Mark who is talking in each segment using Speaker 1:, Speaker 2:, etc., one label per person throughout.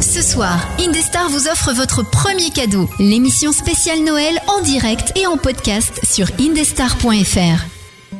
Speaker 1: Ce soir, Indestar vous offre votre premier cadeau, l'émission spéciale Noël en direct et en podcast sur indestar.fr.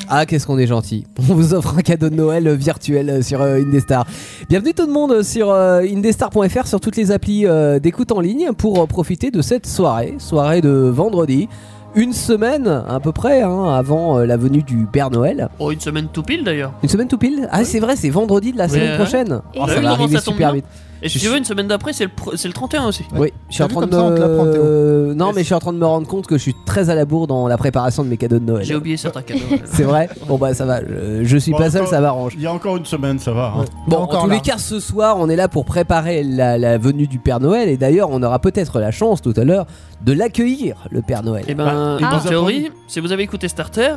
Speaker 2: Ah, qu'est-ce qu'on est gentil. On vous offre un cadeau de Noël euh, virtuel euh, sur euh, Indestar. Bienvenue tout le monde sur euh, indestar.fr, sur toutes les applis euh, d'écoute en ligne pour euh, profiter de cette soirée, soirée de vendredi. Une semaine à peu près hein, avant euh, la venue du Père Noël.
Speaker 3: Oh, une semaine tout pile d'ailleurs. euh,
Speaker 2: Une semaine tout pile Ah, c'est vrai, c'est vendredi de la
Speaker 3: Oui,
Speaker 2: semaine
Speaker 3: ouais.
Speaker 2: prochaine.
Speaker 4: Et
Speaker 2: Oh,
Speaker 4: oui,
Speaker 2: ça va
Speaker 3: comment
Speaker 2: arriver
Speaker 3: ça tombe
Speaker 2: super
Speaker 3: bien
Speaker 2: vite.
Speaker 3: Et si
Speaker 2: Je
Speaker 3: tu veux,
Speaker 2: suis-
Speaker 3: une semaine d'après, c'est le, pr- c'est le 31 aussi.
Speaker 2: Oui, je suis en
Speaker 4: T'as vu
Speaker 2: train de
Speaker 4: comme ça, on te l'apprend, Théo.
Speaker 2: me... Non,
Speaker 3: Et
Speaker 2: mais je suis en train de me rendre compte que je suis très à la bourre dans la préparation de mes cadeaux de Noël.
Speaker 3: Bah, J'ai oublié certains cadeaux.
Speaker 2: C'est vrai Bon bah ça va, je, je suis
Speaker 5: Bon,
Speaker 2: pas seul,
Speaker 5: encore-
Speaker 2: ça m'arrange.
Speaker 5: Il y a encore une semaine, ça va. hein.
Speaker 2: Bon,
Speaker 4: encore
Speaker 2: en tous
Speaker 4: là.
Speaker 2: les cas, ce soir, on est là pour préparer la, la venue du Père Noël et d'ailleurs, on aura peut-être la chance tout à l'heure de l'accueillir, le Père Noël.
Speaker 3: Et ben,
Speaker 5: Bah, il
Speaker 3: en
Speaker 5: nous a
Speaker 3: théorie, si vous avez écouté Starter,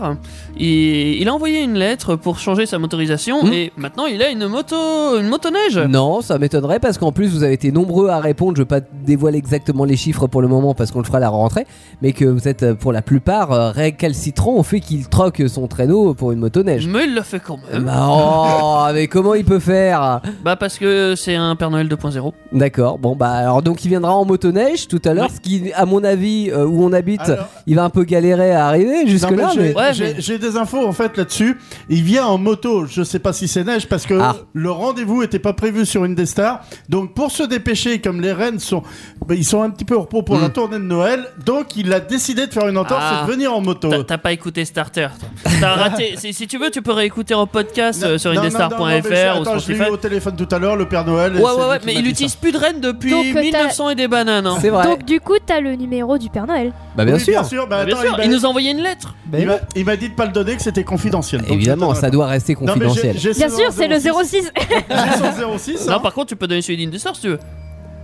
Speaker 3: il, il a envoyé une lettre pour changer sa motorisation
Speaker 2: Hmm.
Speaker 3: et maintenant il a une moto, une motoneige.
Speaker 2: Non, ça m'étonnerait parce qu'en plus vous avez été nombreux à répondre. Je ne vais pas dévoiler exactement les chiffres pour le moment parce qu'on le fera à la rentrée, mais que vous êtes euh, pour la plupart euh, récalcitrants au fait qu'il troque son traîneau pour une motoneige.
Speaker 3: Mais il le fait quand même.
Speaker 2: Bah, oh, mais comment il peut faire
Speaker 3: Bah parce que c'est un Père Noël 2.0.
Speaker 2: D'accord, bon bah alors donc il viendra en motoneige tout à l'heure, ce qui à mon avis euh, où on habite,
Speaker 5: Alors-
Speaker 2: il va un peu galérer à arriver jusque
Speaker 5: Non, mais
Speaker 2: là.
Speaker 5: j'ai-
Speaker 3: Ouais,
Speaker 5: j'ai
Speaker 3: mais-
Speaker 5: j'ai des infos en fait là-dessus. Il vient en moto, je sais pas si c'est neige parce que
Speaker 2: Ah.
Speaker 5: le rendez-vous était pas prévu sur une des stars. Donc pour se dépêcher, comme les rennes sont, bah, ils sont un petit peu au repos pour
Speaker 2: Mm.
Speaker 5: la tournée de Noël, donc il a décidé de faire une entorse
Speaker 3: Ah.
Speaker 5: et de venir en moto.
Speaker 3: T'as- T'as pas écouté Starter. toi. T'as raté. si, si tu veux, tu peux réécouter en podcast euh, sur
Speaker 5: Non, non, non, non, mais je-
Speaker 3: indestar.fr ou
Speaker 5: attends,
Speaker 3: sur
Speaker 5: je l'ai eu
Speaker 3: Spotify.
Speaker 5: au téléphone tout à l'heure, le Père Noël. et
Speaker 3: Ouais,
Speaker 5: c'est
Speaker 3: ouais,
Speaker 5: lui
Speaker 3: ouais,
Speaker 5: qui
Speaker 3: mais
Speaker 5: m'a
Speaker 3: il
Speaker 5: dit
Speaker 3: utilise plus de rennes depuis
Speaker 4: Donc, t'as-
Speaker 3: 1900 et des bananes. hein.
Speaker 2: C'est vrai.
Speaker 4: Donc du coup, t'as le numéro du Père Noël.
Speaker 2: Bah
Speaker 5: ça.
Speaker 2: bien
Speaker 5: Oui,
Speaker 2: sûr.
Speaker 5: bah,
Speaker 3: Bien
Speaker 5: attends,
Speaker 3: sûr,
Speaker 5: il m'a-
Speaker 3: il nous a envoyé une lettre.
Speaker 5: il m'a- il m'a dit de pas le donner, que c'était confidentiel. Donc,
Speaker 2: Ben Évidemment,
Speaker 5: j'attends.
Speaker 2: ça doit rester
Speaker 5: Non, mais j'ai-
Speaker 2: confidentiel.
Speaker 5: j'ai
Speaker 4: Bien
Speaker 5: son
Speaker 4: sûr, c'est le
Speaker 5: 06.
Speaker 4: 06.
Speaker 5: J'ai son 06. hein.
Speaker 3: Non, par contre, tu peux donner celui d'Indestar si tu veux.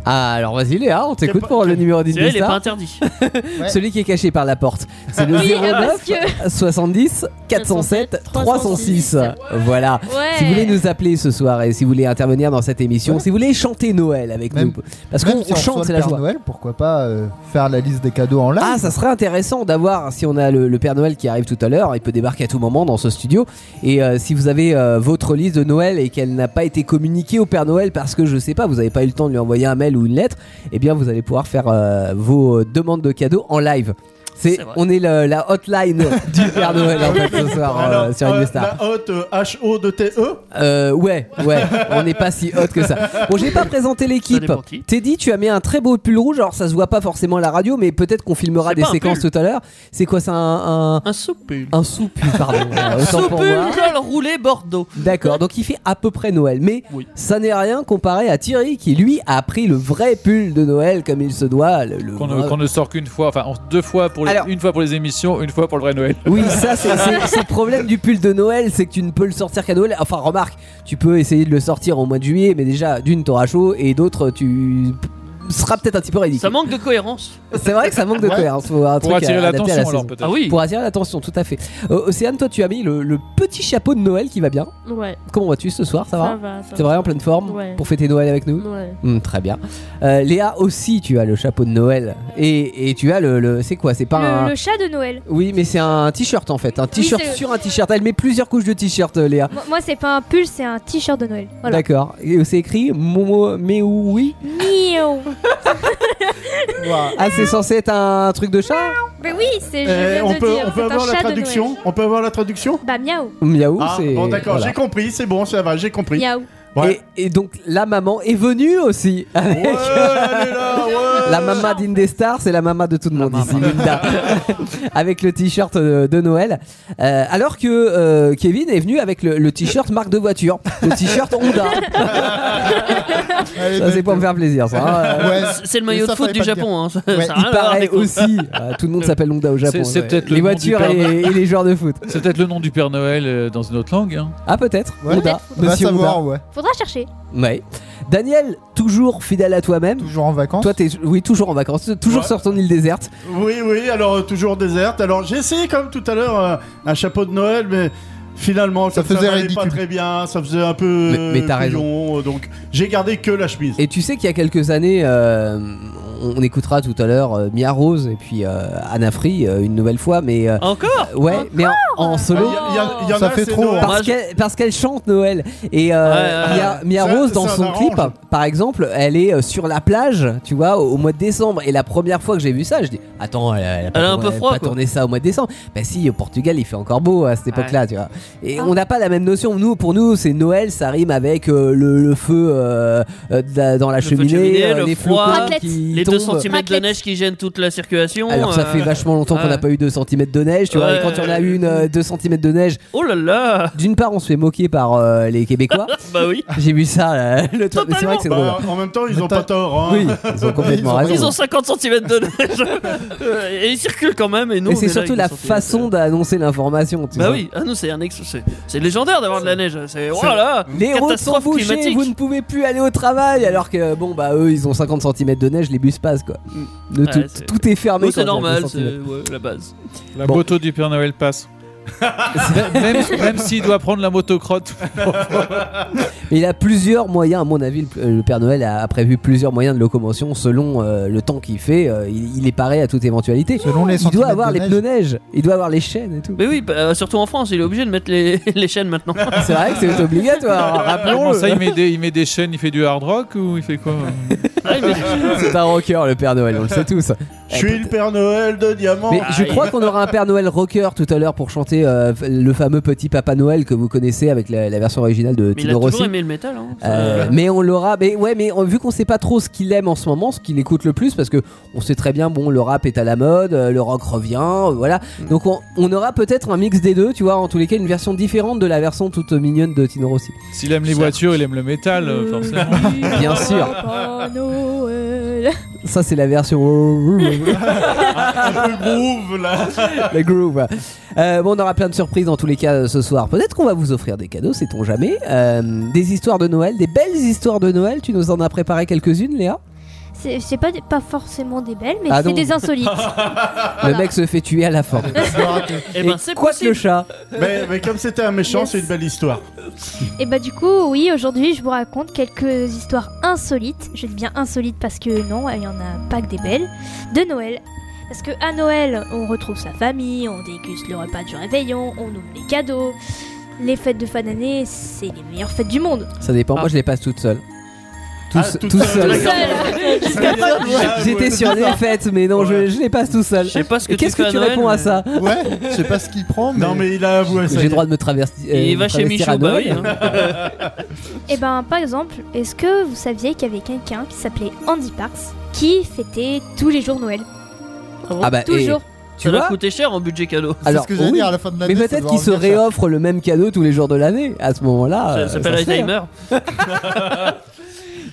Speaker 2: Ah alors vas-y Léa, on t'écoute
Speaker 5: pas-
Speaker 2: pour le numéro
Speaker 3: Celui-là, il est pas
Speaker 2: 19
Speaker 3: interdit.
Speaker 2: celui qui est caché par la porte. C'est le
Speaker 4: Oui, ah,
Speaker 2: 09
Speaker 4: parce que.
Speaker 2: 70 407 306.
Speaker 6: 306.
Speaker 2: Voilà.
Speaker 4: Ouais.
Speaker 2: Si vous voulez nous appeler ce soir et si vous voulez intervenir dans cette émission, si vous voulez chanter Noël avec
Speaker 6: Même-
Speaker 2: nous, parce
Speaker 6: Même
Speaker 2: qu'on
Speaker 6: si on reçoit
Speaker 2: chante,
Speaker 6: le
Speaker 2: c'est la
Speaker 6: Père
Speaker 2: joie.
Speaker 6: Noël, pourquoi pas euh, faire la liste des cadeaux en live
Speaker 2: Ah, ça serait intéressant d'avoir, si on a le, le Père Noël qui arrive tout à l'heure, il peut débarquer à tout moment dans ce studio. Et euh, si vous avez euh, votre liste de Noël et qu'elle n'a pas été communiquée au Père Noël parce que je sais pas, vous n'avez pas eu le temps de lui envoyer un mail ou une lettre, eh bien vous allez pouvoir faire euh, vos demandes de cadeaux en live. C'est,
Speaker 3: C'est vrai.
Speaker 2: on est le- la hotline du Père Noël en fait ce soir euh,
Speaker 5: Alors,
Speaker 2: sur
Speaker 5: euh,
Speaker 2: Indestar.
Speaker 5: La haute H-O-D-T-E.
Speaker 2: Euh, ouais, ouais, on n'est pas si hot que ça. Bon, j'ai pas présenté
Speaker 3: Ça
Speaker 2: l'équipe.
Speaker 3: dépend qui.
Speaker 2: Teddy, tu as mis un très beau pull rouge. Alors, ça se voit pas forcément à la radio, mais peut-être qu'on filmera
Speaker 3: C'est
Speaker 2: des
Speaker 3: pas un
Speaker 2: séquences tout à l'heure. C'est quoi, ça un, un,
Speaker 3: Un soupul.
Speaker 2: un soupul, pardon. euh, autant pour
Speaker 3: Soupul
Speaker 2: moi.
Speaker 3: col roulé Bordeaux.
Speaker 2: D'accord, donc il fait à peu près Noël, mais
Speaker 3: Oui.
Speaker 2: ça n'est rien comparé à Thierry qui lui a pris le vrai pull de Noël comme il se doit. le- le
Speaker 7: Qu'on ne,
Speaker 2: vrai-
Speaker 7: qu'on ne sort qu'une fois, enfin en- deux fois pour les-
Speaker 2: Alors-
Speaker 7: une fois pour les émissions, une fois pour le vrai Noël.
Speaker 2: Oui, ça, c'est c'est- c'est le problème du pull de Noël, c'est que tu ne peux le sortir qu'à Noël. Enfin, remarque, tu peux essayer de le sortir au mois de juillet, mais déjà, d'une, t'auras chaud, et d'autre, tu seras peut-être un petit peu
Speaker 3: Ça
Speaker 2: ridicule.
Speaker 3: manque de cohérence.
Speaker 2: C'est vrai que ça manque de
Speaker 6: Ouais.
Speaker 2: cohérence. Faut un
Speaker 7: Pour
Speaker 2: truc à-
Speaker 7: attirer
Speaker 2: adapté à la
Speaker 7: l'attention alors
Speaker 2: saison.
Speaker 7: peut-être.
Speaker 3: Ah oui.
Speaker 2: Pour attirer l'attention, tout à fait. Euh, Océane, toi, tu as mis le, le petit chapeau de Noël qui va bien.
Speaker 8: Ouais,
Speaker 2: Comment vas-tu ce soir Ça va
Speaker 8: va.
Speaker 2: T'es vrai en pleine forme
Speaker 8: Ouais.
Speaker 2: pour fêter Noël avec nous
Speaker 8: Ouais.
Speaker 2: Hum, Très bien. Euh, Léa aussi, tu as le chapeau de Noël. Et, et tu as le. le- c'est quoi C'est pas un.
Speaker 4: Le, le chat de Noël.
Speaker 2: Oui, mais c'est un t-shirt en fait, un t-shirt
Speaker 4: c'est-
Speaker 2: sur un t-shirt. Elle met plusieurs couches de t-shirt, euh, Léa.
Speaker 4: Moi, moi, c'est pas un pull, c'est un t-shirt de Noël. Voilà.
Speaker 2: D'accord. Et c'est écrit Momo oui
Speaker 4: Miaou.
Speaker 2: Ah, c'est censé être un truc de chat
Speaker 4: Mais oui, c'est. Je
Speaker 5: Eh,
Speaker 4: viens
Speaker 5: on
Speaker 4: de
Speaker 5: peut,
Speaker 4: dire,
Speaker 5: on peut
Speaker 4: c'est un
Speaker 5: avoir la
Speaker 4: chat de
Speaker 5: traduction
Speaker 4: Noël.
Speaker 5: On peut avoir la traduction
Speaker 4: Bah miaou.
Speaker 2: Miaou,
Speaker 5: Ah,
Speaker 2: c'est.
Speaker 5: bon, d'accord,
Speaker 2: voilà.
Speaker 5: j'ai compris, c'est bon, ça va, j'ai compris.
Speaker 4: Miaou.
Speaker 5: Ouais.
Speaker 2: Et, et donc la maman est venue aussi.
Speaker 5: Ouais, elle est là, ouais.
Speaker 2: La maman d'Indestar, c'est la maman de tout le monde ici, Linda. avec le t-shirt de, de Noël. Euh, alors que euh, Kevin est venu avec le, le t-shirt marque de voiture, le t-shirt Honda.
Speaker 6: Allez,
Speaker 2: Ça, c'est
Speaker 6: bah,
Speaker 2: pour me faire plaisir, ça. hein.
Speaker 6: Ouais.
Speaker 3: C'est le maillot
Speaker 6: Mais ça,
Speaker 3: de foot du
Speaker 6: fallait pas le dire.
Speaker 3: Japon. Hein. Ça-
Speaker 6: Ouais,
Speaker 3: ça a
Speaker 2: Il
Speaker 3: rien à voir
Speaker 2: paraît
Speaker 3: avec nous.
Speaker 2: aussi. euh, tout le monde s'appelle Honda au Japon.
Speaker 7: C'est- c'est
Speaker 2: ouais.
Speaker 7: peut-être le
Speaker 2: les
Speaker 7: nom du
Speaker 2: voitures
Speaker 7: Père
Speaker 2: et, et les joueurs de foot.
Speaker 7: C'est peut-être le nom du Père Noël euh, dans une autre langue. hein.
Speaker 2: Ah peut-être.
Speaker 6: Ouais.
Speaker 2: Honda.
Speaker 6: on va
Speaker 2: Monsieur
Speaker 6: savoir, ouais.
Speaker 4: Faudra chercher.
Speaker 2: Honda. Ouais. Daniel, toujours fidèle à toi-même.
Speaker 6: Toujours en vacances.
Speaker 2: Toi, t'es oui toujours en vacances, toujours
Speaker 5: Ouais.
Speaker 2: sur ton île déserte.
Speaker 5: Oui, oui, alors euh, toujours déserte. Alors j'ai essayé comme tout à l'heure euh, un chapeau de Noël, mais finalement,
Speaker 6: Ça
Speaker 5: comme ça
Speaker 6: faisait
Speaker 5: m'allait pas
Speaker 6: ridicule.
Speaker 5: très bien, ça faisait euh, un peu.
Speaker 2: Mais- mais t'as
Speaker 5: euh, couillon, euh, donc j'ai gardé que la chemise.
Speaker 2: Et tu sais qu'il y a quelques années, euh, on écoutera tout à l'heure euh, Mia Rose et puis euh, Anna Free euh, une nouvelle fois, mais euh,
Speaker 3: Encore
Speaker 2: ouais, mais en, en solo.
Speaker 5: Il y a- il y en
Speaker 6: Ça
Speaker 5: a,
Speaker 6: fait
Speaker 5: c'est
Speaker 6: trop,
Speaker 5: Noël.
Speaker 3: hein.
Speaker 2: Parce
Speaker 3: Moi, je-
Speaker 2: qu'elle, parce qu'elle chante Noël. Et euh,
Speaker 3: Ouais, ouais,
Speaker 2: Mia- Mia,
Speaker 5: Ça-
Speaker 2: Rose, dans
Speaker 5: ça
Speaker 2: son
Speaker 5: m'arrange.
Speaker 2: clip, par exemple, elle est euh, sur la plage, tu vois, au, au mois de décembre. Et la première fois que j'ai vu ça, je dis Attends, elle, elle a pas,
Speaker 3: Elle a un
Speaker 2: tourné-
Speaker 3: peu froid,
Speaker 2: pas
Speaker 3: quoi.
Speaker 2: tourné ça au mois de décembre. Bah si, au Portugal, il fait encore beau à cette époque-là, tu vois. Et
Speaker 9: Ah.
Speaker 2: on n'a pas la même notion. Nous, pour nous, c'est Noël, ça rime avec euh, le, le feu euh, euh, de la- dans la
Speaker 3: Le feu de
Speaker 2: cheminée,
Speaker 3: cheminée,
Speaker 2: euh,
Speaker 3: le
Speaker 2: les
Speaker 3: froid,
Speaker 2: flocons
Speaker 9: Raclette.
Speaker 2: qui
Speaker 3: Les 2
Speaker 2: tombent.
Speaker 3: cm de
Speaker 9: Raclette.
Speaker 3: neige qui gênent toute la circulation.
Speaker 2: Alors ça
Speaker 3: euh,
Speaker 2: fait vachement longtemps qu'on
Speaker 3: ouais.
Speaker 2: n'a pas eu 2 cm de neige, tu vois.
Speaker 3: Ouais.
Speaker 2: Et quand on a eu une euh, 2 cm de neige,
Speaker 3: Oh là là
Speaker 2: d'une part, on se fait moquer par euh, les Québécois.
Speaker 3: Bah oui
Speaker 2: J'ai vu ça euh, le truc. mais C'est vrai
Speaker 3: Totalement.
Speaker 2: que c'est drôle.
Speaker 5: Bah, en même temps, ils ont
Speaker 6: Attends.
Speaker 5: pas tort. hein.
Speaker 2: Oui, ils ont complètement
Speaker 6: Ils ont
Speaker 2: raison.
Speaker 3: Ils ont 50 cm de neige Euh, Et ils circulent quand même et nous
Speaker 2: Mais
Speaker 3: on
Speaker 2: c'est
Speaker 3: est là
Speaker 2: surtout
Speaker 3: avec
Speaker 2: la
Speaker 3: 2 centimètres.
Speaker 2: façon d'annoncer l'information. tu
Speaker 3: Bah
Speaker 2: vois.
Speaker 3: oui, ah non, c'est un ex, c'est c'est légendaire d'avoir de la neige. C'est oh là,
Speaker 2: Les routes sont
Speaker 3: catastrophe
Speaker 2: bouchées,
Speaker 3: climatique.
Speaker 2: vous ne pouvez plus aller au travail alors que bon bah eux ils ont 50 cm de neige, les bus passent quoi. Le
Speaker 3: Mm. Ouais,
Speaker 2: tout,
Speaker 3: c'est-
Speaker 2: tout est fermé.
Speaker 3: Nous,
Speaker 2: quand
Speaker 3: c'est
Speaker 2: il y a
Speaker 3: normal,
Speaker 2: 2
Speaker 3: c'est
Speaker 2: centimètres.
Speaker 3: ouais, la base.
Speaker 10: La
Speaker 2: Bon.
Speaker 10: moto du Père Noël passe. même même s'il doit prendre la motocrotte.
Speaker 2: Mais il a plusieurs moyens, à mon avis, le, euh, le Père Noël a, a prévu plusieurs moyens de locomotion selon euh, le temps qu'il fait. euh, il, il est paré à toute éventualité.
Speaker 6: Selon les
Speaker 2: Il doit
Speaker 6: centimètres
Speaker 2: avoir
Speaker 6: de
Speaker 2: les
Speaker 6: neige.
Speaker 2: pneus neige, il doit avoir les chaînes et tout.
Speaker 3: Mais oui, bah, euh, surtout en France, il est obligé de mettre les, les chaînes maintenant.
Speaker 2: C'est vrai que c'est obligatoire,
Speaker 10: Comment ça,
Speaker 2: rappelons-le.
Speaker 10: il met, des, il met des chaînes, il fait du hard rock ou il fait quoi
Speaker 3: Ah, mais-
Speaker 2: C'est un rocker le Père Noël, on le sait tous.
Speaker 5: Je suis le Père Noël de diamant.
Speaker 2: Eh, Mais je
Speaker 3: Aïe.
Speaker 2: crois qu'on aura un Père Noël rocker tout à l'heure pour chanter euh, le fameux Petit Papa Noël que vous connaissez avec la, la version originale de
Speaker 3: mais il a
Speaker 2: Tino Euh, Rossi.
Speaker 3: toujours aimé le métal. Hein. Ça-
Speaker 2: Euh, mais on l'aura. Mais ouais, mais on- vu qu'on sait pas trop ce qu'il aime en ce moment, ce qu'il écoute le plus, parce que on sait très bien, bon, le rap est à la mode, euh, le rock revient, euh, voilà.
Speaker 5: Mm.
Speaker 2: Donc on, on aura peut-être un mix des deux, tu vois. En tous les cas, une version différente de la version toute mignonne de Tino Rossi.
Speaker 10: S'il aime les voitures, il aime le métal, euh, forcément.
Speaker 2: Bien sûr.
Speaker 9: Papa Noël.
Speaker 2: Ça, c'est la version.
Speaker 5: Le groove, là.
Speaker 2: Le groove. Euh, bon, on aura plein de surprises dans tous les cas euh, ce soir. Peut-être qu'on va vous offrir des cadeaux, sait-on jamais. Euh, des histoires de Noël, des belles histoires de Noël. Tu nous en as préparé quelques-unes, Léa
Speaker 9: C'est c'est pas, pas forcément des belles, mais
Speaker 2: Ah
Speaker 9: c'est
Speaker 2: non.
Speaker 9: des insolites. Ah,
Speaker 2: Le mec se fait tuer à la fin.
Speaker 3: Eh ben, c'est
Speaker 2: quoi Ah le
Speaker 3: possible.
Speaker 2: chat
Speaker 5: mais, mais comme c'était un méchant,
Speaker 9: Yes.
Speaker 5: c'est une belle histoire.
Speaker 9: Et bah du coup, oui, aujourd'hui, je vous raconte quelques histoires insolites. Je dis bien insolites parce que non, il y en a pas que des belles de Noël. Parce que à Noël, on retrouve sa famille, on déguste le repas du réveillon, on ouvre les cadeaux. Les fêtes de fin d'année, c'est les meilleures fêtes du monde.
Speaker 2: Ça dépend. Moi, je les passe toute seule. Tout,
Speaker 5: Ah,
Speaker 2: se-
Speaker 5: toute
Speaker 2: tout
Speaker 5: seule.
Speaker 2: seul.
Speaker 5: D'accord.
Speaker 2: J'ai- J'étais sur les fêtes, mais non, je, je les passe tout seul.
Speaker 3: Je sais pas ce que
Speaker 2: Et
Speaker 3: tu
Speaker 2: qu'est-ce
Speaker 3: fais
Speaker 2: que
Speaker 3: à
Speaker 2: tu
Speaker 3: Noël,
Speaker 2: réponds à
Speaker 3: mais-
Speaker 2: ça
Speaker 6: Ouais, je sais pas ce qu'il prend, mais.
Speaker 5: Non, mais il a avoué ça.
Speaker 2: J'ai le droit de me traverser. euh,
Speaker 3: Il
Speaker 2: me
Speaker 3: va chez
Speaker 2: travestir à
Speaker 3: Michou, bah oui.
Speaker 2: Noël.
Speaker 3: hein.
Speaker 9: Et ben par exemple, est-ce que vous saviez qu'il y avait quelqu'un qui s'appelait Andy Parks qui fêtait tous les jours Noël
Speaker 2: Ah bah, et
Speaker 9: Toujours.
Speaker 2: tu
Speaker 3: Ça doit
Speaker 2: vois
Speaker 3: coûter cher en budget cadeau.
Speaker 6: C'est
Speaker 2: Alors,
Speaker 6: ce que j'allais
Speaker 2: oui.
Speaker 6: dire à la fin de l'année.
Speaker 2: Mais
Speaker 6: ça
Speaker 2: peut-être
Speaker 6: doit
Speaker 2: qu'il se
Speaker 6: revenir cher.
Speaker 2: réoffre le même cadeau tous les jours de l'année. À ce moment-là, euh,
Speaker 3: Ça s'appelle
Speaker 2: ça se fait.
Speaker 3: Alzheimer.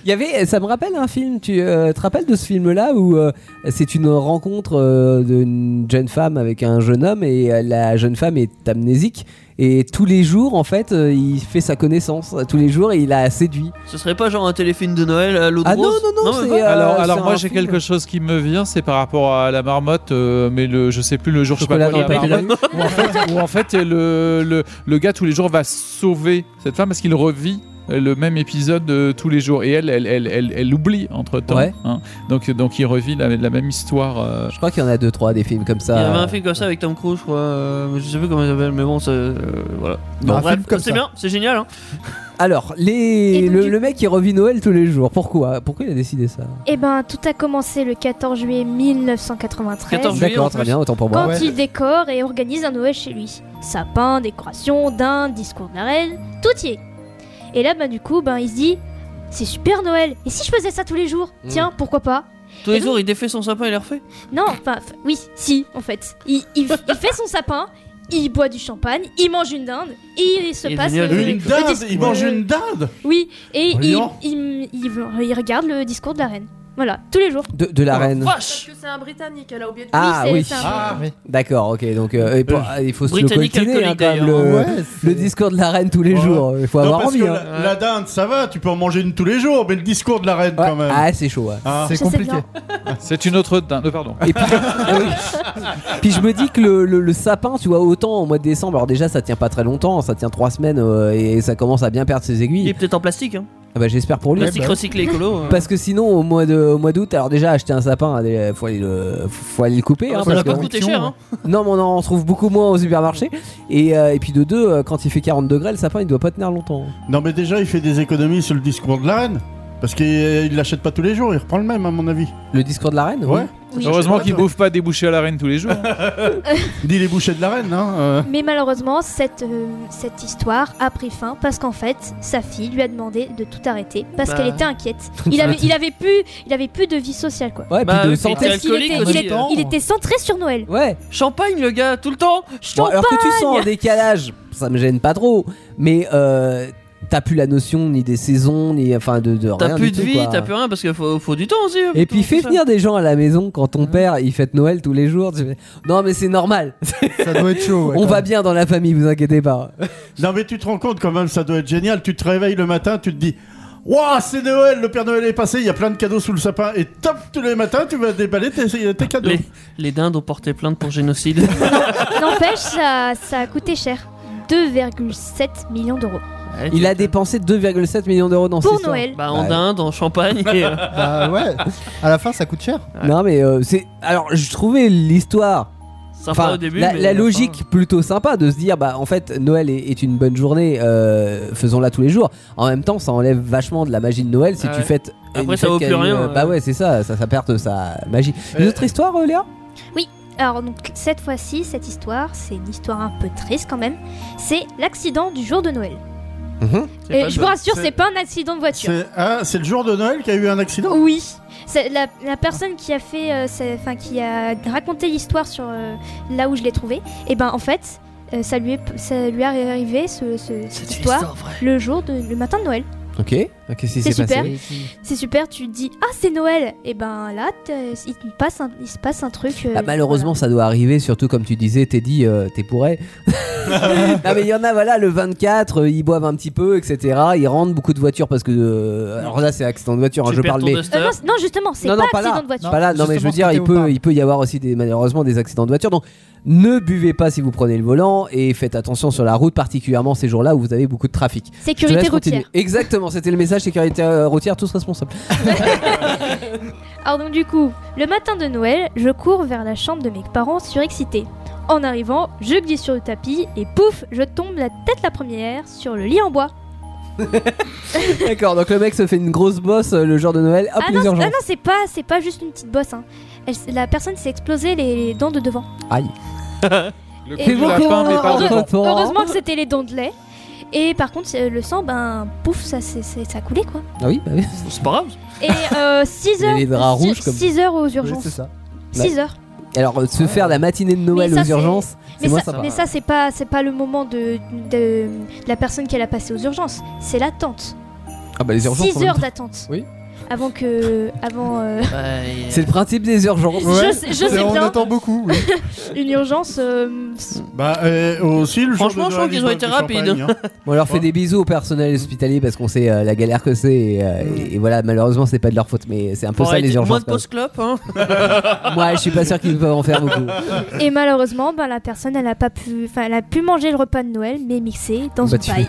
Speaker 2: Il y avait, ça me rappelle un film. Tu euh, te rappelles de ce film-là où euh, c'est une rencontre euh, d'une jeune femme avec un jeune homme et euh, la jeune femme est amnésique et tous les jours en fait euh, il fait sa connaissance tous les jours et il la séduit.
Speaker 3: Ce serait pas genre un téléfilm de Noël à l'eau de
Speaker 2: Ah non
Speaker 3: rose
Speaker 2: non non,
Speaker 3: mais
Speaker 2: c'est
Speaker 3: voilà.
Speaker 2: euh,
Speaker 10: alors,
Speaker 2: c'est
Speaker 10: alors
Speaker 2: un
Speaker 10: moi j'ai
Speaker 2: film.
Speaker 10: quelque chose qui me vient, c'est par rapport à la marmotte, euh, mais le, je sais plus le jour, je sais pas
Speaker 2: Chocolat
Speaker 10: quoi,
Speaker 2: dans le
Speaker 10: la
Speaker 2: papier
Speaker 10: marmotte, où en fait, où en fait, le, le, le gars tous les jours va sauver cette femme parce qu'il revit le même épisode euh, tous les jours et elle elle, elle, elle, elle oublie entre temps
Speaker 2: Ouais.
Speaker 10: donc, donc il revit la, la même histoire euh.
Speaker 2: Je crois qu'il y en a deux trois des films comme
Speaker 3: Il
Speaker 2: ça.
Speaker 3: y
Speaker 10: Bah,
Speaker 3: avait un film comme ça avec Tom Cruise, je crois. euh, je sais plus comment il s'appelle, mais bon, c'est. euh, voilà. Bon,
Speaker 6: Un
Speaker 3: bref,
Speaker 6: film comme
Speaker 3: c'est
Speaker 6: ça.
Speaker 3: bien, c'est génial. Hein.
Speaker 2: Alors
Speaker 9: Et
Speaker 2: les
Speaker 9: donc,
Speaker 2: le,
Speaker 9: du-
Speaker 2: le mec qui revit Noël tous les jours. Pourquoi Pourquoi il a décidé ça
Speaker 9: Et ben tout a commencé le 14 juillet 1993.
Speaker 3: 14 juillet, en
Speaker 2: D'accord très
Speaker 3: plus.
Speaker 2: bien autant pour moi.
Speaker 9: quand
Speaker 6: ouais.
Speaker 9: il décore et organise un Noël chez lui. Sapin, décoration, dinde, discours de la reine, tout y est. Et là, ben, du coup, ben, il se dit c'est super Noël. Et si je faisais ça tous les jours
Speaker 2: Mm.
Speaker 9: Tiens, pourquoi pas
Speaker 3: Tous les
Speaker 9: Et
Speaker 3: jours, il défait son sapin et le refait.
Speaker 9: Non, enfin, f- oui, si, en fait. Il, il- il fait son sapin, il boit du champagne, il mange une dinde, et il se
Speaker 3: Il est
Speaker 9: passe.
Speaker 3: génial,
Speaker 9: le-
Speaker 3: le
Speaker 5: Une
Speaker 9: le
Speaker 5: dinde
Speaker 9: dis-
Speaker 5: Il mange
Speaker 9: le-
Speaker 5: une dinde
Speaker 9: Oui, et il,
Speaker 5: Voyons.
Speaker 9: il- il- il regarde le discours de la reine. Voilà, tous les jours.
Speaker 2: De,
Speaker 5: Oh
Speaker 2: de la reine.
Speaker 3: Vache
Speaker 11: que c'est un Britannique, elle a oublié de
Speaker 2: Ah
Speaker 9: Oui, c'est-
Speaker 2: oui.
Speaker 9: c'est un-
Speaker 5: Ah,
Speaker 6: oui.
Speaker 2: D'accord ok donc euh, et pour-
Speaker 5: Euh,
Speaker 2: ah, il faut se le
Speaker 3: Britannique
Speaker 2: coltiner hein,
Speaker 3: alcoolique,
Speaker 2: quand même,
Speaker 3: d'ailleurs.
Speaker 2: le-
Speaker 6: Ouais,
Speaker 2: Le
Speaker 6: c'est-
Speaker 2: discours de la reine tous les
Speaker 5: Ouais.
Speaker 2: jours, il faut
Speaker 5: Non,
Speaker 2: avoir
Speaker 5: parce
Speaker 2: envie.
Speaker 5: que
Speaker 2: hein.
Speaker 5: la, la dinde, ça va, tu peux en manger une tous les jours, mais le discours de la reine,
Speaker 2: Ouais.
Speaker 5: quand même.
Speaker 2: Ah, c'est chaud. ouais.
Speaker 5: Ah.
Speaker 6: C'est
Speaker 9: Je sais
Speaker 6: compliqué.
Speaker 9: bien.
Speaker 10: c'est une autre dinde euh, pardon
Speaker 2: Et puis, Ah oui. Puis je me dis que le, le- le sapin, tu vois, autant au mois de décembre, alors déjà ça tient pas très longtemps, ça tient trois semaines euh, et ça commence à bien perdre ses
Speaker 3: Il est
Speaker 2: aiguilles.
Speaker 3: peut-être en plastique. Hein.
Speaker 2: Ah bah, j'espère pour lui.
Speaker 3: Plastique recyclé écolo. euh.
Speaker 2: Parce que sinon, au mois de- au mois d'août, alors déjà, acheter un sapin, allez, faut, aller le, faut aller le couper.
Speaker 3: Ah,
Speaker 2: hein,
Speaker 3: ça
Speaker 2: parce
Speaker 3: va pas
Speaker 2: que-
Speaker 3: coûter cher. Hein.
Speaker 2: non, mais on en trouve beaucoup moins au supermarché. Et, euh, et puis de deux, euh, quand il fait 40 degrés, le sapin, il doit pas tenir longtemps.
Speaker 5: Non, mais déjà, il fait des économies sur le discours de la reine. Parce qu'il euh, il l'achète pas tous les jours, il reprend le même, à mon avis.
Speaker 2: Le discours de la reine oui.
Speaker 5: Ouais.
Speaker 9: Oui.
Speaker 10: Heureusement
Speaker 5: Ouais,
Speaker 10: qu'ils
Speaker 5: ouais.
Speaker 10: bouffent pas des bouchées à la reine tous les jours.
Speaker 5: Dit les bouchées de la reine, hein. euh.
Speaker 9: Mais malheureusement, cette, euh, cette histoire a pris fin parce qu'en fait, sa fille lui a demandé de tout arrêter parce
Speaker 3: Bah.
Speaker 9: qu'elle était inquiète. Il avait, il, avait plus, il avait plus de vie sociale, quoi.
Speaker 2: Ouais, puis
Speaker 3: Bah,
Speaker 2: de
Speaker 3: oui,
Speaker 2: santé.
Speaker 3: t'es
Speaker 9: Parce qu'il
Speaker 3: alcoolique
Speaker 9: était,
Speaker 3: aussi,
Speaker 9: il est-
Speaker 3: euh.
Speaker 9: il était centré sur Noël.
Speaker 2: Ouais.
Speaker 3: Champagne, le gars, tout le temps.
Speaker 2: Bon,
Speaker 9: Champagne
Speaker 2: alors que tu sens un décalage, ça me gêne pas trop. Mais euh, t'as plus la notion ni des saisons, ni enfin de, de
Speaker 3: T'as
Speaker 2: rien
Speaker 3: plus
Speaker 2: du
Speaker 3: de
Speaker 2: tout,
Speaker 3: vie,
Speaker 2: quoi.
Speaker 3: t'as plus rien parce qu'il faut, faut du temps aussi. euh,
Speaker 2: Et
Speaker 3: pour
Speaker 2: puis
Speaker 3: tout
Speaker 2: fais
Speaker 3: ça.
Speaker 2: venir des gens à la maison quand ton père il fête Noël tous les jours. tu fais, Non mais c'est normal,
Speaker 6: Ça doit être chaud. ouais,
Speaker 2: on
Speaker 6: quand
Speaker 2: va
Speaker 6: même.
Speaker 2: bien dans la famille, vous inquiétez pas.
Speaker 5: Non, mais tu te rends compte quand même, ça doit être génial. Tu te réveilles le matin, tu te dis. Waouh, c'est Noël, le Père Noël est passé, il y a plein de cadeaux sous le sapin, et top, tous les matins, tu vas déballer tes, tes cadeaux.
Speaker 3: Les, les dindes ont porté plainte pour génocide.
Speaker 9: N'empêche, ça, ça a coûté cher. 2,7 millions d'euros.
Speaker 3: Ouais,
Speaker 2: Il a
Speaker 3: tu-
Speaker 2: dépensé 2,7 millions d'euros dans
Speaker 9: Pour
Speaker 2: cette histoire.
Speaker 9: Noël.
Speaker 3: Bah, en
Speaker 2: Ouais.
Speaker 3: dinde, en champagne. et, euh,
Speaker 6: Bah ouais. À la fin, ça coûte cher.
Speaker 3: Ouais.
Speaker 2: Non mais euh, c'est alors je trouvais l'histoire
Speaker 3: sympa
Speaker 2: Enfin,
Speaker 3: au début.
Speaker 2: la,
Speaker 3: mais
Speaker 2: la
Speaker 3: à fin-
Speaker 2: logique plutôt sympa de se dire, bah en fait, Noël est, est une bonne journée, euh, faisons-la tous les jours. En même temps, ça enlève vachement de la magie de Noël si
Speaker 3: Ah
Speaker 2: tu
Speaker 3: ouais.
Speaker 2: fêtes.
Speaker 3: Après,
Speaker 2: une
Speaker 3: ça
Speaker 2: fête
Speaker 3: vaut
Speaker 2: qui a
Speaker 3: plus
Speaker 2: une-
Speaker 3: rien,
Speaker 2: euh,
Speaker 3: ouais.
Speaker 2: Bah ouais, c'est ça, ça, ça perd sa magie. Une
Speaker 5: Euh,
Speaker 2: autre histoire, euh, Léa
Speaker 9: Alors donc cette fois-ci, cette histoire, c'est une histoire un peu triste quand même. C'est l'accident du jour de Noël.
Speaker 2: Mhm.
Speaker 3: C'est pas
Speaker 9: Et je vous
Speaker 3: de-
Speaker 9: rassure,
Speaker 5: c'est-
Speaker 9: c'est pas un accident de voiture.
Speaker 5: C'est ah, c'est le jour de Noël qu'il y a eu un accident
Speaker 9: Oui, C'est la, la personne qui a fait, euh, c'est- enfin qui a raconté l'histoire sur euh, là où je l'ai trouvé, et ben en fait, euh, ça lui est, ça lui est arrivé ce- ce- cette
Speaker 3: C'est une
Speaker 9: histoire
Speaker 3: histoire vraie.
Speaker 9: le jour de, le matin de Noël.
Speaker 2: Ok, qu'est-ce qui
Speaker 9: C'est
Speaker 2: s'est
Speaker 9: super.
Speaker 2: passé
Speaker 9: C'est super, tu te dis ah c'est Noël, et ben là t'es- il te passe un- il se passe un truc. euh,
Speaker 2: Ah, malheureusement, ça doit arriver, surtout comme tu disais, Teddy, euh, t'es pourré. non, mais il y en a, voilà, le 24, euh, ils boivent un petit peu, etc. Ils rentrent beaucoup de voitures parce que. euh, alors là, c'est accident de voiture, hein,
Speaker 3: Tu
Speaker 2: je
Speaker 3: perds
Speaker 2: parle
Speaker 3: ton
Speaker 2: des,
Speaker 3: duster.
Speaker 9: voilà. Euh, non, c'est- non, justement c'est
Speaker 2: Non,
Speaker 9: pas,
Speaker 2: non, pas là.
Speaker 9: accident de voiture.
Speaker 2: Pas là, non mais je veux
Speaker 6: justement,
Speaker 2: dire,
Speaker 6: c'était
Speaker 2: il
Speaker 6: au
Speaker 2: peut,
Speaker 6: parc.
Speaker 2: il peut y avoir aussi des, malheureusement des accidents de voiture. Donc ne buvez pas si vous prenez le volant et faites attention sur la route, particulièrement ces jours-là où vous avez beaucoup de trafic. Je te
Speaker 9: sécurité
Speaker 2: laisse continuer.
Speaker 9: routière.
Speaker 2: Exactement, c'était le message sécurité euh, routière, tous responsables.
Speaker 9: Alors donc du coup, le matin de Noël, je cours vers la chambre de mes parents surexcitée. En arrivant, je glisse sur le tapis et pouf, je tombe la tête la première sur le lit en bois.
Speaker 2: D'accord, donc le mec se fait une grosse bosse euh, le jour de Noël. Hop,
Speaker 9: ah,
Speaker 2: les
Speaker 9: non,
Speaker 2: urgences.
Speaker 9: ah non, c'est pas, c'est pas juste une petite bosse. Hein. Elle s- la personne s'est explosé les, les dents de devant.
Speaker 2: Aïe.
Speaker 10: Le
Speaker 9: Et
Speaker 10: coup du
Speaker 9: beaucoup-
Speaker 10: lapin, mais pas
Speaker 2: Heureux-
Speaker 10: de
Speaker 2: devant.
Speaker 9: Heureusement que c'était les dents de lait. Et par contre, euh, le sang, ben pouf, ça, c'est, c'est- ça coulait quoi.
Speaker 2: Ah oui, bah oui.
Speaker 3: C'est pas grave.
Speaker 9: Et 6
Speaker 2: Il y avait
Speaker 9: heures,
Speaker 2: des draps rouges, comme-
Speaker 9: 6 heures aux
Speaker 6: Oui,
Speaker 9: urgences.
Speaker 6: c'est ça.
Speaker 9: 6 heures.
Speaker 2: Alors euh, se faire la matinée de Noël
Speaker 9: Mais ça,
Speaker 2: aux
Speaker 9: c'est-
Speaker 2: urgences, c'est
Speaker 9: Mais
Speaker 2: moins
Speaker 9: ça,
Speaker 2: sympa.
Speaker 9: mais ça, c'est pas, c'est pas le moment de, de, de la personne qu'elle a passé aux urgences. C'est l'attente.
Speaker 2: Ah bah les
Speaker 9: 6
Speaker 2: urgences. en même
Speaker 9: heures
Speaker 2: temps.
Speaker 9: d'attente.
Speaker 2: Oui.
Speaker 9: Avant que, avant. euh,
Speaker 3: Bah, et-
Speaker 2: C'est le principe des urgences.
Speaker 9: Je sais- je
Speaker 6: c'est-
Speaker 9: sais
Speaker 6: on
Speaker 9: bien.
Speaker 6: attend beaucoup. oui.
Speaker 9: une urgence. euh,
Speaker 5: Bah, euh, aussi, le
Speaker 3: Franchement,
Speaker 5: jour de Noël,
Speaker 3: je trouve qu'ils ont
Speaker 5: ils
Speaker 3: été
Speaker 5: boivent du champagne, hein.
Speaker 2: Bon, alors fait des bisous au personnel hospitalier parce qu'on sait euh, la galère que c'est et, euh, et- et voilà malheureusement c'est pas de leur faute mais c'est un peu
Speaker 3: Bon,
Speaker 2: ça
Speaker 3: arrêtez,
Speaker 2: les
Speaker 3: Moins
Speaker 2: urgences.
Speaker 3: de post-clope, hein.
Speaker 2: Moi, je suis pas sûr qu'ils peuvent en faire beaucoup.
Speaker 9: et malheureusement, ben, la personne, elle a pas pu, enfin, elle a pu manger le repas de Noël, mais mixé dans
Speaker 2: Bah,
Speaker 9: une
Speaker 2: tu
Speaker 9: paille.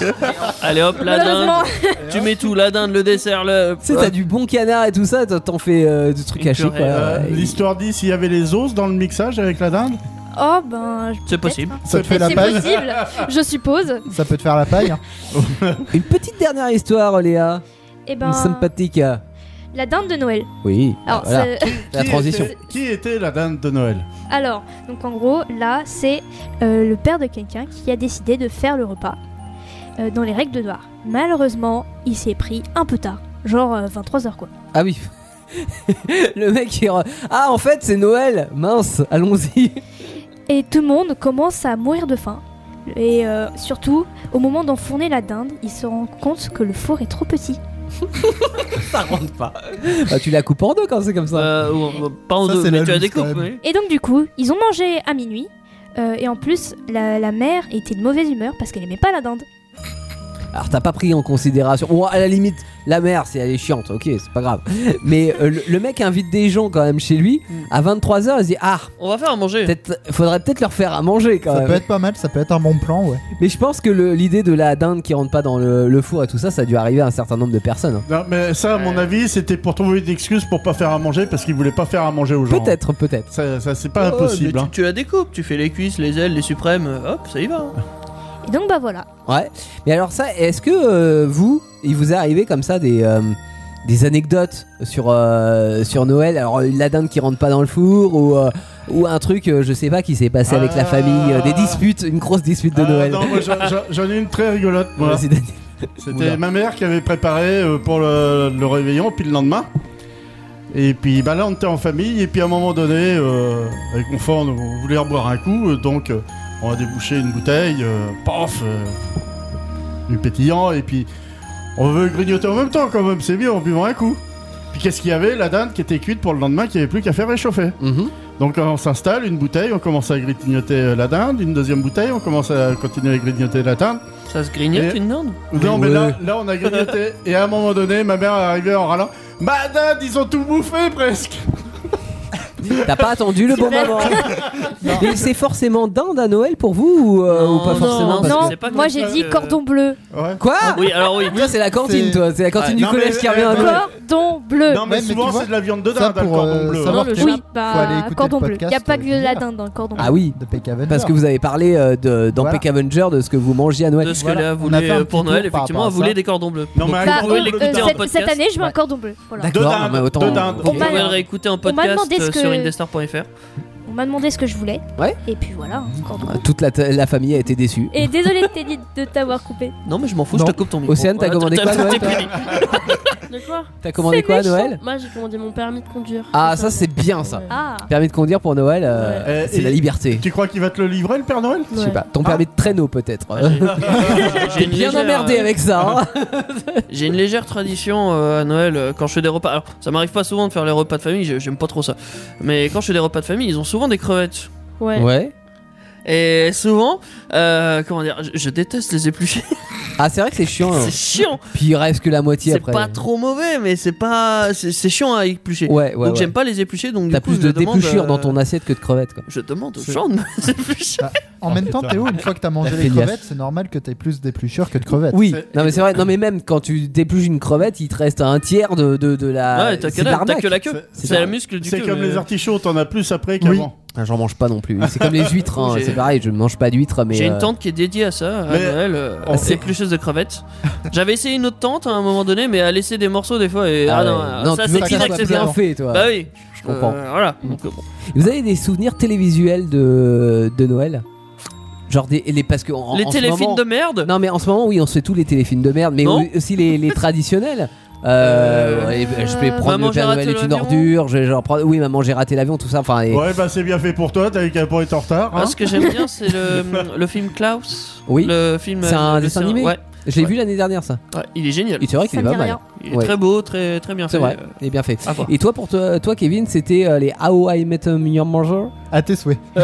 Speaker 2: m'étonnes.
Speaker 3: Allez hop, la
Speaker 9: Malheureusement,
Speaker 3: dinde. Tu mets tout, la dinde, le dessert, le.
Speaker 2: Tu sais, t'as du bon canard et tout ça, t'en- t'en fais euh, du truc
Speaker 3: Une
Speaker 2: haché, quoi.
Speaker 3: purée,
Speaker 5: Euh,
Speaker 2: Et-
Speaker 5: L'histoire dit s'il y avait les os dans le mixage avec la dinde.
Speaker 9: oh ben,
Speaker 3: C'est possible.
Speaker 6: Ça te fait
Speaker 9: peut-être,
Speaker 6: la
Speaker 9: c'est
Speaker 6: paille.
Speaker 9: possible, je suppose.
Speaker 6: Ça peut te faire la paille. hein.
Speaker 2: Une petite dernière histoire, Léa.
Speaker 9: Et
Speaker 2: Une
Speaker 9: ben,
Speaker 2: sympathique. euh,
Speaker 9: la dinde de Noël.
Speaker 2: Oui.
Speaker 9: Alors,
Speaker 2: voilà.
Speaker 9: c'est-
Speaker 2: La
Speaker 5: Qui
Speaker 2: transition.
Speaker 5: était- qui était la dinde de Noël
Speaker 9: Alors, donc en gros, là, c'est euh, le père de quelqu'un qui a décidé de faire le repas euh, dans les règles de Noir. Malheureusement, il s'est pris un peu tard, genre 23h quoi.
Speaker 2: Ah oui. Le mec, il... re- Ah, en fait, c'est Noël. Mince, allons-y.
Speaker 9: Et tout le monde commence à mourir de faim. Et euh, surtout, au moment d'enfourner la dinde, il se rend compte que le four est trop petit.
Speaker 2: Ça rentre pas. Bah, tu la coupes en deux quand c'est comme ça.
Speaker 3: Euh, ou- ou- pas en
Speaker 6: Ça,
Speaker 3: deux,
Speaker 6: c'est
Speaker 3: mais
Speaker 6: la
Speaker 3: tu as
Speaker 6: loose,
Speaker 3: des
Speaker 6: quand
Speaker 3: coupes.
Speaker 6: même.
Speaker 3: oui.
Speaker 9: Et donc du coup, ils ont mangé à minuit. euh, et en plus, la, la mère était de mauvaise humeur parce qu'elle aimait pas la dinde.
Speaker 2: Alors t'as pas pris en considération. Ou à la limite, la mère, c'est elle est chiante, ok, c'est pas grave. Mais euh, le, le mec invite des gens quand même chez lui.
Speaker 3: Mm.
Speaker 2: À 23h, il se dit Ah,
Speaker 3: On va faire à manger.
Speaker 2: peut-être- faudrait peut-être leur faire à manger quand
Speaker 6: Ça
Speaker 2: même.
Speaker 6: peut être pas mal, ça peut être un bon plan, ouais.
Speaker 2: Mais je pense que le- l'idée de la dinde qui rentre pas dans le, le four et tout ça, ça a dû arriver à un certain nombre de personnes. hein.
Speaker 5: Non, mais ça, à mon
Speaker 3: Ouais.
Speaker 5: avis, c'était pour trouver une excuse pour pas faire à manger parce qu'ils voulaient pas faire à manger aux gens.
Speaker 2: Peut-être, peut-être.
Speaker 5: Ça, ça, c'est pas
Speaker 3: Oh,
Speaker 5: impossible.
Speaker 3: mais
Speaker 5: hein.
Speaker 3: tu, tu la découpes, tu fais les cuisses, les ailes, les suprêmes, euh, hop, ça y va.
Speaker 4: Et donc, bah voilà.
Speaker 2: Ouais. Mais alors ça, est-ce que euh, vous, il vous est arrivé comme ça des euh, des anecdotes sur euh, sur Noël Alors euh, la dinde qui rentre pas dans le four ou euh, ou un truc, euh, je sais pas, qui s'est passé avec la
Speaker 5: Ah.
Speaker 2: famille, euh, des disputes, une grosse dispute de
Speaker 5: Ah,
Speaker 2: Noël.
Speaker 5: non, moi, j'en- j'en- j'en ai une très rigolote. moi.
Speaker 2: Vas-y, Daniel. Oula.
Speaker 5: C'était ma mère qui avait préparé euh, pour le, le réveillon, puis le lendemain. Et puis bah là, on était en famille, et puis à un moment donné, euh, avec mon fort, on voulait boire un coup, euh, donc euh, on a débouché une bouteille, euh, paf, euh, du pétillant, et puis on veut grignoter en même temps quand même, c'est mieux en buvant un coup. Puis qu'est-ce qu'il y avait La dinde qui était cuite pour le lendemain, qui avait plus qu'à faire réchauffer.
Speaker 2: Mhm.
Speaker 5: Donc on s'installe, une bouteille, on commence à grignoter euh, la dinde, une deuxième bouteille, on commence à continuer à grignoter la dinde.
Speaker 3: Ça se grignote
Speaker 5: Et-
Speaker 3: une dinde
Speaker 5: Non,
Speaker 2: Ouais.
Speaker 5: mais là, là, on a grignoté. et à un moment donné, ma mère est arrivée en râlant. Madame, ils ont tout bouffé presque.
Speaker 2: T'as pas attendu le bon moment. Mais c'est forcément dinde à Noël pour vous ou, euh, ou
Speaker 3: Non,
Speaker 2: pas euh,
Speaker 3: non,
Speaker 2: forcément
Speaker 3: Parce
Speaker 2: parce
Speaker 4: non,
Speaker 2: que-
Speaker 3: c'est pas
Speaker 4: moi
Speaker 3: comme
Speaker 4: j'ai
Speaker 3: ça
Speaker 4: dit
Speaker 3: que-
Speaker 4: cordon bleu.
Speaker 5: Ouais.
Speaker 2: Quoi
Speaker 3: Oui, alors oui.
Speaker 2: Toi, c'est la cantine,
Speaker 6: C'est-
Speaker 2: toi. C'est la cantine
Speaker 3: Ouais.
Speaker 2: du
Speaker 5: Non,
Speaker 2: collège
Speaker 5: mais-
Speaker 2: qui revient à
Speaker 5: euh,
Speaker 2: toi.
Speaker 4: Cordon bleu.
Speaker 5: Non, mais,
Speaker 6: Ouais, mais
Speaker 5: souvent,
Speaker 6: tu vois,
Speaker 5: c'est de la viande de
Speaker 6: ça
Speaker 5: dinde, hein, le
Speaker 6: pour,
Speaker 5: cordon
Speaker 6: euh,
Speaker 5: bleu.
Speaker 4: Non,
Speaker 6: savoir- Alors
Speaker 4: le
Speaker 6: que
Speaker 4: oui,
Speaker 6: là, faut aller
Speaker 4: bah,
Speaker 6: écouter
Speaker 4: cordon
Speaker 6: le
Speaker 4: bleu. Il n'y a
Speaker 6: podcast,
Speaker 4: pas
Speaker 6: euh,
Speaker 4: que de la
Speaker 6: d'hier.
Speaker 4: dinde dans le cordon bleu.
Speaker 2: Ah oui,
Speaker 6: De Peck Avenger.
Speaker 2: parce que vous avez parlé euh, de, dans
Speaker 6: Voilà.
Speaker 2: Peck Avenger de ce que vous mangez à Noël.
Speaker 3: De ce que
Speaker 6: Voilà.
Speaker 3: Léa
Speaker 6: On a fait
Speaker 3: voulait
Speaker 6: un
Speaker 3: euh,
Speaker 6: petit
Speaker 3: pour Noël,
Speaker 6: tour par
Speaker 3: effectivement,
Speaker 6: rapport
Speaker 3: elle
Speaker 6: à
Speaker 3: voulait
Speaker 6: ça.
Speaker 3: des cordons bleus.
Speaker 5: Non, mais un
Speaker 4: Bah,
Speaker 5: cordon
Speaker 3: pouvez
Speaker 5: bleu
Speaker 3: l'écouter
Speaker 5: de
Speaker 4: euh,
Speaker 5: dinde.
Speaker 3: en
Speaker 4: cette,
Speaker 3: podcast.
Speaker 4: cette année, je veux un
Speaker 2: Ouais.
Speaker 4: cordon bleu. Voilà.
Speaker 5: Deux dindes,
Speaker 2: mais autant-
Speaker 5: deux dindes.
Speaker 2: Ok.
Speaker 3: Vous pouvez le réécouter en
Speaker 4: m'a
Speaker 3: podcast
Speaker 4: demandé ce
Speaker 3: euh, sur
Speaker 4: que-
Speaker 3: indestar.fr.
Speaker 4: On m'a demandé ce que je voulais.
Speaker 2: Ouais.
Speaker 4: Et puis voilà, hein, cordon bleu.
Speaker 2: Toute la, la famille a été déçue.
Speaker 4: Et désolé Teddy de t'avoir coupé.
Speaker 3: Non, mais je m'en fous, je
Speaker 2: Non.
Speaker 3: te coupe ton micro.
Speaker 2: Océane, t'as commandé
Speaker 3: t'as-
Speaker 2: quoi,
Speaker 3: t'as-
Speaker 2: Noël,
Speaker 3: t'es
Speaker 2: toi
Speaker 3: puni.
Speaker 8: De quoi
Speaker 2: T'as commandé quoi à
Speaker 4: méchant.
Speaker 2: Noël
Speaker 8: Moi j'ai commandé mon permis de conduire.
Speaker 2: Ah, ça c'est bien ça.
Speaker 8: Ouais.
Speaker 4: Ah,
Speaker 2: Permis de conduire pour Noël, euh,
Speaker 5: Ouais. Euh,
Speaker 2: c'est
Speaker 5: et-
Speaker 2: la liberté.
Speaker 5: Tu crois qu'il va te le livrer, le Père Noël
Speaker 2: Je sais
Speaker 8: Ouais.
Speaker 2: pas, ton permis de traîneau peut-être.
Speaker 3: J'ai une
Speaker 2: Bien
Speaker 3: légère,
Speaker 2: emmerdé
Speaker 3: euh,
Speaker 2: avec ça. hein.
Speaker 3: J'ai une légère tradition euh, à Noël euh, quand je fais des repas. Alors, ça m'arrive pas souvent de faire les repas de famille, j'ai- j'aime pas trop ça. Mais quand je fais des repas de famille, ils ont souvent des crevettes.
Speaker 8: Ouais.
Speaker 2: ouais.
Speaker 3: Et souvent, euh, comment dire, je, je déteste les éplucher.
Speaker 2: Ah, c'est vrai que c'est chiant. hein.
Speaker 3: c'est chiant.
Speaker 2: Puis il reste que la moitié
Speaker 3: C'est
Speaker 2: après.
Speaker 3: pas trop mauvais, mais c'est pas, c'est c'est chiant à éplucher.
Speaker 2: Ouais, ouais.
Speaker 3: donc
Speaker 2: ouais.
Speaker 3: j'aime pas les éplucher. Donc
Speaker 2: T'as
Speaker 3: du coup,
Speaker 2: plus
Speaker 3: je
Speaker 2: de
Speaker 3: demande,
Speaker 2: dépluchures
Speaker 3: euh,
Speaker 2: dans ton Ah. assiette que de crevettes quoi.
Speaker 3: Je demande aux
Speaker 6: C'est-
Speaker 3: gens de me les éplucher.
Speaker 6: En même temps,
Speaker 5: putain.
Speaker 6: Théo, une fois que t'as mangé
Speaker 2: La
Speaker 6: les
Speaker 2: feillasse.
Speaker 6: crevettes, c'est normal que t'aies plus d'épluchures que de crevettes.
Speaker 2: Oui,
Speaker 5: C'est-
Speaker 2: non mais c'est vrai, non mais même quand tu dépluches une crevette, il te reste un tiers de, de, de la.
Speaker 3: ouais, t'as
Speaker 2: Ah, c'est
Speaker 3: que,
Speaker 2: de
Speaker 3: dalle, t'as
Speaker 2: l'arnaque.
Speaker 3: que la queue.
Speaker 2: C'est
Speaker 3: C'est la
Speaker 2: dingue.
Speaker 3: muscle du
Speaker 5: C'est
Speaker 3: queue,
Speaker 5: comme
Speaker 3: mais- euh.
Speaker 5: les artichauts, t'en as plus après qu'avant.
Speaker 2: Ah, J'en mange pas non plus. C'est comme les huîtres, hein.
Speaker 3: J'ai-
Speaker 2: c'est pareil, je ne mange pas d'huîtres. mais
Speaker 3: J'ai
Speaker 2: euh,
Speaker 3: une tante qui est dédiée à ça, à
Speaker 5: Mais-
Speaker 3: Noël, euh,
Speaker 5: Oh, c'est-
Speaker 3: éplucheuse de crevettes. J'avais essayé une autre tante à un moment donné, mais elle a laissé des morceaux des fois. Et, ah,
Speaker 2: ah ouais.
Speaker 3: non,
Speaker 2: non,
Speaker 3: ça
Speaker 2: tu veux
Speaker 3: c'est
Speaker 2: que ça soit
Speaker 3: inacceptable.
Speaker 2: bien fait, toi.
Speaker 3: Bah oui,
Speaker 2: Je comprends.
Speaker 3: Euh, voilà. Donc, bon.
Speaker 2: Vous avez des souvenirs télévisuels de, de Noël Genre des les- parce que en,
Speaker 3: les
Speaker 2: en ce
Speaker 3: téléfilms
Speaker 2: moment-
Speaker 3: de merde.
Speaker 2: Non mais en ce moment oui on se fait tous les téléfilms de merde mais
Speaker 3: Non.
Speaker 2: aussi les, les traditionnels. Euh,
Speaker 3: Euh,
Speaker 2: ouais, je vais
Speaker 4: euh,
Speaker 2: prendre
Speaker 3: Maman,
Speaker 2: le Père
Speaker 3: j'ai
Speaker 2: Noël
Speaker 3: raté
Speaker 2: est une
Speaker 3: l'avion.
Speaker 2: ordure. Je vais genre prendre- oui maman j'ai raté l'avion tout ça. Enfin et-
Speaker 5: Ouais, bah c'est bien fait pour toi, t'as eu qu'à pas être en retard. hein.
Speaker 3: Ah, ce que j'aime bien, c'est le, le film Klaus.
Speaker 2: Oui.
Speaker 3: Le film. euh,
Speaker 2: C'est un
Speaker 3: le
Speaker 2: dessin animé
Speaker 3: Ouais.
Speaker 2: je l'ai
Speaker 3: ouais.
Speaker 2: vu l'année dernière ça.
Speaker 3: Ouais, Il est génial.
Speaker 2: Et c'est vrai
Speaker 4: ça
Speaker 2: qu'il est
Speaker 4: me
Speaker 2: pas
Speaker 4: dit
Speaker 2: mal.
Speaker 4: rien.
Speaker 3: Il est
Speaker 2: ouais.
Speaker 3: très beau, très très bien fait.
Speaker 2: C'est vrai,
Speaker 3: euh,
Speaker 2: il est bien fait.
Speaker 3: à voir.
Speaker 2: Et toi pour toi, toi Kevin c'était euh, les How I Met a Mother,
Speaker 6: À tes souhaits.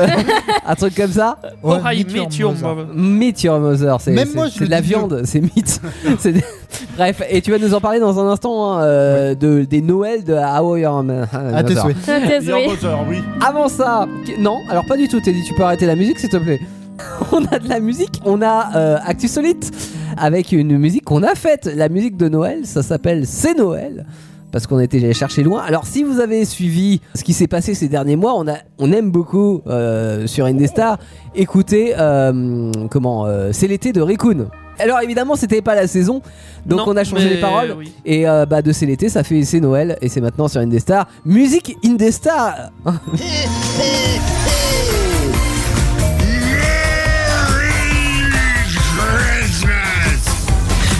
Speaker 2: un truc comme ça.
Speaker 6: Ouais,
Speaker 3: Oh, hi,
Speaker 6: Meet Your
Speaker 3: meet your
Speaker 6: Mother.
Speaker 3: mother.
Speaker 2: Meet Your Mother, c'est
Speaker 6: Même
Speaker 2: c'est-
Speaker 6: moi, je
Speaker 2: c'est
Speaker 6: le
Speaker 2: de la
Speaker 6: dis, je-
Speaker 2: viande, c'est mythe. C'est des- Bref, et tu vas nous en parler dans un instant hein, euh, de, des Noëls de How I Met a
Speaker 6: À tes
Speaker 2: Mother.
Speaker 6: souhaits.
Speaker 5: Your
Speaker 4: désolé.
Speaker 5: mother, oui.
Speaker 2: Avant ça, qu- non, alors pas du tout, Teddy, tu peux arrêter la musique s'il te plaît. On a de la musique, on a euh, Actu Solite avec une musique qu'on a faite, la musique de Noël, ça s'appelle C'est Noël. Parce qu'on était allé chercher loin. Alors, si vous avez suivi ce qui s'est passé ces derniers mois, on, a, on aime beaucoup euh, sur Indestar écouter euh, comment euh, C'est l'été de Raccoon. Alors, évidemment, c'était pas la saison, donc
Speaker 3: Non,
Speaker 2: on a changé
Speaker 3: mais
Speaker 2: les paroles.
Speaker 3: oui.
Speaker 2: Et euh, bah, de C'est l'été, ça fait C'est Noël, et c'est maintenant sur Indestar. Musique Indestar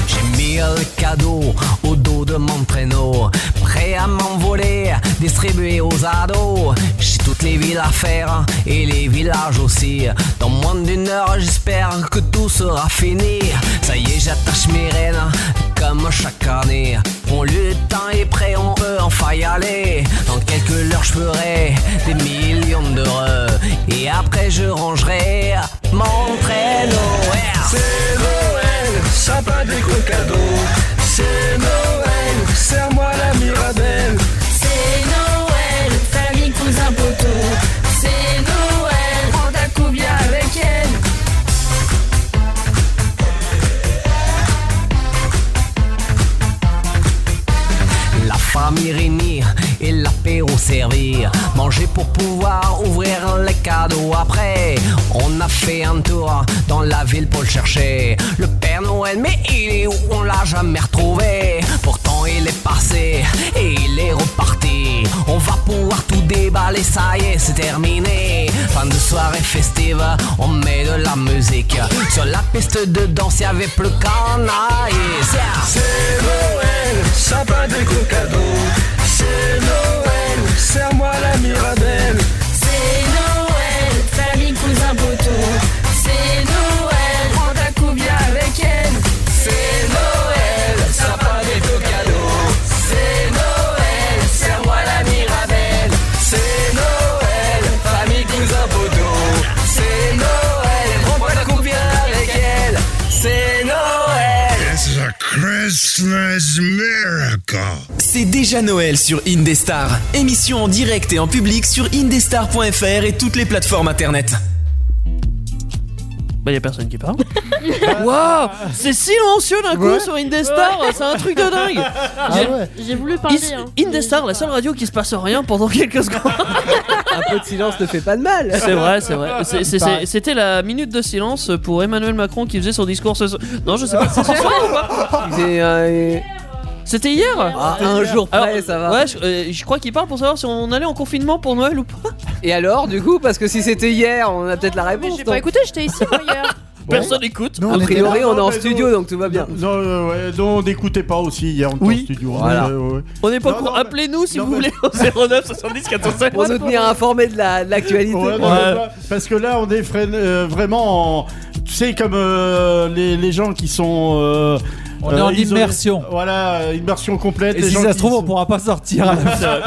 Speaker 12: J'ai mis le cadeau au dos de mon traîneau, prêt à m'envoler, distribué aux ados. J'ai toutes les villes à faire et les villages aussi. Dans moins d'une heure, j'espère que tout sera fini. Ça y est, j'attache mes rênes comme chaque année. On le temps est prêt, on peut enfin y aller. Dans quelques heures, je ferai des millions d'heureux. Et après, je rangerai mon traîneau. Ouais. C'est Noël,
Speaker 13: sapin des gros cadeaux. C'est Noël, serre-moi la Mirabelle.
Speaker 14: C'est Noël, famille, cousin, poteau. C'est Noël, prends ta coupe, viens avec elle.
Speaker 12: La famille réunie et l'apéro servi. Manger pour pouvoir ouvrir les cadeaux après. On a fait un tour dans la ville pour le chercher. Le Père Noël, mais il est où On l'a jamais retrouvé. Pourtant, il est passé et il est reparti. On va pouvoir tout déballer, ça y est, c'est terminé. Fin de soirée festive, on met de la musique. Sur la piste de danse, y'avait avait plus qu'un aïe.
Speaker 13: C'est Noël, sapin des gros cadeaux. C'est Noël, serre-moi la Mirabelle.
Speaker 14: C'est Noël, famille, cousin, poteau. C'est Noël, prends ta coupe, viens avec elle. C'est Noël, sapin des beaux cadeaux. C'est Noël, serre-moi la Mirabelle.
Speaker 13: C'est Noël, famille, cousin, poteau. C'est Noël, prends-moi la coupe, viens avec elle. C'est Noël.
Speaker 15: This is a Christmas miracle.
Speaker 16: C'est déjà Noël sur Indestar. Émission en direct et en public sur indestar.fr et toutes les plateformes internet.
Speaker 3: Bah, y a personne qui parle. Waouh C'est silencieux d'un coup
Speaker 16: Ouais.
Speaker 3: sur Indestar, c'est un truc de dingue
Speaker 17: Ah
Speaker 3: J'ai-
Speaker 8: J'ai voulu parler.
Speaker 3: Is-
Speaker 8: hein.
Speaker 3: Indestar, la seule radio qui se passe rien pendant quelques secondes.
Speaker 2: Un peu de silence ne fait pas de mal. Bah,
Speaker 3: C'est vrai, c'est vrai. C'est- c'est- c'est- C'était la minute de silence pour Emmanuel Macron qui faisait son discours ce soir. Non, je sais pas, c'est ce soir ou pas C'était hier
Speaker 2: un jour près,
Speaker 3: Alors,
Speaker 2: ça va.
Speaker 3: Ouais, je, euh, je crois qu'il parle pour savoir si on allait en confinement pour Noël ou pas.
Speaker 2: Et alors, du coup, parce que si c'était hier, on a peut-être la
Speaker 3: Ah,
Speaker 2: réponse.
Speaker 11: J'ai
Speaker 2: non
Speaker 11: pas écouté, j'étais ici moi hier.
Speaker 3: Personne n'écoute.
Speaker 2: A priori, on est en
Speaker 5: mais
Speaker 2: studio,
Speaker 5: non.
Speaker 2: donc tout va bien.
Speaker 5: Non, euh, ouais, non, on n'écoutait pas aussi hier, on était en studio.
Speaker 2: Voilà.
Speaker 5: Ouais, ouais.
Speaker 3: On n'est pas
Speaker 5: Non,
Speaker 3: au courant.
Speaker 5: non,
Speaker 3: Appelez-nous si vous voulez au 09 70 14
Speaker 2: Pour nous tenir informés de la- de l'actualité.
Speaker 5: Ouais, non, mais pas- parce que là, on est freiné- euh, vraiment en- Tu sais, comme euh, les, les gens qui sont. euh,
Speaker 10: On est en immersion.
Speaker 5: Voilà, euh, immersion complète.
Speaker 10: Et
Speaker 5: les
Speaker 10: si
Speaker 5: gens
Speaker 10: ça
Speaker 5: qui
Speaker 10: se trouve,
Speaker 5: sont-
Speaker 10: on pourra pas sortir. à la fin.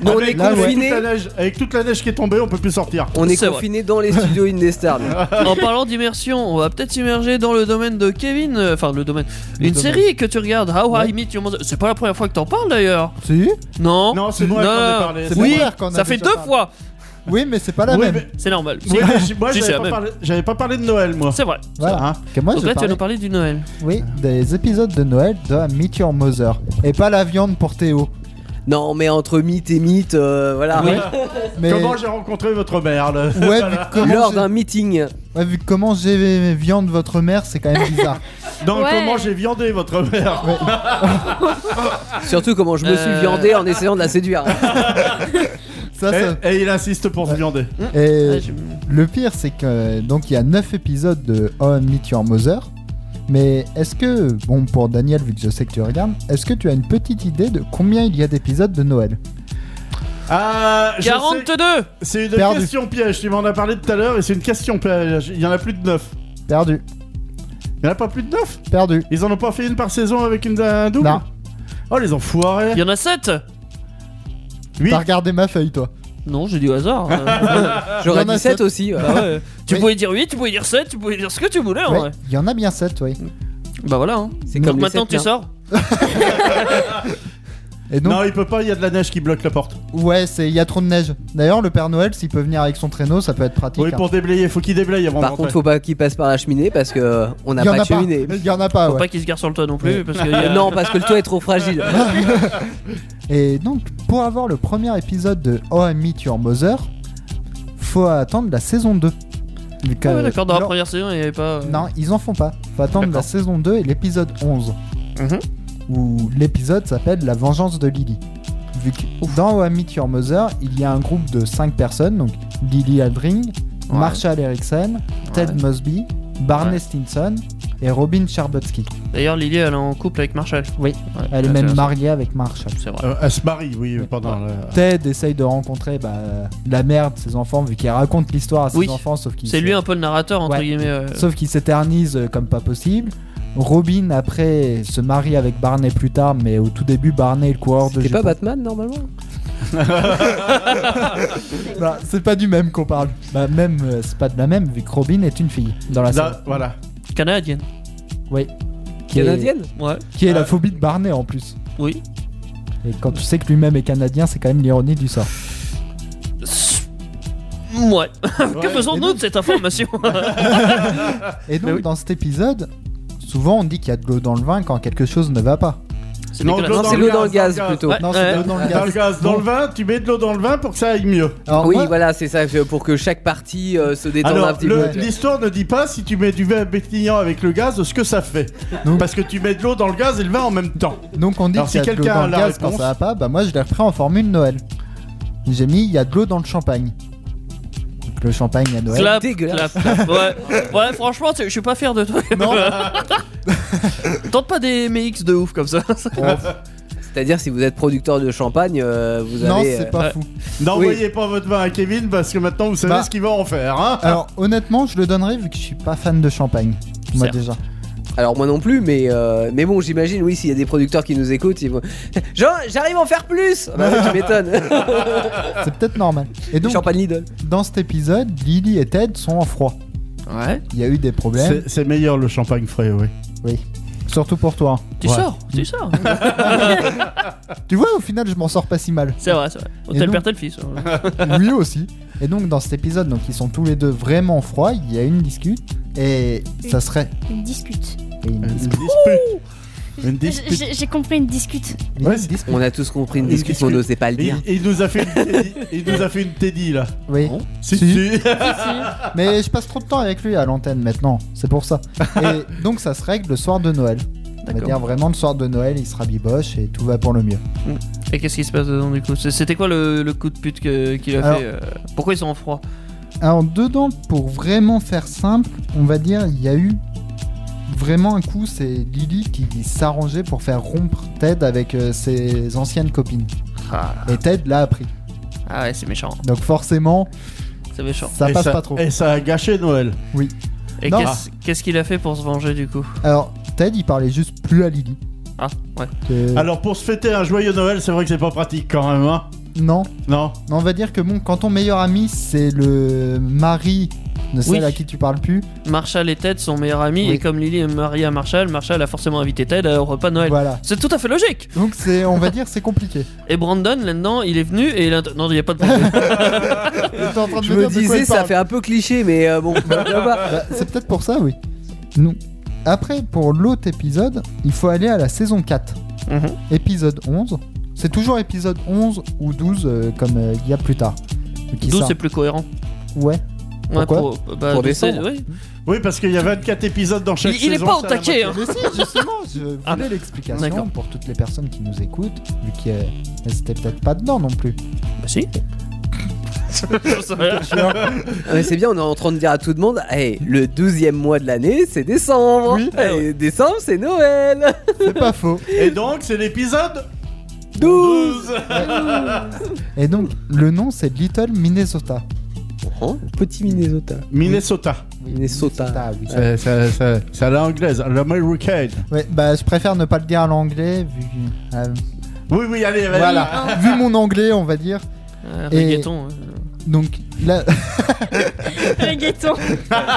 Speaker 2: Nous, on
Speaker 5: Avec-
Speaker 2: est
Speaker 5: là, ouais.
Speaker 2: confinés.
Speaker 5: Avec toute la neige- Avec toute la neige qui est tombée, on peut plus sortir.
Speaker 2: On est,
Speaker 5: C'est vrai.
Speaker 2: confinés dans les studios Indestar. nous.
Speaker 3: En parlant d'immersion, on va peut-être s'immerger dans le domaine de Kevin. euh, Enfin, le domaine. Une
Speaker 2: domaine.
Speaker 3: série que tu regardes, How I Meet Your Mother. C'est pas la première fois que t'en parles d'ailleurs.
Speaker 6: Si
Speaker 3: Non.
Speaker 5: Non, c'est moi
Speaker 3: Non,
Speaker 5: qu'on a
Speaker 3: non,
Speaker 5: parlé.
Speaker 3: c'est
Speaker 5: C'est
Speaker 3: oui,
Speaker 5: moi qu'on a
Speaker 3: ça fait
Speaker 5: déjà
Speaker 3: deux
Speaker 5: parlé.
Speaker 3: fois.
Speaker 6: Oui, mais c'est pas la
Speaker 5: Oui,
Speaker 6: même.
Speaker 5: mais-
Speaker 3: C'est normal.
Speaker 5: Oui,
Speaker 3: Si.
Speaker 5: mais j'ai- moi,
Speaker 3: Si, c'est
Speaker 5: j'avais
Speaker 3: la
Speaker 5: pas,
Speaker 3: même.
Speaker 5: parlé- j'avais pas parlé de Noël, moi.
Speaker 3: C'est vrai.
Speaker 6: Voilà.
Speaker 5: Hein.
Speaker 6: Que moi,
Speaker 3: Donc
Speaker 6: je
Speaker 3: là, tu vas
Speaker 6: parlais-
Speaker 3: nous parler du Noël.
Speaker 6: Oui, des épisodes de Noël de Meet Your Mother. Et pas la viande pour Théo.
Speaker 2: Non, mais entre mythe et mythe, euh, voilà.
Speaker 6: Oui. Mais-
Speaker 5: Comment j'ai rencontré votre mère là
Speaker 6: Ouais,
Speaker 5: Voilà.
Speaker 6: vu comment
Speaker 2: Lors
Speaker 3: Ah
Speaker 6: j'ai-
Speaker 3: bah,
Speaker 2: d'un meeting.
Speaker 6: Ouais, vu comment j'ai viande votre mère, c'est quand même bizarre.
Speaker 5: Non,
Speaker 6: Ouais.
Speaker 5: comment j'ai viandé votre mère
Speaker 2: Surtout comment je me suis
Speaker 5: Euh.
Speaker 2: viandé en essayant de la séduire.
Speaker 6: Ça,
Speaker 5: et,
Speaker 6: ça- Mmh.
Speaker 5: et il insiste pour se viander.
Speaker 6: Et
Speaker 5: Ouais, je-
Speaker 6: le pire, c'est que donc il y a 9 épisodes de On Meet Your Mother. Mais est-ce que, bon, pour Daniel, vu que je sais que tu regardes, est-ce que tu as une petite idée de combien il y a d'épisodes de Noël
Speaker 5: Ah, je sais-
Speaker 3: 42
Speaker 5: C'est une
Speaker 6: Perdu.
Speaker 5: question piège, tu m'en as parlé tout à l'heure et c'est une question piège. Il y en a plus de 9.
Speaker 6: Perdu.
Speaker 5: Il y en a pas plus de 9
Speaker 6: Perdu.
Speaker 5: Ils en ont pas fait une par saison avec une, un double
Speaker 6: Non.
Speaker 5: Oh les enfoirés
Speaker 3: Il y en a 7
Speaker 5: Oui.
Speaker 6: T'as regardé ma feuille, toi
Speaker 3: Non, j'ai dit au hasard. Euh,
Speaker 6: Il y en a sept.
Speaker 3: Bah ouais. Tu
Speaker 6: Oui.
Speaker 3: pouvais dire 8, tu pouvais dire 7, tu pouvais dire ce que tu voulais en
Speaker 6: Ouais,
Speaker 3: vrai.
Speaker 6: Il y en a bien 7, oui.
Speaker 3: Bah voilà. Hein.
Speaker 6: C'est
Speaker 3: Donc maintenant tu sors
Speaker 6: Et donc-
Speaker 5: Non, il peut pas, il y a de la neige qui bloque la porte.
Speaker 6: Ouais, c'est il y a trop de neige. D'ailleurs, le Père Noël, s'il peut venir avec son traîneau, ça peut être pratique.
Speaker 5: Oui,
Speaker 6: hein.
Speaker 5: pour déblayer, faut qu'il déblaye avant
Speaker 2: Par
Speaker 5: de
Speaker 2: contre,
Speaker 5: rentrer.
Speaker 2: faut pas qu'il passe par la cheminée parce que euh, on n'a
Speaker 6: Il y en
Speaker 2: pas de
Speaker 6: a pas. Euh,
Speaker 2: cheminée.
Speaker 6: Il y en a pas,
Speaker 3: Faut
Speaker 6: ouais.
Speaker 3: pas qu'il se gare sur le toit non plus. Parce que y a-
Speaker 2: Non, parce que le toit est trop fragile.
Speaker 6: Et donc, pour avoir le premier épisode de Oh I Meet Your Mother, faut attendre la saison 2. Vu que-
Speaker 3: Ah ouais, d'accord, dans la
Speaker 6: leur-
Speaker 3: première saison, il n'y avait pas. euh.
Speaker 6: Non, ils en font pas. Faut attendre la saison 2 et l'épisode 11.
Speaker 3: Mhm.
Speaker 6: Où l'épisode s'appelle La vengeance de Lily. Vu que dans Oh I Meet Your Mother, il y a un groupe de 5 personnes, donc Lily Aldring,
Speaker 10: Ouais.
Speaker 6: Marshall Erickson, Ted
Speaker 3: Ouais.
Speaker 6: Mosby, Barney
Speaker 3: Ouais.
Speaker 6: Stinson et Robin Scherbutsky.
Speaker 3: D'ailleurs, Lily, elle est en couple avec Marshall.
Speaker 6: Oui, Elle est même mariée avec Marshall.
Speaker 3: C'est vrai.
Speaker 5: Euh, elle se marie, oui, pendant la-
Speaker 6: Ted essaye de rencontrer bah, de la merde de ses enfants, vu qu'il raconte l'histoire à ses
Speaker 3: Oui.
Speaker 6: enfants, sauf qu'il
Speaker 3: C'est lui un peu le narrateur, entre
Speaker 6: Ouais.
Speaker 3: guillemets. euh.
Speaker 6: sauf qu'il s'éternise euh, comme pas possible. Robin après se marie avec Barney plus tard, mais au tout début Barney est le coureur de
Speaker 2: T'es pas
Speaker 6: jupons.
Speaker 2: Batman normalement
Speaker 6: Bah, c'est pas du même qu'on parle. Bah même euh, c'est pas de la même vu que Robin est une fille dans la
Speaker 5: Là,
Speaker 6: série.
Speaker 5: voilà.
Speaker 3: Canadienne.
Speaker 6: Oui. est-
Speaker 2: Canadienne
Speaker 3: Ouais. Ah
Speaker 6: Qui est la
Speaker 3: Ouais.
Speaker 6: phobie de Barney en plus.
Speaker 3: Oui.
Speaker 6: Et quand tu sais que lui-même est canadien, c'est quand même l'ironie du sort.
Speaker 3: Ouais. que faisons-nous de cette information
Speaker 6: Et donc, dans cet épisode, souvent on dit qu'il y a de l'eau dans le vin quand quelque chose ne va pas.
Speaker 3: C'est Non, de l'eau dégueulasse. dans le gaz, dans le gaz. Ouais.
Speaker 6: Non, c'est de l'eau dans le gaz.
Speaker 5: Dans le gaz, dans le vin, tu mets de l'eau dans le vin pour que ça aille mieux.
Speaker 2: oui, voilà, c'est ça, c'est pour que chaque partie euh, se détende un
Speaker 5: Alors,
Speaker 2: petit
Speaker 5: le-
Speaker 2: peu.
Speaker 5: l'histoire ne dit pas si tu mets du vin bétillant avec le gaz, ce que ça fait. Parce que tu mets de l'eau dans le gaz et le vin en même temps.
Speaker 6: Donc on dit
Speaker 5: Alors,
Speaker 6: qu'il y
Speaker 5: si
Speaker 6: a de l'eau
Speaker 5: quelqu'un
Speaker 6: dans
Speaker 5: a
Speaker 6: le
Speaker 5: la
Speaker 6: gaz quand
Speaker 5: réponse-
Speaker 6: ça va pas, bah moi je l'ai repris en formule Noël. J'ai mis il y a de l'eau dans le champagne. Donc le champagne à Noël.
Speaker 3: Clap, clap, clap. Ouais. ouais, franchement, tu- je suis pas fier de toi. Non. Tente pas des MX de ouf comme ça.
Speaker 2: C'est-à-dire, si vous êtes producteur de champagne, euh, vous
Speaker 6: Non,
Speaker 2: avez.
Speaker 6: c'est pas fou.
Speaker 5: N'envoyez pas votre vin à Kevin parce que maintenant vous savez
Speaker 6: Bah.
Speaker 5: ce qu'il va en faire. Hein
Speaker 6: Alors honnêtement, je le donnerais vu que je suis pas fan de champagne. Moi
Speaker 2: Ah, Certes.
Speaker 6: déjà.
Speaker 2: Alors moi non plus, mais euh, mais bon, j'imagine, oui, s'il y a des producteurs qui nous écoutent, ils vont. Jean, j'arrive à en faire plus. Bah, oui, tu m'étonnes.
Speaker 6: C'est peut-être normal. Et donc,
Speaker 2: champagne Lidl.
Speaker 6: Dans cet épisode, Lily et Ted sont en froid.
Speaker 3: Ouais.
Speaker 6: Il y a eu des problèmes.
Speaker 5: C'est- C'est meilleur le champagne frais, oui.
Speaker 6: Oui. Surtout pour toi.
Speaker 3: Tu
Speaker 6: Ouais.
Speaker 3: sors, tu sors.
Speaker 6: Tu vois, au final, je m'en sors pas si mal.
Speaker 3: C'est vrai, c'est vrai.
Speaker 6: Et
Speaker 3: Hôtel
Speaker 6: donc-
Speaker 3: père, tel fils.
Speaker 6: Lui aussi. Et donc dans cet épisode, donc ils sont tous les deux vraiment froids. Il y a une dispute et ça serait
Speaker 4: Une discute.
Speaker 6: et une dispute.
Speaker 5: Une
Speaker 4: J- J'ai j'ai compris une discute.
Speaker 6: Il y a une dispute.
Speaker 2: On a tous compris une
Speaker 5: Une
Speaker 2: discussion, on
Speaker 5: discute.
Speaker 2: n'osait pas le
Speaker 5: Et-
Speaker 2: dire.
Speaker 5: et il nous a fait une Teddy, il nous a fait une Teddy là.
Speaker 6: Oui.
Speaker 5: Si,
Speaker 6: Si.
Speaker 5: si.
Speaker 6: Mais je passe trop de temps avec lui à l'antenne maintenant, c'est pour ça. Et donc ça se règle le soir de Noël. On va
Speaker 3: D'accord.
Speaker 6: dire vraiment le soir de Noël, il se rabiboche et tout va pour le mieux.
Speaker 3: Et qu'est-ce qui se passe dedans du coup C'est- C'était quoi le, le coup de pute que- qu'il a
Speaker 6: Alors-
Speaker 3: fait euh, Pourquoi ils sont en froid
Speaker 6: Alors dedans, pour vraiment faire simple, on va dire il y a eu vraiment un coup, c'est Lily qui s'arrangeait pour faire rompre Ted avec euh, ses anciennes copines.
Speaker 3: ah.
Speaker 6: Et Ted l'a appris.
Speaker 3: Ah ouais, c'est méchant.
Speaker 6: Donc forcément,
Speaker 3: C'est méchant.
Speaker 6: ça
Speaker 5: Et
Speaker 6: passe pas trop.
Speaker 5: Et ça a gâché Noël.
Speaker 6: Oui.
Speaker 3: Et
Speaker 6: Non.
Speaker 3: qu'est-ce qu'est-ce qu'il a fait pour se venger du coup
Speaker 6: Alors Ted, il parlait juste plus à Lily.
Speaker 3: Ah, ouais.
Speaker 6: Euh,
Speaker 5: Alors pour se fêter un joyeux Noël, c'est vrai que c'est pas pratique quand même, hein
Speaker 6: Non.
Speaker 5: Non.
Speaker 6: Non, on va dire que bon, quand ton meilleur ami, c'est le mari de celle
Speaker 3: Oui.
Speaker 6: à qui tu parles plus.
Speaker 3: Marshall et Ted sont meilleurs amis
Speaker 6: Oui.
Speaker 3: et comme Lily est mariée à Marshall, Marshall a forcément invité Ted euh, au repas de Noël.
Speaker 6: Voilà.
Speaker 3: C'est tout à fait logique.
Speaker 6: Donc c'est, on va dire, c'est compliqué.
Speaker 3: Et Brandon là-dedans, il est venu et il a... non, il n'y a pas de Brandon.
Speaker 6: T'es en train de
Speaker 2: Je
Speaker 6: me
Speaker 2: me
Speaker 6: dire de quoi
Speaker 2: disais,
Speaker 6: il
Speaker 2: ça
Speaker 6: parle.
Speaker 2: fait un peu cliché, mais euh, bon. pourquoi pas.
Speaker 6: Ah Bah, c'est peut-être pour ça, oui. Nous. Après, pour l'autre épisode, il faut aller à la saison 4.
Speaker 3: Mhm.
Speaker 6: Épisode 11. C'est toujours épisode 11 ou 12, euh, comme euh, il y a plus tard. Qui
Speaker 3: 12
Speaker 6: sort.
Speaker 3: c'est plus cohérent.
Speaker 6: Ouais.
Speaker 3: Ouais,
Speaker 6: Pourquoi
Speaker 3: pour, bah,
Speaker 2: Pour euh,
Speaker 3: de-
Speaker 2: décembre.
Speaker 3: oui.
Speaker 5: Oui, parce qu'il y a 24 épisodes dans chaque
Speaker 3: Il- il est
Speaker 5: saison,
Speaker 3: pas au
Speaker 5: c'est la
Speaker 3: taquet, hein.
Speaker 5: moitié.
Speaker 6: Mais si, justement, je voulais
Speaker 3: Ah,
Speaker 6: l'explication
Speaker 3: d'accord.
Speaker 6: pour toutes les personnes qui nous écoutent, vu qu'elles n'étaient peut-être pas dedans non plus.
Speaker 3: Bah si. J'en sais rien.
Speaker 2: Ah, mais c'est bien, on est en train de dire à tout le monde hey, le 12 e mois de l'année, c'est décembre.
Speaker 6: Oui. Ah
Speaker 2: Et décembre, c'est Noël.
Speaker 6: C'est pas faux.
Speaker 5: Et donc c'est l'épisode
Speaker 2: 12
Speaker 6: Et donc, le nom, c'est Little Minnesota.
Speaker 2: Oh, Petit Minnesota.
Speaker 5: Minnesota.
Speaker 2: Minnesota.
Speaker 6: Ah oui.
Speaker 3: Euh,
Speaker 5: C'est- c'est- C'est c'est à l'anglaise, à l'américaine.
Speaker 6: Ouais, bah, je préfère ne pas le dire à l'anglais, vu, euh,
Speaker 5: Oui, oui, allez, allez.
Speaker 6: voilà. vu mon anglais, on va dire.
Speaker 3: Ah. Euh,
Speaker 6: Et-
Speaker 3: Reggaeton. euh.
Speaker 6: Donc, là,
Speaker 4: Reggaeton.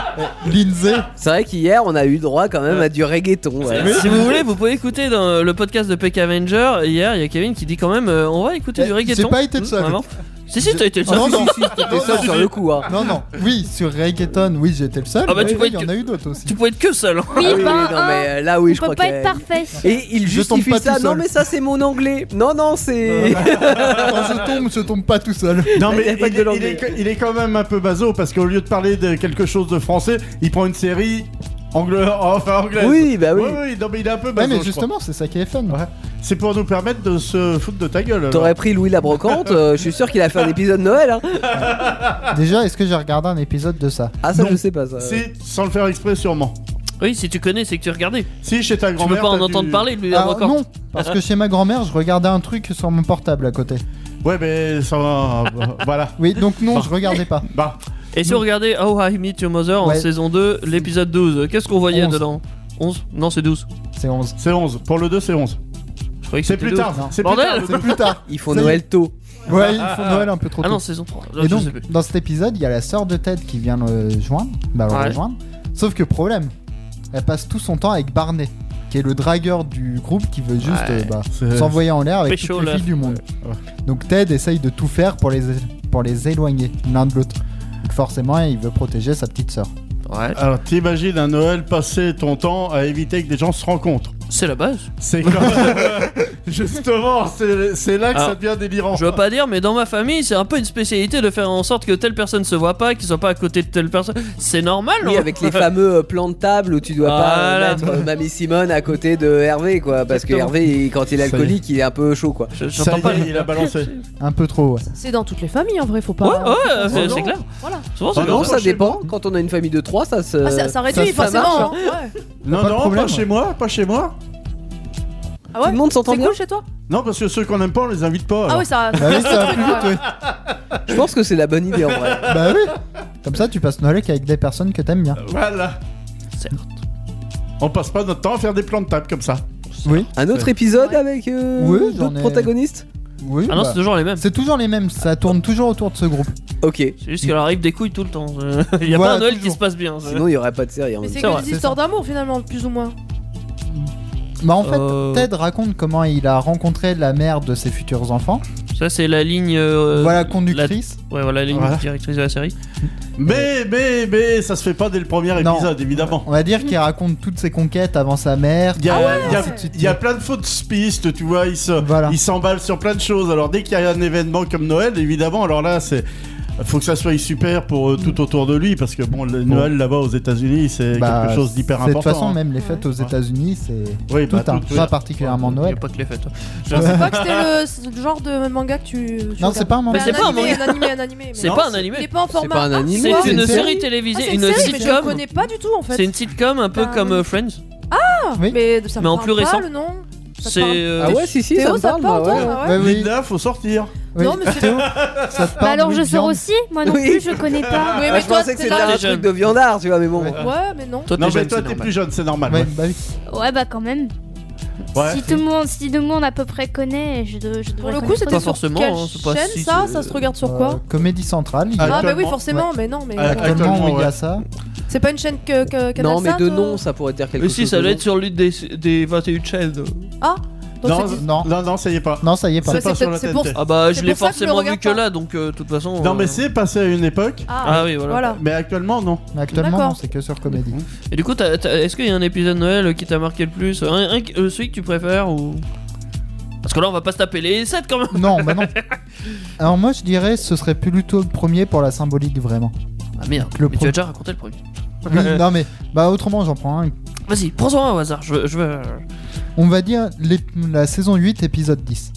Speaker 6: Lindsay,
Speaker 2: C'est vrai qu'hier, on a eu droit quand même à du reggaeton. ouais.
Speaker 3: Si vous voulez, vous pouvez écouter dans le podcast de PK Avenger. Hier, il y a Kevin qui dit quand même euh, on va écouter
Speaker 6: Eh,
Speaker 3: du reggaeton.
Speaker 6: j'ai pas été le
Speaker 3: Mmh,
Speaker 6: seul. Ah,
Speaker 3: vraiment Si, si, t'as été le seul.
Speaker 6: Non, non,
Speaker 2: T'es seul sur le coup. hein.
Speaker 6: non, non. Oui, sur Reggaeton, oui, j'étais le seul.
Speaker 3: Ah bah,
Speaker 6: mais
Speaker 3: tu
Speaker 6: oui,
Speaker 3: pouvais
Speaker 6: il y en
Speaker 3: que-
Speaker 6: a eu d'autres aussi.
Speaker 3: Tu pouvais être que seul. hein.
Speaker 4: Oui,
Speaker 2: Ah oui,
Speaker 4: ben,
Speaker 2: oui, non,
Speaker 4: hein,
Speaker 2: mais euh, là, oui, je
Speaker 4: on
Speaker 2: crois
Speaker 4: peut pas
Speaker 2: que-
Speaker 4: être parfait.
Speaker 2: Et il
Speaker 6: Je tombe
Speaker 2: justifie
Speaker 6: pas
Speaker 2: ça.
Speaker 6: tout
Speaker 2: Non,
Speaker 6: seul. Ah.
Speaker 2: mais ça, c'est mon anglais. Non, non, c'est.
Speaker 6: Quand je tombe, je tombe pas tout seul.
Speaker 5: Non
Speaker 2: Il y
Speaker 5: mais
Speaker 2: a
Speaker 5: il,
Speaker 2: pas que de
Speaker 5: est, il
Speaker 2: l'anglais.
Speaker 5: est- il est quand même un peu baso parce qu'au lieu de parler de quelque chose de français, il prend une série anglaise. Enfin anglaise.
Speaker 2: oui, bah oui.
Speaker 5: Oui, oui, non, mais il est un peu
Speaker 6: Ouais,
Speaker 5: baso.
Speaker 6: mais
Speaker 5: je crois.
Speaker 6: justement, c'est ça qui est fun.
Speaker 5: C'est pour nous permettre de se foutre de ta gueule. alors.
Speaker 2: T'aurais pris Louis la brocante, euh, je suis sûr qu'il a fait un épisode Noël. Hein.
Speaker 6: Déjà, est-ce que j'ai regardé un épisode de ça
Speaker 2: Ah, ça,
Speaker 5: Non.
Speaker 2: je sais pas ça.
Speaker 5: Si, sans le faire exprès, sûrement.
Speaker 3: Oui, si tu connais, c'est que tu regardais.
Speaker 5: Si, chez ta
Speaker 3: Tu
Speaker 5: grand-mère.
Speaker 3: peux pas en
Speaker 5: t'as
Speaker 3: entendre
Speaker 5: dû-
Speaker 3: parler de lui
Speaker 6: Ah,
Speaker 3: la brocante.
Speaker 6: non, parce que chez ma grand-mère, je regardais un truc sur mon portable à côté.
Speaker 5: Ouais, mais ça va. bah, voilà.
Speaker 6: Oui, donc non, je regardais pas.
Speaker 5: Bah,
Speaker 3: Et si on regardait How I Meet Your Mother
Speaker 6: Ouais.
Speaker 3: en saison 2, l'épisode 12, qu'est-ce qu'on voyait
Speaker 6: 11.
Speaker 3: dedans 11 Non, c'est 12.
Speaker 6: C'est 11.
Speaker 5: c'est 11. Pour le 2, c'est 11.
Speaker 3: Je croyais que
Speaker 5: C'est
Speaker 3: c'était
Speaker 5: plus
Speaker 3: 12.
Speaker 5: tard.
Speaker 6: non.
Speaker 5: C'est plus
Speaker 3: Bordel
Speaker 5: tard. le
Speaker 6: C'est plus tard.
Speaker 2: Ils font
Speaker 6: Ça y est.
Speaker 2: Noël tôt.
Speaker 6: Ouais, ils font Noël un peu trop
Speaker 3: Ah
Speaker 6: tôt.
Speaker 3: non, saison 3.
Speaker 6: Et
Speaker 3: je
Speaker 6: donc,
Speaker 3: sais plus.
Speaker 6: dans cet épisode, il y a la sœur de Ted qui vient le joindre. Bah, le
Speaker 3: Ouais.
Speaker 6: rejoindre. Sauf que problème, elle passe tout son temps avec Barney. qui est le dragueur du groupe qui veut juste
Speaker 3: Ouais.
Speaker 6: euh, bah,
Speaker 3: C'est-
Speaker 6: s'envoyer en l'air avec
Speaker 3: Pécho,
Speaker 6: toutes les
Speaker 3: là.
Speaker 6: filles du monde. Donc Ted essaye de tout faire pour les, pour les éloigner l'un de l'autre. Donc Forcément, il veut protéger sa petite sœur.
Speaker 5: Alors t'imagines un Noël passer ton temps à éviter que des gens se rencontrent.
Speaker 3: C'est la base.
Speaker 5: C'est quand Justement, c'est c'est là que
Speaker 3: Alors,
Speaker 5: ça devient délirant.
Speaker 3: Ah. Je veux pas dire, mais dans ma famille, c'est un peu une spécialité de faire en sorte que telle personne se voit pas, qu'il soit pas à côté de telle personne. C'est normal, hein.
Speaker 2: Oui,
Speaker 3: non
Speaker 2: avec les fameux euh, plans de table où tu dois pas euh,
Speaker 3: Voilà.
Speaker 2: mettre euh, Mamie Simone à côté de Hervé, quoi. Parce que
Speaker 3: Exactement.
Speaker 2: Hervé, il- quand il est
Speaker 3: Ça y est.
Speaker 2: alcoolique, il est un peu chaud, quoi.
Speaker 5: Ça y pas. est, il a balancé.
Speaker 6: Un peu trop, ouais.
Speaker 11: C'est dans toutes les familles en vrai, faut pas.
Speaker 2: Ouais, ouais,
Speaker 11: faut pas-
Speaker 2: c'est-
Speaker 11: non.
Speaker 2: c'est clair.
Speaker 11: Voilà.
Speaker 2: Ah non, ça dépend. Quand on a une famille de 3, ça se.
Speaker 11: Ah, ça- ça réduit,
Speaker 2: se- Euh, ça
Speaker 11: forcément,
Speaker 2: marche,
Speaker 11: hein.
Speaker 2: hein.
Speaker 5: Non,
Speaker 2: Pas de
Speaker 5: non,
Speaker 2: problème.
Speaker 5: pas chez moi, pas chez moi.
Speaker 11: Ah ouais
Speaker 2: Tout le monde s'entend
Speaker 11: C'est
Speaker 2: bien
Speaker 11: cool chez toi
Speaker 5: Non, parce que ceux qu'on aime pas, on les invite pas.
Speaker 11: Ah
Speaker 5: alors.
Speaker 11: oui, ça.
Speaker 6: Bah
Speaker 2: Je pense que c'est la bonne idée en vrai.
Speaker 6: bah oui Comme ça, tu passes Noël avec des personnes que t'aimes
Speaker 5: Ah,
Speaker 6: bien.
Speaker 5: Voilà. On passe pas notre temps à faire des plans de table comme ça.
Speaker 6: Oui.
Speaker 2: Un autre épisode avec euh,
Speaker 6: Oui, j'en
Speaker 2: d'autres
Speaker 6: ai-
Speaker 2: protagonistes
Speaker 6: Oui, bah,
Speaker 3: Ah non, c'est toujours les mêmes.
Speaker 6: C'est toujours les mêmes, ça
Speaker 5: Ah.
Speaker 6: tourne toujours autour de ce groupe.
Speaker 2: Ok.
Speaker 3: C'est juste qu'elle arrive des couilles tout le temps. Il y a
Speaker 6: Voilà,
Speaker 3: pas un Noël
Speaker 6: toujours.
Speaker 3: qui se passe bien. ça.
Speaker 2: Sinon, il y aurait pas de série hein. en
Speaker 11: Mais
Speaker 2: même
Speaker 11: c'est
Speaker 2: temps.
Speaker 11: que des histoires d'amour finalement, plus ou moins.
Speaker 6: Bah en fait,
Speaker 3: Euh.
Speaker 6: Ted raconte comment il a rencontré la mère de ses futurs enfants.
Speaker 3: Ça, c'est la ligne. euh,
Speaker 6: Voilà, conductrice.
Speaker 3: la- Ouais, voilà, la ligne
Speaker 6: Voilà.
Speaker 3: directrice de la série.
Speaker 5: Mais, mais, mais, ça se fait pas dès le premier
Speaker 6: Non.
Speaker 5: épisode, évidemment.
Speaker 6: On va dire qu'il raconte toutes ses conquêtes avant sa mère.
Speaker 5: Il y a, il y a-
Speaker 6: ainsi de suite.
Speaker 5: il y a plein de fausses pistes, tu vois, ils se- ils s'emballent sur plein de choses. Alors dès qu'il y a un événement comme Noël, évidemment, alors là, c'est faut que ça soit super pour euh, tout autour de lui, parce que bon, le Noël là-bas aux États-Unis, c'est
Speaker 6: Bah,
Speaker 5: quelque chose d'hyper
Speaker 6: c'est
Speaker 5: important.
Speaker 6: De toute façon,
Speaker 5: hein.
Speaker 6: même les fêtes aux États-Unis, c'est
Speaker 5: Oui,
Speaker 6: tout
Speaker 5: bah,
Speaker 6: un.
Speaker 5: tout- tout-
Speaker 6: pas particulièrement
Speaker 3: Il y
Speaker 6: Noël. Euh,
Speaker 3: a pas que les fêtes. hein.
Speaker 11: Je pensais pas que c'était le c'est le genre de manga que tu. tu
Speaker 6: Non,
Speaker 11: regardes.
Speaker 6: c'est pas un manga.
Speaker 3: Mais c'est pas un
Speaker 11: animé,
Speaker 3: manga.
Speaker 11: Un animé, un animé. mais
Speaker 3: C'est
Speaker 11: non,
Speaker 3: pas un animé.
Speaker 11: Il est pas en
Speaker 3: C'est
Speaker 11: format.
Speaker 2: pas un
Speaker 11: Ah,
Speaker 2: animé,
Speaker 11: quoi
Speaker 2: c'est une
Speaker 11: Ah,
Speaker 2: série
Speaker 3: télévisée,
Speaker 11: c'est
Speaker 3: une
Speaker 11: série, Mais je
Speaker 3: sitcom.
Speaker 11: le connais pas du tout en fait.
Speaker 3: C'est une sitcom un peu
Speaker 11: Bah,
Speaker 3: comme
Speaker 11: oui.
Speaker 3: euh, Friends.
Speaker 11: Ah
Speaker 6: Oui.
Speaker 11: Mais ça me
Speaker 3: Mais en
Speaker 11: parle
Speaker 3: plus
Speaker 11: pas,
Speaker 3: récent.
Speaker 11: le nom. Ça te
Speaker 3: C'est,
Speaker 11: parle
Speaker 3: euh,
Speaker 2: Ah ouais, si, si,
Speaker 11: Théo,
Speaker 2: ça me parle. moi,
Speaker 11: parle, toi,
Speaker 2: ouais.
Speaker 11: ça,
Speaker 6: Bah oui.
Speaker 5: Linda, faut sortir.
Speaker 6: Oui.
Speaker 11: Non, mais c'est-
Speaker 6: Théo, ça te
Speaker 4: Bah
Speaker 6: parle
Speaker 4: alors
Speaker 6: d'une
Speaker 4: je sors
Speaker 6: viande.
Speaker 4: aussi, moi non
Speaker 2: Oui.
Speaker 4: plus, je connais pas.
Speaker 11: Oui,
Speaker 2: Ah,
Speaker 11: mais
Speaker 2: je
Speaker 11: toi,
Speaker 2: pensais que
Speaker 11: t'es
Speaker 2: c'était
Speaker 11: là.
Speaker 2: un
Speaker 3: T'es jeune.
Speaker 2: truc de viandard, tu vois, mais bon.
Speaker 11: Ouais, mais non.
Speaker 3: Toi, t'es
Speaker 5: non, mais
Speaker 3: jeune,
Speaker 5: toi,
Speaker 3: c'est
Speaker 5: t'es
Speaker 3: normal.
Speaker 5: plus jeune, c'est normal.
Speaker 6: Ouais, bah oui.
Speaker 4: Ouais, bah quand même.
Speaker 5: Ouais.
Speaker 4: Si tout le monde, si tout le monde à peu près connaît, je, dois- je
Speaker 11: Pour
Speaker 4: devrais
Speaker 11: le coup,
Speaker 4: connaître.
Speaker 11: c'était
Speaker 3: Pas
Speaker 11: sur
Speaker 3: forcément,
Speaker 11: quelle
Speaker 3: hein, c'est pas
Speaker 11: chaîne
Speaker 3: si,
Speaker 11: ça
Speaker 3: c'est-
Speaker 11: Ça se regarde sur quoi
Speaker 6: Euh, Comédie centrale. il y a-
Speaker 11: Ah bah oui,
Speaker 5: Actuellement,
Speaker 11: forcément, mais non, mais.
Speaker 5: Ah,
Speaker 6: Actuellement,
Speaker 5: actuellement,
Speaker 6: il y a
Speaker 5: ouais.
Speaker 6: ça.
Speaker 11: C'est pas une chaîne que, que Canal
Speaker 2: Non, mais
Speaker 11: Sat,
Speaker 2: de
Speaker 11: euh
Speaker 2: nom, ça pourrait dire quelque
Speaker 3: Mais
Speaker 2: chose.
Speaker 3: si, ça
Speaker 2: de
Speaker 3: doit
Speaker 2: nom.
Speaker 3: être sur l'une des, des 21 chaînes.
Speaker 11: Ah donc
Speaker 5: Non,
Speaker 11: c'est-
Speaker 6: Non,
Speaker 5: non, non, ça y est pas.
Speaker 6: non, ça y est pas.
Speaker 11: C'est
Speaker 5: C'est pas sur la
Speaker 11: peut-être- c'est pour-
Speaker 5: TNT.
Speaker 3: Ah bah,
Speaker 11: C'est
Speaker 3: je l'ai
Speaker 11: pour ça que je le
Speaker 3: forcément vu
Speaker 11: regarde
Speaker 3: que
Speaker 11: pas.
Speaker 3: là, donc euh, de toute façon.
Speaker 5: Non, mais
Speaker 3: euh,
Speaker 5: c'est passé à une époque,
Speaker 3: Ah oui, voilà.
Speaker 11: Voilà.
Speaker 5: mais actuellement, non. Mmh.
Speaker 6: Mais actuellement,
Speaker 11: D'accord.
Speaker 6: non, c'est que sur comédie.
Speaker 3: Et du coup, t'as- t'as- est-ce qu'il y a un épisode Noël euh, qui t'a marqué le plus un, un- euh, Celui que tu préfères ou. Parce que là, on va pas se taper les 7 quand même
Speaker 6: Non, bah non. Alors moi, je dirais, ce serait plutôt le premier pour la symbolique vraiment.
Speaker 3: Ah merde,
Speaker 6: Le
Speaker 3: mais tu
Speaker 6: pro-
Speaker 3: as déjà raconté le premier. Euh,
Speaker 6: Oui, non mais bah autrement, j'en prends un.
Speaker 3: Vas-y, prends-en un au hasard, je veux. je veux-
Speaker 6: On va dire l'ép- la saison 8, épisode 10.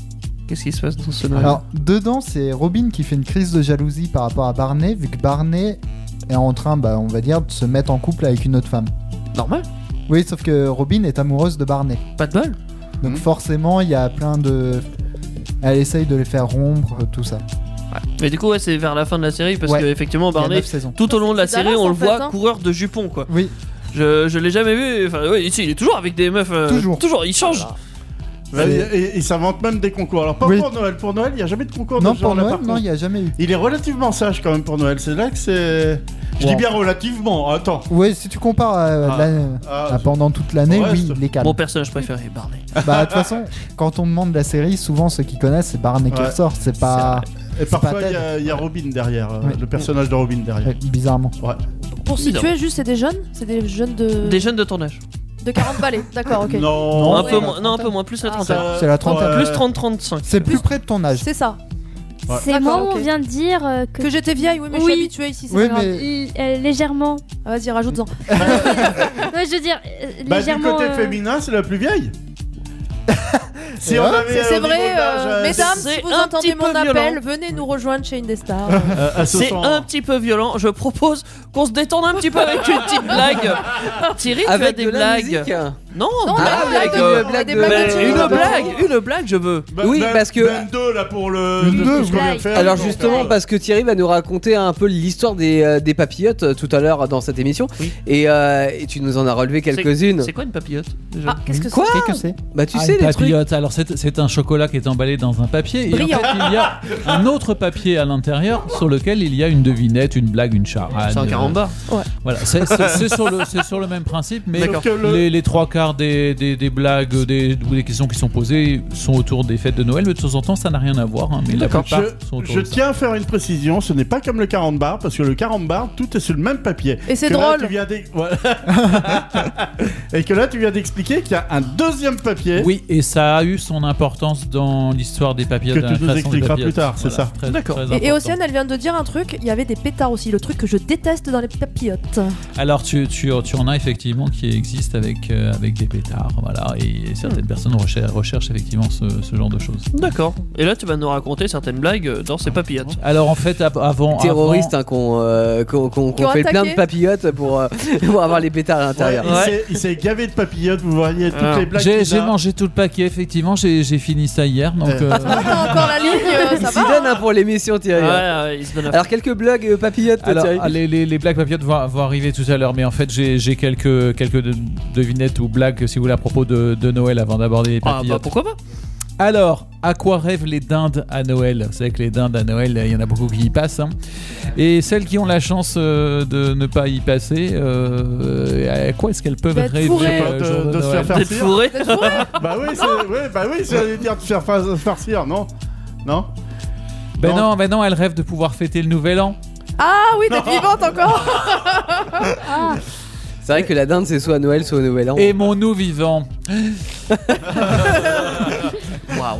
Speaker 3: Qu'est-ce qui se passe dans ce Noël
Speaker 6: Alors, dedans, c'est Robin qui fait une crise de jalousie par rapport à Barney, vu que Barney est en train, bah, on va dire, de se mettre en couple avec une autre femme.
Speaker 3: Normal
Speaker 6: Oui, sauf que Robin est amoureuse de Barney.
Speaker 3: Pas de Mmh. bol
Speaker 6: Donc, forcément, il y a plein de. Elle essaye de les faire rompre, tout ça.
Speaker 3: Mais du coup, ouais, c'est vers la fin de la série parce
Speaker 6: Ouais.
Speaker 3: que effectivement,
Speaker 6: Il y a
Speaker 3: Barney,
Speaker 6: neuf saisons.
Speaker 3: tout au long de la
Speaker 11: C'est Dallas,
Speaker 3: série, on
Speaker 11: en
Speaker 3: le
Speaker 11: fait,
Speaker 3: voit
Speaker 11: hein.
Speaker 3: coureur de jupons quoi.
Speaker 6: Oui,
Speaker 3: Je, je l'ai jamais vu. Enfin, ouais, ici, il est toujours avec des meufs. euh,
Speaker 6: Toujours.
Speaker 3: il change.
Speaker 5: Et, et- et ça vante même des concours. Alors, pas
Speaker 6: Oui.
Speaker 5: pour Noël. Pour Noël, il n'y a jamais de concours
Speaker 6: non,
Speaker 5: de ce genre
Speaker 6: pour
Speaker 5: là,
Speaker 6: Noël,
Speaker 5: par
Speaker 6: non,
Speaker 5: contre.
Speaker 6: il n'y a jamais eu.
Speaker 5: Il est relativement sage quand même pour Noël. C'est là que c'est. Je
Speaker 6: Ouais.
Speaker 5: dis bien relativement. Attends.
Speaker 6: Oui, si tu compares à,
Speaker 5: Ah.
Speaker 6: la-
Speaker 5: Ah,
Speaker 6: à pendant toute l'année,
Speaker 5: Ouais,
Speaker 6: oui,
Speaker 5: c'est-
Speaker 6: il est calme.
Speaker 3: Mon personnage préféré, Barney.
Speaker 6: Bah, de toute façon, quand on demande la série, souvent ceux qui connaissent, c'est Barney qui
Speaker 5: Ouais.
Speaker 6: ressort, c'est pas.
Speaker 5: Et
Speaker 6: c'est pas
Speaker 5: parfois, il y
Speaker 6: Ted.
Speaker 5: a- il y, a Robin derrière. euh,
Speaker 6: Ouais.
Speaker 5: Le personnage de Robin derrière.
Speaker 6: Ouais, Bizarrement.
Speaker 5: Ouais.
Speaker 11: Pour
Speaker 3: Bizarre.
Speaker 11: situer, juste, c'est des jeunes C'est des jeunes de.
Speaker 3: Des jeunes de tournage.
Speaker 11: De 40 balais, d'accord, ok.
Speaker 5: Non.
Speaker 3: un
Speaker 6: ouais,
Speaker 3: peu
Speaker 6: la
Speaker 3: moins, non, un peu moins, plus la
Speaker 11: Ah.
Speaker 3: trentaine.
Speaker 6: C'est la trentaine.
Speaker 5: Ouais.
Speaker 3: Plus 30-35.
Speaker 6: C'est plus près de ton âge.
Speaker 11: C'est ça.
Speaker 5: Ouais.
Speaker 4: C'est
Speaker 11: D'accord,
Speaker 4: moi où
Speaker 11: ok.
Speaker 4: on vient de dire euh, que,
Speaker 11: Que j'étais vieille, oui, mais je
Speaker 4: Oui.
Speaker 11: suis habituée ici, c'est
Speaker 6: Oui,
Speaker 11: pas grave.
Speaker 6: mais-
Speaker 4: l- euh, légèrement.
Speaker 11: Ah, Vas-y, rajoute-en.
Speaker 4: Ouais, je veux dire euh,
Speaker 5: Bah, du
Speaker 4: légèrement.
Speaker 5: côté
Speaker 4: euh,
Speaker 5: féminin, c'est la plus vieille. si
Speaker 6: Et
Speaker 5: on
Speaker 6: ouais.
Speaker 5: avait.
Speaker 11: C'est c'est
Speaker 5: au niveau de
Speaker 11: vrai,
Speaker 5: l'âge,
Speaker 11: euh,
Speaker 5: euh,
Speaker 11: mesdames,
Speaker 3: c'est
Speaker 11: si vous
Speaker 3: un
Speaker 11: entendez
Speaker 3: petit
Speaker 11: mon
Speaker 3: peu
Speaker 11: appel,
Speaker 3: violent.
Speaker 11: venez nous rejoindre chez Indestar.
Speaker 5: euh, à ce
Speaker 3: C'est
Speaker 5: sens-
Speaker 3: un petit peu violent. Je propose qu'on se détende un petit peu avec une petite blague. Thierry, tu as
Speaker 2: Avec
Speaker 3: des
Speaker 2: de la
Speaker 3: blagues
Speaker 2: musique
Speaker 3: Non,
Speaker 11: Non,
Speaker 3: des
Speaker 11: mais
Speaker 2: Ah,
Speaker 3: blagues,
Speaker 2: avec
Speaker 11: blague,
Speaker 3: euh,
Speaker 2: une
Speaker 11: euh,
Speaker 2: blague
Speaker 11: des
Speaker 2: de.
Speaker 11: blagues
Speaker 3: mais
Speaker 11: de
Speaker 2: Ben-
Speaker 11: tube.
Speaker 3: une
Speaker 11: Ah,
Speaker 3: blague, une blague, je veux.
Speaker 5: Bah,
Speaker 2: Oui,
Speaker 5: bah,
Speaker 2: parce que-
Speaker 5: Ben 2 là pour le.
Speaker 6: Ben
Speaker 5: de
Speaker 6: deux,
Speaker 5: tout ce qu'on vient de
Speaker 4: ouais.
Speaker 5: faire.
Speaker 2: Alors
Speaker 5: Donc,
Speaker 2: justement,
Speaker 5: euh,
Speaker 2: parce que Thierry va nous raconter un peu l'histoire des, euh, des papillotes euh, tout à l'heure dans cette émission,
Speaker 3: Oui.
Speaker 2: et, euh, et tu nous en as relevé quelques-unes.
Speaker 3: C'est quoi une papillote déjà
Speaker 11: Ah, qu'est-ce que
Speaker 2: Quoi
Speaker 6: Qu'est-ce que c'est
Speaker 2: Bah tu
Speaker 10: Ah,
Speaker 2: sais
Speaker 10: une
Speaker 2: les trucs.
Speaker 10: papillote. Alors c'est c'est un chocolat qui est emballé dans un papier et
Speaker 11: Brillant.
Speaker 10: en fait, il y a un autre papier à l'intérieur sur lequel il y a une devinette, une blague, une charade.
Speaker 3: C'est un
Speaker 10: euh,
Speaker 3: carambar.
Speaker 10: Voilà, c'est c'est- c'est sur, le- c'est sur le même principe, mais
Speaker 7: D'accord. Sauf que le-
Speaker 10: les, les trois quarts des, des- des blagues des, ou des questions qui sont posées sont autour des fêtes de Noël, mais de temps en temps ça n'a rien à voir. hein, mais la
Speaker 5: D'accord.
Speaker 10: plupart
Speaker 5: Je-
Speaker 10: sont autour
Speaker 5: Je
Speaker 10: de ça.
Speaker 5: tiens à faire une précision, ce n'est pas comme le 40 bar, parce que le 40 bar, tout est sur le même papier.
Speaker 11: Et c'est
Speaker 5: Que là,
Speaker 11: drôle.
Speaker 5: tu viens d'ex- Voilà. Et que là, tu viens d'expliquer qu'il y a un deuxième papier.
Speaker 10: Oui, et ça a eu son importance dans l'histoire des papiers
Speaker 5: Que
Speaker 10: de
Speaker 5: tu
Speaker 10: la
Speaker 5: nous
Speaker 10: création des
Speaker 5: expliqueras
Speaker 10: papiers.
Speaker 5: plus tard, c'est ça.
Speaker 10: très-
Speaker 5: D'accord.
Speaker 10: très
Speaker 5: Et-
Speaker 11: Et, et
Speaker 10: important.
Speaker 11: Océane, elle vient de dire un truc, il y avait des pétards aussi, le truc que je déteste dans les papillotes.
Speaker 10: Alors tu, tu, tu en as effectivement qui existent avec, euh, avec des pétards, voilà, et certaines
Speaker 2: Hmm.
Speaker 10: personnes recherchent, recherchent effectivement ce, ce genre de choses.
Speaker 3: D'accord. Et là, tu vas nous raconter certaines blagues euh, dans ces papillotes.
Speaker 10: Alors en fait av- avant...
Speaker 3: Terroristes,
Speaker 10: avant...
Speaker 2: euh, qu'on Qui ont fait plein de papillotes pour, euh, pour avoir les pétards à l'intérieur.
Speaker 5: Il s'est- Il s'est gavé de papillotes, vous voyez toutes
Speaker 2: Ah.
Speaker 5: les blagues.
Speaker 10: J'ai
Speaker 5: qu'il
Speaker 10: j'ai
Speaker 5: a.
Speaker 10: mangé tout le paquet, effectivement, j'ai j'ai fini ça hier, donc... euh,
Speaker 11: Ah, Encore la ligne, euh,
Speaker 2: Il
Speaker 11: ça
Speaker 2: s'y
Speaker 11: va.
Speaker 2: donne hein, pour l'émission Thierry.
Speaker 10: Ouais,
Speaker 2: Alors quelques blagues euh, papillotes
Speaker 10: Alors,
Speaker 2: Thierry.
Speaker 10: ah, les, les, les blagues papillotes vont, vont arriver tout à l'heure, mais en fait, j'ai j'ai quelques, quelques de- devinettes ou blagues, si vous voulez, à propos de, de Noël avant d'aborder
Speaker 2: Ah,
Speaker 10: les papillotes.
Speaker 3: bah, pourquoi pas
Speaker 10: Alors, à quoi rêvent les dindes à Noël Vous savez que les dindes à Noël, euh, il y en a beaucoup qui y passent. hein. Et celles qui ont la chance euh, de ne pas y passer, euh, à quoi est-ce qu'elles peuvent
Speaker 5: D'être
Speaker 10: rêver
Speaker 5: fourrées.
Speaker 10: euh,
Speaker 5: De-
Speaker 10: jour
Speaker 5: de se
Speaker 10: Noël
Speaker 5: faire farcir. D'être fourrées. bah oui, c'est- ouais, bah oui, j'allais dire de se faire fa- farcir, non Non
Speaker 10: Ben non. ben non, elles rêvent de pouvoir fêter le nouvel an.
Speaker 11: Ah oui, t'es vivante encore
Speaker 3: Ah.
Speaker 2: C'est vrai que la dinde c'est soit à Noël soit au Nouvel An.
Speaker 10: Et mon nous vivant.
Speaker 2: Waouh.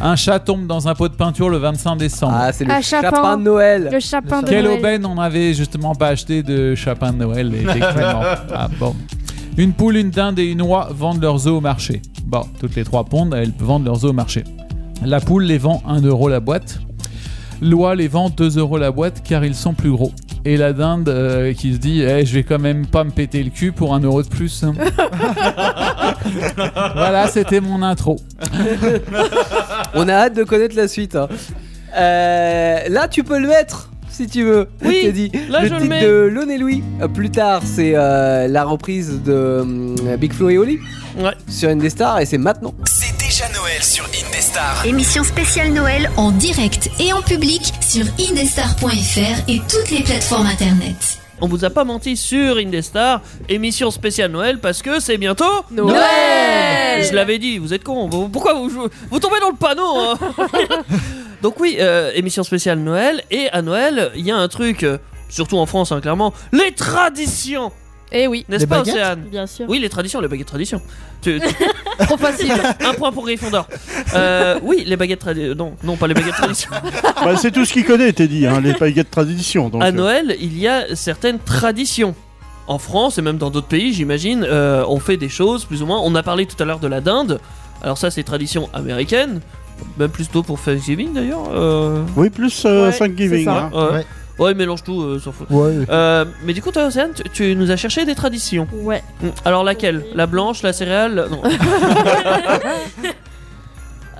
Speaker 10: Un chat tombe dans un pot de peinture le 25 décembre.
Speaker 2: Ah, c'est le
Speaker 4: Un chapin. chapin de Noël. Le chapin de
Speaker 10: Quelle
Speaker 4: Noël.
Speaker 10: aubaine, on n'avait justement pas acheté de chapin de Noël, effectivement. Ah, bon. Une poule, une dinde et une oie vendent leurs œufs au marché. Bon, toutes les trois pondent, elles vendent leurs œufs au marché. La poule les vend 1 euro la boîte. L'oie les vend 2 euros la boîte car ils sont plus gros. Et la dinde euh, qui se dit Eh, je vais quand même pas me péter le cul pour 1 euro de plus. voilà, c'était mon intro.
Speaker 2: On a hâte de connaître la suite. hein. Euh, là, tu peux le mettre si tu veux.
Speaker 3: Oui,
Speaker 2: je t'ai dit.
Speaker 3: là,
Speaker 2: le
Speaker 3: je le
Speaker 2: titre
Speaker 3: mets.
Speaker 2: de Lone et Louis. Euh, Plus tard, c'est euh, la reprise de hum, Big Flo et Oli sur une des stars et c'est maintenant.
Speaker 16: C'est déjà Noël sur Indestar.
Speaker 1: Émission spéciale Noël en direct et en public sur indestar.fr et toutes les plateformes internet.
Speaker 3: On vous a pas menti sur Indestar, émission spéciale Noël parce que c'est bientôt
Speaker 14: Noël
Speaker 3: Je l'avais dit, vous êtes con. Pourquoi vous jouez- vous tombez dans le panneau hein Donc oui, euh, émission spéciale Noël et à Noël, il y a un truc euh, surtout en France hein, clairement, les traditions.
Speaker 11: Eh oui,
Speaker 3: N'est-ce pas Océane
Speaker 8: Bien sûr.
Speaker 3: Oui, les traditions, les baguettes traditions. Trop facile. un point pour Gryffondor. Euh, oui, les baguettes traditions. Non, non, pas les baguettes traditions.
Speaker 5: Bah, c'est tout ce qu'il connaît, Teddy, hein, les paillettes de tradition. Donc,
Speaker 3: à
Speaker 5: euh,
Speaker 3: Noël, il y a certaines traditions. En France et même dans d'autres pays, j'imagine, euh, on fait des choses plus ou moins. On a parlé tout à l'heure de la dinde. Alors ça, c'est tradition américaine. Même plus tôt pour Thanksgiving d'ailleurs. euh.
Speaker 5: Oui, plus euh, Thanksgiving. hein.
Speaker 3: Ouais, ouais. Ouais, mélange tout, euh, s'en fout.
Speaker 5: Ouais.
Speaker 3: Euh, mais du coup, toi, Océane, tu, tu nous as cherché des traditions. Mm.
Speaker 8: Ouais.
Speaker 3: Alors laquelle La blanche, la céréale Non.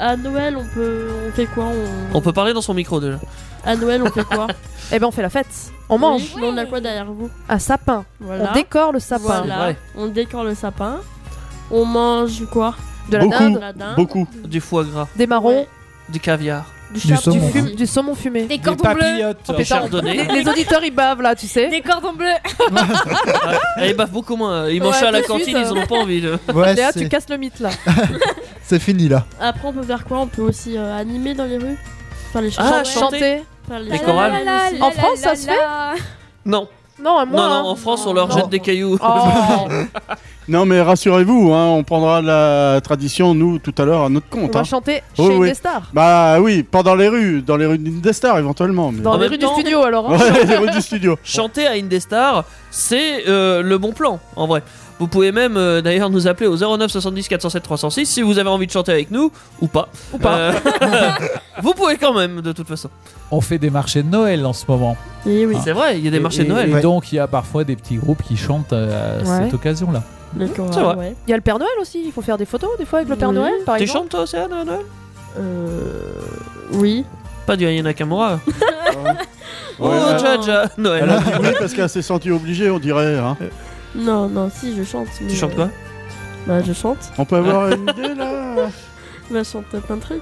Speaker 8: À Noël, on peut, on fait quoi on...
Speaker 3: on peut parler dans son micro déjà.
Speaker 8: À Noël, on fait quoi
Speaker 11: Eh ben on fait la fête, on mange
Speaker 8: Oui, mais on a quoi derrière vous
Speaker 11: un sapin,
Speaker 8: Voilà.
Speaker 11: on décore le sapin.
Speaker 8: Voilà. On décore le sapin. On mange quoi
Speaker 11: De la Beaucoup, dinde.
Speaker 8: De la dinde.
Speaker 5: Beaucoup.
Speaker 3: Du foie gras.
Speaker 11: Des marrons,
Speaker 3: Du caviar.
Speaker 11: du, char- du fum- du saumon fumé. Des
Speaker 8: cordons bleus. papillotes.
Speaker 11: Oh, putain,
Speaker 3: Chardonnay.
Speaker 11: les, les auditeurs ils bavent là, tu sais. Des
Speaker 8: cordons bleus.
Speaker 3: Eh, ils bavent beaucoup moins. Ils
Speaker 11: Ouais,
Speaker 3: mangent ça à la
Speaker 11: tout de
Speaker 3: cantine,
Speaker 11: suite, hein.
Speaker 3: ils en ont pas envie. de-
Speaker 6: Ouais,
Speaker 8: Léa,
Speaker 6: c'est-
Speaker 8: tu
Speaker 11: casses le mythe là.
Speaker 6: C'est fini là.
Speaker 8: Après, on peut faire quoi On peut aussi euh, animer dans les rues Faire les chansons.
Speaker 11: Ah, chanter.
Speaker 8: Faire
Speaker 3: Les chorales.
Speaker 11: En France, ça se
Speaker 8: fait
Speaker 3: Non.
Speaker 11: Non, hein.
Speaker 3: non, en France, on leur jette des
Speaker 11: Oh,
Speaker 3: cailloux.
Speaker 5: Non, mais rassurez-vous, hein, on prendra la tradition, nous, tout à l'heure, à notre compte.
Speaker 11: On va
Speaker 5: hein.
Speaker 11: chanter
Speaker 5: Oui,
Speaker 11: chez
Speaker 5: oui.
Speaker 11: Indestar.
Speaker 5: Bah oui, pas dans les rues, dans les rues d'Indestar éventuellement. Mais...
Speaker 11: Dans les rues du studio alors. hein.
Speaker 5: Ouais, les rues du studio.
Speaker 3: Chanter à Indestar, c'est euh, le bon plan, en vrai. Vous pouvez même euh, d'ailleurs nous appeler au 09 70 407 306 si vous avez envie de chanter avec nous ou pas. Ou pas. vous pouvez quand même, de toute façon.
Speaker 10: On fait des marchés de Noël en ce moment.
Speaker 11: Eh
Speaker 3: oui. C'est vrai, il y a des
Speaker 10: Et-
Speaker 3: marchés de
Speaker 10: et-
Speaker 3: Noël.
Speaker 10: Et
Speaker 3: Ouais.
Speaker 10: donc il y a parfois des petits groupes qui chantent euh, à
Speaker 11: Ouais.
Speaker 10: cette occasion-là.
Speaker 11: C'est vrai. Il y a le Père Noël aussi, il faut faire des photos des fois avec le Père
Speaker 8: Oui.
Speaker 11: Noël par
Speaker 3: Tu
Speaker 11: exemple.
Speaker 3: chantes toi, Océane, à Noël
Speaker 8: Euh. Oui.
Speaker 3: Pas du Ayana Nakamura. oh,
Speaker 5: Ouais.
Speaker 3: Jaja, Noël.
Speaker 5: Elle a dit oui parce qu'elle s'est sentie obligée, on dirait. hein.
Speaker 10: Euh,
Speaker 8: Non, non, si, je chante. mais,
Speaker 3: Tu chantes
Speaker 8: euh,
Speaker 3: quoi
Speaker 8: Bah, je chante.
Speaker 5: On peut
Speaker 10: Ah,
Speaker 5: avoir une-
Speaker 8: Bah, je chante plein de trucs.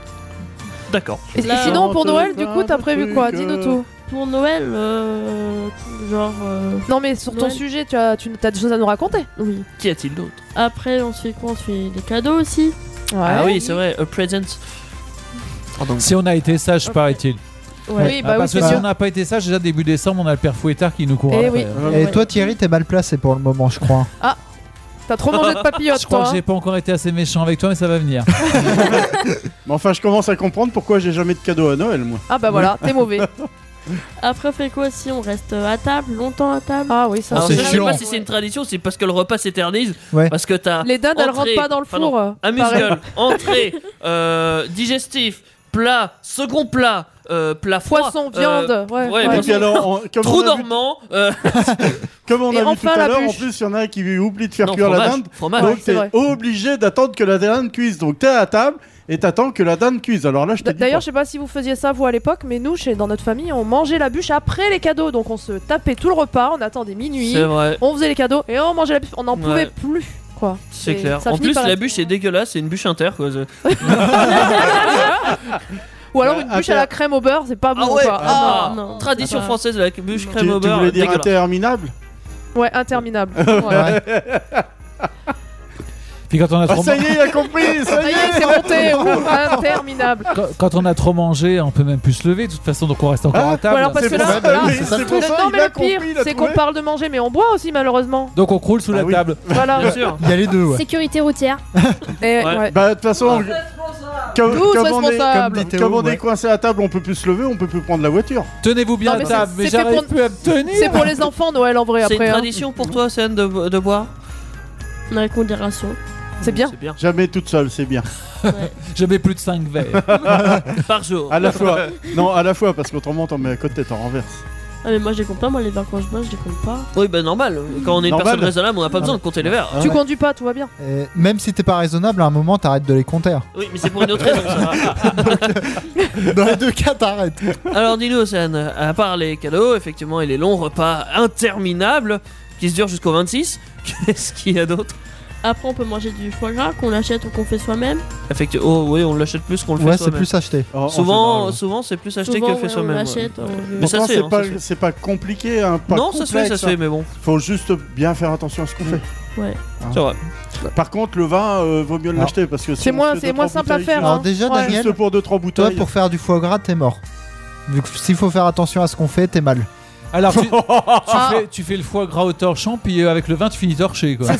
Speaker 3: D'accord.
Speaker 11: Et, et sinon pour Noël du coup t'as prévu quoi Dis-nous tout.
Speaker 8: pour Noël, euh, genre. euh,
Speaker 11: Non, mais sur ton
Speaker 8: Noël.
Speaker 11: sujet, tu as, tu as des choses à nous raconter.
Speaker 8: Oui.
Speaker 3: Qu'y a-t-il d'autre
Speaker 8: Après, on se fait quoi On se fait des cadeaux aussi.
Speaker 3: Ah oui, c'est vrai, a present.
Speaker 5: Oh,
Speaker 10: Si on a été sage, paraît-il.
Speaker 8: Ouais. Oui, bah
Speaker 10: Ah,
Speaker 8: oui,
Speaker 10: parce
Speaker 8: c'est
Speaker 10: que si
Speaker 8: sûr.
Speaker 10: on n'a pas été sage, déjà début décembre, on a le père Fouettard qui nous court
Speaker 11: Eh
Speaker 10: après.
Speaker 11: oui.
Speaker 6: Et toi, Thierry, t'es mal placé pour le moment, je crois.
Speaker 11: Ah, t'as trop mangé de papillotes,
Speaker 10: Je crois
Speaker 11: toi. hein,
Speaker 10: que j'ai pas encore été assez méchant avec toi, mais ça va venir.
Speaker 5: Mais enfin, je commence à comprendre pourquoi j'ai jamais de cadeau à Noël, moi.
Speaker 11: Ah bah voilà, t'es mauvais.
Speaker 8: Après, on fait quoi si on reste à table, longtemps à table
Speaker 11: Ah oui, ça
Speaker 3: Alors, je sais pas si c'est une tradition, c'est parce que le repas s'éternise.
Speaker 6: Ouais.
Speaker 3: Parce que t'as.
Speaker 11: Les dindes, elles
Speaker 3: entrée-
Speaker 11: rentrent pas dans le
Speaker 3: enfin, Ah non,
Speaker 11: four, euh,
Speaker 3: Amuse-gueule,
Speaker 11: pareil.
Speaker 3: entrée, euh, digestif, plat, second plat, euh, plat froid.
Speaker 11: Poisson,
Speaker 3: euh,
Speaker 11: viande, ouais, ouais.
Speaker 3: poisson.
Speaker 11: Et puis alors, on- comme
Speaker 3: Trou
Speaker 5: on a vu-
Speaker 3: normand. euh,
Speaker 5: Comme on
Speaker 3: Et
Speaker 5: a vu
Speaker 3: enfin,
Speaker 5: tout à
Speaker 3: la
Speaker 5: l'heure, en
Speaker 3: bûche.
Speaker 5: plus, il y en a qui oublient de faire
Speaker 3: Non,
Speaker 5: cuire la
Speaker 3: fromage,
Speaker 5: dinde.
Speaker 3: fromage. Ouais,
Speaker 5: donc,
Speaker 3: c'est
Speaker 5: t'es
Speaker 3: vrai.
Speaker 5: obligé d'attendre que la dinde cuise. Donc, t'es à la table et t'attends que la dinde cuise. Alors là, je te dis.
Speaker 11: D'ailleurs, je sais pas si vous faisiez ça vous à l'époque, mais nous, chez, dans notre famille, on mangeait la bûche après les cadeaux. Donc on se tapait tout le repas, on attendait minuit,
Speaker 3: C'est vrai.
Speaker 11: on faisait les cadeaux et on mangeait la bûche. On n'en pouvait
Speaker 3: Ouais.
Speaker 11: plus, quoi.
Speaker 3: C'est
Speaker 11: Et
Speaker 3: clair.
Speaker 11: ça
Speaker 3: En
Speaker 11: finit
Speaker 3: plus,
Speaker 11: par
Speaker 3: la
Speaker 11: être-
Speaker 3: bûche c'est dégueulasse, c'est une bûche inter. Quoi. c'est-
Speaker 11: Ou alors une bûche à la crème au beurre, c'est pas bon,
Speaker 3: Ah ouais,
Speaker 11: quoi.
Speaker 3: ah,
Speaker 11: non, non.
Speaker 3: tradition
Speaker 11: Ah.
Speaker 3: française, la bûche
Speaker 5: Tu,
Speaker 3: crème au
Speaker 5: tu
Speaker 3: beurre.
Speaker 5: voulais dire
Speaker 3: dégueulasse.
Speaker 5: interminable
Speaker 11: Ouais, interminable. Ouais.
Speaker 10: Puis quand on a
Speaker 5: Ah,
Speaker 10: trop
Speaker 5: ça
Speaker 10: man-
Speaker 5: y est, il a compris
Speaker 11: Ça y est, c'est monté, ouh, interminable.
Speaker 10: quand, quand on a trop mangé, on peut même plus se lever. De toute façon, donc on reste encore à
Speaker 11: Ou
Speaker 10: table.
Speaker 11: alors parce que là, là, non mais le pire, c'est qu'on
Speaker 5: trouvé.
Speaker 11: parle de manger, mais on boit aussi malheureusement.
Speaker 10: Donc on croule sous la table.
Speaker 11: Voilà. Bien sûr.
Speaker 6: Ah Il y a les deux, ouais.
Speaker 4: Sécurité routière.
Speaker 11: Et
Speaker 5: Ouais.
Speaker 11: ouais. Ah.
Speaker 5: Bah, de toute façon, comme,
Speaker 11: Tous
Speaker 5: comme on est, comme-
Speaker 11: responsables. Comme dit
Speaker 5: comme on
Speaker 11: Théo,
Speaker 5: est
Speaker 11: ouais.
Speaker 5: coincé à table, on peut plus se lever, on peut plus prendre la voiture.
Speaker 10: Tenez-vous bien
Speaker 11: Non, mais
Speaker 10: à table,
Speaker 11: c'est-
Speaker 10: mais
Speaker 11: c'est fait
Speaker 10: j'arrive
Speaker 11: pour-
Speaker 10: plus à me tenir.
Speaker 11: C'est pour les enfants Noël en vrai
Speaker 3: C'est
Speaker 11: après.
Speaker 3: une
Speaker 11: hein.
Speaker 3: tradition pour toi, Sen, de, de boire
Speaker 8: La condération.
Speaker 11: C'est bien.
Speaker 5: Jamais toute seule, c'est bien.
Speaker 10: J'avais plus de 5 verres.
Speaker 3: Par jour.
Speaker 5: À la fois. Non, à la fois, parce qu'autrement, t'en mets à côté, t'en renverses.
Speaker 8: Ah, mais moi, je les compte pas. Moi, les verres quand je bois, je les compte pas.
Speaker 3: Oui, bah normal. Quand on est une
Speaker 5: Normal.
Speaker 3: personne raisonnable, on n'a pas besoin de compter les verres.
Speaker 11: Tu conduis pas, tout va bien.
Speaker 6: Et même si t'es pas raisonnable, à un moment, t'arrêtes de les compter.
Speaker 3: Oui, mais c'est pour une autre raison, ça.
Speaker 6: Dans les deux cas, t'arrêtes.
Speaker 3: Alors dis-nous, Océane, à part les cadeaux, effectivement, et les longs repas interminables qui se durent jusqu'au 26, qu'est-ce qu'il y a d'autre
Speaker 8: Après, on peut manger du foie gras qu'on l'achète ou qu'on fait soi-même.
Speaker 3: Effectivement, oh, oui, on l'achète plus qu'on le
Speaker 6: Ouais,
Speaker 3: fait
Speaker 6: c'est
Speaker 3: soi-même.
Speaker 6: plus acheté.
Speaker 5: Oh,
Speaker 6: En- en
Speaker 3: Souvent,
Speaker 6: général, ouais.
Speaker 3: souvent c'est plus acheté
Speaker 8: Souvent,
Speaker 3: que fait
Speaker 8: ouais, on
Speaker 3: soi-même. ouais.
Speaker 8: l'achète,
Speaker 11: euh,
Speaker 8: on-
Speaker 3: Mais ça se
Speaker 5: Pourtant,
Speaker 3: fait,
Speaker 5: c'est
Speaker 3: hein,
Speaker 5: pas,
Speaker 3: ça se fait.
Speaker 5: c'est pas compliqué, hein, pas
Speaker 3: Non, ça se fait,
Speaker 5: complexe,
Speaker 3: ça se fait,
Speaker 5: hein.
Speaker 3: mais bon. Mm.
Speaker 5: Faut juste bien faire attention à ce qu'on fait.
Speaker 8: Ouais.
Speaker 5: Hein.
Speaker 3: C'est vrai.
Speaker 5: Par contre, le vin, euh, vaut mieux
Speaker 6: Alors,
Speaker 5: l'acheter parce que si
Speaker 11: c'est
Speaker 5: on
Speaker 11: moins-
Speaker 5: fait
Speaker 11: c'est
Speaker 5: deux,
Speaker 11: moins
Speaker 5: trois
Speaker 11: simple à
Speaker 5: bouteilles,
Speaker 11: faire, hein.
Speaker 6: Alors déjà, Daniel,
Speaker 5: Juste pour deux trois
Speaker 6: Toi,
Speaker 5: bouteilles.
Speaker 6: pour faire du foie gras, t'es mort. Vu que S'il faut faire attention à ce qu'on fait, t'es mal.
Speaker 10: Alors tu, tu
Speaker 11: Ah.
Speaker 10: fais, tu fais le foie gras au torchon, puis euh, avec le vin, tu finis torché. quoi.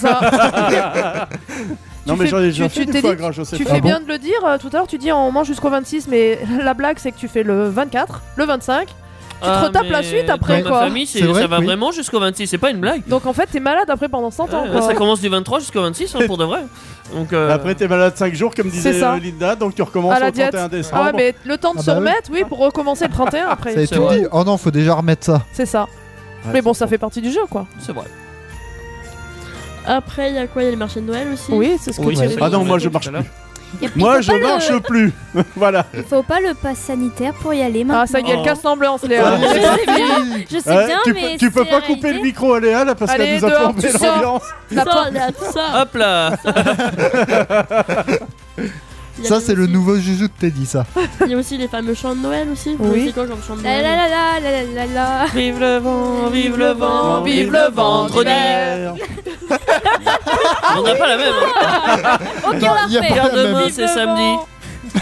Speaker 5: Non,
Speaker 11: Tu
Speaker 5: mais
Speaker 11: fais-
Speaker 5: j'en ai déjà
Speaker 11: tu- tu
Speaker 5: fait du
Speaker 11: t'es
Speaker 5: foie
Speaker 11: dit-
Speaker 5: gras, Ah je sais
Speaker 11: Tu
Speaker 5: pas.
Speaker 11: fais bien de le dire, euh, tout à l'heure tu dis on mange jusqu'au 26, mais la blague c'est que tu fais le 24, le 25, tu
Speaker 3: Ah,
Speaker 11: te retapes la
Speaker 3: mais
Speaker 11: suite après
Speaker 3: dans
Speaker 11: quoi.
Speaker 3: Ma famille, c'est-
Speaker 6: C'est vrai
Speaker 3: ça va
Speaker 6: que oui.
Speaker 3: vraiment jusqu'au 26, c'est pas une blague.
Speaker 11: Donc en fait t'es malade après pendant 100 ans
Speaker 3: Ouais,
Speaker 11: quoi.
Speaker 3: ça commence du 23 jusqu'au 26 hein, pour de vrai. Donc, euh,
Speaker 5: Après, t'es malade 5 jours, comme disait
Speaker 11: C'est ça.
Speaker 5: euh, Linda, donc tu recommences
Speaker 11: à la
Speaker 5: au
Speaker 11: diète.
Speaker 5: 31 décembre.
Speaker 11: Ah ouais, mais le temps de
Speaker 6: Ah
Speaker 11: se
Speaker 6: bah oui.
Speaker 11: remettre, oui, pour recommencer le 31 après.
Speaker 6: Ça y est, tu me dis, oh non, faut déjà remettre ça.
Speaker 11: C'est ça.
Speaker 5: Ouais,
Speaker 11: mais bon, ça fait partie du jeu quoi.
Speaker 3: c'est vrai.
Speaker 8: Après, il y a quoi Il y a le marché de Noël aussi.
Speaker 11: Oui, c'est ce que
Speaker 5: Oui,
Speaker 11: tu
Speaker 5: c'est
Speaker 11: avais
Speaker 5: ça.
Speaker 11: dit.
Speaker 5: Ah non, moi je marche plus.
Speaker 4: Et puis,
Speaker 5: Moi
Speaker 4: faut
Speaker 5: je
Speaker 4: pas le-
Speaker 5: marche plus. Voilà.
Speaker 4: Il faut pas le pass sanitaire pour y aller maintenant.
Speaker 11: Ah, ça y est, elle casse l'ambiance, Léa.
Speaker 5: Ah,
Speaker 4: Je sais bien, je sais
Speaker 5: Ouais,
Speaker 4: bien,
Speaker 5: Hein, tu,
Speaker 4: mais
Speaker 5: peux, tu peux
Speaker 4: c'est
Speaker 5: pas
Speaker 4: la
Speaker 5: couper
Speaker 4: réalité.
Speaker 5: le micro à Léa là parce
Speaker 11: Allez,
Speaker 5: qu'elle nous a
Speaker 11: dehors,
Speaker 5: plombé
Speaker 11: tu sors.
Speaker 5: l'ambiance.
Speaker 11: La
Speaker 8: Ça,
Speaker 11: porte-
Speaker 8: il y a tout ça.
Speaker 3: Hop là
Speaker 8: Il y
Speaker 6: Ça,
Speaker 8: avait
Speaker 6: c'est le
Speaker 8: aussi-
Speaker 6: nouveau Juju de Teddy, ça.
Speaker 8: Il y a aussi les fameux chants de Noël aussi. Vous
Speaker 11: Oui.
Speaker 8: savez quoi comme chant de
Speaker 4: La
Speaker 8: Noël
Speaker 4: la la la la la la la.
Speaker 3: Vive le vent, vive le vent,
Speaker 11: vive
Speaker 3: vive
Speaker 11: le
Speaker 3: le
Speaker 11: vendredi.
Speaker 3: vendredi On n'a pas la même. hein.
Speaker 4: Ok,
Speaker 6: Non,
Speaker 4: on
Speaker 6: y a
Speaker 4: la refait.
Speaker 6: pas-
Speaker 3: Car demain
Speaker 4: Vive
Speaker 3: c'est
Speaker 4: le
Speaker 3: samedi.
Speaker 4: vent.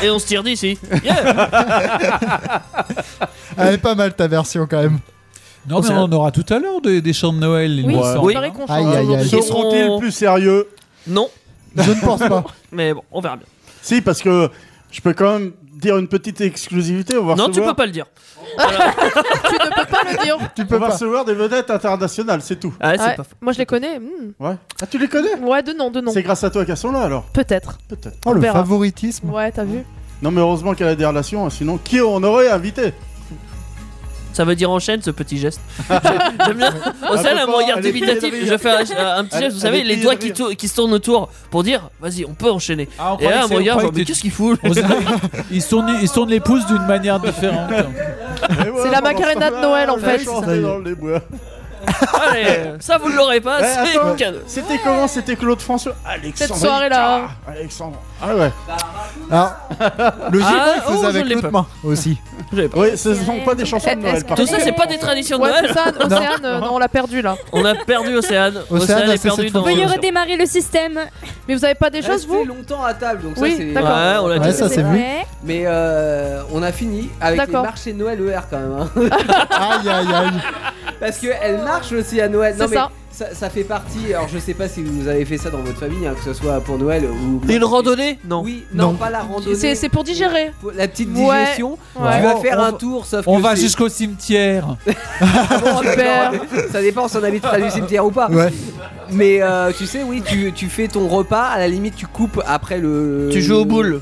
Speaker 3: Et on se tire d'ici. Yeah
Speaker 6: Elle est pas mal ta version quand même.
Speaker 10: Non, mais
Speaker 3: C'est-
Speaker 10: on en aura tout à l'heure des, des chants de Noël. il
Speaker 11: Oui,
Speaker 10: me
Speaker 11: c'est
Speaker 10: semble.
Speaker 3: Oui.
Speaker 11: pareil qu'on
Speaker 6: Aïe,
Speaker 11: change.
Speaker 6: aïe, aïe.
Speaker 3: Ils
Speaker 5: Seront-ils
Speaker 3: sont-
Speaker 5: plus sérieux
Speaker 3: Non,
Speaker 6: Je ne pense pas.
Speaker 3: mais bon, on verra bien.
Speaker 5: Si, parce que je peux quand même dire une petite exclusivité. On va
Speaker 3: Non, tu
Speaker 5: recevoir,
Speaker 3: peux pas le dire.
Speaker 11: Tu ne peux pas le dire.
Speaker 6: Tu
Speaker 5: on
Speaker 6: peux
Speaker 5: va
Speaker 6: pas.
Speaker 5: recevoir des vedettes internationales, c'est tout.
Speaker 3: Ah, c'est
Speaker 11: Ouais,
Speaker 3: pas faux.
Speaker 11: Moi je les connais. hmm.
Speaker 5: Ouais. Ah, tu les connais
Speaker 11: Ouais, de nom, de nom.
Speaker 5: C'est grâce à toi qu'elles sont là alors
Speaker 11: Peut-être.
Speaker 5: Peut-être.
Speaker 6: Oh, le
Speaker 11: verra.
Speaker 6: favoritisme.
Speaker 11: Ouais, t'as vu.
Speaker 5: Non, mais heureusement qu'elle a des relations, hein, sinon qui on aurait invité
Speaker 3: Ça veut dire enchaîne ce petit geste. J'aime bien.
Speaker 17: Ah,
Speaker 3: Au
Speaker 5: Elle
Speaker 3: sel,
Speaker 5: peut
Speaker 3: un
Speaker 5: pas,
Speaker 3: regard
Speaker 5: elle est
Speaker 3: dubitatif.
Speaker 5: pliée de rire.
Speaker 3: Je fais un, un petit
Speaker 5: Elle-
Speaker 3: geste, vous
Speaker 5: elle
Speaker 3: savez,
Speaker 5: est
Speaker 3: les
Speaker 5: pliée
Speaker 3: doigts
Speaker 5: de
Speaker 3: qui,
Speaker 5: rire.
Speaker 3: tou- qui se tournent autour pour dire vas-y, on peut enchaîner.
Speaker 10: Ah, on
Speaker 3: Et
Speaker 10: croyait
Speaker 3: là,
Speaker 10: que
Speaker 3: un
Speaker 10: c'est- on
Speaker 3: regard,
Speaker 10: croyait
Speaker 3: genre,
Speaker 10: que
Speaker 3: mais
Speaker 10: tu-
Speaker 3: qu'est-ce qu'il fout
Speaker 10: On dirait- ils, tournent, ils tournent les pouces d'une manière différente.
Speaker 5: Et voilà,
Speaker 11: la
Speaker 5: pendant ce
Speaker 11: Macarena de
Speaker 5: temps-là,
Speaker 11: Noël, en
Speaker 5: je vais
Speaker 11: fait.
Speaker 5: chanter
Speaker 6: Ça y est.
Speaker 5: dans les bois.
Speaker 3: Allez, ça vous ne l'aurez pas,
Speaker 5: Ouais,
Speaker 3: c'est
Speaker 5: Eh, attends,
Speaker 3: cadeau.
Speaker 5: C'était comment C'était Claude François Alexandre.
Speaker 11: Cette soirée-là.
Speaker 5: Icard, Alexandre. Ah ouais.
Speaker 6: Alors, le
Speaker 5: Ah,
Speaker 6: giron, il
Speaker 5: oh,
Speaker 6: faisait
Speaker 5: je
Speaker 6: avec
Speaker 5: l'ai
Speaker 6: l'autre
Speaker 5: pas.
Speaker 6: main aussi.
Speaker 5: Oui, ce ne sont pas des chansons de Ah, Noël, par
Speaker 3: Tout
Speaker 5: contre.
Speaker 3: ça, c'est pas des traditions de
Speaker 11: Ouais,
Speaker 3: Noël.
Speaker 11: tout ça, Océane, euh, non, on l'a perdu là.
Speaker 3: On a perdu Océane.
Speaker 6: Océane
Speaker 3: Océane
Speaker 6: a
Speaker 3: est
Speaker 6: cessé
Speaker 3: perdu
Speaker 6: de
Speaker 3: dans.
Speaker 4: Veuillez redémarrer le système.
Speaker 11: Mais vous avez pas des choses, vous
Speaker 2: longtemps à table, donc
Speaker 11: Oui,
Speaker 2: ça c'est.
Speaker 11: d'accord.
Speaker 3: Ouais, on l'a
Speaker 6: Ouais,
Speaker 3: dit.
Speaker 6: ça c'est vu.
Speaker 4: Ouais.
Speaker 2: Mais euh, on a fini avec les
Speaker 11: D'accord.
Speaker 2: marchés Noël ER quand même. hein.
Speaker 6: Aïe aïe aïe.
Speaker 2: Parce que elle marche aussi à Noël. Non
Speaker 11: C'est
Speaker 2: mais
Speaker 11: ça.
Speaker 2: ça, ça fait partie. Alors je sais pas si vous avez fait ça dans votre famille, hein, que ce soit pour Noël ou.
Speaker 3: Et une randonnée Non.
Speaker 2: Oui, non,
Speaker 6: Non.
Speaker 2: pas la randonnée.
Speaker 11: C'est c'est pour digérer.
Speaker 2: pour la petite
Speaker 11: Ouais.
Speaker 2: digestion.
Speaker 11: Ouais.
Speaker 2: Tu vas
Speaker 10: On-
Speaker 2: faire
Speaker 10: on
Speaker 2: un
Speaker 10: va-
Speaker 2: tour, sauf
Speaker 10: On
Speaker 2: que
Speaker 10: va
Speaker 2: c'est- Ah,
Speaker 10: jusqu'au cimetière.
Speaker 2: Bon, d'accord. Ça dépend si on habite près du cimetière ou pas.
Speaker 6: Ouais.
Speaker 2: Mais euh, tu sais, oui, tu, tu fais ton repas. À la limite, tu coupes après le.
Speaker 3: Tu joues aux boules.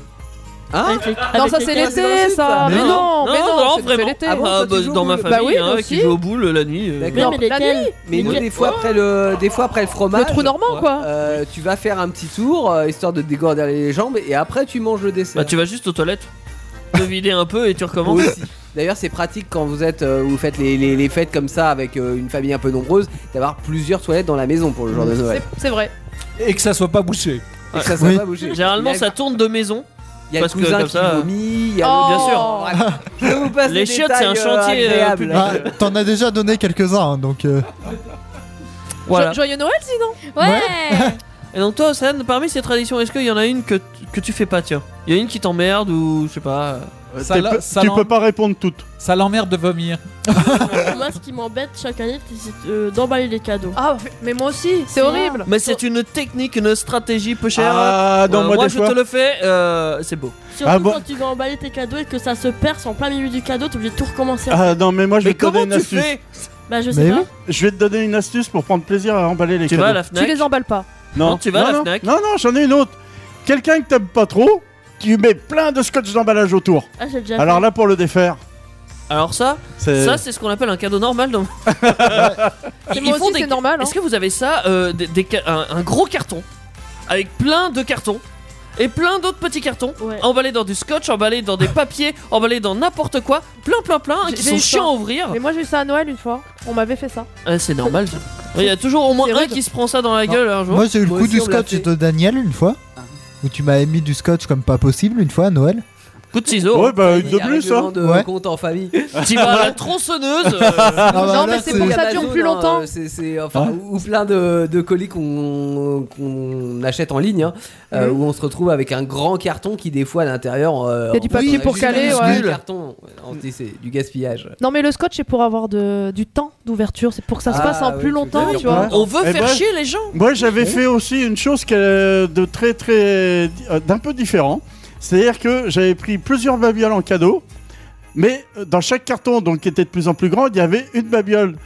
Speaker 3: Ah,
Speaker 2: Hein
Speaker 11: Non, ça Ah, c'est
Speaker 2: c'est dans le
Speaker 11: l'été,
Speaker 2: sud,
Speaker 11: ça.
Speaker 2: ça.
Speaker 11: Mais non, mais non, c'est- c'est
Speaker 3: vraiment.
Speaker 11: l'été.
Speaker 3: Ah bah,
Speaker 2: toi, tu
Speaker 3: bah,
Speaker 2: joues aux
Speaker 3: dans ma
Speaker 2: boules.
Speaker 11: Bah oui,
Speaker 3: famille, hein,
Speaker 11: nous
Speaker 3: qui
Speaker 11: aussi.
Speaker 3: joue aux boules la nuit. euh,
Speaker 2: D'accord.
Speaker 8: Oui,
Speaker 11: Non,
Speaker 8: mais
Speaker 11: la
Speaker 8: lesquels
Speaker 2: Mais nous,
Speaker 8: Ouais.
Speaker 2: des fois, après le, des fois après le
Speaker 11: Le
Speaker 2: fromage,
Speaker 11: trou normand, quoi.
Speaker 2: euh, tu vas faire un petit tour euh, histoire de te dégourdir les jambes et après tu manges le dessert.
Speaker 3: Bah, tu vas juste aux toilettes, te vider un peu et tu recommences.
Speaker 2: Aussi. D'ailleurs, c'est pratique quand vous êtes, euh, vous faites les, les- les fêtes comme ça avec euh, une famille un peu nombreuse, d'avoir plusieurs toilettes dans la maison pour le genre de Noël.
Speaker 11: C'est- C'est vrai.
Speaker 10: Et que ça soit pas bouché.
Speaker 2: Et que ça, ça
Speaker 6: Oui.
Speaker 2: va pas bouger.
Speaker 3: Généralement,
Speaker 2: Il y a-
Speaker 3: ça tourne de maison.
Speaker 2: Il y a le
Speaker 3: parce que
Speaker 2: cousin
Speaker 3: comme
Speaker 2: qui
Speaker 3: ça-
Speaker 2: vomit, il y a
Speaker 11: Oh.
Speaker 2: le-
Speaker 3: bien sûr.
Speaker 2: Bref, je vous passe
Speaker 3: Les chiottes,
Speaker 2: détails,
Speaker 3: c'est un chantier, euh,
Speaker 2: agréables.
Speaker 3: public.
Speaker 6: Ah, T'en as déjà donné quelques-uns, hein, donc. euh,
Speaker 3: Voilà.
Speaker 11: Jo- Joyeux Noël, sinon.
Speaker 4: Ouais.
Speaker 3: Et donc, toi, San, parmi ces traditions, est-ce qu'il y en a une que, que tu fais pas, tiens Il y en a une qui t'emmerde ou je sais pas. euh,
Speaker 5: T'es
Speaker 10: Ça l'a-
Speaker 5: peu-
Speaker 10: ça
Speaker 5: tu
Speaker 10: l'a-
Speaker 5: peux pas répondre toutes.
Speaker 10: Ça l'emmerde de vomir.
Speaker 8: Moi, ce qui m'embête chaque année, c'est euh, d'emballer les cadeaux.
Speaker 11: Ah, mais- mais moi aussi, c'est
Speaker 8: Non.
Speaker 11: horrible.
Speaker 3: Mais c'est une technique, une stratégie peu chère.
Speaker 5: Ah, non,
Speaker 3: Euh,
Speaker 5: moi,
Speaker 3: moi,
Speaker 5: des
Speaker 3: je
Speaker 5: fois-
Speaker 3: te le fais, euh, c'est beau.
Speaker 8: Surtout
Speaker 5: Ah, bon.
Speaker 8: quand tu vas emballer tes cadeaux et que ça se perce en plein milieu du cadeau, t'es obligé de tout recommencer.
Speaker 5: Ah non, mais moi je vais
Speaker 3: Mais
Speaker 5: te donner
Speaker 3: comment
Speaker 5: une
Speaker 3: tu
Speaker 5: astuce.
Speaker 3: fais
Speaker 8: Bah, je
Speaker 6: Mais
Speaker 8: sais pas.
Speaker 6: oui.
Speaker 5: Je vais te donner une astuce pour prendre plaisir à emballer les
Speaker 3: Tu
Speaker 5: cadeaux.
Speaker 3: vas à la
Speaker 11: Tu
Speaker 3: Fnac
Speaker 11: les emballes pas.
Speaker 3: Non, tu vas à la
Speaker 5: non,
Speaker 3: Fnac.
Speaker 5: Non, non, j'en ai une autre. Quelqu'un que t'aimes pas trop, tu mets plein de scotch d'emballage autour.
Speaker 8: Ah, j'ai déjà
Speaker 5: Alors
Speaker 8: fait.
Speaker 5: là, pour le défaire,
Speaker 3: Alors ça,
Speaker 5: c'est.
Speaker 3: ça c'est ce qu'on appelle un cadeau normal. dans-
Speaker 11: Mais moi aussi, c'est normal. hein.
Speaker 3: Est-ce que vous avez ça, euh, des- des ca- un, un gros carton avec plein de cartons et plein d'autres petits cartons
Speaker 8: Ouais.
Speaker 3: emballés dans du scotch, emballés dans des papiers, emballés dans n'importe quoi, plein plein plein,
Speaker 11: J'ai-
Speaker 3: qui
Speaker 11: j'ai
Speaker 3: sont
Speaker 11: eu ça.
Speaker 3: chiants à ouvrir.
Speaker 11: Mais moi j'ai eu ça à Noël une fois. On m'avait fait ça.
Speaker 3: Ah, c'est normal. ça. Il y a toujours au moins
Speaker 11: C'est
Speaker 3: un
Speaker 11: rude.
Speaker 3: qui se prend ça dans la gueule un jour.
Speaker 6: Moi j'ai eu le
Speaker 2: Moi
Speaker 6: coup
Speaker 2: aussi,
Speaker 6: du
Speaker 2: on me l'a
Speaker 6: scotch
Speaker 2: fait.
Speaker 6: de Daniel une fois. Où tu m'avais mis du scotch comme pas possible une fois à Noël.
Speaker 3: Coup de ciseau.
Speaker 5: Ouais, bah une
Speaker 2: Il
Speaker 5: de
Speaker 2: y a
Speaker 5: plus,
Speaker 2: règlement
Speaker 5: hein.
Speaker 2: de
Speaker 6: Ouais.
Speaker 2: compte en famille.
Speaker 3: Tu vas à la tronçonneuse. euh,
Speaker 6: Ah bah
Speaker 11: non,
Speaker 6: là,
Speaker 11: mais c'est pour que ça dure
Speaker 2: Amazon,
Speaker 11: plus
Speaker 2: hein,
Speaker 11: longtemps.
Speaker 2: euh, c'est- c'est-
Speaker 5: Ah.
Speaker 2: enfin, ou ou plein de, de colis qu'on qu'on achète en ligne, hein, euh, où on se retrouve avec un grand carton qui des fois à l'intérieur. euh,
Speaker 11: Il y a du
Speaker 2: on-
Speaker 11: papier
Speaker 2: on
Speaker 11: pour
Speaker 2: juste
Speaker 11: caler,
Speaker 2: un
Speaker 11: ouais.
Speaker 2: petit carton. On se dit, c'est du gaspillage.
Speaker 11: Non mais le scotch c'est pour avoir de- du temps d'ouverture. C'est pour que ça se
Speaker 2: Ah,
Speaker 11: passe en
Speaker 2: oui,
Speaker 11: plus
Speaker 2: tu veux
Speaker 11: longtemps,
Speaker 2: dire
Speaker 11: tu vois.
Speaker 2: ouais.
Speaker 3: on veut
Speaker 5: Eh
Speaker 3: faire
Speaker 5: ben.
Speaker 3: chier les gens.
Speaker 5: Moi, j'avais fait aussi une chose qui est de très, très. euh, d'un peu différent. C'est-à-dire que j'avais pris plusieurs babioles en cadeau, mais euh, dans chaque carton, donc qui était de plus en plus grand, il y avait une babiole.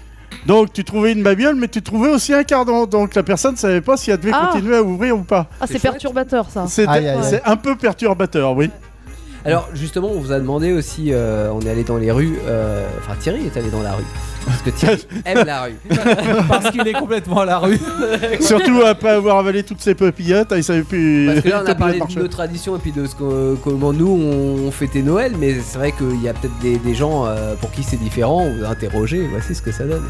Speaker 5: Donc, tu trouvais une babiole, mais tu trouvais aussi un carton. Donc, la personne ne savait pas si elle devait
Speaker 11: Ah.
Speaker 5: continuer à ouvrir ou pas.
Speaker 11: Ah, c'est perturbateur ça.
Speaker 5: C'était-
Speaker 6: Aïe, aïe, aïe.
Speaker 5: C'est un peu perturbateur, oui.
Speaker 2: Alors justement, on vous a demandé aussi, euh, on est allé dans les rues, euh, enfin Thierry est allé dans la rue, parce que Thierry aime la rue.
Speaker 10: Parce qu'il est complètement à la rue.
Speaker 5: Surtout après avoir avalé toutes ces papillotes, il savait plus.
Speaker 2: Parce que là,
Speaker 5: il
Speaker 2: on
Speaker 5: était
Speaker 2: a parlé
Speaker 5: obligé
Speaker 2: de
Speaker 5: de marcher.
Speaker 2: nos traditions et puis de ce que- comment nous on fêtait Noël, mais c'est vrai qu'il y a peut-être des, des gens euh, pour qui c'est différent, on vous a interrogé, voici ce que ça donne.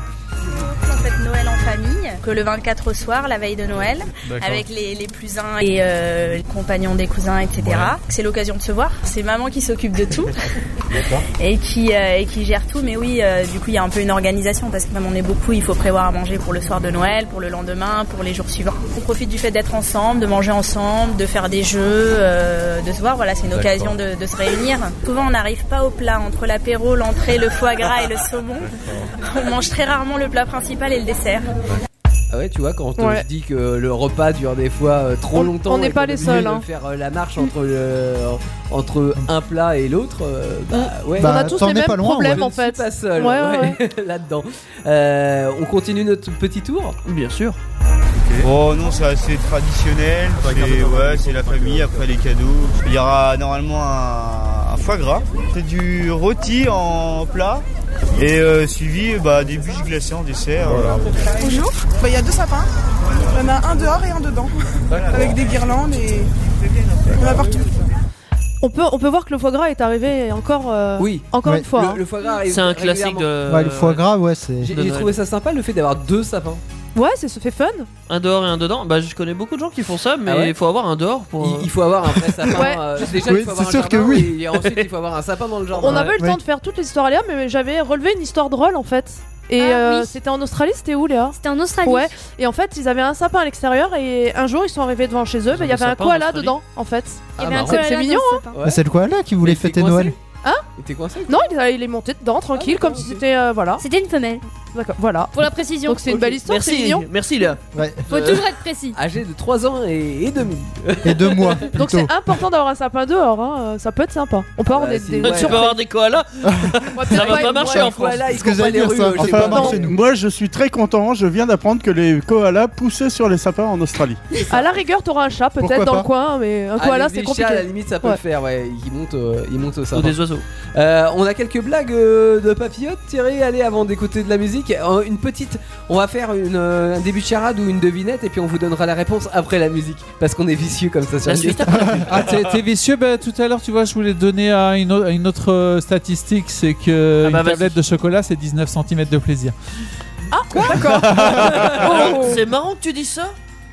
Speaker 18: On fête Noël en famille, que le 24 au soir, la veille de Noël, avec les, les plus uns et euh, les compagnons des cousins, etc. C'est l'occasion de se voir. C'est maman qui s'occupe de tout et qui euh, et qui gère tout. Mais oui, euh, du coup, il y a un peu une organisation parce que comme on est beaucoup, il faut prévoir à manger pour le soir de Noël, pour le lendemain, pour les jours suivants. On profite du fait d'être ensemble, de manger ensemble, de faire des jeux, euh, de se voir. Voilà, c'est une occasion de, de se réunir. Souvent, on n'arrive pas au plat entre l'apéro, l'entrée, le foie gras et le saumon. On mange très rarement le plat principal et le dessert.
Speaker 2: Ah ouais, tu vois, quand on
Speaker 11: Ouais.
Speaker 2: se dit que le repas dure des fois euh, trop
Speaker 11: On-
Speaker 2: longtemps,
Speaker 11: on n'est
Speaker 2: et
Speaker 11: pas
Speaker 2: qu'on est
Speaker 11: les
Speaker 2: obligé
Speaker 11: seuls,
Speaker 2: de
Speaker 11: hein.
Speaker 2: faire euh, la marche entre, euh, entre un plat et l'autre, euh, bah ouais.
Speaker 11: Mm. on
Speaker 6: Bah,
Speaker 11: a tous
Speaker 6: t'en
Speaker 11: les
Speaker 6: es
Speaker 11: mêmes
Speaker 6: pas loin,
Speaker 11: problèmes
Speaker 6: ouais.
Speaker 11: en fait.
Speaker 2: Je suis pas seul
Speaker 11: Ouais, ouais,
Speaker 2: ouais, là-dedans. Euh, on continue notre petit tour
Speaker 3: Bien sûr.
Speaker 19: Oh non, c'est assez traditionnel. C'est ouais, c'est la famille, après les cadeaux. Il y aura normalement un, un foie gras. C'est du rôti en plat. Et euh, suivi bah, des bûches glacées en dessert.
Speaker 20: Bonjour. Bah, Il y a deux sapins. Il y en a un dehors et un dedans. Avec des guirlandes et. On a partout.
Speaker 11: On peut, on peut voir que le foie gras est arrivé encore, euh,
Speaker 2: Oui.
Speaker 11: encore
Speaker 2: Ouais.
Speaker 11: une fois.
Speaker 2: Le-
Speaker 11: hein.
Speaker 2: le foie gras arrive C'est un classique régulièrement. de-
Speaker 6: Ouais, le foie gras, ouais, c'est.
Speaker 2: Euh, J'ai j'ai trouvé ça sympa le fait d'avoir deux sapins.
Speaker 11: Ouais, c'est se fait fun.
Speaker 3: Un dehors et un dedans Bah, je connais beaucoup de gens qui font ça, mais
Speaker 2: Ah ouais
Speaker 3: il faut avoir un dehors pour. euh,
Speaker 2: Il, il faut avoir un vrai sapin.
Speaker 11: Ouais.
Speaker 2: euh, déjà,
Speaker 6: Oui,
Speaker 2: il faut
Speaker 6: c'est
Speaker 2: avoir un
Speaker 6: sûr
Speaker 2: jardin
Speaker 6: que oui.
Speaker 2: Et, et ensuite, il faut avoir un sapin dans le jardin.
Speaker 11: On n'a pas eu le temps de faire toutes les histoires, Léa, mais j'avais relevé une histoire drôle en fait. Et euh, c'était en Australie, c'était où Léa
Speaker 4: Ah C'était en Australie.
Speaker 11: Ouais. Et en fait, ils avaient un sapin à l'extérieur et un jour ils sont arrivés devant chez eux, bah, il y
Speaker 6: ont
Speaker 11: avait
Speaker 6: des
Speaker 11: un
Speaker 6: sapins en
Speaker 11: koala
Speaker 6: Australie
Speaker 11: dedans en fait.
Speaker 2: Ah,
Speaker 6: Il y
Speaker 2: bah
Speaker 6: avait un koala
Speaker 11: C'est
Speaker 6: dans
Speaker 11: mignon,
Speaker 6: le
Speaker 11: hein
Speaker 6: Bah, c'est le koala qui voulait fêter Noël.
Speaker 11: Hein
Speaker 2: Il était coincé
Speaker 11: Non, il, a- il est monté dedans tranquille
Speaker 2: Ah,
Speaker 11: comme si c'était euh, voilà.
Speaker 4: C'était une femelle.
Speaker 11: D'accord, voilà.
Speaker 4: Pour la précision.
Speaker 11: Donc c'est une belle histoire, c'est
Speaker 2: Merci, Euh,
Speaker 11: mignon.
Speaker 3: merci là.
Speaker 4: Faut toujours être précis.
Speaker 2: Âgé de 3 ans et, et demi.
Speaker 6: Et deux mois.
Speaker 11: Donc c'est important d'avoir un sapin dehors, hein, euh, ça peut être sympa. On peut
Speaker 2: Bah,
Speaker 11: avoir des, des-
Speaker 3: tu peux avoir des koalas Ça va pas marcher en France.
Speaker 2: Voilà, ils courent pas les rues. euh, j'ai pas-
Speaker 5: Moi, je suis très content. Je viens d'apprendre que les koalas poussaient sur les sapins en Australie.
Speaker 11: À la rigueur, t'auras un chat peut-être
Speaker 5: Pourquoi
Speaker 11: dans
Speaker 5: pas
Speaker 11: le coin, mais un
Speaker 2: Ah,
Speaker 11: koala
Speaker 2: les-
Speaker 11: c'est
Speaker 2: les
Speaker 11: compliqué.
Speaker 2: chats, à la limite, ça peut
Speaker 11: Ouais.
Speaker 2: le faire, ouais. Ils montent, euh, ils montent au sapin.
Speaker 3: des oiseaux.
Speaker 2: Euh, on a quelques blagues euh, de papillotes, Thierry. Allez, avant d'écouter de la musique, euh, une petite. On va faire une, euh, un début de charade ou une devinette, et puis on vous donnera la réponse après la musique. Parce qu'on est vicieux comme ça sur une liste.
Speaker 10: Ah, t'es, t'es vicieux, bah, tout à l'heure, tu vois, je voulais te donner euh, une, au- une autre euh, statistique c'est que
Speaker 3: Ah bah,
Speaker 10: une
Speaker 3: vas-y.
Speaker 10: tablette de chocolat, c'est 19 cm de plaisir.
Speaker 11: Ah,
Speaker 3: D'accord.
Speaker 11: Oh.
Speaker 3: C'est marrant que tu dis ça.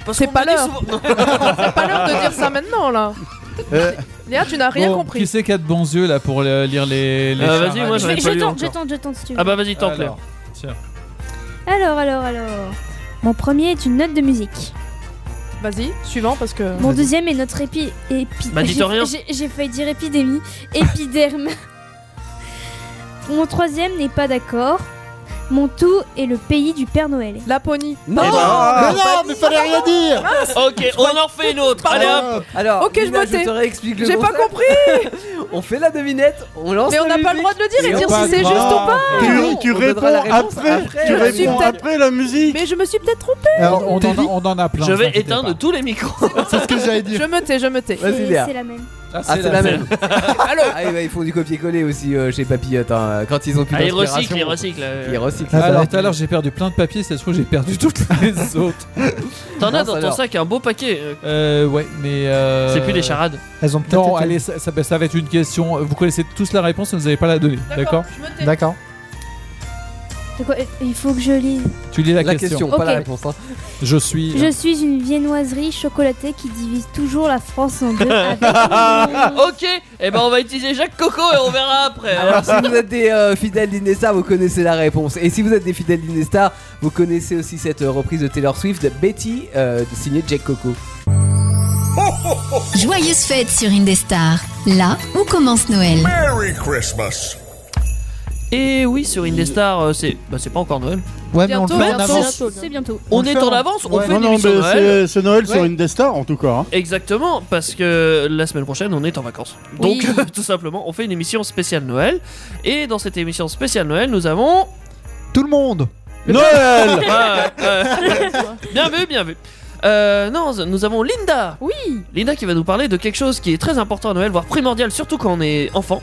Speaker 3: Parce
Speaker 11: C'est
Speaker 3: qu'on
Speaker 11: pas
Speaker 3: me dit
Speaker 11: l'heure.
Speaker 3: souvent-
Speaker 11: C'est pas l'heure de dire ça maintenant là.
Speaker 3: Euh,
Speaker 11: Léa, tu n'as rien
Speaker 10: Euh, Bon,
Speaker 11: compris.
Speaker 10: Qui c'est qui a de bons yeux là pour euh, lire les. les
Speaker 3: Euh, vas-y, moi,
Speaker 10: charades
Speaker 3: j'en ai Je vais- pas je lu tente,
Speaker 4: Je tente, je tente si tu veux.
Speaker 3: Ah bah vas-y, tente
Speaker 10: Alors,
Speaker 3: Claire.
Speaker 10: tiens.
Speaker 4: Alors, alors, alors. Mon premier est une note de musique.
Speaker 11: Vas-y, suivant parce que.
Speaker 4: Mon deuxième est notre épi... épi-
Speaker 3: Bah, dites
Speaker 4: j'ai-
Speaker 3: rien.
Speaker 4: j'ai- J'ai failli dire épidémie. Épiderme. Mon troisième n'est pas d'accord. Mon tout est le pays du Père Noël.
Speaker 11: Laponie. Oh
Speaker 2: Non, Eh ben, ah, Mais non,
Speaker 11: mais fallait rien dire.
Speaker 4: Ah.
Speaker 3: Ok, on en refait une autre. Allez hop.
Speaker 5: Ah.
Speaker 2: Alors,
Speaker 11: Ok, je
Speaker 2: Lina,
Speaker 11: me tais.
Speaker 2: te réexplique le
Speaker 11: J'ai pas
Speaker 2: concept.
Speaker 11: compris.
Speaker 2: on fait la devinette, on lance
Speaker 11: Mais on
Speaker 2: la
Speaker 11: n'a pas le
Speaker 2: musique,
Speaker 11: droit de le dire et
Speaker 2: on
Speaker 11: dire
Speaker 2: passe
Speaker 11: si c'est
Speaker 2: par-
Speaker 11: juste ou pas.
Speaker 5: Tu,
Speaker 2: Non,
Speaker 5: tu
Speaker 2: on
Speaker 5: réponds
Speaker 2: donnera la réponse
Speaker 5: après,
Speaker 2: après.
Speaker 5: Tu
Speaker 11: Je suis
Speaker 5: réponds
Speaker 11: peut-être-
Speaker 5: après la musique.
Speaker 11: Mais je me suis peut-être trompée.
Speaker 10: Alors, on, en a, on en a plein.
Speaker 3: Je vais
Speaker 10: t'inquiète
Speaker 3: éteindre tous les micros.
Speaker 6: C'est ce que j'allais dire.
Speaker 11: Je me tais, je me tais.
Speaker 2: Vas-y, Léa.
Speaker 4: C'est la même.
Speaker 10: pas.
Speaker 2: Ah, c'est la même. Ah, bah, ils font du copier-coller aussi euh, chez Papillote hein, quand ils ont plus
Speaker 3: Ah, ils
Speaker 2: d'inspiration.
Speaker 3: recyclent, ils recyclent. euh.
Speaker 2: Ils recyclent.
Speaker 10: Alors, tout à l'heure, j'ai perdu plein de papiers, cette fois, j'ai perdu toutes les autres.
Speaker 3: T'en as
Speaker 2: Mince,
Speaker 3: dans ton
Speaker 2: alors.
Speaker 3: sac un beau paquet. euh,
Speaker 10: Euh, ouais, mais. euh,
Speaker 3: C'est plus des charades.
Speaker 6: Elles ont peut-être.
Speaker 10: Non,
Speaker 6: été-
Speaker 10: allez, ça, ça- ça va être une question. Vous connaissez tous la réponse, vous n'allez pas la donner, d'accord
Speaker 11: Je me tais.
Speaker 6: D'accord.
Speaker 4: De quoi- Il faut que je lise.
Speaker 10: Tu lis la,
Speaker 2: La question, pas
Speaker 4: Ok.
Speaker 2: la réponse. hein.
Speaker 10: Je suis.
Speaker 4: Je suis une viennoiserie chocolatée qui divise toujours la France en deux. avec-
Speaker 3: ok, et ben on va utiliser Jacques Coco et on verra après. hein.
Speaker 2: Alors, si vous êtes des euh, fidèles d'Inestar, vous connaissez la réponse. Et si vous êtes des fidèles d'Inestar, vous connaissez aussi cette euh, reprise de Taylor Swift, Betty, euh, signée Jack Coco.
Speaker 1: Joyeuses fêtes sur Indestar. Là où commence Noël.
Speaker 15: Merry Christmas.
Speaker 3: Et oui, sur Indestar, euh, c'est bah, c'est pas encore Noël.
Speaker 6: Ouais, mais on le fait en
Speaker 3: bientôt.
Speaker 6: avance.
Speaker 4: C'est bientôt.
Speaker 3: On,
Speaker 6: le
Speaker 3: est
Speaker 6: fait
Speaker 3: en
Speaker 6: en-
Speaker 3: avance, on
Speaker 6: ouais.
Speaker 3: fait
Speaker 5: Non,
Speaker 3: une
Speaker 5: non, mais
Speaker 3: émission de Noël.
Speaker 5: c'est- c'est Noël sur
Speaker 3: Ouais.
Speaker 5: une des stars en tout cas. hein.
Speaker 3: Exactement, parce que la semaine prochaine, on est en vacances. Donc,
Speaker 4: Oui.
Speaker 3: tout simplement, on fait une émission spéciale Noël. Et dans cette émission spéciale Noël, nous avons.
Speaker 6: Tout le monde.
Speaker 5: Noël
Speaker 3: Ah, euh, bien vu, bien vu. Euh, non, nous avons Linda.
Speaker 11: Oui.
Speaker 3: Linda qui va nous parler de quelque chose qui est très important à Noël, voire primordial, surtout quand on est enfant.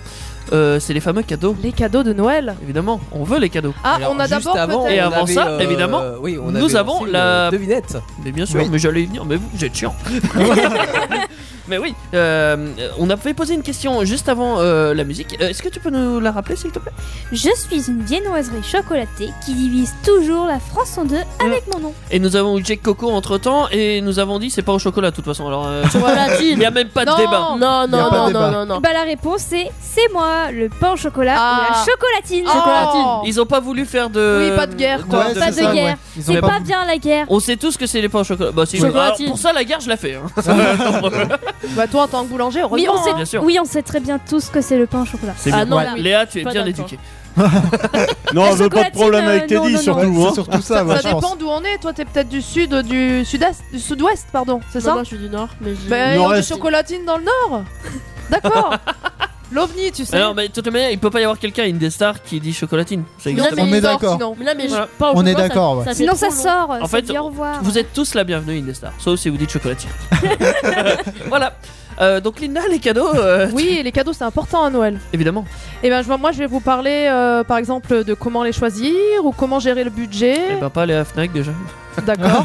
Speaker 3: Euh, c'est les fameux cadeaux.
Speaker 11: Les cadeaux de Noël.
Speaker 3: Évidemment, on veut les cadeaux.
Speaker 11: Ah,
Speaker 2: Alors,
Speaker 11: on a
Speaker 2: juste
Speaker 11: d'abord
Speaker 2: avant,
Speaker 3: Et
Speaker 2: on
Speaker 11: peut-être.
Speaker 3: avant
Speaker 2: avait,
Speaker 3: ça,
Speaker 2: euh,
Speaker 3: évidemment,
Speaker 2: oui, on
Speaker 3: nous
Speaker 2: avait
Speaker 3: avons
Speaker 2: aussi
Speaker 3: la-
Speaker 2: une devinette.
Speaker 3: Mais bien sûr,
Speaker 6: Oui.
Speaker 3: mais j'allais y venir, mais vous, vous êtes chiant. mais oui, euh, on avait posé une question juste avant euh, la musique. Euh, Est-ce que tu peux nous la rappeler, s'il te plaît
Speaker 4: Je suis une viennoiserie chocolatée qui divise toujours la France en deux avec mon nom.
Speaker 3: Et nous avons eu Jack Coco entre temps, et nous avons dit c'est pas au chocolat de toute façon. Alors, euh, il n'y
Speaker 8: Chocolatine.
Speaker 3: a même pas de
Speaker 11: Non.
Speaker 3: débat.
Speaker 8: Non,
Speaker 6: Y a
Speaker 8: non, non,
Speaker 6: pas de
Speaker 8: non,
Speaker 6: débat.
Speaker 8: non, non.
Speaker 4: Bah la réponse c'est c'est moi, le pain au chocolat
Speaker 11: Ah.
Speaker 4: ou la chocolatine.
Speaker 11: Oh.
Speaker 3: Ils ont pas voulu faire de.
Speaker 11: Oui, pas de guerre, quoi.
Speaker 6: Ouais,
Speaker 4: Pas
Speaker 6: c'est ça,
Speaker 4: de guerre.
Speaker 6: ouais. Ils ont
Speaker 4: C'est
Speaker 6: pas-
Speaker 4: pas bien la guerre.
Speaker 3: On sait tous que c'est les pains au chocolat. Bah, si,
Speaker 8: Chocolatine.
Speaker 3: Alors, pour ça, la guerre, je la fais. hein.
Speaker 11: Bah toi en tant que boulanger,
Speaker 4: Mais
Speaker 11: heureusement. hein.
Speaker 4: on sait,
Speaker 3: bien sûr.
Speaker 4: oui, on sait très bien tous que c'est le pain au chocolat.
Speaker 3: C'est
Speaker 8: Ah
Speaker 3: bien.
Speaker 8: non,
Speaker 3: Ouais.
Speaker 8: oui.
Speaker 3: Léa, tu es
Speaker 8: Pas
Speaker 3: bien
Speaker 8: d'accord.
Speaker 3: éduquée.
Speaker 5: Non,
Speaker 4: La
Speaker 5: on veut pas de
Speaker 4: chocolatine,
Speaker 5: problème
Speaker 4: euh,
Speaker 5: avec Teddy
Speaker 4: non, non,
Speaker 5: surtout.
Speaker 6: Ouais,
Speaker 5: hein.
Speaker 6: C'est surtout ça,
Speaker 11: Ça,
Speaker 6: ouais, je pense.
Speaker 11: dépend d'où on est. Toi, t'es peut-être du sud, euh, du sud-est, du sud-ouest, pardon. C'est
Speaker 8: Non,
Speaker 11: ça
Speaker 8: moi, je suis du Nord, mais j'ai.
Speaker 11: Bah, ils ont du
Speaker 5: Nord-est.
Speaker 11: chocolatine dans le nord. D'accord. L'ovni, tu sais.
Speaker 3: Alors, mais de toute manière, il peut pas y avoir quelqu'un à Indestar qui dit chocolatine. C'est
Speaker 8: Non,
Speaker 3: exactement-
Speaker 8: mais
Speaker 6: On est
Speaker 11: Sort,
Speaker 6: d'accord.
Speaker 11: sinon.
Speaker 8: Mais là, mais je-
Speaker 3: Voilà.
Speaker 8: pas au
Speaker 6: On est
Speaker 8: chocolat,
Speaker 6: d'accord,
Speaker 8: ça-
Speaker 6: ouais.
Speaker 8: ça fait
Speaker 4: Sinon
Speaker 8: trop
Speaker 4: ça
Speaker 8: long.
Speaker 4: sort.
Speaker 3: En
Speaker 4: ça
Speaker 3: fait,
Speaker 4: dit au revoir.
Speaker 3: Vous êtes tous la bienvenue, Indestar, sauf si vous dites chocolatine. voilà. Euh, donc Linda, les cadeaux. euh,
Speaker 11: Oui, les cadeaux c'est important à Noël.
Speaker 3: Évidemment.
Speaker 11: Et ben je vois- moi je vais vous parler euh, par exemple de comment les choisir ou comment gérer le budget.
Speaker 3: Eh ben pas aller à la Fnac déjà.
Speaker 11: D'accord.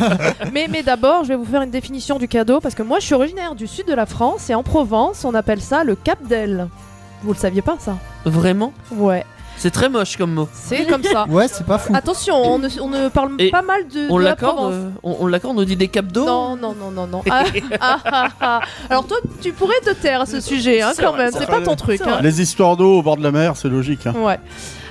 Speaker 11: mais mais d'abord je vais vous faire une définition du cadeau parce que moi je suis originaire du sud de la France et en Provence on appelle ça le cap d'El. Vous le saviez pas ça
Speaker 3: Vraiment
Speaker 11: Ouais.
Speaker 3: C'est très moche comme mot.
Speaker 11: C'est comme ça.
Speaker 6: Ouais, c'est pas fou.
Speaker 11: Attention, on ne, on ne parle
Speaker 3: Et
Speaker 11: pas mal de,
Speaker 3: on
Speaker 11: de la
Speaker 3: l'accorde,
Speaker 11: Provence.
Speaker 3: euh, on, on l'accorde, on dit des capes d'eau.
Speaker 11: Non, non, non, non, non. Ah, ah, ah, ah. Alors toi, tu pourrais te taire à ce sujet, hein,
Speaker 3: C'est
Speaker 11: quand
Speaker 3: vrai,
Speaker 11: même.
Speaker 3: c'est
Speaker 11: C'est pas
Speaker 3: vrai.
Speaker 11: ton truc. hein.
Speaker 5: Les histoires d'eau au bord de la mer, c'est logique. hein.
Speaker 11: Ouais.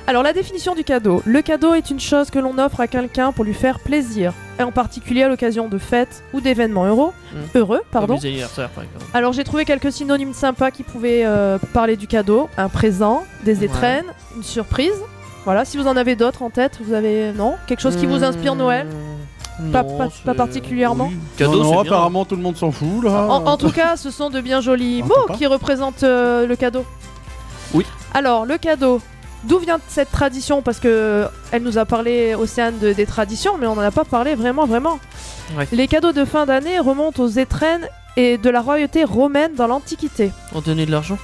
Speaker 11: Alors la définition du cadeau. Le cadeau est une chose que l'on offre à quelqu'un pour lui faire plaisir, et en particulier à l'occasion de fêtes ou d'événements heureux. Heureux, pardon.
Speaker 3: Comme les anniversaires, Mm. par exemple.
Speaker 11: Alors j'ai trouvé quelques synonymes sympas qui pouvaient euh, parler du cadeau. Un présent, des
Speaker 3: Ouais.
Speaker 11: étrennes, une surprise. Voilà, si vous en avez d'autres en tête, vous avez... Non Quelque chose qui vous inspire Noël
Speaker 3: Hmm.
Speaker 11: pas,
Speaker 5: non,
Speaker 11: pas- pas particulièrement
Speaker 3: Cadeau,
Speaker 5: non, non,
Speaker 3: c'est bien.
Speaker 5: apparemment tout le monde s'en fout là.
Speaker 11: En, en tout cas, ce sont de bien jolis mots qui représentent euh, le cadeau.
Speaker 3: Ah, Oui.
Speaker 11: Alors, le cadeau. D'où vient cette tradition Parce que euh, elle nous a parlé, Océane, de- des traditions, mais on n'en a pas parlé vraiment, vraiment.
Speaker 3: Ouais.
Speaker 11: Les cadeaux de fin d'année remontent aux étrennes et de la royauté romaine dans l'Antiquité.
Speaker 3: On donnait de l'argent.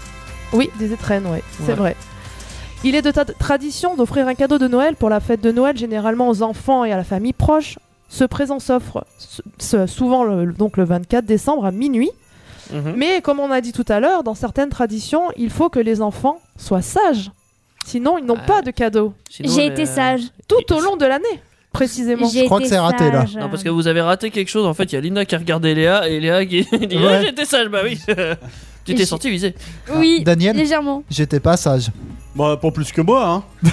Speaker 11: Oui, des étrennes, oui,
Speaker 3: Ouais.
Speaker 11: c'est vrai. Il est de ta- tradition d'offrir un cadeau de Noël pour la fête de Noël, généralement aux enfants et à la famille proche. Ce présent s'offre s- s- souvent le, le- donc le 24 décembre à minuit.
Speaker 6: Mhm.
Speaker 11: Mais comme on a dit tout à l'heure, dans certaines traditions, il faut que les enfants soient sages. Sinon, ils n'ont
Speaker 6: Ah.
Speaker 11: pas de cadeau.
Speaker 3: Sinon, J'ai les- été sage.
Speaker 11: Tout au long de l'année, précisément.
Speaker 6: J'ai Je crois que été c'est raté, là. sage.
Speaker 3: Non, parce que vous avez raté quelque chose. En fait, il y a Linda qui a regardé Léa et Léa qui dit
Speaker 6: Ouais.
Speaker 3: Ah, J'étais sage, bah oui. tu t'es sorti visé.
Speaker 8: Oui,
Speaker 6: Daniel
Speaker 8: légèrement.
Speaker 6: J'étais pas sage.
Speaker 5: Bah, pas plus que moi, hein.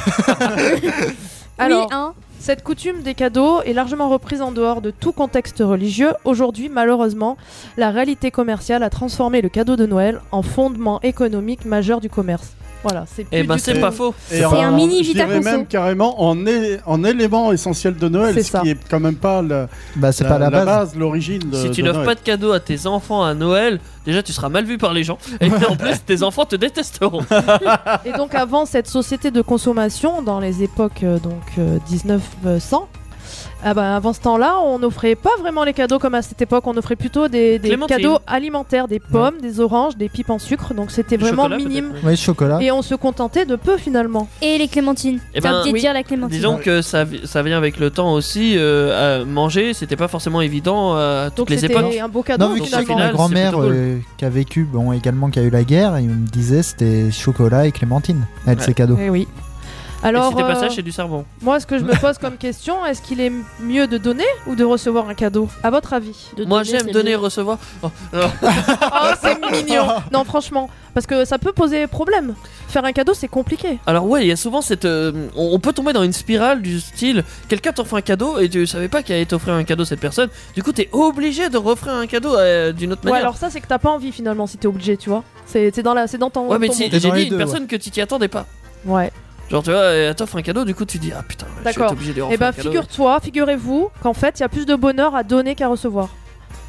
Speaker 11: Alors, hein. cette coutume des cadeaux est largement reprise en dehors de tout contexte religieux. Aujourd'hui, malheureusement, la réalité commerciale a transformé le cadeau de Noël en fondement économique majeur du commerce. Voilà, c'est plus
Speaker 3: Eh ben,
Speaker 11: du
Speaker 3: c'est
Speaker 11: tout-
Speaker 3: pas faux.
Speaker 5: Et en- je dirais même carrément en, é- en élément essentiel de Noël,
Speaker 11: C'est
Speaker 5: ce
Speaker 11: ça.
Speaker 5: qui est quand même pas la,
Speaker 6: bah, c'est pas la base.
Speaker 5: l'origine de,
Speaker 3: Si tu
Speaker 5: de
Speaker 3: n'offres
Speaker 5: Noël.
Speaker 3: pas de cadeau à tes enfants à Noël, déjà tu seras mal vu par les gens. Et en plus, tes enfants te détesteront.
Speaker 11: Et donc avant cette société de consommation, dans les époques euh, donc euh, 1900, ah ben, avant ce temps-là, on n'offrait pas vraiment les cadeaux comme à cette époque. On offrait plutôt des, des
Speaker 6: Clémentine.
Speaker 11: cadeaux alimentaires, des pommes, des oranges, des pipes en sucre. Donc c'était
Speaker 6: Du
Speaker 11: vraiment
Speaker 6: chocolat,
Speaker 11: minime.
Speaker 6: Ouais, chocolat.
Speaker 11: Et on se contentait de peu finalement.
Speaker 4: Et les clémentines.
Speaker 3: Eh
Speaker 4: T'as
Speaker 3: ben,
Speaker 4: oublié de
Speaker 3: oui.
Speaker 4: dire la clémentine.
Speaker 3: Disons que ça, vi- ça vient avec le temps aussi. euh, à manger, c'était pas forcément évident euh, à toutes
Speaker 11: Donc
Speaker 3: les
Speaker 11: c'était
Speaker 3: époques.
Speaker 11: un beau cadeau,
Speaker 6: non, vu que
Speaker 3: au
Speaker 6: je sais que
Speaker 3: final,
Speaker 6: ma
Speaker 3: c'est
Speaker 6: grand-mère
Speaker 3: plutôt cool.
Speaker 6: euh, qui a vécu, bon, également qui a eu la guerre, et me disait c'était chocolat et clémentine. Elle,
Speaker 3: Ouais.
Speaker 6: ses cadeaux.
Speaker 11: Eh oui.
Speaker 3: Et
Speaker 11: Alors,
Speaker 3: c'était pas
Speaker 11: euh,
Speaker 3: ça chez du servant.
Speaker 11: moi, ce que je me pose comme question, est-ce qu'il est mieux de donner ou de recevoir un cadeau À votre avis
Speaker 3: Moi j'aime donner et recevoir. Oh, alors,
Speaker 11: Oh, c'est mignon. Non, franchement, parce que ça peut poser problème. Faire un cadeau, c'est compliqué.
Speaker 3: alors ouais, il y a souvent cette. euh, on on peut tomber dans une spirale du style quelqu'un t'offre un cadeau et tu savais pas qu'il allait t'offrir un cadeau cette personne. Du coup, t'es obligé de refaire un cadeau euh, d'une autre
Speaker 11: Ouais,
Speaker 3: manière.
Speaker 11: alors ça, c'est que t'as pas envie finalement si t'es obligé, tu vois. C'est c'est dans la, c'est dans ton.
Speaker 3: ouais, mais
Speaker 11: ton
Speaker 3: si-
Speaker 11: monde.
Speaker 3: j'ai dit une personne que tu t'y attendais pas.
Speaker 11: Ouais.
Speaker 3: Genre, tu vois, euh, elle t'offre un cadeau, du coup, tu dis Ah putain, je suis
Speaker 11: D'accord.
Speaker 3: obligé de lui
Speaker 11: Et
Speaker 3: refaire
Speaker 11: ben,
Speaker 3: un cadeau.
Speaker 11: figure-toi, figurez-vous qu'en fait, il y a plus de bonheur à donner qu'à recevoir.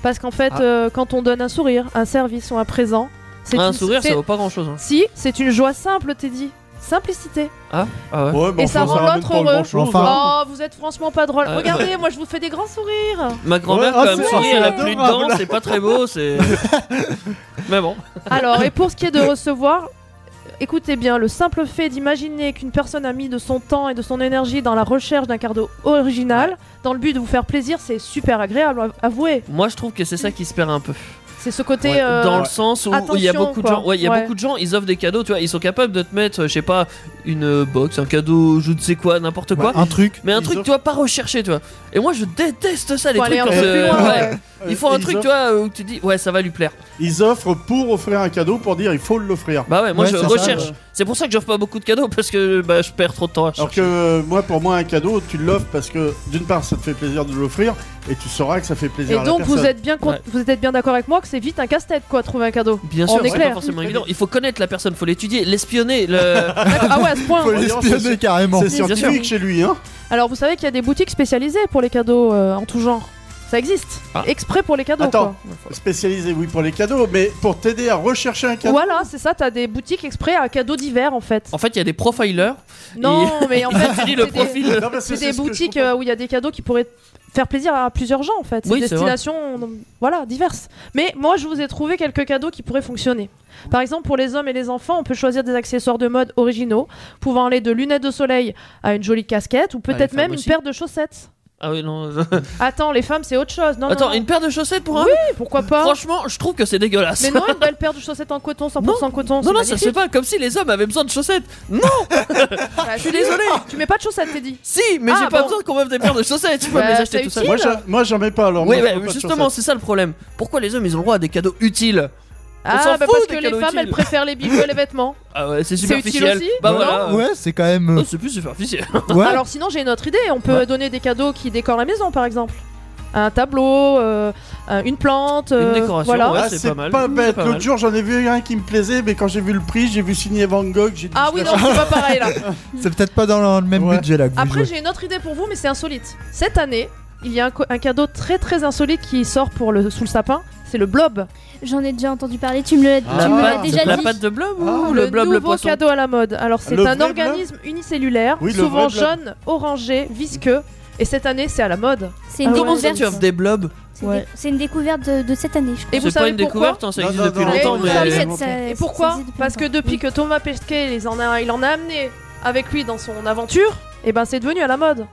Speaker 11: Parce qu'en fait,
Speaker 3: Ah.
Speaker 11: euh, quand on donne un sourire, un service ou un présent, c'est
Speaker 3: Un
Speaker 11: une-
Speaker 3: sourire, ça
Speaker 11: c'est-
Speaker 3: vaut pas hein. grand chose.
Speaker 11: Si, c'est une joie simple, t'es dit. Simplicité.
Speaker 3: Ah, ah ouais.
Speaker 11: Et ça rend l'autre heureux.
Speaker 3: hein. Enfin.
Speaker 11: Oh, vous êtes franchement pas drôle.
Speaker 3: Ah.
Speaker 11: Regardez, moi je vous fais des grands sourires.
Speaker 3: Ma grand-mère,
Speaker 11: Ouais,
Speaker 3: quand
Speaker 11: ah,
Speaker 3: même,
Speaker 11: c'est
Speaker 3: sourit, elle a
Speaker 11: vrai.
Speaker 3: plus de dents, c'est pas très beau, c'est. mais bon.
Speaker 11: Alors, et pour ce qui est de recevoir, écoutez bien, le simple fait d'imaginer qu'une personne a mis de son temps et de son énergie dans la recherche d'un cadeau original, dans le but de vous faire plaisir, c'est super agréable, av- avouez.
Speaker 3: Moi, je trouve que c'est ça qui se perd un peu.
Speaker 11: C'est ce côté. euh,
Speaker 3: Dans le sens où où il y a
Speaker 11: attention,
Speaker 3: beaucoup de
Speaker 11: quoi.
Speaker 3: gens, ouais, il y a
Speaker 11: Ouais.
Speaker 3: beaucoup de gens, ils offrent des cadeaux, tu vois, ils sont capables de te mettre, euh, je sais pas, une euh, box, un cadeau, je ne sais quoi, n'importe quoi.
Speaker 6: un truc.
Speaker 3: Mais un truc, tu vois, pas recherché, tu vois. Et moi, je déteste ça, les
Speaker 11: Faut
Speaker 3: trucs
Speaker 11: aller un
Speaker 3: comme
Speaker 11: peu plus loin.
Speaker 3: ouais. Il faut un
Speaker 5: Ils
Speaker 3: truc,
Speaker 5: offrent-
Speaker 3: tu vois, où tu dis, ouais, ça va lui plaire.
Speaker 5: Ils offrent pour offrir un cadeau pour dire il faut l'offrir.
Speaker 3: Bah ouais, moi je recherche. C'est pour ça que j'offre pas beaucoup de cadeaux parce que bah, je perds trop de temps à
Speaker 5: Alors
Speaker 3: chercher.
Speaker 5: que euh, moi, pour moi, un cadeau, tu l'offres parce que d'une part, ça te fait plaisir de l'offrir et tu sauras que ça fait
Speaker 11: Et
Speaker 5: plaisir à la
Speaker 11: donc, vous
Speaker 5: personne.
Speaker 11: êtes bien, con- vous êtes bien d'accord avec moi que c'est vite un casse-tête, quoi, trouver un cadeau.
Speaker 3: Bien
Speaker 11: On
Speaker 3: sûr,
Speaker 11: est
Speaker 3: c'est pas
Speaker 11: clair.
Speaker 3: forcément évident. Il faut connaître la personne, faut l'étudier, l'espionner. Le...
Speaker 11: Ah ouais, à ce point.
Speaker 5: Faut l'espionner
Speaker 3: Voyons, c'est-
Speaker 5: carrément. c'est
Speaker 3: Bien sûr.
Speaker 5: scientifique chez lui, hein.
Speaker 11: Alors, vous savez qu'il y a des boutiques spécialisées pour les cadeaux euh, en tout genre. Ça existe.
Speaker 5: Ah.
Speaker 11: Exprès pour les cadeaux.
Speaker 5: Attends,
Speaker 11: quoi.
Speaker 5: spécialisé, oui, pour les cadeaux, mais pour t'aider à rechercher un cadeau.
Speaker 11: Voilà, c'est ça, t'as des boutiques exprès à cadeaux divers en fait.
Speaker 3: En fait, il y a des profilers.
Speaker 11: Non,
Speaker 3: Et-
Speaker 11: mais en
Speaker 3: Ils
Speaker 11: fait,
Speaker 3: étudient le
Speaker 11: c'est des-
Speaker 3: profil. Non, parce que
Speaker 11: c'est
Speaker 3: c'est
Speaker 11: des
Speaker 3: ce que je
Speaker 11: boutiques euh, où il y a des cadeaux qui pourraient faire plaisir à plusieurs gens en fait. C'est
Speaker 3: Oui,
Speaker 11: des
Speaker 3: c'est vrai.
Speaker 11: destinations, euh, voilà, diverses. Mais moi, je vous ai trouvé quelques cadeaux qui pourraient fonctionner. Par exemple, pour les hommes et les enfants, on peut choisir des accessoires de mode originaux, pouvant aller de lunettes de soleil à une jolie casquette ou
Speaker 3: Ah, les
Speaker 11: peut-être
Speaker 3: femmes
Speaker 11: même
Speaker 3: aussi.
Speaker 11: une paire de chaussettes.
Speaker 3: Ah oui, non. je-
Speaker 11: Attends, les femmes, c'est autre chose. Non, non,
Speaker 3: Attends,
Speaker 11: non.
Speaker 3: une paire de chaussettes pour un
Speaker 11: Oui, pourquoi pas
Speaker 3: Franchement, je trouve que c'est dégueulasse.
Speaker 11: Mais non, une belle paire de chaussettes en coton, 100% coton.
Speaker 3: non, non, ça se fait pas comme si les hommes avaient besoin de chaussettes. Non
Speaker 11: je
Speaker 3: suis désolé.
Speaker 11: Tu mets pas de chaussettes, t'es dit
Speaker 3: Ah. Si, mais j'ai pas besoin qu'on m'offre des paires de chaussettes. Tu peux
Speaker 11: Bah,
Speaker 3: me les
Speaker 11: c'est
Speaker 3: acheter tout seul.
Speaker 5: Moi, j'en- moi, j'en mets pas alors.
Speaker 3: Oui,
Speaker 5: moi,
Speaker 3: bah,
Speaker 5: je mets pas de
Speaker 3: justement,
Speaker 5: chaussettes.
Speaker 3: c'est ça le problème. Pourquoi les hommes ils ont le droit à des cadeaux utiles On
Speaker 11: Ah,
Speaker 3: s'en
Speaker 11: bah
Speaker 3: fout
Speaker 11: parce
Speaker 3: des
Speaker 11: que les
Speaker 3: cadeaux
Speaker 11: femmes,
Speaker 3: utiles.
Speaker 11: elles préfèrent les bijoux et les vêtements.
Speaker 3: Ah ouais, c'est
Speaker 11: C'est
Speaker 3: superficiel.
Speaker 11: utile aussi
Speaker 3: bah
Speaker 6: Voilà,
Speaker 3: voilà.
Speaker 6: Ouais, c'est quand même.
Speaker 3: Oh, c'est plus superficiel.
Speaker 11: Alors sinon j'ai une autre idée, on peut
Speaker 3: Ouais.
Speaker 11: donner des cadeaux qui décorent la maison par exemple. Un tableau, euh, un- une plante, euh, voilà.
Speaker 5: Ah, c'est pas, bête. L'autre jour, j'en ai vu un qui me plaisait, mais quand j'ai vu le prix, j'ai vu signer Van Gogh. j'ai dit,
Speaker 11: Ah
Speaker 5: je
Speaker 11: oui, non,
Speaker 5: l'achète.
Speaker 11: c'est pas pareil là.
Speaker 6: C'est peut-être pas dans le même budget là. Que vous
Speaker 11: Après
Speaker 6: jouez.
Speaker 11: j'ai une autre idée pour vous mais c'est insolite. Cette année, il y a un, co- un cadeau très très insolite qui sort pour le sous le sapin, c'est le blob. J'en ai déjà entendu parler, tu me l'as
Speaker 6: Ah,
Speaker 3: La pâte- la pâte de blob ou Ah, le blob, le
Speaker 11: nouveau
Speaker 3: poisson
Speaker 11: cadeau à la mode. Alors c'est
Speaker 3: Le
Speaker 11: un
Speaker 3: vrai
Speaker 11: organisme unicellulaire,
Speaker 3: Oui, le
Speaker 11: souvent
Speaker 3: vrai blob.
Speaker 11: jaune, orangé, visqueux et cette année c'est à la mode. Ah
Speaker 9: C'est une
Speaker 3: Comment ça
Speaker 9: découverte.
Speaker 3: tu offres des blobs
Speaker 9: C'est dé- c'est une découverte de, de cette année, je crois.
Speaker 11: Et vous
Speaker 3: C'est pas
Speaker 11: savez
Speaker 3: une
Speaker 11: pourquoi
Speaker 3: découverte, hein, ça existe depuis
Speaker 11: Et
Speaker 3: longtemps.
Speaker 11: vous
Speaker 3: mais-
Speaker 11: savez- et pourquoi Parce que depuis que Thomas Pesquet les en a, il en a amené avec lui dans son aventure, et ben c'est devenu à la mode.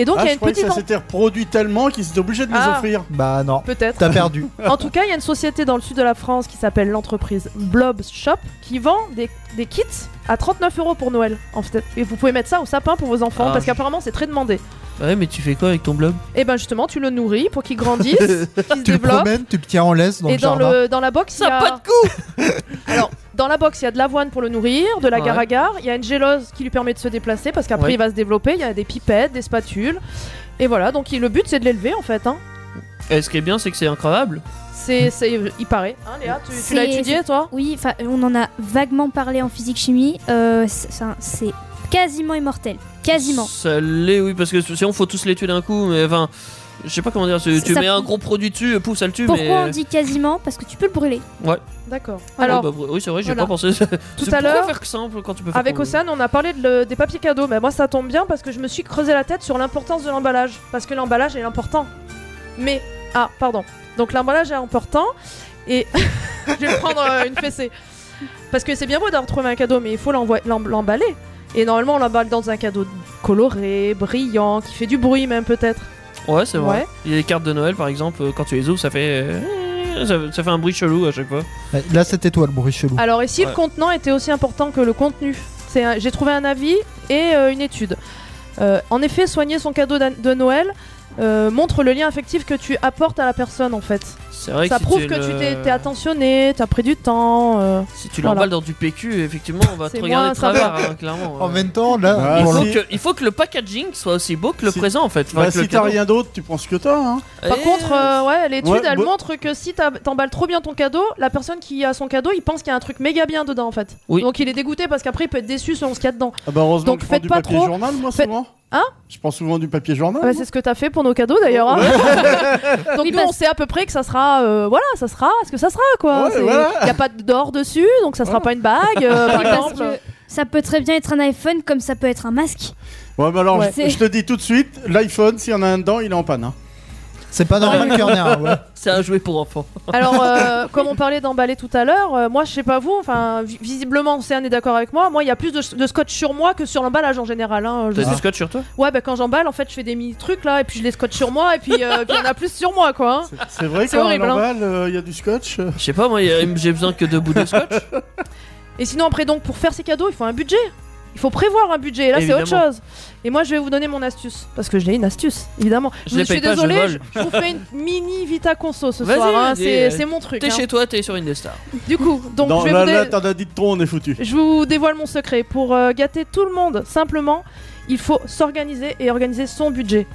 Speaker 11: Et donc
Speaker 5: Ah,
Speaker 11: il y a
Speaker 5: je
Speaker 11: une
Speaker 5: croyais que
Speaker 11: petite
Speaker 5: ça
Speaker 11: en-
Speaker 5: s'était reproduit tellement qu'ils étaient obligés de les
Speaker 11: Ah.
Speaker 5: offrir.
Speaker 6: Bah non.
Speaker 11: peut-être.
Speaker 6: T'as perdu.
Speaker 11: En tout cas, il y a une société dans le sud de la France qui s'appelle l'entreprise Blob Shop qui vend des, des kits à 39 euros pour Noël. En fait. Et vous pouvez mettre ça au sapin pour vos enfants
Speaker 3: Ah,
Speaker 11: parce
Speaker 3: je-
Speaker 11: qu'apparemment c'est très demandé.
Speaker 3: Ouais, mais tu fais quoi avec ton blob
Speaker 11: Et ben justement, tu le nourris pour qu'il grandisse, qu'il se
Speaker 6: tu le
Speaker 11: développe.
Speaker 6: promènes, tu le tiens en laisse dans
Speaker 11: et
Speaker 6: le
Speaker 11: dans,
Speaker 6: jardin.
Speaker 11: le, dans la box, il y a. pas de
Speaker 3: coup
Speaker 11: Alors, dans la box, il y a de l'avoine pour le nourrir, de la
Speaker 6: Ouais.
Speaker 11: garagar, il y a une gélose qui lui permet de se déplacer parce qu'après
Speaker 3: Ouais.
Speaker 11: il va se développer, il y a des pipettes, des spatules. Et voilà, donc il- le but c'est de l'élever en fait. Hein.
Speaker 3: Et eh, ce qui est bien, c'est que c'est incroyable.
Speaker 11: C'est, c'est- il paraît. Hein, Léa, tu, tu l'as
Speaker 9: C'est-
Speaker 11: étudié
Speaker 9: c'est-
Speaker 11: toi
Speaker 9: Oui, enfin, on en a vaguement parlé en physique-chimie. euh, c'est- c'est un- c'est quasiment immortel. Quasiment.
Speaker 3: Ça l'est, oui, parce que sinon, faut tous les tuer d'un coup. Mais enfin, je sais pas comment dire. Tu tu
Speaker 9: Ça-
Speaker 3: mets un gros produit dessus, et pouf, ça le tue.
Speaker 9: Pourquoi
Speaker 3: mais...
Speaker 9: on dit quasiment Parce que tu peux le brûler.
Speaker 3: Ouais.
Speaker 11: D'accord.
Speaker 3: Alors,
Speaker 11: Alors,
Speaker 3: oui, c'est vrai, j'ai
Speaker 11: voilà.
Speaker 3: pas pensé. Tout
Speaker 11: à l'heure,
Speaker 3: faire simple quand tu peux faire
Speaker 11: Avec
Speaker 3: pour-
Speaker 11: Océane, on a parlé de le- des papiers cadeaux, mais moi ça tombe bien parce que je me suis creusé la tête sur l'importance de l'emballage. Parce que l'emballage est important. Mais. Ah, pardon. Donc l'emballage est important et. je vais me prendre euh, une fessée. Parce que c'est bien beau d'avoir trouvé un cadeau, mais il faut l'envoi- l'em- l'emballer. Et normalement, on l'emballe dans un cadeau coloré, brillant, qui fait du bruit même peut-être.
Speaker 3: Ouais, c'est vrai.
Speaker 11: Ouais.
Speaker 3: Il y a des cartes de Noël, par exemple, euh, quand tu les ouvres, ça fait. euh, Ça, ça fait un bruit chelou à chaque fois.
Speaker 6: Là, c'était toi le bruit chelou.
Speaker 11: Alors ici,
Speaker 3: Ouais.
Speaker 11: le contenant était aussi important que le contenu. C'est un- J'ai trouvé un avis et euh, une étude. Euh, en effet, soigner son cadeau d'an- de Noël euh, montre le lien affectif que tu apportes à la personne en fait.
Speaker 3: C'est vrai que
Speaker 11: Ça
Speaker 3: si
Speaker 11: prouve
Speaker 3: tu
Speaker 11: que
Speaker 3: le-
Speaker 11: tu t'es t'es attentionné, t'as pris du temps. euh,
Speaker 3: Si tu
Speaker 11: voilà.
Speaker 3: l'emballes dans du PQ, effectivement, on va te
Speaker 11: C'est
Speaker 3: regarder
Speaker 11: moins
Speaker 3: de travers,
Speaker 11: sympa.
Speaker 3: hein, clairement.
Speaker 6: En même temps, là,
Speaker 3: il,
Speaker 6: pour
Speaker 3: faut
Speaker 6: le-
Speaker 3: que, il faut que le packaging soit aussi beau que le présent en fait. Enfin,
Speaker 5: Bah,
Speaker 3: que le
Speaker 5: si t'as
Speaker 3: cadeau.
Speaker 5: rien d'autre, tu prends ce que t'as. Hein.
Speaker 3: Eh,
Speaker 11: Par contre, euh, ouais, l'étude
Speaker 5: Ouais, bah-
Speaker 11: elle
Speaker 5: bon-
Speaker 11: montre que si t'as- t'emballes trop bien ton cadeau, la personne qui a son cadeau, il pense qu'il y a un truc méga bien dedans en fait.
Speaker 5: Oui.
Speaker 11: Donc il est dégoûté parce qu'après il peut être déçu selon ce qu'il y a dedans.
Speaker 5: Ah bah heureusement
Speaker 11: Donc
Speaker 5: que je prends
Speaker 11: faites
Speaker 5: du
Speaker 11: pas
Speaker 5: papier
Speaker 11: trop.
Speaker 5: journal, moi,
Speaker 11: Faites-
Speaker 5: souvent.
Speaker 11: Hein
Speaker 5: Je prends souvent du papier journal.
Speaker 11: Ah bah, c'est ce que t'as fait pour nos cadeaux d'ailleurs. hein. Donc nous, on sait à peu près que ça sera, euh, voilà, ça sera, ce que ça sera quoi.
Speaker 9: Ouais,
Speaker 11: Il
Speaker 9: voilà.
Speaker 11: y a pas d'or dessus, donc ça sera pas une bague. euh, par
Speaker 9: Oui, parce
Speaker 11: exemple.
Speaker 9: que ça peut très bien être un iPhone comme ça peut être un masque.
Speaker 5: Ouais, mais alors,
Speaker 9: Ouais.
Speaker 5: je, je te dis tout de suite, l'iPhone, s'il y en a un dedans, il est en panne. hein.
Speaker 6: C'est pas
Speaker 11: normal qu'il y en ait un,
Speaker 5: ouais.
Speaker 3: C'est un jouet pour enfants.
Speaker 11: Alors, euh, comme on parlait d'emballer tout à l'heure, euh, moi je sais pas vous, enfin vi- visiblement Océane est d'accord avec moi. Moi, il y a plus de, de scotch sur moi que sur l'emballage en général. hein, je
Speaker 3: T'as
Speaker 11: sais.
Speaker 5: Ah.
Speaker 3: du scotch sur toi
Speaker 11: Ouais, bah quand j'emballe, en fait, je fais des mini trucs là, et puis je les scotche sur moi, et puis euh, puis il y en a plus sur moi quoi. hein.
Speaker 5: C'est vrai
Speaker 11: C'est
Speaker 5: qu'en
Speaker 11: horrible, hein.
Speaker 5: normal, euh, il y a du scotch.
Speaker 3: Je sais pas, moi y a- j'ai besoin que de bouts de scotch.
Speaker 11: Et sinon, après, donc, pour faire ces cadeaux, il faut un budget. Il faut prévoir un budget. Et là, c'est
Speaker 3: Évidemment.
Speaker 11: autre chose. Et moi, je vais vous donner mon astuce. Parce que j'ai une astuce, évidemment.
Speaker 3: Je les
Speaker 11: suis
Speaker 3: paye pas, je
Speaker 11: désolée,
Speaker 3: vole.
Speaker 11: je vous fais une mini Vita Conso ce
Speaker 3: Vas-y,
Speaker 11: soir. hein.
Speaker 3: vas-y,
Speaker 11: C'est
Speaker 3: euh,
Speaker 11: c'est mon truc.
Speaker 3: T'es
Speaker 11: hein.
Speaker 3: chez toi, t'es sur Indestar.
Speaker 11: Du coup, donc,
Speaker 5: non,
Speaker 11: je, vais
Speaker 5: là,
Speaker 11: vous dé-
Speaker 5: là, t'en as dit de trop, on est foutu.
Speaker 11: je vous dévoile mon secret. Pour euh, gâter tout le monde, simplement, il faut s'organiser et organiser son budget.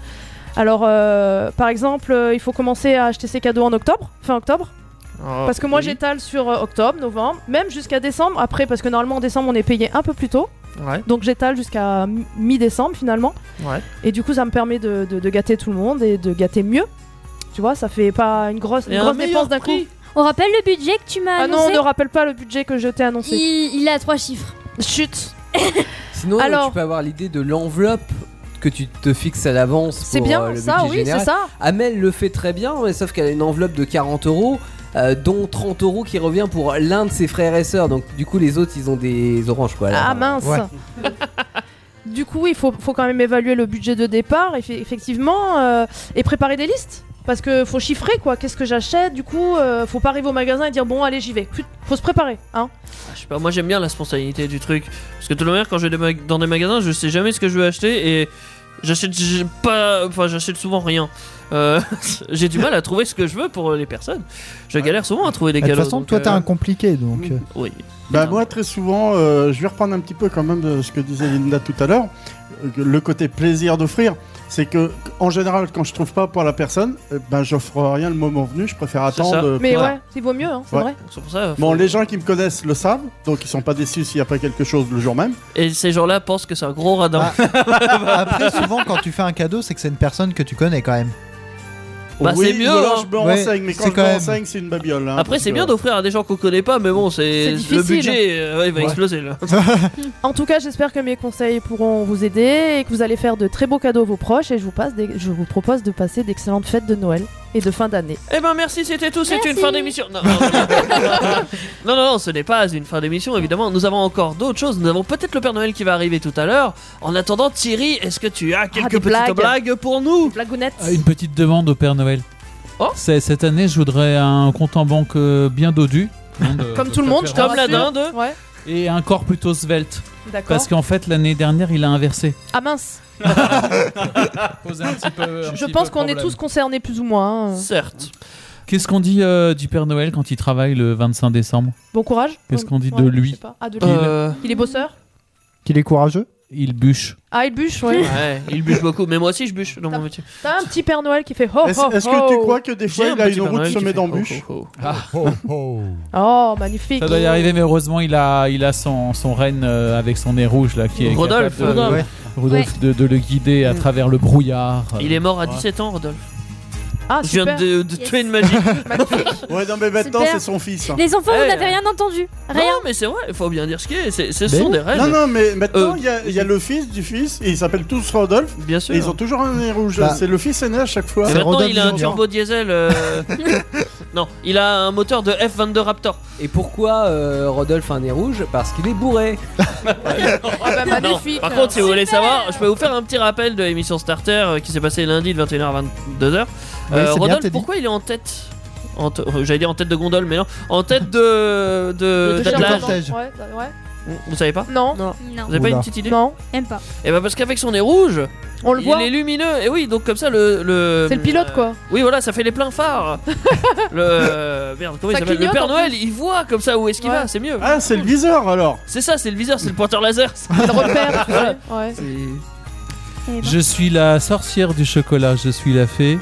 Speaker 11: Alors, euh, par exemple, euh, il faut commencer à acheter ses cadeaux en octobre, fin octobre.
Speaker 9: Ah,
Speaker 11: Parce que moi j'étale sur euh, octobre, novembre, même jusqu'à décembre. Après, parce que normalement en décembre on est payé un peu plus tôt.
Speaker 3: Ouais.
Speaker 11: Donc j'étale jusqu'à mi- mi-décembre finalement.
Speaker 3: Ouais.
Speaker 11: Et du coup ça me permet de, de- de gâter tout le monde et de gâter mieux. Tu vois, ça fait pas une grosse, une
Speaker 9: Et un
Speaker 11: grosse
Speaker 9: meilleur
Speaker 11: dépense d'un coup.
Speaker 9: On rappelle le budget que tu m'as
Speaker 11: Ah non,
Speaker 9: annoncé
Speaker 11: on ne rappelle pas le budget que je t'ai annoncé.
Speaker 9: Il, il a trois chiffres.
Speaker 11: Chut
Speaker 2: Sinon, euh,
Speaker 11: Alors-
Speaker 2: tu peux avoir l'idée de l'enveloppe que tu te fixes à l'avance.
Speaker 11: C'est
Speaker 2: pour,
Speaker 11: bien,
Speaker 2: euh, le
Speaker 11: ça,
Speaker 2: budget
Speaker 11: oui,
Speaker 2: général.
Speaker 11: c'est ça.
Speaker 2: Amel le fait très bien, mais sauf qu'elle a une enveloppe de 40 euros, euh, dont 30 euros qui revient pour l'un de ses frères et sœurs. Donc, du coup, les autres, ils ont des oranges, quoi.
Speaker 11: Ah
Speaker 2: Alors, euh,
Speaker 11: mince
Speaker 2: ouais.
Speaker 11: Du coup, il faut, faut quand même évaluer le budget de départ, effe- effectivement, euh, et préparer des listes. Parce que faut chiffrer, quoi. Qu'est-ce que j'achète Du coup, euh, faut pas arriver au magasin et dire bon, allez, j'y vais. Faut- Faut se préparer, hein.
Speaker 3: Je sais pas, moi j'aime bien la spontanéité du truc. Parce que tout le monde, quand je vais des mag- dans des magasins, je sais jamais ce que je veux acheter et j'achète j'ai pas. Enfin, j'achète souvent rien. Euh, j'ai du mal à trouver ce que je veux pour les personnes. Je galère souvent à trouver des
Speaker 6: Eh, Bah, De toute
Speaker 3: cadeaux.
Speaker 6: façon,
Speaker 3: donc,
Speaker 6: toi,
Speaker 3: euh,
Speaker 6: t'es un compliqué, donc. euh,
Speaker 3: Oui.
Speaker 5: Bah moi très souvent, euh, je vais reprendre un petit peu quand même de ce que disait Linda tout à l'heure. euh, que Le côté plaisir d'offrir, c'est que en général quand je trouve pas pour la personne, euh, ben j'offre rien le moment venu. Je préfère attendre. euh,
Speaker 11: Mais
Speaker 5: plus tard.
Speaker 11: ouais, il vaut mieux, hein, c'est
Speaker 5: Ouais.
Speaker 11: vrai.
Speaker 3: C'est pour ça.
Speaker 5: Bon, les gens qui me connaissent le savent, donc ils sont pas déçus s'il n'y a pas quelque chose le jour même.
Speaker 3: Et ces gens-là pensent que c'est un gros radin.
Speaker 6: Bah, Après, souvent, quand tu fais un cadeau, c'est que c'est une personne que tu connais quand même.
Speaker 3: Bah,
Speaker 5: Oui,
Speaker 3: c'est mieux,
Speaker 5: Ou alors
Speaker 3: hein.
Speaker 5: je me renseigne, mais quand
Speaker 6: c'est
Speaker 5: je
Speaker 6: quand
Speaker 5: me
Speaker 6: même-
Speaker 5: renseigne, c'est une babiole. hein,
Speaker 3: Après,
Speaker 5: parce
Speaker 3: c'est
Speaker 5: que-
Speaker 3: bien d'offrir à des gens qu'on connaît pas, mais bon, c'est
Speaker 11: difficile.
Speaker 3: le budget euh, ouais, il va
Speaker 11: Ouais.
Speaker 3: exploser là.
Speaker 11: En tout cas, j'espère que mes conseils pourront vous aider et que vous allez faire de très beaux cadeaux à vos proches. Et je vous, passe des- je vous propose de passer d'excellentes fêtes de Noël et de fin d'année.
Speaker 3: Eh ben merci, c'était tout, c'était une
Speaker 11: Merci.
Speaker 3: fin d'émission. Non non, non, non. Non, non, non, ce n'est pas une fin d'émission, évidemment. Nous avons encore d'autres choses. Nous avons peut-être le Père Noël qui va arriver tout à l'heure. En attendant, Thierry, est-ce que tu
Speaker 9: Ah,
Speaker 3: as quelques
Speaker 11: des
Speaker 3: petites blagues.
Speaker 11: blagues.
Speaker 3: pour nous
Speaker 11: Blagounettes.
Speaker 10: Euh, Une petite demande au Père Noël.
Speaker 11: Oh.
Speaker 10: C'est- Cette année, je voudrais un compte en banque euh, bien dodu. hein, de-
Speaker 11: Comme
Speaker 10: de
Speaker 11: tout le monde, je te
Speaker 10: préférence.
Speaker 11: rassure. Ouais.
Speaker 10: Et un corps plutôt svelte.
Speaker 11: D'accord.
Speaker 10: Parce qu'en fait, l'année dernière, il a inversé.
Speaker 11: Ah mince
Speaker 10: un petit peu,
Speaker 11: Je pense qu'on est tous concernés plus ou moins. hein.
Speaker 3: Certes.
Speaker 10: Qu'est-ce qu'on dit euh, du Père Noël quand il travaille le 25 décembre
Speaker 11: Bon courage.
Speaker 10: Qu'est-ce qu'on dit
Speaker 11: Ouais,
Speaker 10: de
Speaker 11: je
Speaker 10: lui
Speaker 11: sais pas. Ah, de lui.
Speaker 10: Qu'il-
Speaker 3: Euh,
Speaker 11: Il est bosseur
Speaker 6: Qu'il est courageux
Speaker 10: Il bûche.
Speaker 11: Ah, il bûche, ouais.
Speaker 3: Ouais, il bûche beaucoup, mais moi aussi je bûche dans mon métier.
Speaker 11: T'as un petit Père Noël qui fait
Speaker 9: Oh,
Speaker 11: ho
Speaker 5: Est-ce
Speaker 11: ho
Speaker 5: est-ce
Speaker 11: ho.
Speaker 5: que tu crois que des fois
Speaker 3: J'ai un
Speaker 5: il a
Speaker 3: petit
Speaker 5: une
Speaker 3: Père
Speaker 5: route
Speaker 3: Noël qui
Speaker 5: semée
Speaker 3: fait
Speaker 5: d'embûches Ah.
Speaker 11: Oh, magnifique.
Speaker 10: Ça doit y arriver, mais heureusement, il a, il a son, son renne euh, avec son nez rouge là, qui est
Speaker 3: Rodolphe,
Speaker 10: capable de,
Speaker 3: Rodolphe.
Speaker 10: Rodolphe de, de le guider à
Speaker 3: Mm.
Speaker 10: travers le brouillard.
Speaker 5: oh.
Speaker 3: Il est mort à
Speaker 10: Ouais.
Speaker 3: 17 ans, Rodolphe.
Speaker 11: Ah,
Speaker 3: Je viens
Speaker 9: super.
Speaker 3: de, de tuer une magie.
Speaker 5: ouais, non, mais maintenant
Speaker 9: Super.
Speaker 5: c'est son fils. hein.
Speaker 9: Les enfants,
Speaker 3: Eh.
Speaker 9: vous n'avez rien entendu. Rien.
Speaker 3: Non, mais c'est vrai, il faut bien dire ce qu'il est. c'est- Ce
Speaker 5: Ben
Speaker 3: sont
Speaker 5: oui.
Speaker 3: des règles.
Speaker 5: Non, non, mais maintenant,
Speaker 3: Euh,
Speaker 5: il y a- il y, a le fils du fils, et ils s'appellent tous Rodolphe.
Speaker 3: Bien sûr.
Speaker 5: Et ils ont toujours un nez rouge.
Speaker 3: Bah.
Speaker 5: C'est le fils aîné à chaque fois.
Speaker 3: Et maintenant, il a un turbo diesel. euh, non, il a un moteur de F22 Raptor.
Speaker 2: Et pourquoi euh, Rodolphe a un nez rouge Parce qu'il est bourré.
Speaker 3: Oh, Non.
Speaker 11: magnifique.
Speaker 3: Par contre, si vous voulez savoir, je peux vous faire un petit rappel de l'émission Starter euh, qui s'est passée lundi de 21h à 22h.
Speaker 6: Oui, c'est bien,
Speaker 3: Euh, Rodolphe,
Speaker 6: t'as dit.
Speaker 3: pourquoi il est en tête en te- euh, J'allais dire en tête de gondole, mais non. En tête de. de.
Speaker 11: De
Speaker 3: d'attelage.
Speaker 11: cortège. Ouais, ouais.
Speaker 3: Vous- Vous savez pas
Speaker 11: Non.
Speaker 3: Vous avez pas une petite idée
Speaker 11: Non.
Speaker 9: Aime pas.
Speaker 3: Et bah parce qu'avec son nez rouge,
Speaker 11: On le
Speaker 3: il
Speaker 11: voit.
Speaker 3: est lumineux. Et oui, donc comme ça le.
Speaker 11: C'est le pilote,
Speaker 3: euh,
Speaker 11: quoi.
Speaker 3: Oui, voilà, ça fait les pleins phares. le euh, merde, comment
Speaker 11: Ça
Speaker 3: il s'appelle Le
Speaker 11: clignote,
Speaker 3: Père
Speaker 11: en
Speaker 3: Noël,
Speaker 11: plus.
Speaker 3: il voit comme ça où est-ce qu'il
Speaker 11: Ouais.
Speaker 3: va, c'est mieux.
Speaker 5: Ah, c'est le viseur alors.
Speaker 3: C'est ça, c'est le viseur, c'est le pointeur laser.
Speaker 11: Il repère, tu sais. Ouais.
Speaker 10: Je suis la sorcière du chocolat, je suis la fée.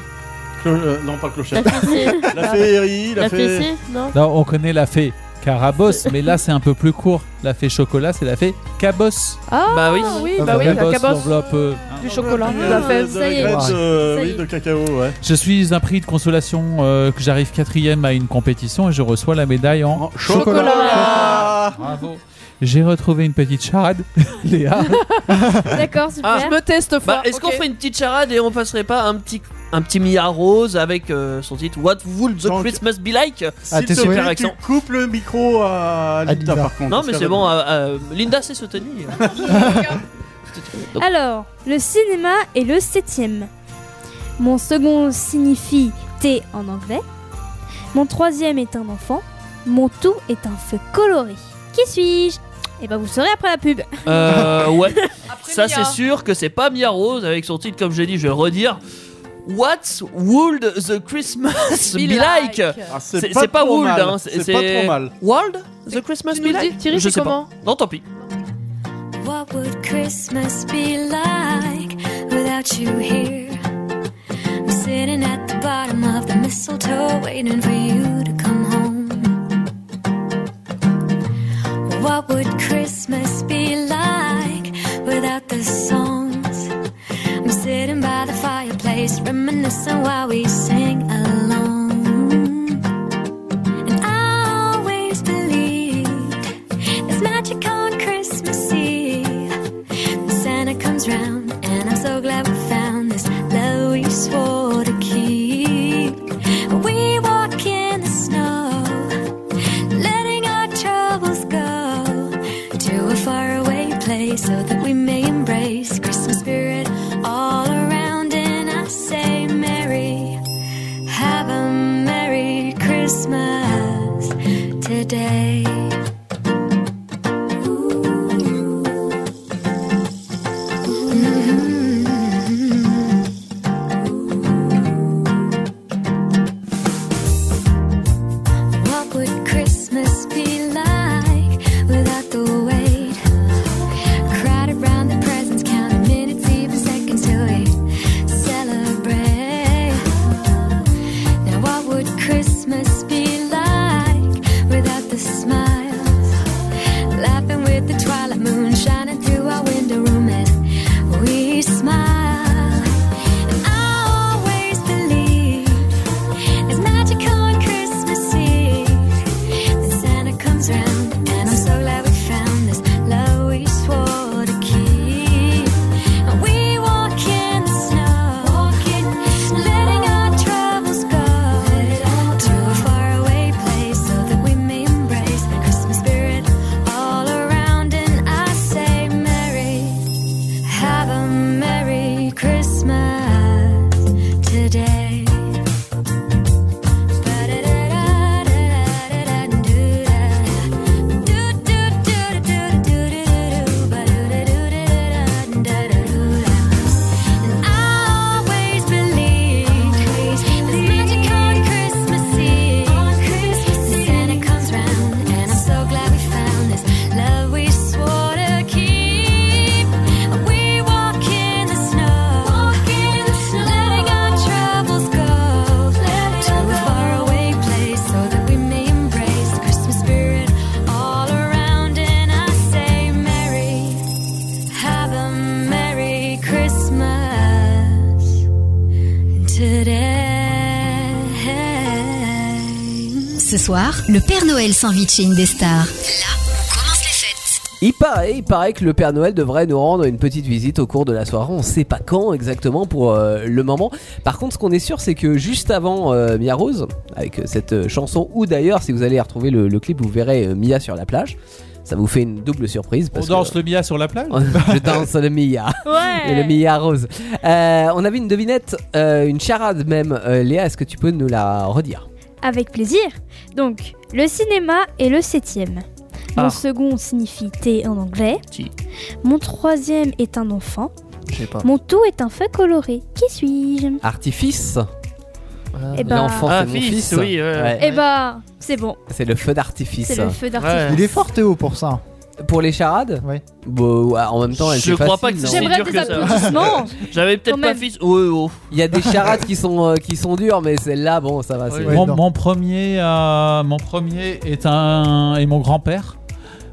Speaker 5: euh, non, pas Clochette.
Speaker 8: La fessée.
Speaker 5: La féerie, la,
Speaker 8: La
Speaker 5: fée-
Speaker 8: fessée,
Speaker 11: Hein
Speaker 8: non
Speaker 10: Là, on connaît la fée Carabosse, mais là, c'est un peu plus court. La fée chocolat, c'est la fée Cabosse.
Speaker 11: Ah,
Speaker 3: Bah oui.
Speaker 11: oui, bah oui, la cabosse.
Speaker 10: l'enveloppe, euh,
Speaker 11: Du chocolat.
Speaker 5: Euh,
Speaker 11: La fève.
Speaker 5: de graines, euh, oui, de cacao, ouais.
Speaker 10: Je suis un prix de consolation euh, que j'arrive quatrième à une compétition et je reçois la médaille en
Speaker 5: Chocolat.
Speaker 10: Bravo. J'ai retrouvé une petite charade, Léa.
Speaker 9: D'accord, super.
Speaker 11: Ah, Je me teste fort.
Speaker 3: Bah, est-ce qu'on fait une petite charade et on passerait pas un petit un petit Mia Rose avec euh, son titre What Would the Christmas Be Like
Speaker 5: S'il te
Speaker 3: plaît,
Speaker 5: plaît, tu
Speaker 3: accent.
Speaker 5: coupes le micro à Linda, par contre.
Speaker 3: Non
Speaker 5: parce
Speaker 3: mais c'est
Speaker 5: qu'elle
Speaker 3: bon,
Speaker 5: va-
Speaker 3: euh, euh, Linda s'est soutenue. Donc-
Speaker 9: Alors, le cinéma est le septième. Mon second signifie thé en anglais. Mon troisième est un enfant. Mon tout est un feu coloré. Qui suis-je Eh ben vous le saurez après la pub.
Speaker 3: Euh, ouais. Ça,
Speaker 9: Mia.
Speaker 3: c'est sûr que c'est pas Mia Rose avec son titre, comme j'ai dit, je vais le redire. What would the Christmas be
Speaker 11: Be
Speaker 3: like,
Speaker 11: like.
Speaker 5: Ah, c'est pas trop
Speaker 3: Wold,
Speaker 5: mal.
Speaker 3: hein,
Speaker 5: C'est pas trop mal.
Speaker 3: Wold the Christmas
Speaker 11: Tu
Speaker 3: be
Speaker 11: nous dis,
Speaker 3: like
Speaker 11: Thierry,
Speaker 3: Je
Speaker 11: c'est
Speaker 3: sais
Speaker 11: comment
Speaker 3: pas. Non, tant pis.
Speaker 21: What would Christmas be like without you here? I'm sitting at the bottom of the mistletoe waiting for you to come home. What would Christmas be like without the songs? I'm sitting by the fireplace reminiscing while we sing along. And I'm so glad we found this love we swore to keep. We walk in the snow, letting our troubles go to a faraway place so that we may embrace Christmas spirit all around. And I say, Merry, have a Merry Christmas today. What would Christmas be like without the wait? Crowded round the presents, counting minutes, even seconds till we celebrate. Now, what would Christmas be like without the smiles? Laughing with the twilight moon shining through our window room, and we smile. And I always believe there's magic on Christmas Eve. Then Santa comes round, and I'm so glad we found this love we swore to keep. And we walk in the snow, letting our troubles go to a faraway place so that we may embrace the Christmas spirit all around. And I say, Merry, have a Merry Christmas today. Christmas spirit all around, and I say, Merry have a Merry Christmas today.
Speaker 1: Ce soir, le Père Noël s'invite chez Indestar.
Speaker 2: Il paraît, il paraît que le Père Noël devrait nous rendre une petite visite au cours de la soirée. On sait pas quand exactement pour euh, le moment. Par contre, ce qu'on est sûr, c'est que juste avant euh, Mia Rose, avec euh, cette euh, chanson, ou d'ailleurs, si vous allez retrouver le, le clip, vous verrez euh, Mia sur la plage. Ça vous fait une double surprise.
Speaker 10: On
Speaker 2: Parce que-
Speaker 10: danse le Mia sur la plage
Speaker 2: je danse le Mia.
Speaker 10: Ouais.
Speaker 2: Et le Mia rose. Euh, on avait une devinette, euh, une charade même. Euh, Léa, est-ce que tu peux nous la redire
Speaker 9: Avec plaisir. Donc, le cinéma est le septième. Mon
Speaker 2: Ah.
Speaker 9: second signifie thé en anglais.
Speaker 3: Ti.
Speaker 9: Mon troisième est un enfant.
Speaker 2: Je sais pas.
Speaker 9: Mon tout est un feu coloré. Qui suis-je
Speaker 2: Artifice
Speaker 9: Eh ben-
Speaker 2: L'enfant,
Speaker 3: Ah,
Speaker 2: c'est mon
Speaker 3: fils,
Speaker 2: fils.
Speaker 3: oui, ouais,
Speaker 2: euh,
Speaker 3: ouais.
Speaker 9: Eh bah, c'est bon.
Speaker 2: C'est le feu d'artifice.
Speaker 9: C'est le feu d'artifice.
Speaker 6: Il est fort Théo pour ça.
Speaker 2: Pour les charades
Speaker 6: Oui.
Speaker 2: Bon, ouais, en même temps, elle
Speaker 3: Je
Speaker 2: fait
Speaker 3: crois
Speaker 2: facile,
Speaker 3: pas que
Speaker 2: non
Speaker 3: c'est si
Speaker 9: J'aimerais
Speaker 3: dur
Speaker 9: des
Speaker 3: que ça.
Speaker 9: applaudissements.
Speaker 3: J'avais peut-être pas Oh, fils. Ouais, ouais.
Speaker 2: Il y a des charades qui sont euh, qui sont dures, mais celle-là, bon, ça va. Ah, c'est-
Speaker 10: mon, mon premier, euh, mon premier est un et mon grand-père.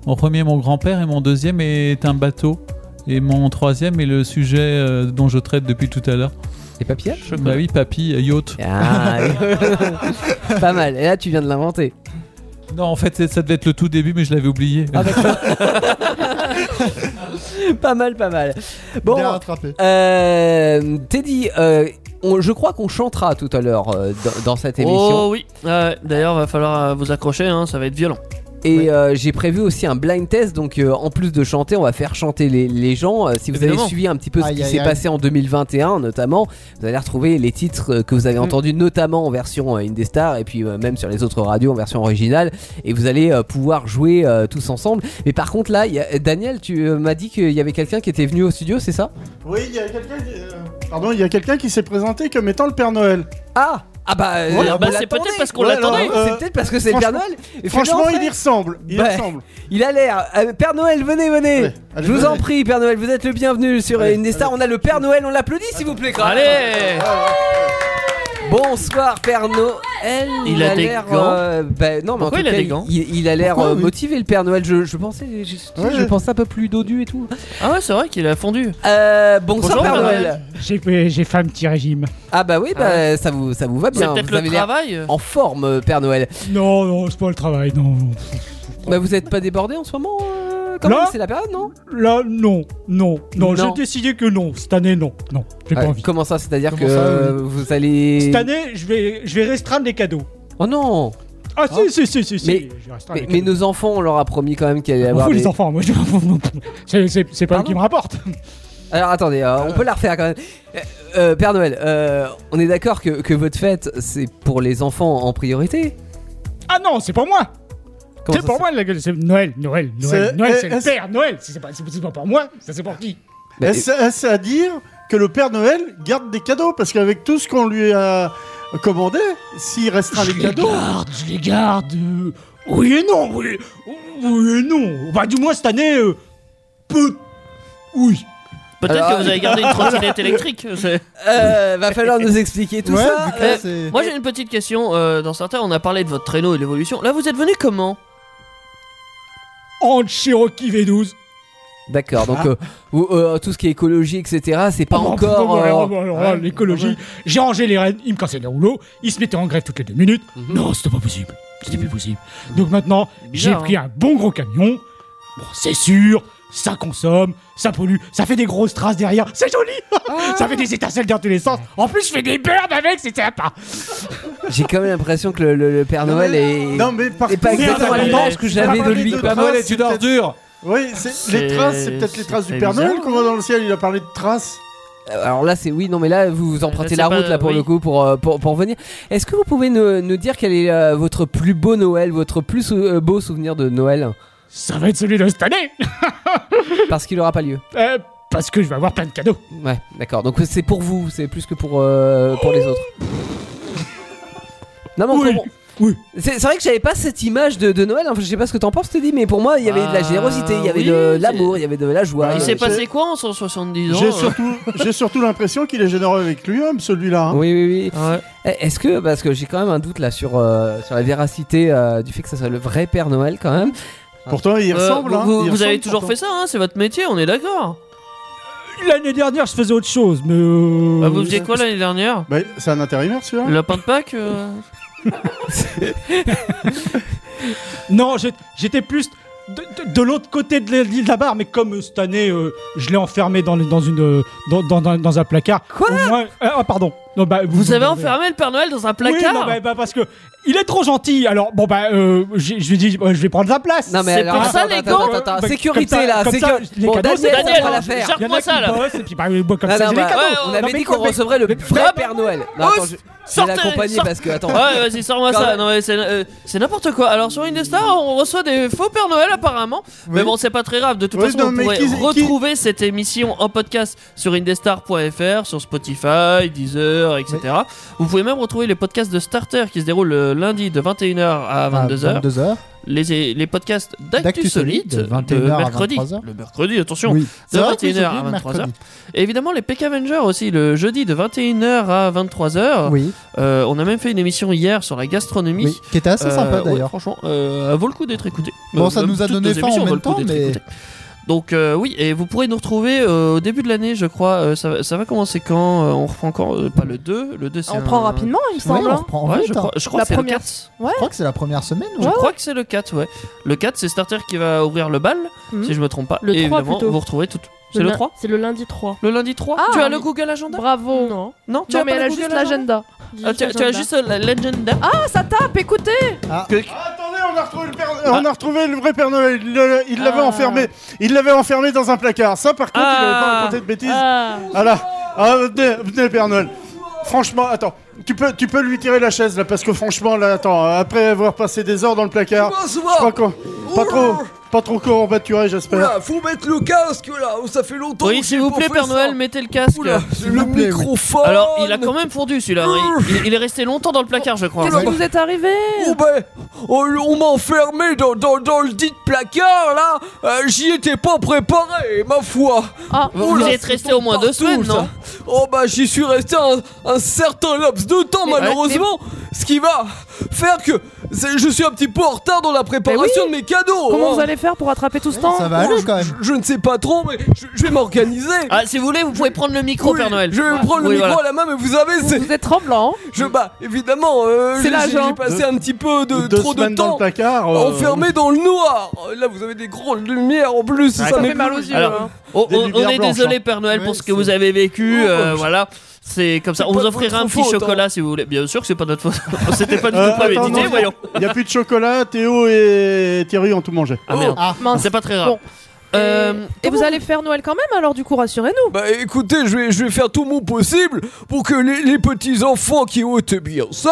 Speaker 10: Mon premier est mon grand-père et mon deuxième est un bateau. Et mon troisième est le sujet euh, dont je traite depuis tout à l'heure.
Speaker 2: Et papy
Speaker 10: Bah oui, papy, euh, yacht.
Speaker 2: Ah, oui. pas mal. Et là, tu viens de l'inventer.
Speaker 10: non, en fait, c'est- ça devait être le tout début, mais je l'avais oublié.
Speaker 2: Ah, pas mal, pas mal. Bon,
Speaker 6: Bien rattrapé.
Speaker 2: euh, Teddy, euh, on- je crois qu'on chantera tout à l'heure euh, dans, dans cette émission.
Speaker 3: Oh oui. Ouais, D'ailleurs, va falloir euh, vous accrocher, hein, ça va être violent.
Speaker 2: Et euh, j'ai prévu aussi un blind test, donc euh, en plus de chanter, on va faire chanter les, les gens. Euh, si vous
Speaker 3: Évidemment.
Speaker 2: avez suivi un petit peu ce
Speaker 6: Aïe,
Speaker 2: qui
Speaker 6: aïe,
Speaker 2: s'est
Speaker 6: aïe.
Speaker 2: passé en 2021 notamment, vous allez retrouver les titres euh, que vous avez entendus notamment en version euh, Indestar et puis euh, même sur les autres radios en version originale. Et vous allez euh, pouvoir jouer euh, tous ensemble. Mais par contre là, il y a- Daniel, tu euh, m'as dit qu'il y avait quelqu'un qui était venu au studio, c'est ça
Speaker 5: Oui, il y a quelqu'un qui... euh, Pardon, il y a quelqu'un qui s'est présenté comme étant le Père Noël.
Speaker 2: Ah Ah bah, euh,
Speaker 5: Voilà,
Speaker 2: bah,
Speaker 5: on
Speaker 2: c'est
Speaker 5: l'attendait.
Speaker 2: peut-être parce qu'on
Speaker 5: Ouais,
Speaker 2: l'attendait.
Speaker 5: alors, euh,
Speaker 2: c'est peut-être parce que c'est le Père
Speaker 5: franchement-
Speaker 2: Noël. Et
Speaker 5: Franchement,
Speaker 2: finalement,
Speaker 5: il y ressemble. Il y
Speaker 2: Bah,
Speaker 5: ressemble.
Speaker 2: Il a l'air. Euh, Père Noël, venez, venez.
Speaker 5: allez,
Speaker 2: Je vous en
Speaker 5: venez.
Speaker 2: prie, Père Noël, vous êtes le bienvenu sur
Speaker 5: Allez,
Speaker 2: Une des stars. On a le Père Noël, on l'applaudit, s'il vous plaît. quand même.
Speaker 3: Allez
Speaker 2: Bonsoir, Père Noël.
Speaker 3: Il a des
Speaker 2: l'air,
Speaker 3: gants.
Speaker 2: euh, bah, non, mais en
Speaker 3: Pourquoi
Speaker 2: tout
Speaker 3: il a
Speaker 2: cas,
Speaker 3: des gants
Speaker 2: il, il a l'air
Speaker 3: Pourquoi,
Speaker 2: euh,
Speaker 3: oui.
Speaker 2: motivé, le Père Noël. Je, je pensais, je, je
Speaker 3: Ouais.
Speaker 2: pensais un peu plus dodu et tout.
Speaker 3: Ah ouais, c'est vrai qu'il a fondu.
Speaker 2: Euh, bonsoir,
Speaker 3: Bonjour,
Speaker 2: Père
Speaker 3: Père
Speaker 2: Noël.
Speaker 3: Noël.
Speaker 22: J'ai j'ai fait un petit régime.
Speaker 2: Ah bah oui, bah, ça vous ça vous va
Speaker 3: C'est
Speaker 2: bien.
Speaker 3: peut-être
Speaker 2: Vous
Speaker 3: le
Speaker 2: avez l'air
Speaker 3: travail.
Speaker 2: En forme, euh, Père Noël.
Speaker 22: Non, non, c'est pas le travail, non.
Speaker 2: Bah vous êtes pas débordé en ce moment, euh, quand même
Speaker 22: Là
Speaker 2: C'est la période, non
Speaker 22: Là, non, non, non.
Speaker 2: Non.
Speaker 22: J'ai décidé que non. Cette année, non, non. J'ai
Speaker 2: Ouais,
Speaker 22: pas envie.
Speaker 2: Comment ça C'est-à-dire que
Speaker 22: Comment ça,
Speaker 2: euh,
Speaker 22: oui.
Speaker 2: vous allez.
Speaker 22: Cette année, je vais, je vais restreindre les cadeaux.
Speaker 2: Oh non
Speaker 22: Ah si, si, si, si, si.
Speaker 2: Mais,
Speaker 22: Je resterai
Speaker 2: mais-
Speaker 22: avec
Speaker 2: mais nos enfants, on leur a promis quand même qu'il allait y
Speaker 22: On m'en
Speaker 2: avoir.
Speaker 22: fout
Speaker 2: des-
Speaker 22: les enfants. Moi, je m'en fous. C'est- c'est c'est pas eux qui me rapportent.
Speaker 2: Alors attendez, euh, on peut la refaire quand même. Euh, euh, Père Noël, euh, on est d'accord que, que votre fête, c'est pour les enfants en priorité
Speaker 22: Ah non, c'est pour moi.
Speaker 2: Comment
Speaker 22: C'est pour moi la gueule. C'est Noël, Noël, Noël,
Speaker 5: C'est-
Speaker 22: Noël.
Speaker 5: eh,
Speaker 22: C'est le
Speaker 5: est-ce-
Speaker 22: père Noël. Si C'est pas, c'est- c'est pas pour moi. Ça c'est pour qui
Speaker 5: Est-ce est-ce à dire que le Père Noël garde des cadeaux Parce qu'avec tout ce qu'on lui a commandé, s'il restera Ah, les
Speaker 22: Je les
Speaker 5: cadeaux.
Speaker 22: garde, je les garde. euh, Oui et non, oui, oui et non. Bah du moins cette année, euh, peu. Oui.
Speaker 3: Peut-être que vous avez gardé une trottinette électrique. c'est-
Speaker 2: Euh, va falloir nous expliquer tout ça.
Speaker 3: Euh, moi j'ai une petite question. euh, dans certains, on a parlé de votre traîneau et de l'évolution. Là, vous êtes venu comment
Speaker 22: En Cherokee V12.
Speaker 2: D'accord, donc euh, vous, euh, tout ce qui est écologie, etc., c'est pas
Speaker 22: Oh,
Speaker 2: encore.
Speaker 22: putain,
Speaker 2: euh,
Speaker 22: alors, alors, alors, L'écologie. J'ai rangé les rênes, ils me cassaient les rouleaux, ils se mettaient en grève toutes les deux minutes. Non, c'était pas possible. C'était plus possible. Donc maintenant, j'ai
Speaker 3: bizarre,
Speaker 22: pris
Speaker 3: hein.
Speaker 22: un bon gros camion. Bon, c'est sûr, ça consomme, ça pollue, ça fait des grosses traces derrière. C'est joli Ça fait des étincelles dans tous les sens. En plus, je fais des burns avec, c'est sympa. oh.
Speaker 2: J'ai quand même l'impression que le, le- le Père Noël est.
Speaker 5: Non, mais par
Speaker 2: est pas
Speaker 5: contre,
Speaker 2: exactement
Speaker 5: on a
Speaker 2: la
Speaker 5: parlé-
Speaker 2: tendance que j'avais
Speaker 5: on a
Speaker 2: de
Speaker 5: parlé
Speaker 2: lui.
Speaker 5: de
Speaker 2: quoi.
Speaker 5: Père Noël est une
Speaker 10: ordure
Speaker 5: Oui, c'est- les traces, c'est peut-être les traces du Père Noël qu'on voit dans le ciel. Il a parlé de traces.
Speaker 2: Euh, Alors là, c'est oui, non, mais là, vous vous empruntez
Speaker 5: c'est
Speaker 2: la
Speaker 5: pas-
Speaker 2: route là pour
Speaker 5: oui.
Speaker 2: le coup pour, euh, pour, pour venir. Est-ce que vous pouvez nous, nous dire quel est euh, votre plus beau Noël, votre plus sou- euh, beau souvenir de Noël
Speaker 22: Ça va être celui de cette année
Speaker 2: Parce qu'il n'aura pas lieu.
Speaker 22: Euh, Parce que je vais avoir plein de cadeaux.
Speaker 2: Ouais, d'accord. Donc c'est pour vous, c'est plus que pour, euh, pour les autres. Non, mais on comprend- C'est c'est vrai que j'avais pas cette image de, de Noël. Enfin, je sais pas ce que t'en penses, Teddy, mais pour moi, il y avait de la
Speaker 3: Ah,
Speaker 2: générosité, il y avait
Speaker 3: oui,
Speaker 2: de
Speaker 3: c'est-
Speaker 2: l'amour, il y avait de la joie. euh,
Speaker 3: Il
Speaker 2: il y
Speaker 3: s'est
Speaker 2: avait-
Speaker 3: passé quoi en 170 ans
Speaker 5: Ah, J'ai
Speaker 3: euh
Speaker 5: surtout, j'ai surtout l'impression qu'il est généreux avec lui-même, celui-là. hein.
Speaker 2: Oui, oui, oui. Eh, Est-ce que, parce que j'ai quand même un doute là sur, euh, sur la véracité euh, du fait que ça soit le vrai Père Noël quand même.
Speaker 5: Pourtant, il
Speaker 3: Euh,
Speaker 22: hein.
Speaker 3: vous vous- vous avez toujours fait ça, hein, c'est votre métier, on est d'accord.
Speaker 22: L'année dernière, je faisais autre chose, mais. euh,
Speaker 3: Bah, vous faisiez quoi l'année dernière
Speaker 5: Bah, c'est un intérimaire, celui-là
Speaker 3: Le pain de Pâques euh,
Speaker 22: Non, j'ai- j'étais plus de, de- de l'autre côté de l'île de la barre, mais comme euh, cette année, euh, je l'ai enfermé dans, le- dans une, euh, dans, dans- dans- dans un placard. Quoi Ah, pardon. Non, bah, vous,
Speaker 3: Vous avez enfermé le Père Noël dans un placard
Speaker 22: Oui, non, bah, bah, parce que il est trop gentil. Alors, bon, bah, euh, j'ai- je lui ai dit, euh, je vais prendre la place.
Speaker 2: Non, mais C'est alors, pour ça, attends, les attends, gants attends, attends,
Speaker 22: Bah,
Speaker 2: sécurité,
Speaker 22: comme ça-
Speaker 2: là,
Speaker 22: comme ça,
Speaker 2: sécurité.
Speaker 22: les
Speaker 2: Bon,
Speaker 22: cadeaux,
Speaker 2: Daniel,
Speaker 22: c'est-
Speaker 2: Daniel,
Speaker 22: il y en a
Speaker 2: on va la faire.
Speaker 22: qui
Speaker 2: Gère-moi ça, là.
Speaker 22: bossent, et puis, bah, euh, bah, comme
Speaker 2: Non,
Speaker 22: ça,
Speaker 2: non,
Speaker 22: j'ai les
Speaker 2: bah,
Speaker 22: cadeaux.
Speaker 2: ouais, on
Speaker 22: Non,
Speaker 2: avait
Speaker 22: mais
Speaker 2: dit
Speaker 22: quoi,
Speaker 2: qu'on
Speaker 22: mais-
Speaker 2: recevrait le vrai Père Noël. Non, attends, je, je vais
Speaker 3: Sortez,
Speaker 2: l'accompagner
Speaker 3: sortez.
Speaker 2: parce que attends.
Speaker 3: Ouais, vas-y, sors-moi
Speaker 2: Père
Speaker 3: ça.
Speaker 2: Noël-
Speaker 3: Non, mais c'est euh, c'est n'importe quoi. Alors, sur Indestar, on reçoit des faux Père Noël apparemment. Mais bon, c'est pas très grave. De toute
Speaker 5: Oui,
Speaker 3: façon,
Speaker 5: non,
Speaker 3: on
Speaker 5: mais
Speaker 3: pourrait
Speaker 5: qui- qui-
Speaker 3: retrouver cette émission en podcast sur indestar.fr, sur Spotify, Deezer, etc. Vous pouvez même retrouver les podcasts de Starter qui se déroulent le lundi de 21h à 22h.
Speaker 6: 22h.
Speaker 3: Les, les podcasts d'Actu
Speaker 6: D'Actu Solide,
Speaker 3: Solide,
Speaker 6: de 21h
Speaker 3: le
Speaker 6: à
Speaker 3: mercredi.
Speaker 6: 23h.
Speaker 3: Le mercredi, attention,
Speaker 6: Oui. C'est
Speaker 3: de
Speaker 6: vrai que
Speaker 3: 21h
Speaker 6: oui,
Speaker 3: à
Speaker 6: le
Speaker 3: 23h.
Speaker 6: mercredi.
Speaker 3: Et évidemment, les PK Avengers aussi, le jeudi de 21h à 23h.
Speaker 6: Oui.
Speaker 3: Euh, on a même fait une émission hier sur la gastronomie.
Speaker 6: Oui, qui était assez sympa,
Speaker 3: ouais,
Speaker 6: d'ailleurs.
Speaker 3: franchement, euh, elle vaut le coup d'être écoutée.
Speaker 6: Bon,
Speaker 3: Euh,
Speaker 6: ça
Speaker 3: même
Speaker 6: nous a
Speaker 3: toutes
Speaker 6: donné
Speaker 3: nos
Speaker 6: faim en
Speaker 3: émissions
Speaker 6: même
Speaker 3: valent le coup
Speaker 6: temps,
Speaker 3: d'être
Speaker 6: mais-
Speaker 3: écoutées. Donc euh, oui, et vous pourrez nous retrouver euh, au début de l'année, je crois. Euh, ça, va- ça va commencer quand Euh, On reprend quand Euh, Pas le 2, le 2 c'est
Speaker 11: On
Speaker 3: un-
Speaker 11: prend rapidement, il me semble.
Speaker 6: on
Speaker 11: hein.
Speaker 6: reprend en
Speaker 3: Euh, Ouais,
Speaker 6: vite,
Speaker 3: je crois-
Speaker 6: hein.
Speaker 3: je crois La que c'est le première- 4.
Speaker 6: Je crois que c'est la première semaine.
Speaker 3: Je crois que c'est le 4, ouais. Le 4, c'est Starter qui va ouvrir le bal,
Speaker 8: Mhm.
Speaker 3: si je me trompe pas.
Speaker 8: Le
Speaker 3: et
Speaker 8: 3
Speaker 3: évidemment,
Speaker 8: plutôt.
Speaker 3: vous retrouvez tout. C'est le
Speaker 8: lin-
Speaker 3: 3
Speaker 8: C'est le lundi 3.
Speaker 3: Le lundi 3
Speaker 8: Ah,
Speaker 3: Tu as
Speaker 8: oui.
Speaker 3: le Google Agenda
Speaker 8: Bravo Non.
Speaker 3: Non, tu
Speaker 8: Non,
Speaker 3: as pas
Speaker 8: mais elle
Speaker 3: le
Speaker 8: a
Speaker 3: Google
Speaker 8: juste
Speaker 3: Agenda Ah, tu, as- tu as juste euh, la- l'agenda Oh,
Speaker 11: Ah, ça tape, écoutez
Speaker 5: Que- Attendez, on a retrouvé le Père- Euh, on a retrouvé le vrai Père Noël. Il le- il
Speaker 22: Ah.
Speaker 5: l'avait enfermé. Il l'avait enfermé dans un placard. Ça, par contre, il n'avait
Speaker 22: Ah.
Speaker 5: pas raconté de bêtises. Voilà. Ah, venez, venez, Père Noël. Franchement, attends. Tu peux, tu peux lui tirer la chaise là, parce que franchement, là, attends. Après avoir passé des heures dans le placard, je crois qu'on- pas trop, pas trop courbaturé, j'espère.
Speaker 13: Oula, faut mettre le casque là, oh, ça fait longtemps
Speaker 3: Oui,
Speaker 13: que
Speaker 3: s'il
Speaker 13: j'ai
Speaker 3: vous
Speaker 13: pas
Speaker 3: plaît,
Speaker 13: fait
Speaker 3: Père
Speaker 13: ça.
Speaker 3: Noël, mettez le casque.
Speaker 13: Oula, le
Speaker 3: plaît, oui.
Speaker 13: microphone.
Speaker 3: Alors, il a quand même fondu celui-là. hein. Il, il- il est resté longtemps dans le placard, je crois.
Speaker 11: Qu'est-ce qui nous est arrivé
Speaker 13: Oh ben, on, on m'a enfermé dans, dans, dans le dit placard là, Euh, j'y étais pas préparé, ma foi.
Speaker 11: Ah,
Speaker 3: vous y êtes resté au moins deux semaines, non
Speaker 13: Oh bah j'y suis resté un, un certain laps de temps
Speaker 3: Mais-
Speaker 13: malheureusement, ce qui va faire que C'est- Je suis un petit peu en retard dans la préparation de mes cadeaux.
Speaker 11: Eh Comment
Speaker 3: oh.
Speaker 13: hein.
Speaker 11: vous allez faire pour attraper tout ce temps
Speaker 13: Je- Je, je ne sais pas trop, mais je, je vais m'organiser.
Speaker 3: Ah, si vous voulez, vous pouvez prendre le micro,
Speaker 13: Oui,
Speaker 3: Père Noël.
Speaker 13: Je vais
Speaker 3: Ouais.
Speaker 13: prendre le
Speaker 3: Oui,
Speaker 13: micro
Speaker 3: voilà.
Speaker 13: à la main, mais vous savez, c'est. Vous
Speaker 11: êtes tremblant.
Speaker 13: Je bah évidemment. euh,
Speaker 3: C'est
Speaker 13: j'ai-
Speaker 3: l'âge, hein.
Speaker 13: J'ai passé un petit peu de
Speaker 5: Deux
Speaker 13: trop de
Speaker 5: semaines
Speaker 13: temps
Speaker 5: dans le placard, euh,
Speaker 13: enfermé dans le noir. Euh, Là, vous avez des grandes lumières en plus.
Speaker 11: Ah,
Speaker 3: Ouais,
Speaker 13: ça
Speaker 3: ça
Speaker 13: m'est-
Speaker 3: fait mal aux yeux, Alors, hein. on-
Speaker 13: Des
Speaker 3: on- on
Speaker 13: lumières
Speaker 3: est
Speaker 13: blanches,
Speaker 3: désolé,
Speaker 13: hein.
Speaker 3: Père Noël, pour
Speaker 13: Ouais,
Speaker 3: ce que vous avez vécu.
Speaker 13: Oh,
Speaker 3: euh,
Speaker 13: je-
Speaker 3: voilà. C'est comme ça.
Speaker 13: C'est
Speaker 3: On vous
Speaker 13: pas
Speaker 3: offrira un
Speaker 13: votre
Speaker 3: petit
Speaker 13: faute, hein.
Speaker 3: chocolat si vous voulez. Bien sûr que c'est pas notre faute. C'était pas du
Speaker 5: Euh,
Speaker 3: tout
Speaker 5: attends,
Speaker 3: prémédité,
Speaker 5: non,
Speaker 3: voyons.
Speaker 5: Il n'y a plus de chocolat, Théo et Thierry ont tout mangé.
Speaker 3: Ah
Speaker 13: Oh.
Speaker 3: merde.
Speaker 11: mince.
Speaker 3: C'est pas très rare. Euh,
Speaker 11: Bon. Euh, Et vous allez faire Noël quand même, alors du coup, rassurez-nous.
Speaker 13: Bah écoutez, je vais, je vais faire tout mon possible pour que les, les petits enfants qui ont été bien sages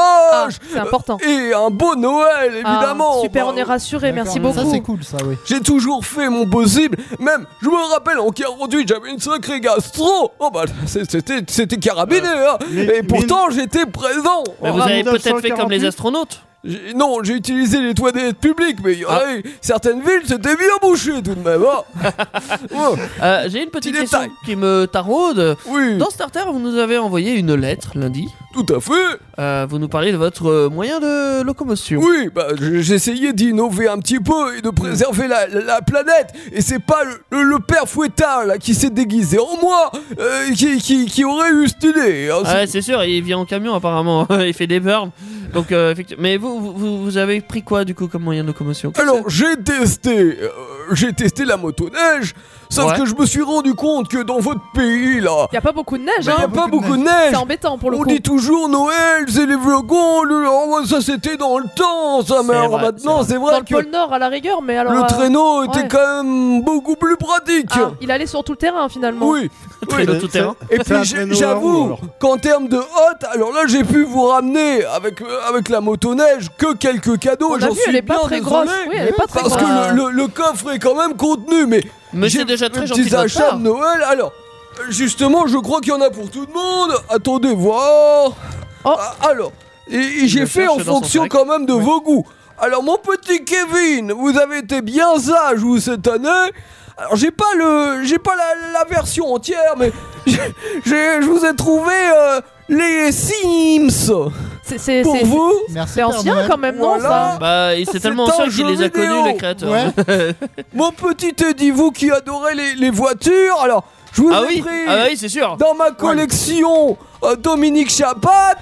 Speaker 11: Ah, c'est important.
Speaker 13: et un beau Noël évidemment.
Speaker 11: Ah, super,
Speaker 13: Bah,
Speaker 11: on est rassurés, merci
Speaker 13: D'accord,
Speaker 11: beaucoup.
Speaker 13: ça, c'est
Speaker 23: cool, ça, oui.
Speaker 13: J'ai toujours fait mon possible. Même, je me rappelle, en 48, j'avais une sacrée gastro. Oh bah, c'est- c'était c'était carabiné, hein. Et pourtant, j'étais présent.
Speaker 3: Mais vous avez peut-être fait comme les astronautes. Ah.
Speaker 13: J'ai- Non, j'ai utilisé les toilettes publiques, mais il y en a eu- certaines villes, c'était bien bouché tout de même. hein. Ouais.
Speaker 3: Euh, J'ai une petite
Speaker 13: Petit
Speaker 3: question
Speaker 13: détail.
Speaker 3: qui me taraude.
Speaker 13: Oui.
Speaker 3: Dans Starter, vous nous avez envoyé une lettre lundi.
Speaker 13: Tout à fait.
Speaker 3: vous nous parlez de votre euh, moyen de locomotion. Hmm.
Speaker 13: Oui, bah, j- j'essayais d'innover un petit peu et de préserver la, la- la planète. Et c'est pas le, le- le père Fouettard là, qui s'est déguisé en moi euh, qui, qui- qui aurait eu cette idée. hein.
Speaker 3: Ah ouais, c'est sûr, il vient en camion apparemment, il fait des burns. Donc, euh, effectivement. Mais vous, vous- vous, vous avez pris quoi du coup comme moyen de locomotion
Speaker 13: Alors j'ai testé, euh, j'ai testé la motoneige, sauf
Speaker 3: Ouais.
Speaker 13: que je me suis rendu compte que dans votre pays là,
Speaker 11: Il y a pas beaucoup de
Speaker 13: Mais
Speaker 11: neige,
Speaker 13: y
Speaker 11: hein
Speaker 13: a pas beaucoup de neige.
Speaker 11: C'est embêtant pour le
Speaker 13: on
Speaker 11: coup.
Speaker 13: dit toujours Noël, c'est les vlogons, le- oh, ça c'était dans le temps, ça, mais
Speaker 11: C'est
Speaker 13: alors
Speaker 11: vrai,
Speaker 13: maintenant c'est vrai,
Speaker 11: Dans le
Speaker 13: que
Speaker 11: pôle Nord, à la rigueur, mais alors.
Speaker 13: le
Speaker 11: euh,
Speaker 13: traîneau était
Speaker 11: ouais.
Speaker 13: quand même beaucoup plus pratique.
Speaker 11: Ah, il allait sur tout le terrain finalement.
Speaker 13: Oui, oui.
Speaker 3: Traîneau tout terrain.
Speaker 13: Et
Speaker 3: C'est un
Speaker 13: puis j'ai-
Speaker 3: traîneau à roues,
Speaker 13: j'avoue
Speaker 3: alors.
Speaker 13: qu'en termes de hotte, alors là j'ai pu vous ramener avec, euh, avec la motoneige que quelques
Speaker 11: On
Speaker 13: cadeaux.
Speaker 11: a
Speaker 13: et J'en
Speaker 11: vu,
Speaker 13: suis
Speaker 11: elle est pas
Speaker 13: bien
Speaker 11: très
Speaker 13: désolé,
Speaker 11: grosse. Oui, elle est pas très
Speaker 13: parce
Speaker 11: grosse.
Speaker 13: que le, le- le coffre est quand même contenu, mais.
Speaker 3: Mais
Speaker 13: j'ai
Speaker 3: c'est déjà très
Speaker 13: mes
Speaker 3: gentil de
Speaker 13: Petits
Speaker 3: votre
Speaker 13: achats
Speaker 3: part.
Speaker 13: de Noël. Alors, euh, justement, je crois qu'il y en a pour tout le monde. Attendez voir.
Speaker 11: Oh.
Speaker 13: Ah, Alors, et- et j'ai
Speaker 3: le
Speaker 13: fait
Speaker 3: cherche
Speaker 13: en
Speaker 3: dans son
Speaker 13: fonction
Speaker 3: sac.
Speaker 13: quand même de vos goûts. Alors mon petit Kevin, vous avez été bien sage vous cette année. Alors j'ai pas le, j'ai pas la, la version entière, mais j'ai, j'ai- je vous ai trouvé euh, les Sims.
Speaker 11: C'est, c'est,
Speaker 13: Pour
Speaker 11: c'est-
Speaker 13: vous
Speaker 11: C'est ancien quand même, non
Speaker 13: Voilà.
Speaker 11: ça
Speaker 3: Bah, il- c'est tellement
Speaker 13: un
Speaker 3: ancien qu'il
Speaker 13: jeu
Speaker 3: les a
Speaker 13: vidéo.
Speaker 3: connus, les créateurs.
Speaker 13: Ouais. Mon petit Teddy, vous qui adorez les, les voitures, alors je vous
Speaker 3: Ah
Speaker 13: ai
Speaker 3: oui,
Speaker 13: pris
Speaker 3: ah oui, c'est sûr.
Speaker 13: dans ma collection euh, Dominique Chapat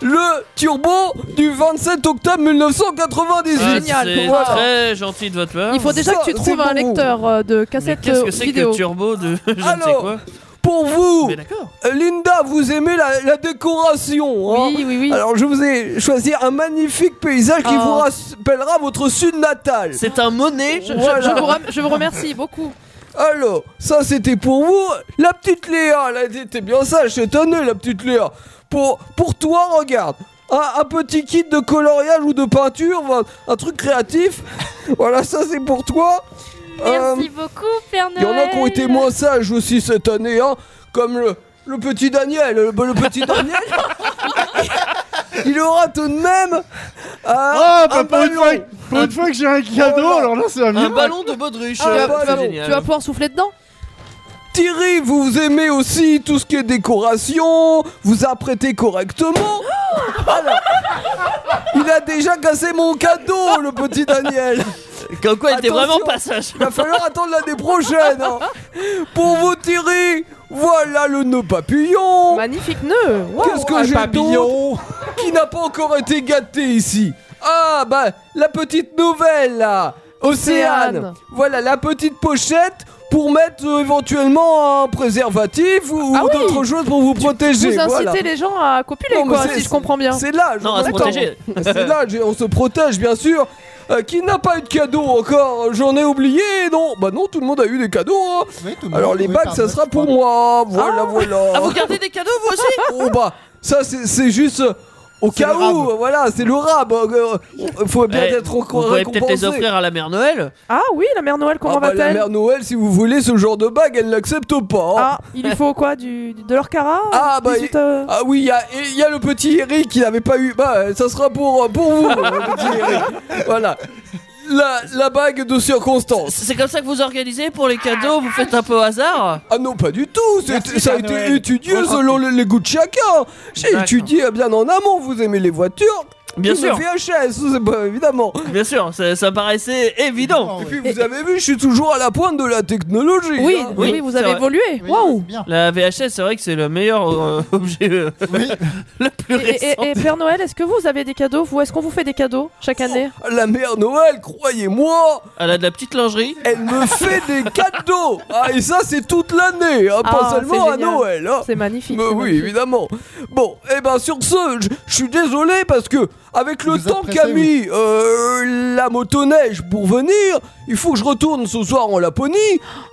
Speaker 13: le turbo du 27 octobre 1998.
Speaker 3: Ah,
Speaker 13: Voilà.
Speaker 3: C'est très gentil de votre part.
Speaker 11: Il faut déjà que tu trouves un lecteur euh, de
Speaker 3: Mais
Speaker 11: cassette
Speaker 3: Qu'est-ce
Speaker 11: euh,
Speaker 3: que c'est
Speaker 11: vidéo.
Speaker 3: que Turbo de je ne sais
Speaker 13: Alors,
Speaker 3: quoi
Speaker 13: Pour vous,
Speaker 3: Mais d'accord.
Speaker 13: euh, Linda, vous aimez la, la décoration. hein
Speaker 11: Oui, oui, oui.
Speaker 13: Alors je vous ai choisi un magnifique paysage qui
Speaker 11: Ah.
Speaker 13: vous rappellera votre sud natal.
Speaker 3: C'est un monnaie.
Speaker 11: Je, je- je vous ram- je vous remercie beaucoup.
Speaker 13: Alors, ça c'était pour vous. La petite Léa, là, t'es bien sage, c'est étonnant la petite Léa. Pour, pour toi, regarde. Un, un petit kit de coloriage ou de peinture, enfin, un truc créatif. voilà, ça c'est pour toi. Euh,
Speaker 9: Merci beaucoup, Père
Speaker 13: Il y
Speaker 9: Noël.
Speaker 13: en a qui ont été moins sages aussi cette année, hein, comme le, le petit Daniel. Le, le petit Daniel, il aura tout de même. ah,
Speaker 5: bah, pour une fois que- pour une fois que j'ai un cadeau, alors là, c'est un
Speaker 3: Un
Speaker 5: miracle.
Speaker 3: ballon de baudruche.
Speaker 11: Ah,
Speaker 3: euh,
Speaker 11: bah,
Speaker 3: c'est
Speaker 11: alors,
Speaker 3: génial.
Speaker 11: Tu vas pouvoir souffler dedans
Speaker 13: Thierry, vous vous aimez aussi tout ce qui est décoration, vous apprêtez correctement.
Speaker 3: Oh
Speaker 13: Alors, il a déjà cassé mon cadeau, le petit Daniel.
Speaker 3: Comme quoi, il était
Speaker 13: Attention,
Speaker 3: vraiment pas sage.
Speaker 13: Il va falloir attendre l'année prochaine. hein. Pour vous, Thierry, voilà le nœud papillon.
Speaker 11: Magnifique nœud Wow.
Speaker 13: Qu'est-ce que
Speaker 11: Un
Speaker 13: j'ai d'autre qui n'a pas encore été gâté ici Ah bah la petite nouvelle là Océane.
Speaker 11: Océane.
Speaker 13: Voilà la petite pochette pour mettre euh, éventuellement un préservatif ou,
Speaker 11: Ah
Speaker 13: ou
Speaker 11: oui.
Speaker 13: d'autres choses pour vous protéger.
Speaker 11: Vous incitez
Speaker 13: voilà.
Speaker 11: les gens à copuler,
Speaker 13: Non, mais
Speaker 11: quoi,
Speaker 13: c'est-
Speaker 11: si je comprends bien.
Speaker 13: C'est là, je
Speaker 3: Non, à se
Speaker 13: D'accord.
Speaker 3: protéger.
Speaker 13: C'est là, j'ai- on se protège bien sûr. Euh, qui n'a pas eu de cadeau encore J'en ai oublié, non Bah non, tout le monde a eu des cadeaux. hein.
Speaker 23: monde,
Speaker 13: Alors les
Speaker 23: oui,
Speaker 13: bagues,
Speaker 23: par
Speaker 13: ça
Speaker 23: note,
Speaker 13: sera pour moi. Voilà, voilà.
Speaker 3: Ah, vous gardez des cadeaux, vous aussi
Speaker 13: Oh bah, ça c'est c'est juste euh, au cas où, euh, voilà, c'est le rab. euh, euh, faut bien
Speaker 3: Eh,
Speaker 13: être
Speaker 3: Vous
Speaker 13: reco-
Speaker 3: pouvez peut-être les
Speaker 13: récompensé.
Speaker 3: offrir à la mère Noël.
Speaker 11: Ah oui, la mère Noël, comment
Speaker 13: Ah bah, la
Speaker 11: va-t-elle
Speaker 13: mère Noël, si vous voulez ce genre de bague, elle n'accepte pas. hein.
Speaker 11: Ah, il lui faut quoi du, du- De l'orcara
Speaker 13: Ah, bah,
Speaker 11: 18, euh,
Speaker 13: Ah oui, il y a, et il y a le petit Eric qui n'avait pas eu. Bah, euh, ça sera pour, euh, pour vous, euh, le petit Eric. Voilà. La, la bague de circonstance.
Speaker 3: C'est comme ça que vous organisez pour les cadeaux, vous faites un peu au hasard.
Speaker 13: Ah non, pas du tout. c'est-
Speaker 3: Merci,
Speaker 13: ça a
Speaker 3: Père
Speaker 13: été
Speaker 3: Noël.
Speaker 13: étudié
Speaker 3: Enchanté.
Speaker 13: selon les, les goûts de chacun. J'ai
Speaker 3: D'accord.
Speaker 13: étudié bien en amont. Vous aimez les voitures
Speaker 3: Bien
Speaker 13: Une
Speaker 3: sûr.
Speaker 13: VHS, c'est pas- évidemment.
Speaker 3: Bien sûr, ça, ça paraissait évident.
Speaker 13: Et puis vous avez vu, je suis toujours à la pointe de la technologie.
Speaker 3: Oui,
Speaker 13: hein.
Speaker 3: oui, Oui, vous c'est avez vrai. évolué.
Speaker 11: Waouh
Speaker 3: La VHS, c'est vrai que c'est le meilleur euh, objet euh, le plus
Speaker 11: Et- et,
Speaker 3: récent.
Speaker 11: et- et Père Noël, est-ce que vous avez des cadeaux Ou est-ce qu'on vous fait des cadeaux chaque année
Speaker 13: Oh, La mère Noël, croyez-moi,
Speaker 3: Elle a de la petite lingerie.
Speaker 13: elle me fait des cadeaux. Ah, et ça, c'est toute l'année, hein, pas
Speaker 11: Ah,
Speaker 13: seulement à
Speaker 11: c'est génial.
Speaker 13: Noël. hein.
Speaker 11: C'est magnifique.
Speaker 13: Mais
Speaker 11: c'est
Speaker 13: oui,
Speaker 11: magnifique.
Speaker 13: évidemment. Bon, et ben sur ce, je- je suis désolé parce que avec le temps
Speaker 17: pressé,
Speaker 13: qu'a mis euh, la motoneige pour venir, il faut que je retourne ce soir en Laponie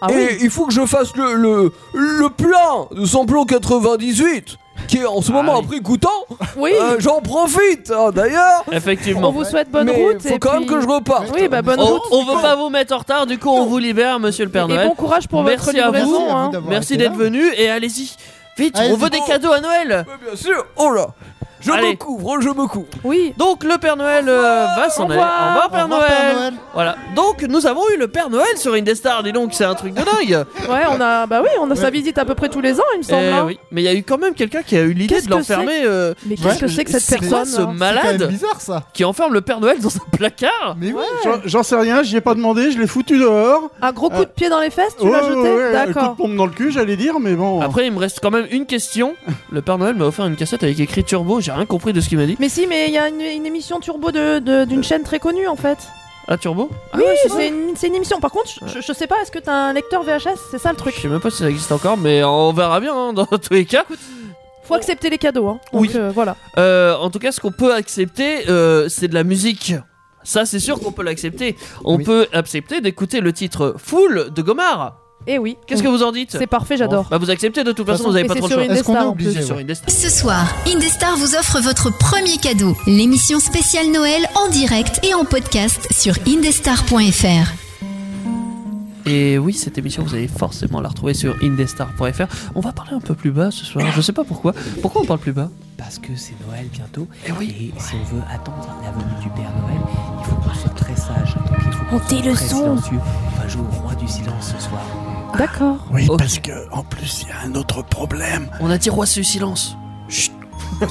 Speaker 11: Ah
Speaker 13: et
Speaker 11: oui.
Speaker 13: il faut que je fasse le le, le plein de samplon 98 qui est en
Speaker 3: Ah
Speaker 13: ce moment à prix coûtant.
Speaker 11: Oui.
Speaker 13: Euh, J'en profite hein, d'ailleurs.
Speaker 3: Effectivement.
Speaker 11: On vous souhaite bonne
Speaker 13: Mais
Speaker 11: route.
Speaker 13: Faut
Speaker 11: et
Speaker 13: quand même
Speaker 11: puis-
Speaker 13: que je reparte.
Speaker 11: Oui, bah bonne
Speaker 3: On,
Speaker 11: route.
Speaker 3: on veut pas vous mettre en retard, du coup on vous libère, Monsieur le Père
Speaker 11: Et
Speaker 3: Noël.
Speaker 11: bon courage pour votre
Speaker 3: Merci à
Speaker 11: livraison,
Speaker 3: vous.
Speaker 11: hein. Merci
Speaker 17: d'avoir
Speaker 3: Merci
Speaker 17: été
Speaker 3: d'être venu et allez-y. Vite, on veut des cadeaux à Noël.
Speaker 13: Bien sûr. Oh là. Je
Speaker 3: Allez.
Speaker 13: me couvre, je me couvre.
Speaker 11: Oui.
Speaker 3: Donc le Père Noël euh, va s'en
Speaker 13: Au
Speaker 3: aller. Au
Speaker 13: revoir.
Speaker 3: revoir Père
Speaker 13: Au revoir, Père
Speaker 3: Noël.
Speaker 13: Noël.
Speaker 3: Voilà. Donc nous avons eu le Père Noël sur Indestar, dis donc, c'est un truc de dingue. Euh,
Speaker 11: Ouais, on a, bah oui, on a sa visite à peu près tous les ans, il me semble.
Speaker 3: Eh
Speaker 11: hein.
Speaker 3: oui. Mais il y a eu quand même quelqu'un qui a eu l'idée
Speaker 11: Qu'est-ce
Speaker 3: de
Speaker 11: que
Speaker 3: l'enfermer.
Speaker 11: c'est
Speaker 3: euh,
Speaker 11: Mais qu'est-ce que c'est que cette
Speaker 3: c'est quoi
Speaker 11: personne,
Speaker 3: ce
Speaker 11: hein
Speaker 17: C'est quand même
Speaker 3: malade
Speaker 17: bizarre ça.
Speaker 3: qui enferme le Père Noël dans un placard
Speaker 17: Mais oui.
Speaker 24: J'en- J'en sais rien, j'y ai pas demandé, je l'ai foutu dehors.
Speaker 11: Un gros
Speaker 5: Euh,
Speaker 11: coup de pied dans les fesses, tu
Speaker 24: Ouais,
Speaker 11: l'as
Speaker 24: oh, ouais,
Speaker 11: jeté
Speaker 24: ouais, Un coup
Speaker 11: D'accord.
Speaker 24: de pompe dans le cul, j'allais dire, mais bon.
Speaker 3: Après, il me reste quand même une question. Le Père Noël m'a offert une cassette avec écrit Turbo, j'ai rien compris de ce qu'il m'a dit.
Speaker 11: Mais si, mais il y a une, une émission turbo de- de- d'une chaîne très connue en fait.
Speaker 3: Ah, Turbo
Speaker 11: oui, c'est une, c'est une émission. Par contre, je- je, je sais pas, est-ce que t'as un lecteur VHS C'est ça le truc.
Speaker 3: Je sais même pas si ça existe encore, mais on verra bien hein, dans tous les cas.
Speaker 11: Faut accepter les cadeaux. Hein. Donc, euh, voilà.
Speaker 3: Euh, en tout cas, ce qu'on peut accepter, euh, c'est de la musique. Ça, c'est sûr qu'on peut l'accepter. On peut accepter d'écouter le titre Full de Gomard.
Speaker 11: Et Eh oui.
Speaker 3: Qu'est-ce que vous en dites
Speaker 11: C'est parfait, j'adore.
Speaker 3: Bah, vous acceptez de toute façon,
Speaker 11: façon,
Speaker 3: vous avez
Speaker 11: et
Speaker 3: pas
Speaker 11: c'est
Speaker 3: trop de
Speaker 11: sur
Speaker 3: choix.
Speaker 11: Indestar, Est-ce qu'on est en
Speaker 1: obligé,
Speaker 3: C'est sur Indestar.
Speaker 1: Ce soir, Indestar vous offre votre premier cadeau, l'émission spéciale Noël en direct et en podcast sur indestar.fr.
Speaker 3: Et oui, cette émission, vous allez forcément la retrouver sur indestar.fr. On va parler un peu plus bas ce soir. Je sais pas pourquoi. Pourquoi on parle plus bas
Speaker 12: Parce que c'est Noël bientôt.
Speaker 22: Eh
Speaker 12: Et, si on veut attendre la venue du Père Noël, il faut qu'on soit très sage. Donc il faut qu'on
Speaker 11: Montez
Speaker 12: soit
Speaker 11: le
Speaker 12: très
Speaker 11: son.
Speaker 12: silencieux. On va jouer au roi du silence ce soir.
Speaker 11: D'accord.
Speaker 12: Oui,
Speaker 3: parce
Speaker 12: que en plus il y a un autre problème.
Speaker 3: On a dit roi sur silence. Chut.
Speaker 12: Il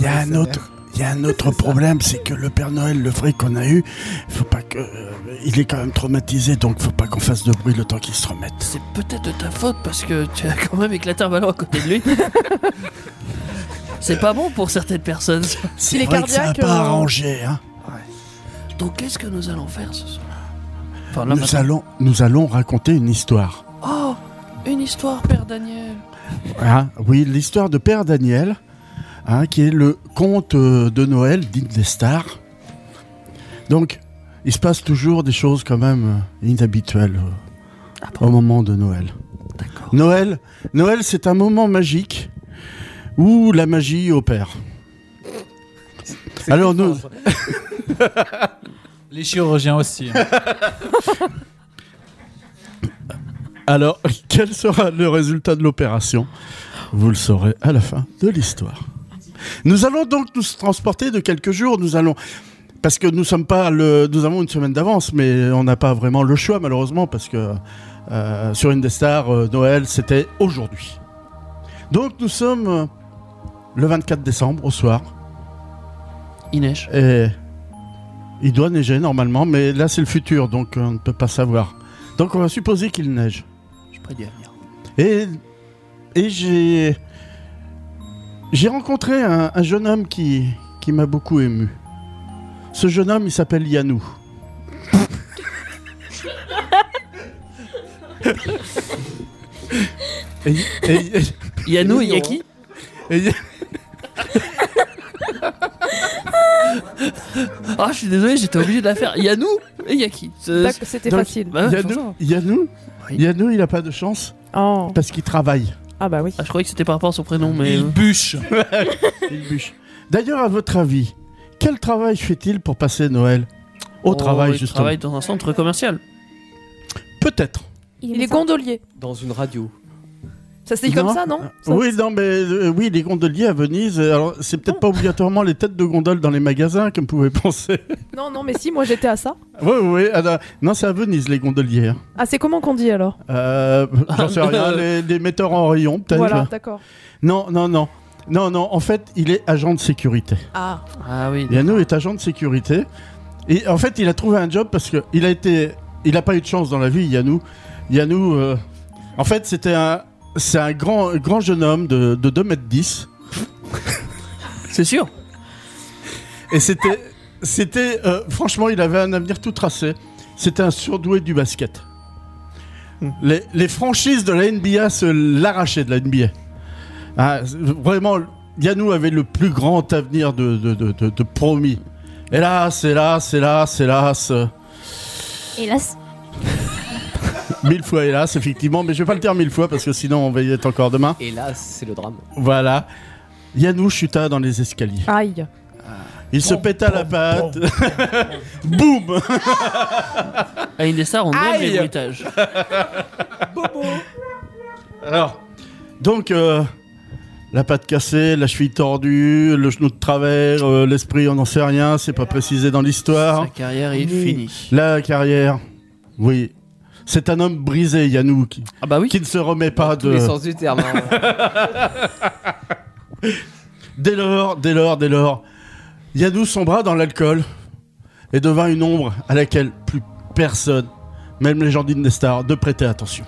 Speaker 5: y a un autre. Il y a un autre problème, c'est que le Père Noël, le vrai qu'on a eu, faut pas que, euh, il est quand même traumatisé, donc faut pas qu'on fasse de bruit le temps qu'il se remette.
Speaker 3: C'est peut-être de ta faute parce que tu as quand même éclaté un ballon à côté de lui. C'est pas bon pour certaines personnes.
Speaker 5: C'est vrai que ça n'a
Speaker 3: euh,
Speaker 11: euh,
Speaker 5: pas arrangé. Hein.
Speaker 3: Donc qu'est-ce que nous allons faire ce soir
Speaker 5: nous, allons, nous allons raconter une histoire.
Speaker 3: Oh, une histoire, Père Daniel.
Speaker 5: Hein, oui, l'histoire de Père Daniel, hein, qui est le conte euh, de Noël digne des stars. Donc, il se passe toujours des choses quand même euh, inhabituelles euh, au moment de Noël. Noël, Noël, c'est un moment magique où la magie opère. Alors nous,
Speaker 10: Les chirurgiens aussi. hein.
Speaker 5: alors quel sera le résultat de l'opération Vous le saurez à la fin de l'histoire. Nous allons donc nous transporter de quelques jours. Nous allons parce que nous sommes pas le, nous avons une semaine d'avance, mais on n'a pas vraiment le choix malheureusement parce que euh, sur Indestar euh, Noël c'était aujourd'hui. Donc nous sommes euh, le 24 décembre au soir.
Speaker 3: Il neige.
Speaker 5: Et il doit neiger normalement, mais là c'est le futur, donc on ne peut pas savoir. Donc on va supposer qu'il neige.
Speaker 3: Je prédis l'avenir.
Speaker 5: Et, et j'ai j'ai rencontré un, un jeune homme qui, qui m'a beaucoup ému. Ce jeune homme, il s'appelle Yanou. et, et-
Speaker 3: Yanou et Yaki
Speaker 11: hein.
Speaker 5: et Ya-
Speaker 3: Ah, je suis désolé, j'étais obligé de la faire. Yannou et Yaki. C'est-
Speaker 11: D'accord, c'était
Speaker 3: Donc,
Speaker 11: facile.
Speaker 3: bah ouais, c'est pour ça.
Speaker 5: Yannou, Yannou, Yannou, il a pas de chance
Speaker 11: Oh.
Speaker 5: parce qu'il travaille.
Speaker 11: Ah bah oui.
Speaker 3: Ah, je croyais que c'était par rapport à son prénom, mais. euh. Il
Speaker 10: bûche.
Speaker 5: Il bûche. D'ailleurs, à votre avis, quel travail fait-il pour passer Noël Au
Speaker 11: Oh,
Speaker 5: travail,
Speaker 3: Oh, il
Speaker 5: justement.
Speaker 3: travaille dans un centre commercial.
Speaker 5: Peut-être.
Speaker 11: Il est gondolier.
Speaker 13: Dans une radio.
Speaker 11: Ça se dit comme ça, non Ça- Ah.
Speaker 5: Oui, non, mais euh, oui, les gondoliers à Venise. euh, Alors, c'est peut-être pas obligatoirement les têtes de gondole dans les magasins, comme vous pouvez penser.
Speaker 11: Non, non, mais si, moi j'étais à ça.
Speaker 5: oui, oui. ah, non, non, c'est à Venise les gondoliers. hein.
Speaker 11: Ah, c'est comment qu'on dit alors
Speaker 5: Euh, J'en sais rien. Les, les metteurs en rayon, peut-être.
Speaker 11: Voilà, d'accord.
Speaker 5: Non, non, non. Non, non, en fait, il est agent de sécurité.
Speaker 25: Ah.
Speaker 3: Ah oui.
Speaker 5: Yano est agent de sécurité. Et en fait, il a trouvé un job parce qu'il a été. Il n'a pas eu de chance dans la vie, Yanou. Yanou. euh, En fait, c'était un. C'est un grand, grand jeune homme de, de 2m10.
Speaker 3: C'est sûr.
Speaker 5: Et c'était. C'était. euh, franchement, il avait un avenir tout tracé. C'était un surdoué du basket.
Speaker 3: Hmm.
Speaker 5: Les, les franchises de la NBA se l'arrachaient de la NBA. Ah, c'est- vraiment, Yanou avait le plus grand avenir de, de, de- de- de promis. Hélas, hélas, hélas, hélas. euh,
Speaker 9: Hélas.
Speaker 5: Mille fois hélas, effectivement, mais je vais pas le dire mille fois parce que sinon on va y être encore demain.
Speaker 13: Hélas, c'est le drame.
Speaker 5: Voilà. Yanou chuta dans les escaliers.
Speaker 11: Aïe.
Speaker 5: Il se péta la patte. Boum
Speaker 3: À Indestar, on aime
Speaker 5: Aïe
Speaker 3: les bruitages.
Speaker 5: Alors, donc, euh, la patte cassée, la cheville tordue, le genou de travers, euh, l'esprit, on n'en sait rien, c'est pas précisé dans l'histoire.
Speaker 3: Sa carrière est finie.
Speaker 5: La carrière, oui. C'est un homme brisé, Yanou, qui, qui ne se remet pas
Speaker 13: Tous
Speaker 5: de.
Speaker 13: les sens du terme. hein.
Speaker 5: Dès lors, dès lors, dès lors, Yanou sombra dans l'alcool et devint une ombre à laquelle plus personne, même les gens d'Indestar, ne prêtait attention.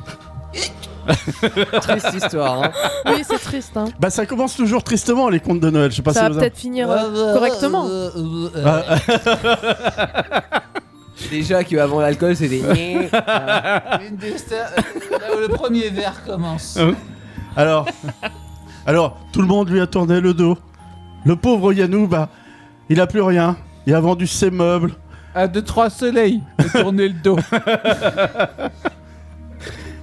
Speaker 13: Triste histoire. hein.
Speaker 11: Oui, c'est triste. Hein.
Speaker 5: Bah ça commence toujours tristement les contes de Noël, je sais pas si
Speaker 11: Ça va
Speaker 5: vous en-
Speaker 11: peut-être finir euh, correctement.
Speaker 5: Ah,
Speaker 13: Déjà qu'avant l'alcool, c'était.
Speaker 2: Là
Speaker 10: euh,
Speaker 2: où le premier verre commence.
Speaker 5: Hein alors, alors, tout le monde lui a tourné le dos. Le pauvre Yanou, bah, il a plus rien. Il a vendu ses meubles.
Speaker 10: À deux, trois soleils, tourner le dos.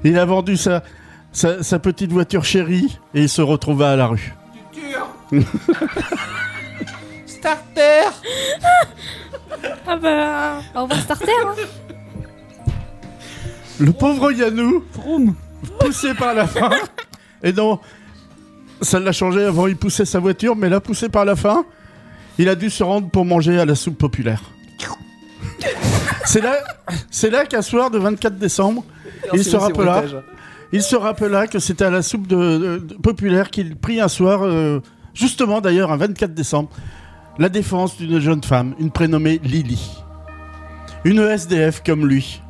Speaker 5: Il a vendu sa, sa, sa petite voiture chérie et il se retrouva à la rue.
Speaker 2: Starter
Speaker 9: Ah bah. Au revoir, Starter. hein.
Speaker 5: Le pauvre Yanou, poussé par la faim. Et non, ça l'a changé avant, il poussait sa voiture, mais là, poussé par la faim, il a dû se rendre pour manger à la soupe populaire. C'est là, c'est là qu'un soir de 24 décembre, il
Speaker 13: Merci,
Speaker 5: se
Speaker 13: monsieur
Speaker 5: rappela,
Speaker 13: Bruitage.
Speaker 5: il se rappela que c'était à la soupe de- de- de- populaire qu'il prit un soir, euh, justement d'ailleurs un 24 décembre, la défense d'une jeune femme, une prénommée Lily, une SDF comme lui.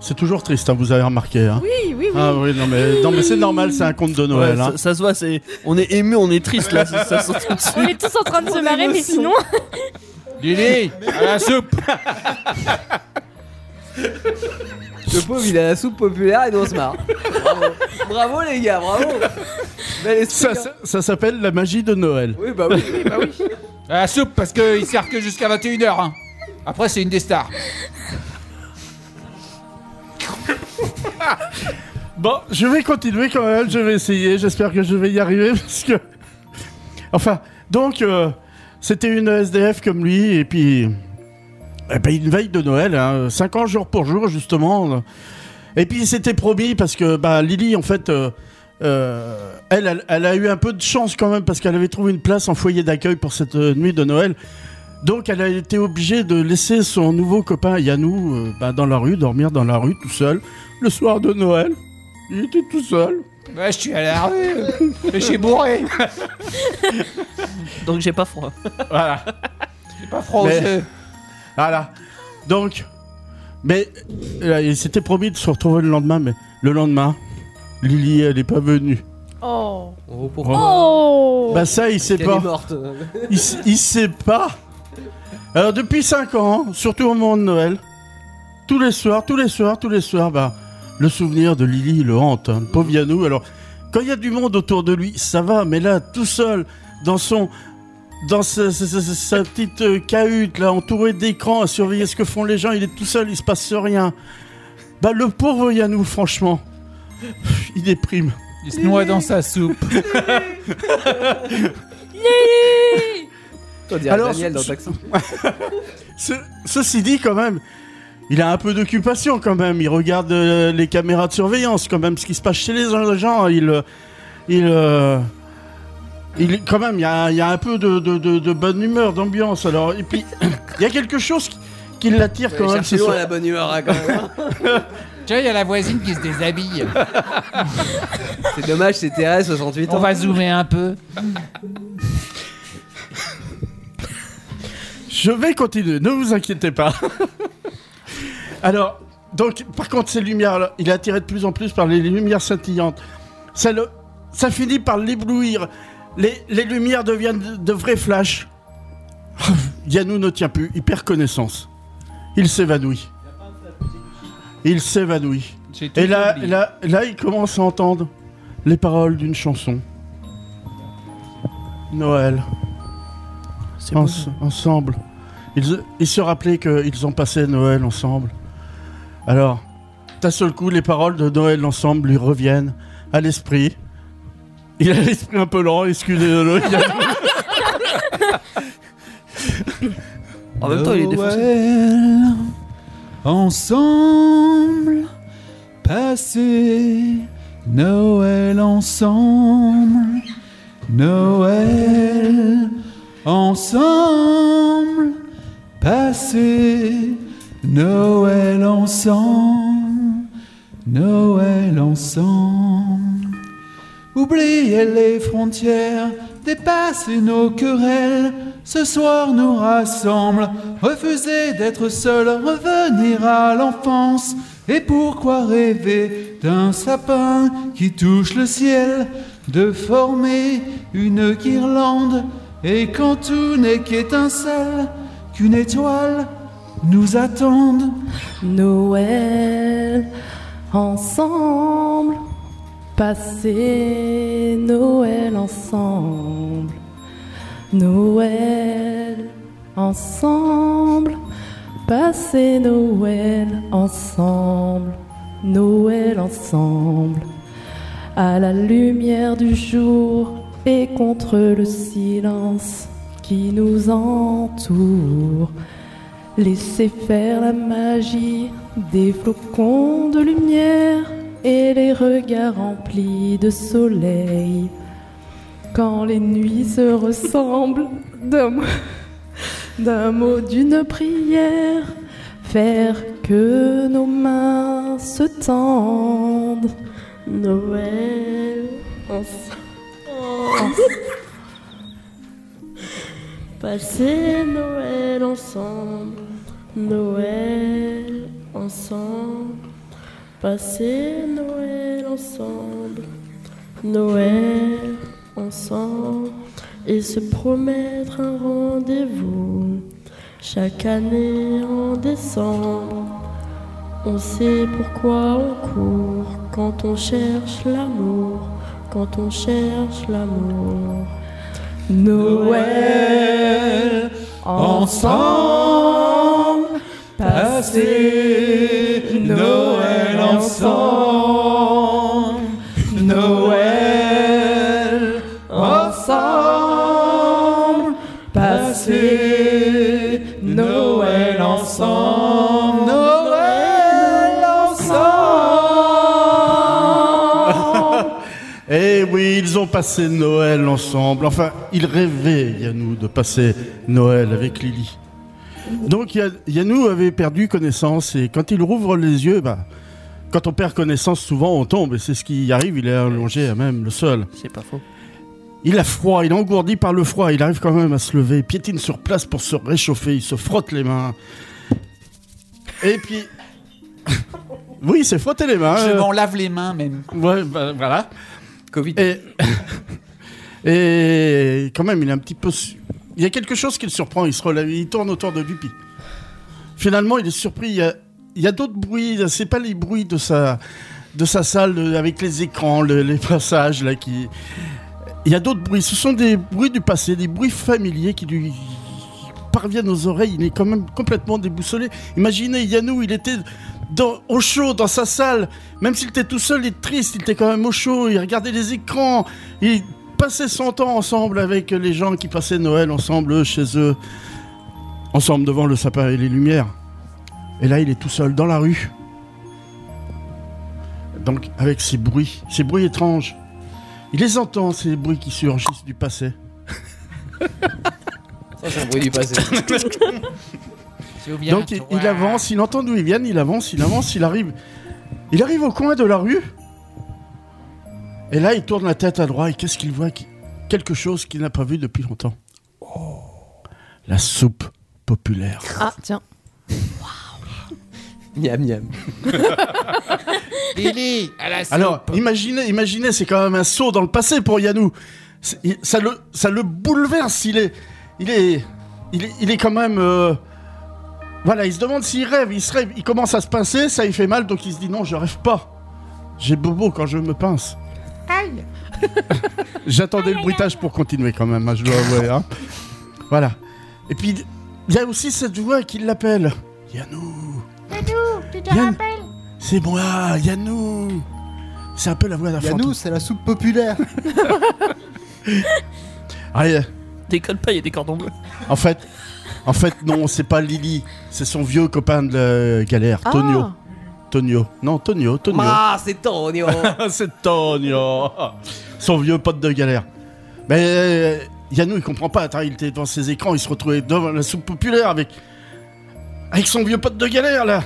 Speaker 5: C'est toujours triste, hein, vous avez remarqué. hein.
Speaker 3: Oui, oui, oui.
Speaker 5: Ah oui, non mais, non, mais c'est normal, c'est un conte de Noël.
Speaker 3: Ouais,
Speaker 5: hein.
Speaker 3: ça, ça se voit, c'est... on est ému, on est triste là, ça, ça se sent tout de suite.
Speaker 9: On est tous en train de se marrer, mais sinon.
Speaker 10: Lily, à la soupe
Speaker 13: Le pauvre, il a la soupe populaire et nous on se marre. Bravo. Bravo, les gars, bravo. Bel esprit,
Speaker 5: Ça,
Speaker 13: hein.
Speaker 5: ça- ça s'appelle la magie de Noël.
Speaker 13: Oui, bah oui, bah oui.
Speaker 10: À la Ah, soupe, parce qu'il sert que jusqu'à 21h. hein. Après, c'est une des stars.
Speaker 5: Bon, je vais continuer quand même, je vais essayer, j'espère que je vais y arriver parce que... Enfin, donc, euh, c'était une SDF comme lui et puis... eh ben, une veille de Noël, 5 ans jour pour jour justement. euh, Et puis il s'était promis parce que bah, Lily en fait... euh, euh, elle, elle, elle a eu un peu de chance quand même parce qu'elle avait trouvé une place en foyer d'accueil pour cette euh, nuit de Noël. Donc elle a été obligée de laisser son nouveau copain Yanou euh, bah, dans la rue, dormir dans la rue tout seul le soir de Noël. Il était tout seul.
Speaker 10: Ouais, je suis à la rue, mais j'ai bourré.
Speaker 3: Donc j'ai pas froid.
Speaker 5: Voilà.
Speaker 10: J'ai pas froid aux
Speaker 5: Mais-
Speaker 10: yeux.
Speaker 5: Voilà. Donc, mais euh, il s'était promis de se retrouver le lendemain, mais le lendemain, Lily, elle n'est pas venue.
Speaker 11: Oh.
Speaker 5: Oh. Bah ça, il sait
Speaker 13: Elle
Speaker 5: pas.
Speaker 13: est morte.
Speaker 5: Il, s- il sait pas. Alors depuis 5 ans, surtout au moment de Noël, tous les soirs, tous les soirs, tous les soirs, bah, le souvenir de Lily le hante. Hein, le pauvre Yanou. Alors, quand il y a du monde autour de lui, ça va, mais là, tout seul, dans son... Dans sa, sa- sa- sa- sa petite euh, cahute, là, entouré d'écrans, à surveiller ce que font les gens, il est tout seul, il se passe rien. Bah, le pauvre Yanou, franchement, il déprime.
Speaker 10: Il se noie dans sa soupe.
Speaker 13: On dirait
Speaker 5: Alors,
Speaker 13: Daniel
Speaker 5: ce-
Speaker 13: dans
Speaker 5: ce-
Speaker 13: Taxi.
Speaker 5: Ce- ceci dit, quand même, il a un peu d'occupation quand même. Il regarde euh, les caméras de surveillance, quand même, ce qui se passe chez les gens. Il, euh, il, euh, il quand même, il y a, il y a un peu de, de- de- de bonne humeur, d'ambiance. Alors, et puis, il y a quelque chose qui, qui l'attire
Speaker 13: Faut
Speaker 5: quand
Speaker 13: aller
Speaker 5: même.
Speaker 13: chercher
Speaker 5: c'est
Speaker 13: loin
Speaker 5: son-
Speaker 13: la bonne humeur, hein, quand même.
Speaker 10: Tiens, il y a la voisine qui se déshabille.
Speaker 2: C'est dommage, c'est Thérèse, 68 ans.
Speaker 10: On va zoomer un peu.
Speaker 5: Je vais continuer, ne vous inquiétez pas. Alors, donc, par contre, ces lumières, là, il est attiré de plus en plus par les lumières scintillantes. Ça, le- ça finit par l'éblouir. Les, les lumières deviennent de, de vrais flashs. Yannou ne tient plus, il perd connaissance. Il s'évanouit. Il s'évanouit.
Speaker 3: J'ai tout
Speaker 5: Et là,
Speaker 3: oublié.
Speaker 5: là, là, il commence à entendre les paroles d'une chanson. Noël.
Speaker 26: beau,
Speaker 5: En-
Speaker 26: ça.
Speaker 5: ensemble. Ils, ils se rappelaient qu'ils ont passé Noël ensemble. Alors, d'un seul coup, les paroles de Noël ensemble lui reviennent à l'esprit. Il a l'esprit un peu lent, excusez-le.
Speaker 27: En même temps, il est défoncé.
Speaker 16: Noël, ensemble, passer Noël ensemble, Noël ensemble, passer Noël ensemble, Noël ensemble. Oubliez les frontières, dépassez nos querelles. Ce soir nous rassemble. Refusez d'être seul, revenir à l'enfance. Et pourquoi rêver d'un sapin qui touche le ciel, de former une guirlande et quand tout n'est qu'étincelle, qu'une étoile nous attende.
Speaker 11: Noël Euh, ensemble, passer Noël ensemble, Noël ensemble, passer Noël ensemble, Noël ensemble, à la lumière du jour et contre le silence qui nous entoure. Laissez faire la magie des flocons de lumière et les regards remplis de soleil. Quand les nuits se ressemblent d'un mot, d'un mot, d'une prière, faire que nos mains se tendent.
Speaker 4: Euh,
Speaker 8: Noël ensemble.
Speaker 3: Oh.
Speaker 8: Passer Noël ensemble. Noël ensemble. Passer Noël ensemble. Noël ensemble. Et se promettre un rendez-vous. Chaque année en décembre. On sait pourquoi on court quand on cherche l'amour, quand on cherche l'amour.
Speaker 11: Noël ensemble,
Speaker 16: passer Noël ensemble, Noël ensemble, passer Noël ensemble, Noël ensemble.
Speaker 5: Eh oui, ils ont passé Noël ensemble. Enfin, ils rêvaient, Yannou, de passer Noël avec Lily. Donc, Ya- Yannou avait perdu connaissance et quand il rouvre les yeux, bah, quand on perd connaissance, souvent on tombe et c'est ce qui arrive. Il est allongé à même le sol.
Speaker 27: C'est pas faux.
Speaker 5: Il a froid, il est engourdi par le froid. Il arrive quand même à se lever, piétine sur place pour se réchauffer. Il se frotte les mains. Et puis. oui, il s'est frotté les mains.
Speaker 3: Je
Speaker 5: euh.
Speaker 3: m'en lave les mains même.
Speaker 5: Ouais, bah, voilà. Covid. Et, et quand même, il est un petit peu. su- Il y a quelque chose qui le surprend. Il se relève, il tourne autour de Dupi. Finalement, il est surpris. Il y a, il y a d'autres bruits. C'est pas les bruits de sa de sa salle euh, avec les écrans, le- les passages là qui. Il y a d'autres bruits. Ce sont des bruits du passé, des bruits familiers qui lui parviennent aux oreilles. Il est quand même complètement déboussolé. Imaginez Yannou, il était dans- au chaud dans sa salle. Même s'il était tout seul, il est triste. Il était quand même au chaud. Il regardait les écrans. Il passait son temps ensemble avec les gens qui passaient Noël ensemble eux, chez eux, ensemble devant le sapin et les lumières. Et là, il est tout seul dans la rue. Donc, avec ces bruits, ces bruits étranges. Il les entend, ces bruits qui surgissent du passé.
Speaker 2: Ça, c'est le bruit du passé.
Speaker 5: Donc il, il avance, il entend d'où ils viennent, il avance, il avance, il arrive. Il arrive au coin de la rue. Et là, il tourne la tête à droite. Et qu'est-ce qu'il voit qui- Quelque chose qu'il n'a pas vu depuis longtemps.
Speaker 28: Oh.
Speaker 5: La soupe populaire.
Speaker 11: Ah, tiens.
Speaker 28: Miam, miam.
Speaker 5: Billy,
Speaker 16: à la soupe.
Speaker 5: Alors, imaginez, imaginez, c'est quand même un saut dans le passé pour Yannou. C'est- il- Ça le, ça le bouleverse. Il est, il est, il est, il est quand même. euh, voilà, il se demande s'il rêve. Il se rêve. Il commence à se pincer, ça il fait mal, donc il se dit non, je rêve pas. J'ai bobo quand je me pince.
Speaker 29: Aïe
Speaker 5: J'attendais le bruitage pour continuer quand même, hein, je dois avouer. hein. Voilà. Et puis, il y a aussi cette voix qui l'appelle. Yannou
Speaker 29: Yannou, tu te
Speaker 5: Yann.
Speaker 29: rappelles
Speaker 5: C'est moi, Yannou C'est un peu la voix d'un fantôme.
Speaker 30: Yannou, c'est la soupe populaire
Speaker 17: Déconne pas, il y a des cordons bleus.
Speaker 5: En fait, en fait, non, c'est pas Lily, c'est son vieux copain de la galère,
Speaker 17: Ah.
Speaker 5: Tonio. Tonio, non, Tonio, Tonio.
Speaker 28: Ah, c'est Tonio
Speaker 5: c'est Tonio, son vieux pote de galère. Mais euh, Yannou, il comprend pas. attends, il était devant ses écrans, il se retrouvait devant la soupe populaire avec avec son vieux pote de galère là.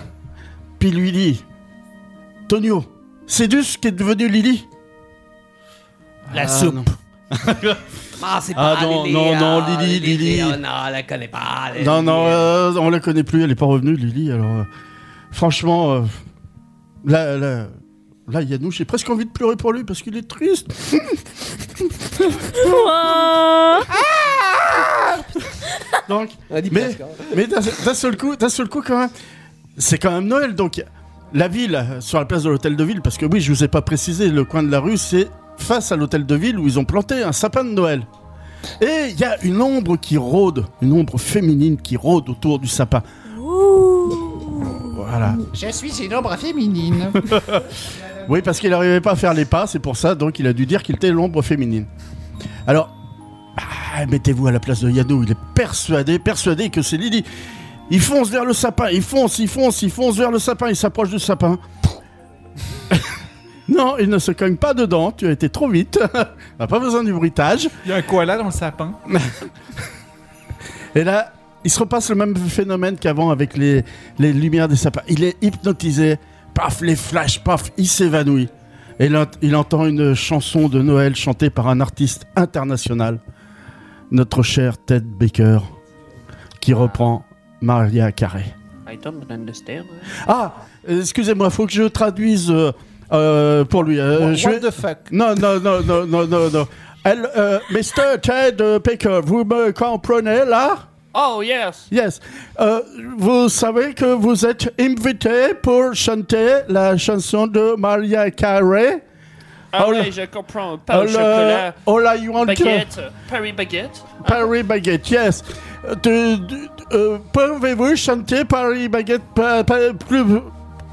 Speaker 5: Puis il lui dit, Tonio, c'est du ce qui est devenu Lily.
Speaker 12: La
Speaker 5: Ah,
Speaker 12: soupe.
Speaker 5: non.
Speaker 12: Ah, c'est
Speaker 5: Ah,
Speaker 12: pas
Speaker 5: non,
Speaker 12: Lily,
Speaker 5: non, non,
Speaker 12: ah,
Speaker 5: Lily, Lily.
Speaker 12: oh, non, elle la connaît pas. Lily.
Speaker 5: Non, non, euh, on la connaît plus, elle est pas revenue, Lily. Alors, euh, franchement, euh, là, là, là, Yannou, j'ai presque envie de pleurer pour lui parce qu'il est triste. Ah donc, mais, mais d'un d'un seul coup, d'un seul coup, quand même, c'est quand même Noël. Donc, la ville euh, sur la place de l'hôtel de ville, parce que oui, je vous ai pas précisé, le coin de la rue, c'est face à l'hôtel de ville où ils ont planté un sapin de Noël. Et il y a une ombre qui rôde, une ombre féminine qui rôde autour du sapin. Voilà.
Speaker 10: Je suis une ombre féminine.
Speaker 5: Oui, parce qu'il n'arrivait pas à faire les pas, c'est pour ça, donc il a dû dire qu'il était l'ombre féminine. Alors, ah, mettez-vous à la place de Yano, il est persuadé, persuadé que c'est Lily. Il fonce vers le sapin, il fonce, il fonce, il fonce vers le sapin, il s'approche du sapin. non, il ne se cogne pas dedans, tu as été trop vite. On n'a pas besoin du bruitage.
Speaker 3: Il y a un koala dans le sapin.
Speaker 5: Et là, il se repasse le même phénomène qu'avant avec les, les lumières des sapins. Il est hypnotisé. Paf, les flashs, paf, il s'évanouit. Et là, il entend une chanson de Noël chantée par un artiste international, notre cher Ted Baker, qui reprend Maria Carey.
Speaker 12: I don't understand.
Speaker 5: Ah, euh, excusez-moi, faut que je traduise euh, euh, pour lui.
Speaker 12: What-
Speaker 5: Euh, je
Speaker 12: what
Speaker 5: vais- Non, non, non, non, non, non, non. Elle, euh, Mr. Ted Baker, vous me comprenez là
Speaker 3: Ah,
Speaker 17: Oh yes
Speaker 5: Yes. Euh, vous savez que vous êtes invité pour chanter la chanson de Maria Carey.
Speaker 17: Ah
Speaker 5: All-
Speaker 17: ouais, je comprends. Pain au
Speaker 5: all-
Speaker 17: chocolat.
Speaker 5: all I Oh, want-
Speaker 17: Baguette. Paris baguette.
Speaker 5: Paris Baguette, yes. De- de- euh, Pouvez-vous chanter Paris Baguette pa- pa- plus,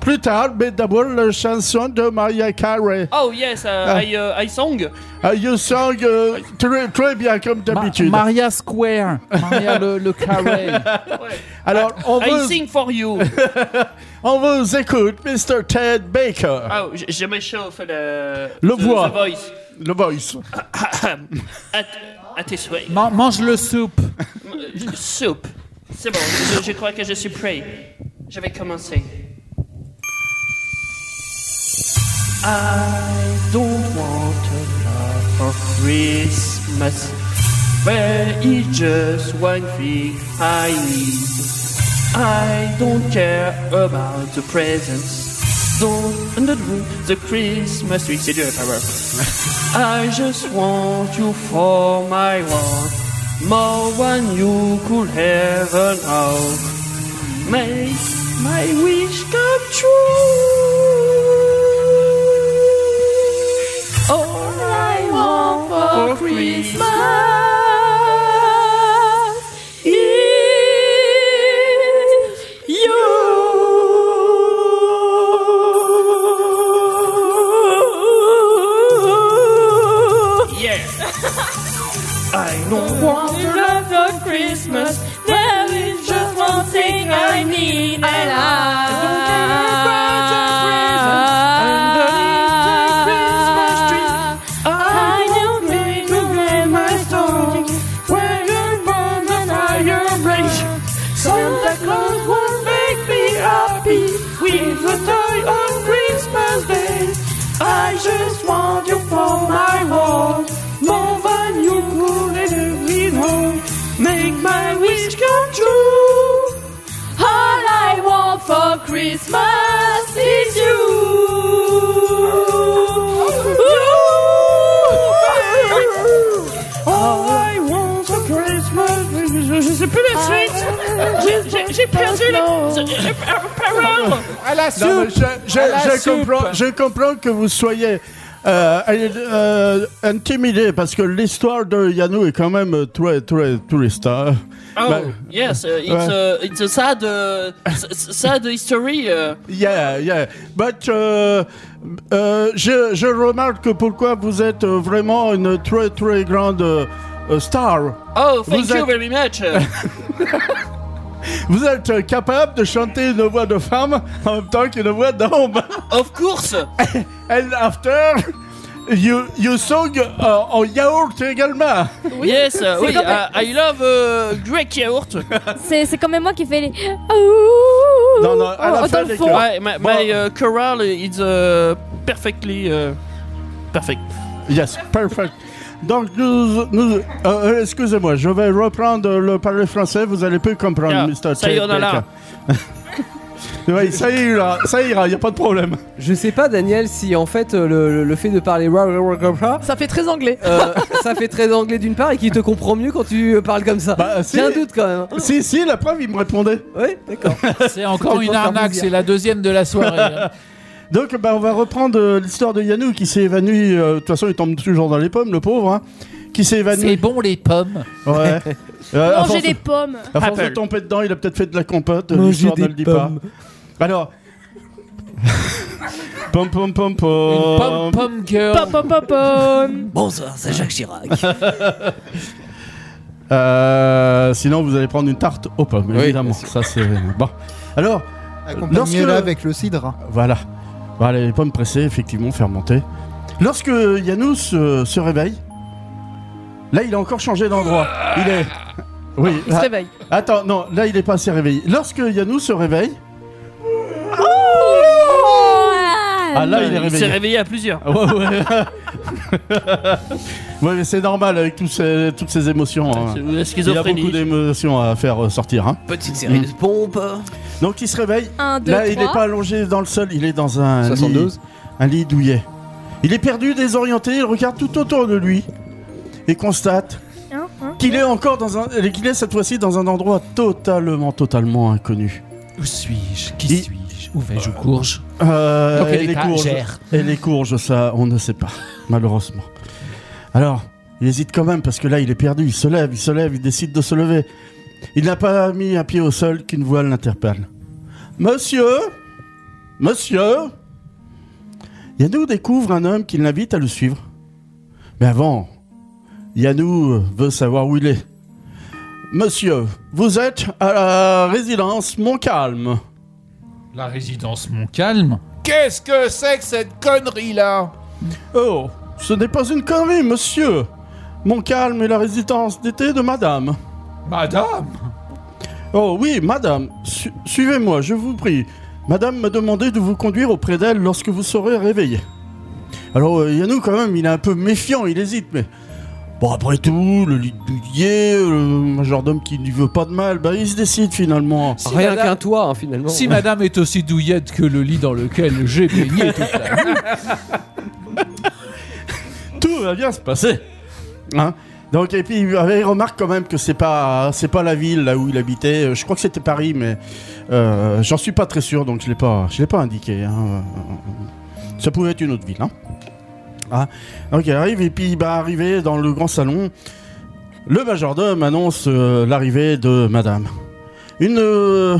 Speaker 5: plus tard, mais d'abord la chanson de Maria Carey
Speaker 17: Oh yes, euh,
Speaker 5: Ah.
Speaker 17: I, euh, I song.
Speaker 5: Ah, you sang euh, très, très bien comme d'habitude.
Speaker 3: Maria Square. Maria le, le carré.
Speaker 5: Alors, on
Speaker 17: I
Speaker 5: vous,
Speaker 17: sing for you.
Speaker 5: on vous écoute, Mr. Ted Baker.
Speaker 17: Oh, je, je m'échauffe le...
Speaker 5: Le
Speaker 17: the-
Speaker 5: voix.
Speaker 17: The voice.
Speaker 5: Le voice.
Speaker 17: à, t- à tes souhaits.
Speaker 3: mange le soupe.
Speaker 17: M- Soupe. C'est bon, je, je crois que je suis prêt. Je vais commencer. I don't want a lot for Christmas. There is just one thing I need. I don't care about the presents. Don't under the Christmas tree. C'est Dieu, power. I just want you for my one. More one you could ever know. Make my wish come true. All I want for Christmas is you. Yes. I don't want to love for Christmas. There is just one thing I need, and I don't care about your presents underneath the Christmas tree. I will make you play my song when your burn the fire breaks. Santa Claus will make me happy with a toy on Christmas.
Speaker 18: you for my heart, more than you could ever withhold. Make my wish come true. All I want for Christmas is you. All I want for Christmas. Je, je sais plus la suite. J'ai- j'ai- J'ai perdu la. j'ai- J'ai parole.
Speaker 5: À la
Speaker 22: soupe.
Speaker 5: je, je-
Speaker 22: À la
Speaker 5: je
Speaker 22: soupe.
Speaker 5: comprends, je comprends que vous soyez euh, euh, intimidé parce que l'histoire de Yannou est quand même très, très touriste. hein.
Speaker 3: Oh,
Speaker 5: Bah,
Speaker 3: yes, uh, it's,
Speaker 5: Ouais.
Speaker 3: a, it's a sad, uh, s- s- sad history. uh.
Speaker 5: Yeah, yeah. But euh, euh, je, je remarque que pourquoi vous êtes euh, vraiment une très très grande euh, euh, star.
Speaker 3: Oh, thank
Speaker 5: Vous
Speaker 3: you
Speaker 5: êtes-
Speaker 3: very much. uh.
Speaker 5: Vous êtes euh, capable de chanter une voix de femme en même temps qu'une voix d'homme.
Speaker 3: Of course.
Speaker 5: And after, you, you sung euh, en yaourt également.
Speaker 3: yes, uh,
Speaker 9: C'est
Speaker 3: oui,
Speaker 9: quand
Speaker 3: uh, I love uh, Greek yaourt.
Speaker 9: C'est c'est quand même moi qui fais les. Ouh
Speaker 5: Non, non, à la
Speaker 9: Oh,
Speaker 5: fin
Speaker 9: dans
Speaker 5: des
Speaker 9: le fond.
Speaker 5: chœurs.
Speaker 3: My, my, my uh, chorale is uh, perfectly uh, perfect.
Speaker 5: Yes, perfect. Donc, nous, nous- euh, excusez-moi, je vais reprendre le parler français, vous allez plus comprendre,
Speaker 3: Yeah,
Speaker 5: Mr.
Speaker 3: sayonara.
Speaker 5: oui, ça ira, ça ira, y a pas de problème.
Speaker 2: Je sais pas, Daniel, si en fait euh, le, le- le fait de parler rah, rah, rah, rah, rah,
Speaker 11: Ça fait très anglais.
Speaker 2: euh, ça fait très anglais d'une part et qu'il te comprend mieux quand tu euh, parles comme ça.
Speaker 5: si.
Speaker 2: J'ai un doute quand même. hein.
Speaker 5: Si, si, la preuve, il me répondait.
Speaker 2: Oui, d'accord.
Speaker 10: C'est encore
Speaker 5: C'était
Speaker 10: une
Speaker 5: pour faire
Speaker 10: arnaque,
Speaker 5: plaisir.
Speaker 10: c'est la deuxième de la soirée. hein.
Speaker 5: Donc, bah, on va reprendre euh, l'histoire de Yanou qui s'est évanoui. euh, De toute façon, il tombe toujours dans les pommes, le pauvre. hein, qui s'est évanoui.
Speaker 10: C'est bon les pommes.
Speaker 5: Ouais. Euh, à
Speaker 8: Manger
Speaker 5: force-
Speaker 8: des pommes.
Speaker 5: À force de
Speaker 10: Apple.
Speaker 5: tomber dedans, il a peut-être fait de la compote. euh,
Speaker 2: Manger
Speaker 5: L'histoire
Speaker 2: des
Speaker 5: ne le dit pas.
Speaker 2: pommes.
Speaker 5: Alors. pom pom pom pom.
Speaker 10: Une pomme, pomme girl.
Speaker 8: Pom, pom, pom, pom.
Speaker 2: Bonsoir, c'est Jacques Chirac.
Speaker 5: Euh, sinon, vous allez prendre une tarte aux pommes,
Speaker 10: Oui,
Speaker 5: évidemment. Ça, c'est. Bon. Alors. lorsque-
Speaker 6: Accompagnez-la avec le cidre.
Speaker 5: Voilà. Voilà, les pommes pressées, effectivement, fermentées. Lorsque Yanous euh, se réveille, là, il a encore changé d'endroit. Il est. Oui.
Speaker 11: Il se
Speaker 5: ah,
Speaker 11: réveille.
Speaker 5: Attends, non, là, il n'est pas assez réveillé. Lorsque Yanous se réveille. Ah, là, il est
Speaker 3: s'est
Speaker 5: réveillé.
Speaker 3: réveillé à plusieurs.
Speaker 5: Ah Ouais, ouais. ouais, mais c'est normal avec tous ces- toutes ces émotions. hein.
Speaker 3: c'est la
Speaker 5: Il y a
Speaker 3: schizophrénie.
Speaker 5: beaucoup d'émotions à faire euh, sortir. hein.
Speaker 3: Petite série
Speaker 5: Mm.
Speaker 3: de pompes.
Speaker 5: Donc il se réveille.
Speaker 3: Un, deux,
Speaker 5: Là, il
Speaker 3: trois.
Speaker 5: n'est pas allongé dans le sol, il est dans un
Speaker 2: 72.
Speaker 5: lit, un lit douillet. Il est perdu, désorienté, il regarde tout autour de lui et constate
Speaker 2: Hein,
Speaker 3: Hein
Speaker 5: qu'il est encore dans un, et qu'il est cette fois-ci dans un endroit totalement, totalement inconnu.
Speaker 10: Où suis-je Qui
Speaker 5: Il-
Speaker 10: suis-je Où vais-je Où courge
Speaker 5: Euh,
Speaker 10: Dans quel
Speaker 5: et les
Speaker 10: état
Speaker 5: courges,
Speaker 10: gère
Speaker 5: et les courges, ça, on ne sait pas, malheureusement. Alors, il hésite quand même parce que là, il est perdu. Il se lève, il se lève, il décide de se lever. Il n'a pas mis un pied au sol qu'une voile l'interpelle. Monsieur, monsieur, Yannou découvre un homme qui l'invite à le suivre. Mais avant, Yannou veut savoir où il est. Monsieur, vous êtes à la résidence Montcalm.
Speaker 10: La résidence Montcalm
Speaker 5: Qu'est-ce que c'est que cette connerie là Oh, ce n'est pas une connerie, monsieur. Mon calme est la résidence d'été de madame.
Speaker 10: Madame
Speaker 5: Oh oui, madame, Su- suivez-moi, je vous prie. Madame m'a demandé de vous conduire auprès d'elle lorsque vous serez réveillé. Alors, euh, Yannou, quand même, il est un peu méfiant, il hésite, mais. Bon, après tout, le lit de douillet, le majordome qui ne veut pas de mal, bah, il se décide finalement.
Speaker 2: Rien qu'un toit, hein, finalement.
Speaker 10: Si madame est aussi douillette que le lit dans lequel j'ai baigné toute la nuit.
Speaker 5: tout va bien se passer. Hein Donc et puis euh, il remarque quand même que c'est pas c'est pas la ville là où il habitait. Euh, Je crois que c'était Paris, mais euh, j'en suis pas très sûr, donc je l'ai pas je l'ai pas indiqué. hein. Euh, Ça pouvait être une autre ville. Hein. Ah, donc il arrive et puis bah arrivé dans le grand salon, le majordome annonce euh, l'arrivée de Madame. Une euh,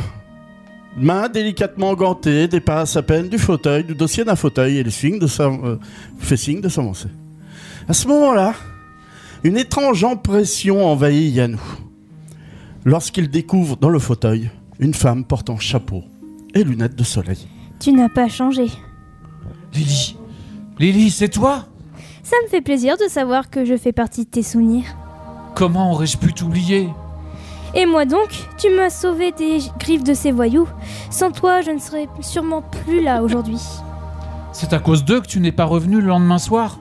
Speaker 5: main délicatement gantée dépasse à peine du fauteuil, du dossier d'un fauteuil et le signe de sa- euh, fait signe de s'avancer. À ce moment-là, une étrange impression envahit Yannou. Lorsqu'il découvre dans le fauteuil une femme portant chapeau et lunettes de soleil.
Speaker 9: Tu n'as pas changé.
Speaker 10: Lily Lily, c'est toi
Speaker 9: Ça me fait plaisir de savoir que je fais partie de tes souvenirs.
Speaker 10: Comment aurais-je pu t'oublier
Speaker 9: Et moi donc, tu m'as sauvé des griffes de ces voyous. Sans toi, je ne serais sûrement plus là aujourd'hui.
Speaker 10: C'est à cause d'eux que tu n'es pas revenu le lendemain soir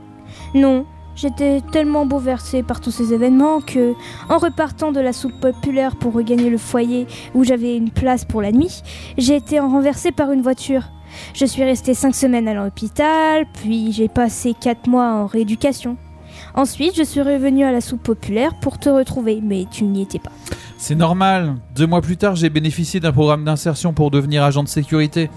Speaker 9: Non, j'étais tellement bouleversée par tous ces événements que, en repartant de la soupe populaire pour regagner le foyer où j'avais une place pour la nuit, j'ai été renversée par une voiture. Je suis restée 5 semaines à l'hôpital, puis j'ai passé 4 mois en rééducation. Ensuite, je suis revenue à la soupe populaire pour te retrouver, mais tu n'y étais pas.
Speaker 10: C'est normal. Deux mois plus tard, j'ai bénéficié d'un programme d'insertion pour devenir agent de sécurité.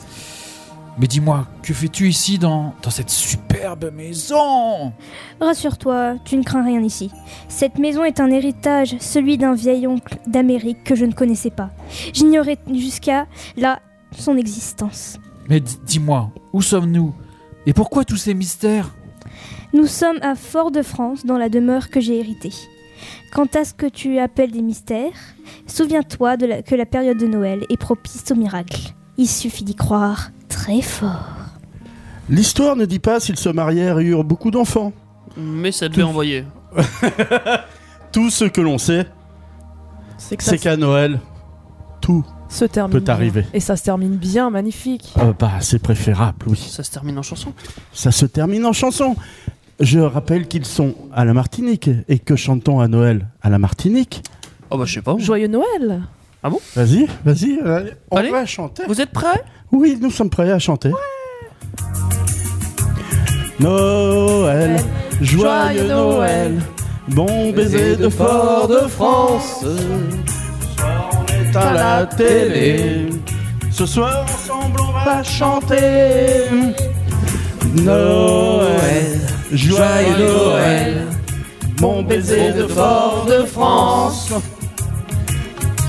Speaker 10: Mais dis-moi, que fais-tu ici dans, dans cette superbe maison
Speaker 9: Rassure-toi, tu ne crains rien ici. Cette maison est un héritage, celui d'un vieil oncle d'Amérique que je ne connaissais pas. J'ignorais jusqu'à là son existence.
Speaker 10: Mais di- dis-moi, où sommes-nous Et pourquoi tous ces mystères
Speaker 9: Nous sommes à Fort-de-France, dans la demeure que j'ai héritée. Quant à ce que tu appelles des mystères, souviens-toi de la- que la période de Noël est propice aux miracles. Il suffit d'y croire très fort.
Speaker 17: L'histoire ne dit pas s'ils se marièrent et eurent beaucoup d'enfants.
Speaker 3: Mais ça devait envoyer.
Speaker 17: Tout ce que l'on sait,
Speaker 11: C'est que ça
Speaker 17: c'est qu'à Noël, tout.
Speaker 11: se termine.
Speaker 17: peut
Speaker 11: bien.
Speaker 17: arriver.
Speaker 11: Et ça se termine bien, magnifique.
Speaker 17: Euh, bah, c'est préférable, oui.
Speaker 3: Ça se termine en chanson
Speaker 17: Ça se termine en chanson. Je rappelle qu'ils sont à la Martinique et que chantons à Noël à la Martinique.
Speaker 3: Oh bah je sais pas.
Speaker 11: Joyeux Noël
Speaker 3: Ah bon
Speaker 17: Vas-y, vas-y, allez, on va chanter.
Speaker 3: Vous êtes prêts
Speaker 17: Oui, nous sommes prêts à chanter. Noël, joyeux Noël, bon baiser de fort de France. à la télé. Ce soir ensemble on va chanter. Noël, joyeux Noël, mon baiser de fort de France.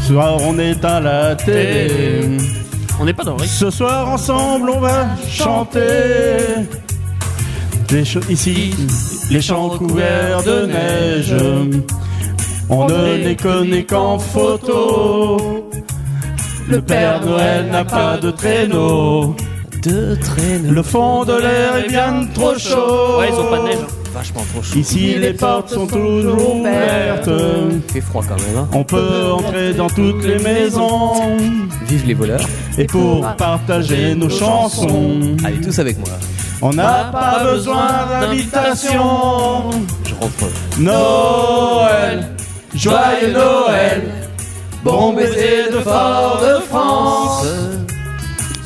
Speaker 17: Ce soir on est à la télé.
Speaker 3: On n'est pas dans le rythme.
Speaker 17: Ce soir ensemble on va chanter. Les cho- ici, les champs couverts de neige. On ne les connaît qu'en photo. Le Père Noël n'a pas de traîneau. De traîneau. Le fond de l'air est bien trop chaud.
Speaker 3: Ouais, ils ont pas de neige. hein.
Speaker 12: Vachement trop chaud.
Speaker 17: Ici, les portes sont toujours ouvertes.
Speaker 12: fait froid quand même. Hein.
Speaker 17: On peut entrer dans toutes les maisons.
Speaker 12: Vive les voleurs.
Speaker 17: Et pour partager nos chansons.
Speaker 12: Allez tous avec moi.
Speaker 17: On n'a pas besoin d'invitation.
Speaker 12: Je rentre.
Speaker 17: Noël, joyeux Noël, bon baiser de fort de France.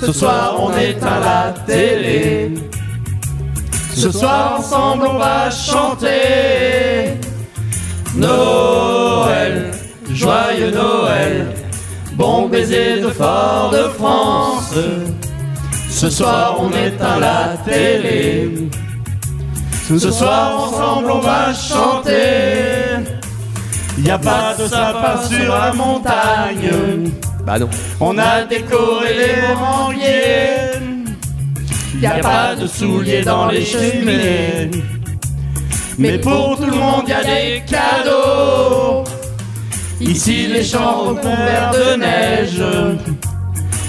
Speaker 17: Ce soir on éteint la télé. Ce soir ensemble on va chanter. Noël, joyeux Noël, bon baiser de fort de France. Ce soir on éteint la télé. Ce soir ensemble on va chanter. Y a pas de sapin sur la montagne.
Speaker 12: Bah non.
Speaker 17: On a décoré les manguiers. Y a pas de souliers dans les cheminées. Mais pour tout le monde y a des cadeaux. Ici les champs recouverts de neige.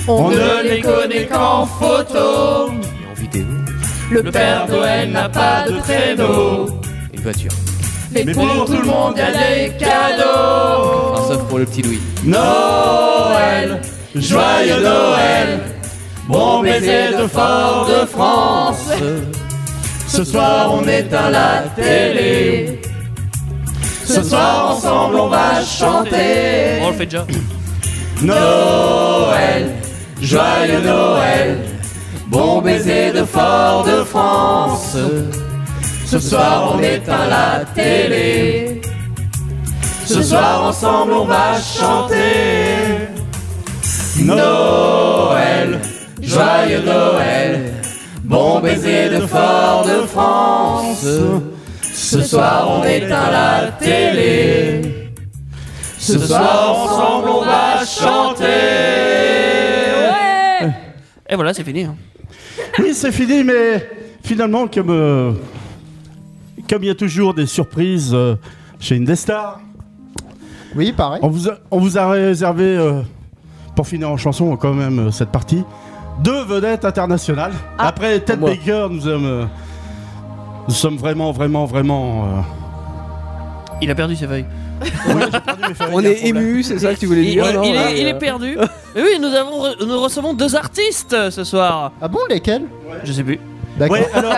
Speaker 17: On ne les connaît qu'en photo.
Speaker 12: En vidéo.
Speaker 17: Le Père Noël n'a pas de traîneau.
Speaker 12: Une voiture.
Speaker 17: Mais pour tout le monde, y a des cadeaux. Oh,
Speaker 12: Enfin, sauf pour le petit Louis.
Speaker 17: Noël, joyeux Noël, bon baiser de fort de France. Ce soir, on éteint la télé. Ce soir, ensemble, on va chanter.
Speaker 3: On le fait déjà.
Speaker 17: Noël, joyeux Noël, bon baiser de fort de France. Ce soir on éteint la télé. Ce soir ensemble on va chanter. Noël, joyeux Noël, bon baiser de fort de France. Ce soir on éteint la télé. Ce soir ensemble on va chanter.
Speaker 3: Et voilà, c'est fini. hein.
Speaker 17: Oui, c'est fini, mais finalement, comme euh, comme il y a toujours des surprises euh, chez Indestar.
Speaker 6: Oui, pareil.
Speaker 17: On vous a, on vous a réservé, euh, pour finir en chanson, quand même, euh, cette partie, deux vedettes internationales. Après Ted Baker, nous sommes, euh, nous sommes vraiment, vraiment, vraiment. euh,
Speaker 3: Il a perdu ses feuilles.
Speaker 2: On est ému, c'est ça que tu voulais
Speaker 3: Il,
Speaker 2: dire
Speaker 3: il-
Speaker 2: non,
Speaker 3: il
Speaker 2: là,
Speaker 3: est, il est
Speaker 2: euh,
Speaker 3: perdu. Mais oui, nous, avons re- nous recevons deux artistes euh, ce soir.
Speaker 6: Ah bon, lesquels
Speaker 3: Je sais plus.
Speaker 6: D'accord.
Speaker 17: Ouais, alors,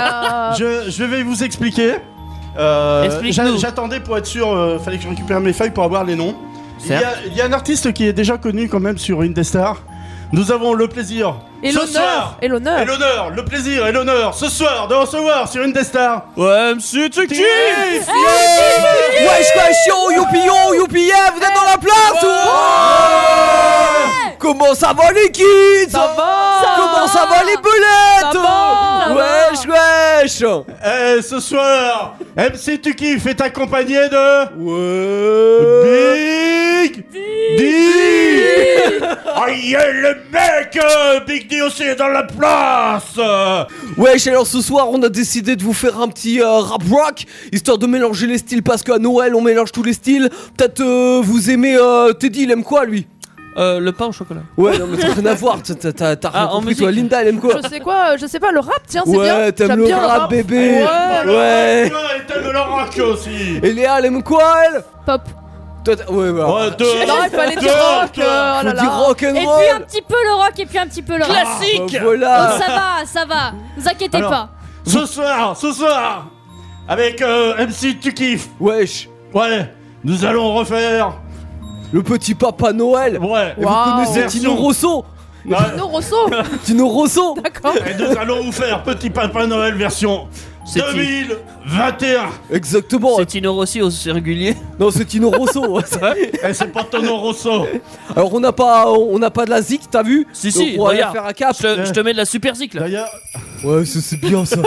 Speaker 17: je, je vais vous expliquer.
Speaker 5: Euh,
Speaker 22: Explique-nous.
Speaker 5: j'a- J'attendais pour être sûr, euh, fallait que je récupère mes feuilles pour avoir les noms. Il y, a,
Speaker 22: Certes.
Speaker 5: il y a un artiste qui est déjà connu quand même sur Indestar. Nous avons le plaisir
Speaker 11: Et
Speaker 5: ce
Speaker 11: l'honneur
Speaker 5: soir
Speaker 11: Et l'honneur
Speaker 5: et l'honneur, le plaisir et l'honneur ce soir de recevoir sur Indestar.
Speaker 3: Ouais, monsieur, tu
Speaker 5: kiffes
Speaker 13: Wesh, wesh, yo, Oh, youpi, yo, youpi, yeah, vous êtes dans la place ou- Comment ça va les kids Ça va Comment ça va les belettes
Speaker 11: Ah,
Speaker 13: Wesh, wesh
Speaker 5: Eh, ce soir, MC Tu kiffes est accompagné de. Ouais. Big. D. Aïe, le mec euh, Big D aussi est dans la place
Speaker 13: Wesh, alors ce soir, on a décidé de vous faire un petit euh, rap rock, histoire de mélanger les styles, parce qu'à Noël, on mélange tous les styles. Peut-être euh, vous aimez euh, Teddy, il aime quoi lui
Speaker 3: Euh, le pain au chocolat.
Speaker 13: Ouais, non, mais t'as rien à voir, t'as- t'as t'as- t'as rien
Speaker 3: Ah, en
Speaker 13: compris
Speaker 3: musique.
Speaker 13: toi. Linda, elle aime quoi
Speaker 11: Je sais quoi, euh, je sais pas, le rap, tiens, c'est bien.
Speaker 13: Ouais, t'aimes
Speaker 11: J'aime
Speaker 13: le
Speaker 11: bien
Speaker 13: rap, bébé
Speaker 11: Ouais.
Speaker 13: Ouais
Speaker 5: Et t'aimes le rock aussi
Speaker 13: Et Léa, elle aime quoi, elle
Speaker 9: Pop.
Speaker 13: Toi, t'as- ouais, bah.
Speaker 5: Ouais, deux.
Speaker 9: Non, il fallait dire rock,
Speaker 13: euh, oh là Faut là. dire rock'n'roll.
Speaker 9: Et puis un petit peu le rock et puis un petit peu le rap.
Speaker 13: Classique. Ah, bah voilà.
Speaker 9: Donc ça va, ça va. Vous inquiétez
Speaker 5: Alors,
Speaker 9: pas.
Speaker 5: Ce soir, ce soir, avec euh, MC Tu kiffes.
Speaker 13: Wesh.
Speaker 5: Ouais, nous allons refaire.
Speaker 13: Le petit papa Noël
Speaker 5: Ouais.
Speaker 13: Et vous connaissez Tino Rosso
Speaker 5: Ouais.
Speaker 11: Tino Rosso
Speaker 13: Tino Rosso
Speaker 11: D'accord.
Speaker 5: Et nous allons vous faire Petit Papa Noël version 2021.
Speaker 13: Exactement.
Speaker 3: C'est Tino Rossi au régulier. Eh,
Speaker 13: Non, c'est Tino Rosso.
Speaker 5: c'est pas Tino Rosso.
Speaker 13: Alors, on n'a pas, on n'a pas de la zik, t'as vu
Speaker 3: Si, si,
Speaker 13: Donc, on va
Speaker 3: regarde.
Speaker 13: faire un cap.
Speaker 3: Je te- je te mets de la super zik là.
Speaker 13: Ouais, ça, c'est bien ça.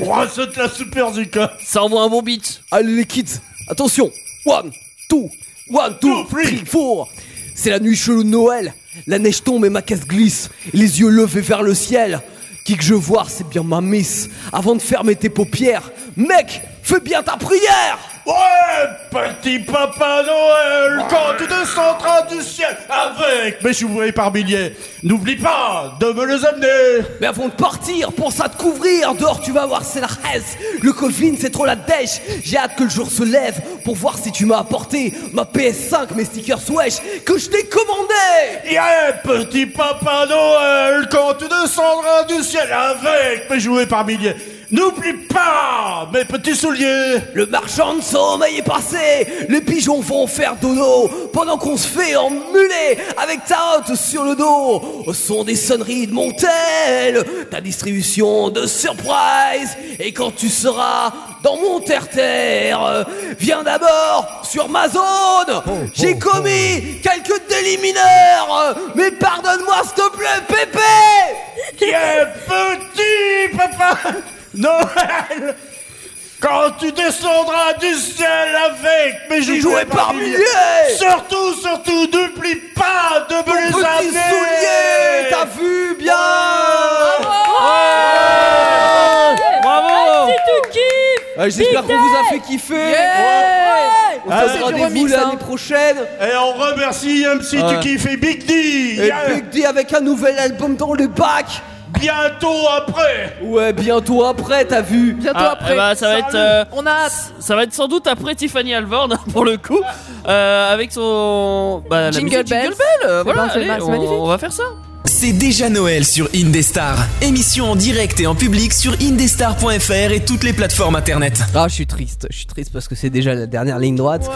Speaker 5: Oh, c'est de la super zik.
Speaker 3: Ça envoie un bon beat.
Speaker 13: Allez, les kids, attention. One, two, one, two, three, four. C'est la nuit chelou de Noël. La neige tombe et ma caisse glisse. Les yeux levés vers le ciel. Qui que je vois, c'est bien ma miss. Avant de fermer tes paupières, mec, fais bien ta prière.
Speaker 5: Ouais, petit papa Noël, quand tu descendras du ciel avec mes chouets par milliers, n'oublie pas de me les amener.
Speaker 13: Mais avant de partir, pense à te couvrir. Dehors, tu vas voir, c'est la haise. Le Covid, c'est trop la dèche. J'ai hâte que le jour se lève pour voir si tu m'as apporté ma PS5, mes stickers wesh, que je t'ai commandé.
Speaker 5: Yeah, petit papa Noël, quand tu descendras du ciel avec mes jouets par milliers, n'oublie pas mes petits souliers.
Speaker 13: Le marchand de sommeil est passé. Les pigeons vont faire dodo pendant qu'on se fait emmuler avec ta hotte sur le dos. Au son des sonneries de Montel, ta distribution de surprise. Et quand tu seras dans mon terre-terre, euh, viens d'abord sur ma zone. J'ai commis quelques délits mineurs, euh, mais pardonne-moi s'il te plaît, Pépé.
Speaker 5: Qui est petit, papa Noël Quand tu descendras du ciel avec mes jouets,
Speaker 13: jouets par milliers.
Speaker 5: Surtout, surtout, n'oublie pas de me les
Speaker 13: petit
Speaker 5: amener
Speaker 13: soulier, t'as vu bien
Speaker 3: Bravo
Speaker 13: Ah, J'espère qu'on vous a fait kiffer. On
Speaker 5: Ah,
Speaker 13: se
Speaker 5: c'est
Speaker 13: donne
Speaker 5: du
Speaker 13: rendez-vous
Speaker 5: remix,
Speaker 13: l'année
Speaker 5: hein.
Speaker 13: prochaine.
Speaker 5: Et on remercie MC
Speaker 13: Ouais.
Speaker 5: Tu kiffes et Big D
Speaker 13: Et Big D avec un nouvel album dans le bac.
Speaker 5: Bientôt après
Speaker 13: Ouais, bientôt après, t'as vu.
Speaker 11: Bientôt
Speaker 3: Ah,
Speaker 11: après.
Speaker 3: eh ben, ça va être, euh,
Speaker 11: On a hâte.
Speaker 3: Ça va être sans doute après Tiffany Alvorn pour le coup, euh, avec son bah, la
Speaker 11: Jingle
Speaker 3: musique
Speaker 11: Bells.
Speaker 3: Jingle Bell. euh,
Speaker 11: C'est
Speaker 3: voilà,
Speaker 11: bon, c'est
Speaker 3: allez,
Speaker 11: ma- c'est magnifique.
Speaker 3: on, on va faire ça.
Speaker 2: C'est déjà Noël sur Indestar. Émission en direct et en public sur indestar.fr et toutes les plateformes internet.
Speaker 13: Ah, je suis triste, je suis triste parce que c'est déjà la dernière ligne droite.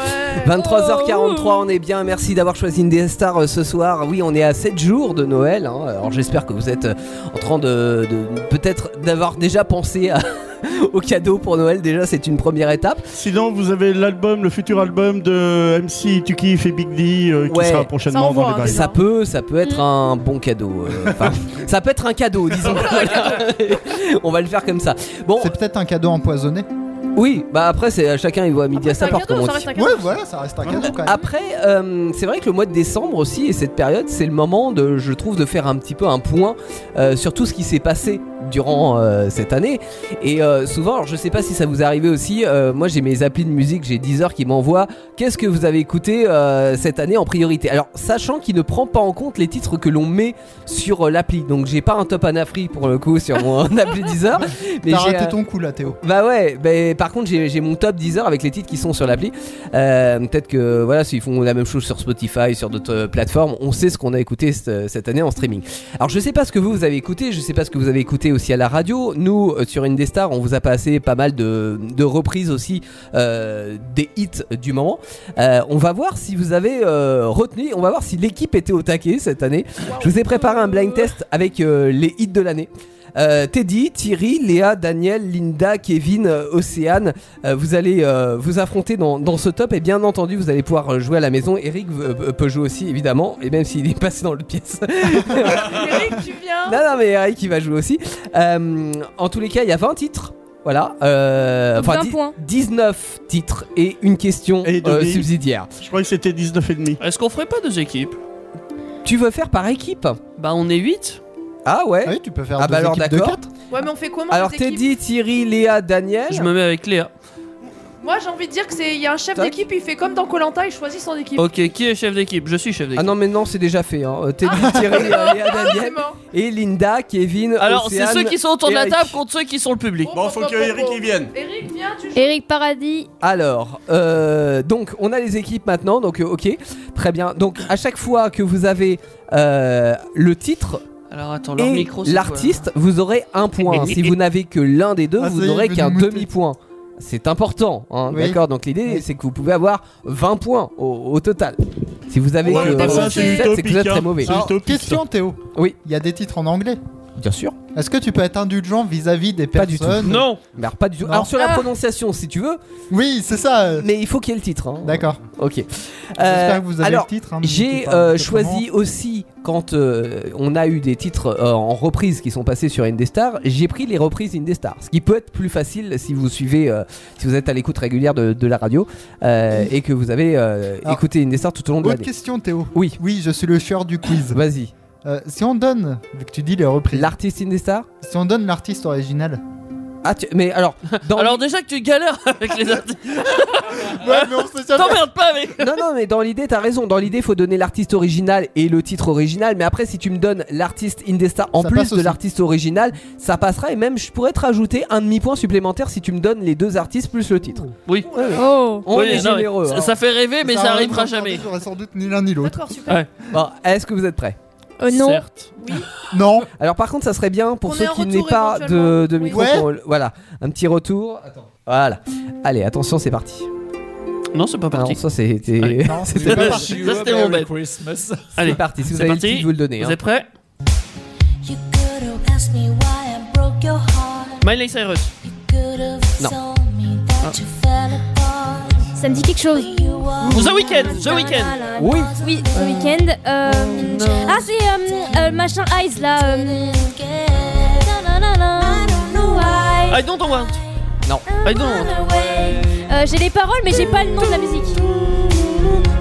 Speaker 13: 23h43,
Speaker 3: Oh.
Speaker 13: on est bien. Merci d'avoir choisi Indestar euh, ce soir. Oui, on est à 7 jours de Noël. hein. Alors, j'espère que vous êtes euh, en train de, de- peut-être d'avoir déjà pensé à- au cadeau pour Noël. Déjà, c'est une première étape.
Speaker 5: Sinon, vous avez l'album, le futur album de MC Tu kiffes et Big D euh, qui
Speaker 13: Ouais.
Speaker 5: sera prochainement dans
Speaker 3: hein,
Speaker 2: hein.
Speaker 5: les bails.
Speaker 13: Ça peut, ça peut
Speaker 3: Mm.
Speaker 13: être un bon cadeau. euh, enfin, ça peut être un cadeau, disons. on va le faire comme ça. Bon,
Speaker 6: C'est peut-être un cadeau empoisonné.
Speaker 13: oui. Bah après, c'est à chacun il voit à midi à sa porte, comme on dit.
Speaker 6: Ouais, voilà, ça reste un cadeau quand même.
Speaker 13: Après, euh, c'est vrai que le mois de décembre aussi et cette période, c'est le moment de, je trouve, de faire un petit peu un point euh, sur tout ce qui s'est passé durant euh, cette année. Et euh, souvent, alors, je sais pas si ça vous arrive aussi. euh, moi, j'ai mes applis de musique, j'ai Deezer qui m'envoie. Qu'est-ce que vous avez écouté euh, cette année en priorité Alors, sachant qu'il ne prend pas en compte les titres que l'on met sur euh, l'appli. Donc, j'ai pas un top anafri pour le coup sur mon appli Deezer. mais
Speaker 6: T'as
Speaker 13: j'ai,
Speaker 6: raté
Speaker 13: euh,
Speaker 6: ton coup là, Théo.
Speaker 13: bah ouais, bah, par contre j'ai j'ai mon top 10 heures avec les titres qui sont sur l'appli. Euh, Peut-être que voilà, s'ils font la même chose sur Spotify, sur d'autres euh, plateformes, on sait ce qu'on a écouté cette, cette année en streaming. Alors je sais pas ce que vous, vous avez écouté, je sais pas ce que vous avez écouté
Speaker 2: aussi à la radio. Nous, euh, sur Indestar, on vous a passé pas mal de, de reprises aussi euh, des hits du moment. Euh, on va voir si vous avez euh, retenu, on va voir si l'équipe était au taquet cette année. Je vous ai préparé un blind test avec euh, les hits de l'année. Euh, Teddy, Thierry, Léa, Daniel, Linda, Kevin, euh, Océane, euh, vous allez euh, vous affronter dans, dans ce top et bien entendu vous allez pouvoir euh, jouer à la maison. Eric euh, peut jouer aussi évidemment et même s'il est passé dans l'autre pièce. Non, non, mais Eric il va jouer aussi. Euh, en tous les cas, il y a 20 titres. Voilà. Euh, enfin,
Speaker 9: 20
Speaker 2: dix-
Speaker 9: points.
Speaker 2: 19 titres et une question euh,
Speaker 3: demi.
Speaker 2: subsidiaire.
Speaker 3: Je crois que c'était 19 et demi. Est-ce qu'on ferait pas deux équipes
Speaker 2: Tu veux faire par équipe
Speaker 3: Bah on est 8.
Speaker 2: Ah ouais
Speaker 3: Oui, tu peux faire
Speaker 2: Ah bah alors d'accord.
Speaker 11: Ouais, mais on fait comment
Speaker 2: Alors
Speaker 11: les équipes
Speaker 2: Teddy, Thierry, Léa, Daniel.
Speaker 3: Je me mets avec Léa.
Speaker 11: Moi, j'ai envie de dire que c'est il y a un chef
Speaker 2: Toc.
Speaker 11: d'équipe, il fait comme dans Colanta, il choisit son équipe.
Speaker 3: Ok, qui est chef d'équipe Je suis chef d'équipe.
Speaker 2: Ah non, mais non, c'est déjà fait. Hein. Euh, Teddy, Thierry, Léa, Léa, Daniel. Et Linda, Kevin.
Speaker 3: Alors, c'est
Speaker 2: Océane,
Speaker 3: ceux qui sont autour de la
Speaker 2: Eric.
Speaker 3: table contre ceux qui sont le public.
Speaker 5: Bon, faut que Eric y vienne.
Speaker 11: Eric, viens, tu
Speaker 9: Eric Paradis.
Speaker 2: Alors, euh, donc on a les équipes maintenant, donc euh, ok, très bien. Donc à chaque fois que vous avez euh, le titre
Speaker 3: Alors attends, leur
Speaker 2: et
Speaker 3: micro, c'est quoi,
Speaker 2: l'artiste, vous aurez un point. si vous n'avez que l'un des deux,
Speaker 3: Ah,
Speaker 2: vous
Speaker 3: ça y est,
Speaker 2: n'aurez
Speaker 3: il veut
Speaker 2: qu'un
Speaker 3: nous mouter.
Speaker 2: demi-point. C'est important, hein,
Speaker 3: Oui.
Speaker 2: d'accord Donc l'idée, c'est que vous pouvez avoir 20 points au, au total. Si vous avez
Speaker 6: Ouais,
Speaker 2: que
Speaker 6: mais par contre, c'est
Speaker 2: 17, c'est que vous êtes
Speaker 6: utopique,
Speaker 2: très
Speaker 6: hein.
Speaker 2: mauvais.
Speaker 6: Alors, question Théo.
Speaker 2: Oui.
Speaker 6: Il y a des titres en anglais.
Speaker 2: Bien sûr.
Speaker 6: Est-ce que tu peux être indulgent vis-à-vis des
Speaker 2: Pas
Speaker 6: personnes
Speaker 2: du tout. Mais alors, pas du tout. Alors sur la
Speaker 6: Ah.
Speaker 2: prononciation, si tu veux.
Speaker 6: Oui, c'est ça.
Speaker 2: Mais il faut qu'il y ait le titre. hein.
Speaker 6: D'accord.
Speaker 2: Ok. Euh,
Speaker 6: J'espère que vous avez le
Speaker 2: alors,
Speaker 6: titre, hein, n'hésitez
Speaker 2: J'ai
Speaker 6: pas,
Speaker 2: euh,
Speaker 6: parce que
Speaker 2: choisi
Speaker 6: vraiment-
Speaker 2: aussi, quand euh, on a eu des titres euh, en reprise qui sont passés sur Indestar, j'ai pris les reprises Indestar. Ce qui peut être plus facile si vous suivez, euh, si vous êtes à l'écoute régulière de, de la radio euh, et que vous avez euh,
Speaker 6: Alors,
Speaker 2: écouté Indestar tout au long de
Speaker 6: Autre
Speaker 2: l'année.
Speaker 6: question, Théo.
Speaker 2: Oui.
Speaker 6: Oui, je suis le chieur du quiz. Euh,
Speaker 2: Vas-y.
Speaker 6: si on donne, vu que tu dis les reprises.
Speaker 2: L'artiste Indestar
Speaker 6: Si on donne l'artiste original.
Speaker 2: Ah, tu- mais alors. Dans
Speaker 3: Alors déjà que tu galères avec les artistes.
Speaker 6: ouais, mais on se
Speaker 3: T'emmerdes pas avec.
Speaker 2: non, non, mais dans l'idée, t'as raison. Dans l'idée, faut donner l'artiste original et le titre original. Mais après, si tu me donnes l'artiste Indestar en
Speaker 6: Ça
Speaker 2: plus
Speaker 6: passe
Speaker 2: de
Speaker 6: aussi.
Speaker 2: l'artiste original, ça passera. Et même, je pourrais te rajouter un demi-point supplémentaire si tu me donnes les deux artistes plus le titre.
Speaker 3: Oui.
Speaker 2: Oh. On
Speaker 3: Oui,
Speaker 2: est
Speaker 3: non, mais
Speaker 2: généreux.
Speaker 3: ça-
Speaker 2: hein.
Speaker 3: ça fait rêver, mais ça
Speaker 6: arrive
Speaker 3: arrivera
Speaker 6: d'en parler,
Speaker 3: jamais.
Speaker 6: J'aurais sans doute ni l'un ni l'autre.
Speaker 11: D'accord,
Speaker 2: Ouais. Bon, est-ce que vous êtes prêts
Speaker 9: Euh, non.
Speaker 3: Certes.
Speaker 6: Non.
Speaker 2: Alors par contre, ça serait bien pour
Speaker 9: Qu'on
Speaker 2: ceux
Speaker 9: ait un
Speaker 2: qui n'aient
Speaker 9: retour
Speaker 2: pas de,
Speaker 9: éventuellement.
Speaker 2: de micro.
Speaker 9: Oui. Ouais.
Speaker 2: pour- Voilà, un petit retour. Attends. Voilà. Allez, attention, c'est parti.
Speaker 3: Non, c'est pas
Speaker 2: parti. ça, c'était.
Speaker 3: Non,
Speaker 2: c'était pas-
Speaker 3: c'est pas parti. Ça, c'était mon bête.
Speaker 2: C'est parti. Si vous
Speaker 3: c'est
Speaker 2: avez le
Speaker 3: parti.
Speaker 2: titre, vous le donnez.
Speaker 3: Vous
Speaker 2: hein.
Speaker 3: êtes prêts
Speaker 4: You could've asked me why I broke your heart.
Speaker 3: Miley Cyrus. Ah.
Speaker 4: Could've
Speaker 3: Non.
Speaker 4: told me that you fell apart.
Speaker 9: Ça me dit quelque chose.
Speaker 3: The Weeknd, The Weeknd.
Speaker 2: Oui.
Speaker 9: Oui, The Weeknd. euh,
Speaker 13: Oh,
Speaker 9: Ah, c'est euh, euh, machin Eyes là. euh. I don't know why.
Speaker 3: I don't want.
Speaker 2: Non.
Speaker 3: I don't.
Speaker 9: Euh, j'ai les paroles, mais j'ai pas le nom de la musique.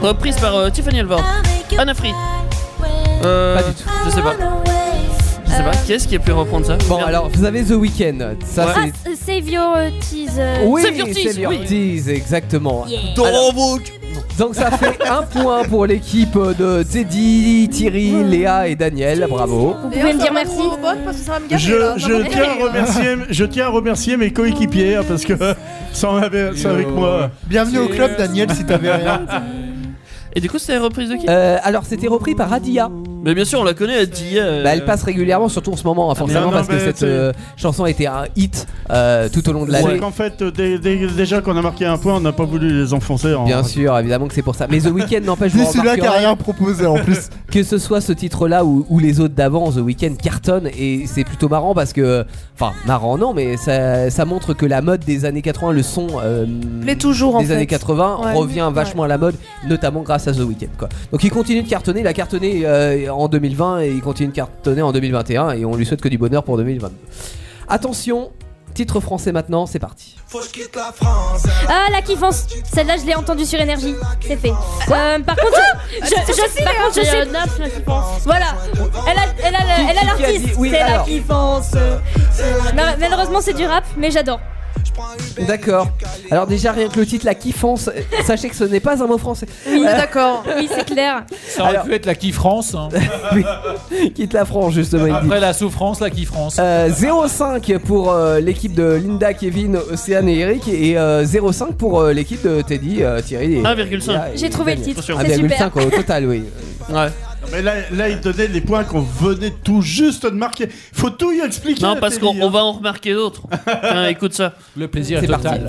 Speaker 3: Reprise par euh, Tiffany Alvord. Anna Free. Euh, pas du tout. Je sais pas. Je sais pas. Qui est-ce qui a pu reprendre ça
Speaker 2: Bon, alors vous avez The Weeknd. Ça,
Speaker 9: Ah,
Speaker 2: c'est
Speaker 9: euh, Save Your euh, Tears. euh.
Speaker 2: Oui, Ah, c'est your tease, exactement.
Speaker 9: Yeah.
Speaker 2: Alors, donc ça fait un point pour l'équipe de Teddy, Thierry, Léa et Daniel. Bravo.
Speaker 11: Vous
Speaker 9: pouvez me dire merci
Speaker 11: parce que ça va me gâter, hein,
Speaker 5: Je,
Speaker 11: là, ça va
Speaker 5: je,
Speaker 11: me
Speaker 5: tiens
Speaker 11: gâter,
Speaker 5: à
Speaker 11: là.
Speaker 5: remercier, je tiens à remercier mes coéquipiers hein, parce que sans avec, sans avec moi.
Speaker 6: Bienvenue au club, Daniel, si t'avais rien.
Speaker 3: Et du coup, c'était la reprise de qui
Speaker 2: Euh, alors c'était repris par Adia.
Speaker 3: Mais bien sûr, on la connaît, elle dit. euh,
Speaker 2: Bah, elle passe régulièrement, surtout en ce moment, hein, forcément,
Speaker 5: non,
Speaker 2: parce que
Speaker 5: mais
Speaker 2: cette
Speaker 5: c'est-
Speaker 2: euh, chanson a été un hit euh, tout au long de l'année.
Speaker 5: C'est qu'en fait, euh, dé- dé- déjà qu'on a marqué un point, on n'a pas voulu les enfoncer. En...
Speaker 2: Bien sûr, évidemment que c'est pour ça. Mais The Weeknd n'empêche
Speaker 6: Dis
Speaker 2: vous
Speaker 6: celui-là qui a
Speaker 2: remarquerez
Speaker 6: rien proposé en plus.
Speaker 2: que ce soit ce titre-là ou, ou les autres d'avant, The Weeknd cartonne et c'est plutôt marrant parce que, enfin, marrant non, mais ça, ça montre que la mode des années 80, le son euh,
Speaker 11: Plaît toujours, en
Speaker 2: des
Speaker 11: fait.
Speaker 2: années 80
Speaker 11: Ouais.
Speaker 2: revient vachement à la mode, notamment grâce à The Weeknd. Quoi. Donc il continue de cartonner, il a cartonné euh, en 2020 et il continue de cartonner en 2021 et on lui souhaite que du bonheur pour 2022. Attention, titre français maintenant, c'est parti.
Speaker 9: Ah, la kiffance. Celle-là, je l'ai entendue sur énergie. C'est fait. Euh, par contre, je, je,
Speaker 8: Ah, c'est facile,
Speaker 9: par
Speaker 8: hein.
Speaker 9: contre, je
Speaker 8: C'est,
Speaker 9: sais.
Speaker 8: euh, Naps, la kiffance.
Speaker 9: Voilà. Elle a, elle a,
Speaker 8: Qui-
Speaker 9: elle a
Speaker 8: qui- qui a
Speaker 9: l'artiste.
Speaker 8: dit- oui,
Speaker 9: c'est la
Speaker 8: alors.
Speaker 9: kiffance. Mal- Malheureusement, c'est du rap, mais j'adore.
Speaker 2: D'accord. Alors déjà rien que le titre, la kiffance, euh, sachez que ce n'est pas un mot français. Euh,
Speaker 9: d'accord. Oui, c'est clair.
Speaker 10: Ça aurait pu être la qui France. hein.
Speaker 2: Quitte la France justement. il dit.
Speaker 10: Après la souffrance, la qui France.
Speaker 2: Euh, 0,5 pour euh, l'équipe de Linda, Kevin, Océane et Eric et euh, 0,5 pour euh, l'équipe de Teddy, euh, Thierry et
Speaker 3: 1,5.
Speaker 2: et-
Speaker 3: J'ai trouvé le titre, c'est
Speaker 2: 1,5 au total, oui.
Speaker 3: Ouais.
Speaker 5: Mais là, là, il donnait les points qu'on venait tout juste de marquer. Faut tout y expliquer.
Speaker 3: Non,
Speaker 5: la
Speaker 3: parce
Speaker 5: télé,
Speaker 3: qu'on on va en remarquer d'autres. Tiens, écoute ça.
Speaker 10: Le plaisir
Speaker 3: est total.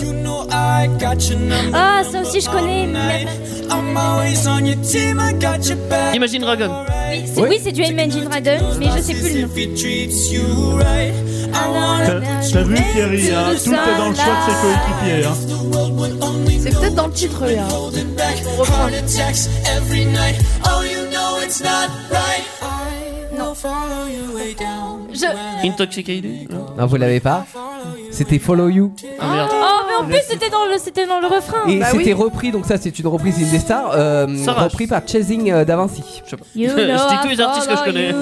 Speaker 9: Ah, ça aussi je connais.
Speaker 3: Imagine Dragon.
Speaker 9: Oui, c'est oui, c'est du Imagine Dragon, mais je sais plus le Ah nom.
Speaker 5: T'as t'as vu Thierry, hein, tout est dans le choix de ses coéquipiers. hein.
Speaker 11: C'est peut-être dans le titre, hein. là.
Speaker 3: Intoxicated non
Speaker 2: Non, vous l'avez pas C'était Follow You.
Speaker 3: Ah, merde.
Speaker 9: Oh, mais en plus c'était dans le c'était dans le refrain. Bah
Speaker 2: Et c'était repris, donc ça c'est une reprise Indestar, euh, repris par Chasing euh, Davinci.
Speaker 9: You
Speaker 3: Je dis tous les artistes que je connais.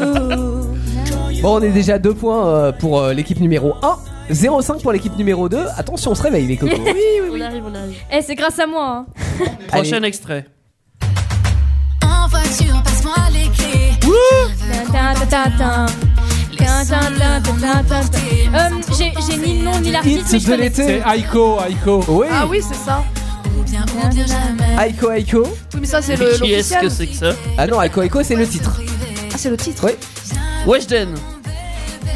Speaker 2: Bon, on est déjà à deux points euh, pour euh, l'équipe numéro 1, 0,5 pour l'équipe numéro 2. Attention, on se réveille les cocos.
Speaker 9: oui. On arrive, on arrive. Eh, c'est grâce à moi. hein.
Speaker 3: Prochain extrait.
Speaker 4: En voiture, passe-moi les clés.
Speaker 9: Tin, tin, tin, tin. Tin, tin, tin, tin, tin, tin. Euh, J'ai j'ai ni le nom ni l'artiste, mais je connais.
Speaker 10: C'est Aiko, Aiko.
Speaker 2: Oui.
Speaker 11: Ah oui, c'est ça.
Speaker 9: Hein
Speaker 2: Aiko Aiko.
Speaker 11: Oui, mais ça, c'est le-
Speaker 3: Qui est-ce
Speaker 11: l'officiel.
Speaker 3: que c'est que ça
Speaker 2: Ah non, Aiko Aiko, c'est le titre.
Speaker 11: Ah, c'est le titre
Speaker 2: Oui.
Speaker 3: Weshden.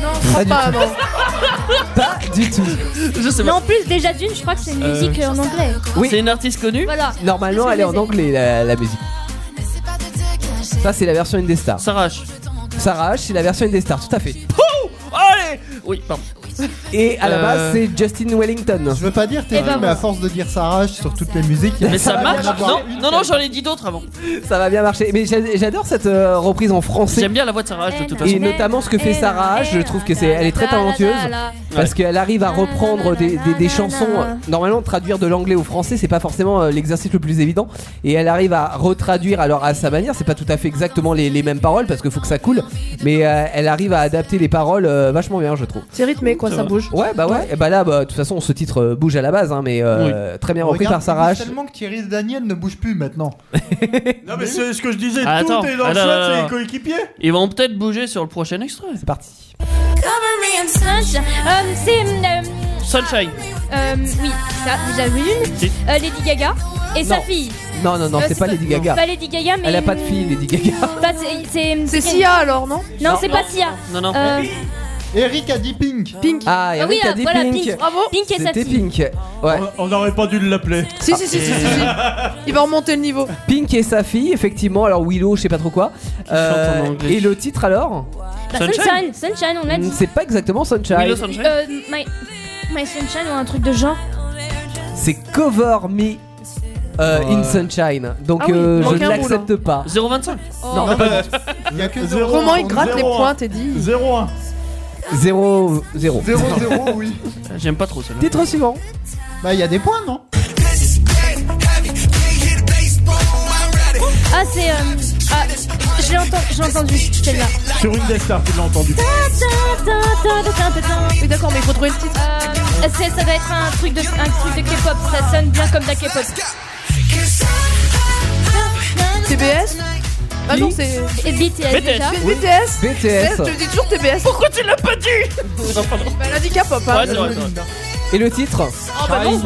Speaker 11: Non, je crois
Speaker 2: du
Speaker 11: pas,
Speaker 2: tout.
Speaker 11: non.
Speaker 2: Pas du tout.
Speaker 3: Je sais
Speaker 9: Mais
Speaker 3: pas.
Speaker 9: en plus, déjà d'une, je crois que c'est une
Speaker 3: Euh,
Speaker 9: musique euh, en anglais.
Speaker 2: Oui.
Speaker 3: C'est une artiste connue
Speaker 9: Voilà.
Speaker 2: Normalement, elle est en anglais la, la musique. Ça, c'est la version Indestar.
Speaker 3: Sarah.
Speaker 2: Sarah H, c'est la version Indestar, tout à fait.
Speaker 3: Allez Oui, pardon.
Speaker 2: Et à la
Speaker 3: Euh,
Speaker 2: base, c'est Justin Wellington.
Speaker 6: Je veux pas dire, t'es
Speaker 3: Eh ben
Speaker 6: mais
Speaker 3: voilà.
Speaker 6: à force de dire ça rage sur toutes les musiques, il y a-
Speaker 3: Euh, Mais ça
Speaker 6: va
Speaker 3: marche
Speaker 6: bien avoir
Speaker 3: Non, non, non, j'en ai dit d'autres avant.
Speaker 2: Ça va bien marcher. Mais j'a- j'adore cette euh, reprise en français.
Speaker 3: J'aime bien la voix de Sarah H, de toute façon.
Speaker 2: Et notamment ce que fait Sarah H, je trouve que c'est, elle est très talentueuse parce qu'elle arrive à reprendre des, des- des chansons. Normalement, traduire de l'anglais au français, c'est pas forcément euh, l'exercice le plus évident. Et elle arrive à retraduire alors à sa manière. C'est pas tout à fait exactement les, les mêmes paroles parce qu'il faut que ça coule, mais euh, elle arrive à adapter les paroles euh, vachement bien, je trouve.
Speaker 11: C'est rythmé, quoi, ça bouge.
Speaker 2: Ouais, bah ouais. Et bah là, bah, de toute façon, ce titre euh, bouge à la base, hein, mais euh, très bien repris
Speaker 6: Regarde,
Speaker 2: par Sarah
Speaker 6: il dit
Speaker 2: H.
Speaker 6: tellement que Thierry Daniel ne bouge plus maintenant.
Speaker 5: Non, mais c'est ce que je disais,
Speaker 3: Ah,
Speaker 5: tout
Speaker 3: attends.
Speaker 5: est dans le
Speaker 3: Ah, non,
Speaker 5: choix
Speaker 3: non,
Speaker 5: de
Speaker 3: non.
Speaker 5: ses coéquipiers.
Speaker 3: Ils vont peut-être bouger sur le prochain extrait.
Speaker 2: C'est parti.
Speaker 9: Euh, C'est. euh,
Speaker 3: Sunshine.
Speaker 9: euh, oui, ça, j'avais
Speaker 3: Si.
Speaker 9: une. Euh, Lady Gaga et sa
Speaker 2: Non.
Speaker 9: fille.
Speaker 2: Non, non, non,
Speaker 9: Euh,
Speaker 2: c'est pas Lady Gaga.
Speaker 9: Pas Lady Gaga, mais.
Speaker 2: Elle a pas de fille, Lady Gaga.
Speaker 9: Bah, c'est- c'est.
Speaker 11: C'est Sia, alors, non
Speaker 9: Non,
Speaker 2: Non,
Speaker 9: c'est
Speaker 2: non.
Speaker 9: pas Sia.
Speaker 3: Non, non.
Speaker 9: Euh,
Speaker 6: Eric a dit Pink.
Speaker 11: Pink.
Speaker 2: Ah,
Speaker 9: ah oui,
Speaker 2: Eric a
Speaker 9: ah,
Speaker 2: dit
Speaker 9: voilà,
Speaker 2: Pink.
Speaker 9: Pink. Bravo. Pink et sa
Speaker 2: C'était
Speaker 9: fille.
Speaker 2: Pink. Ouais.
Speaker 5: On n'aurait pas dû l'appeler.
Speaker 11: Si, si, si, si, si, si. Il va remonter le niveau.
Speaker 2: Pink et sa fille, effectivement. Alors Willow, je sais pas trop quoi. Euh,
Speaker 3: chante en anglais.
Speaker 2: et le titre alors
Speaker 9: Bah, Sunshine. Sunshine, on a dit.
Speaker 2: Mm, C'est pas exactement
Speaker 3: Willow
Speaker 2: Sunshine.
Speaker 3: Sunshine.
Speaker 9: Euh, my, my Sunshine ou un truc de genre.
Speaker 2: C'est Cover Me euh, in Sunshine. Donc
Speaker 11: Ah oui,
Speaker 2: euh, je
Speaker 11: manque
Speaker 2: ne
Speaker 11: un mot, là.
Speaker 2: l'accepte pas.
Speaker 3: 0,25.
Speaker 2: Non,
Speaker 6: Il y a que
Speaker 5: Zéro,
Speaker 11: Comment il gratte les
Speaker 5: zéro,
Speaker 11: points,
Speaker 5: hein.
Speaker 11: t'es dit
Speaker 5: 0-1.
Speaker 2: 0 0.
Speaker 6: 0-0, oui.
Speaker 3: J'aime pas trop Oh, ça.
Speaker 2: Titre suivant.
Speaker 6: Bah, il y a des points, non
Speaker 9: Ah, c'est. euh, ah, je l'ai entendu, je l'ai entendu, celle-là.
Speaker 5: Sur une des stars, tu l'as entendu.
Speaker 11: Oui, d'accord, mais il faut trouver le titre.
Speaker 9: Euh, c'est- ça va être un truc de, un truc de K-pop, ça sonne bien comme de la K-pop.
Speaker 11: TBS Ah non, c'est.
Speaker 9: Et BTS,
Speaker 3: BTS.
Speaker 9: déjà.
Speaker 11: C'est BTS
Speaker 2: BTS.
Speaker 11: Je dis toujours TBS. Pourquoi tu l'as pas dit Bah, Elle a dit K-pop, hein.
Speaker 3: Ouais, c'est vrai, c'est vrai.
Speaker 2: Et le titre
Speaker 11: Ah bah non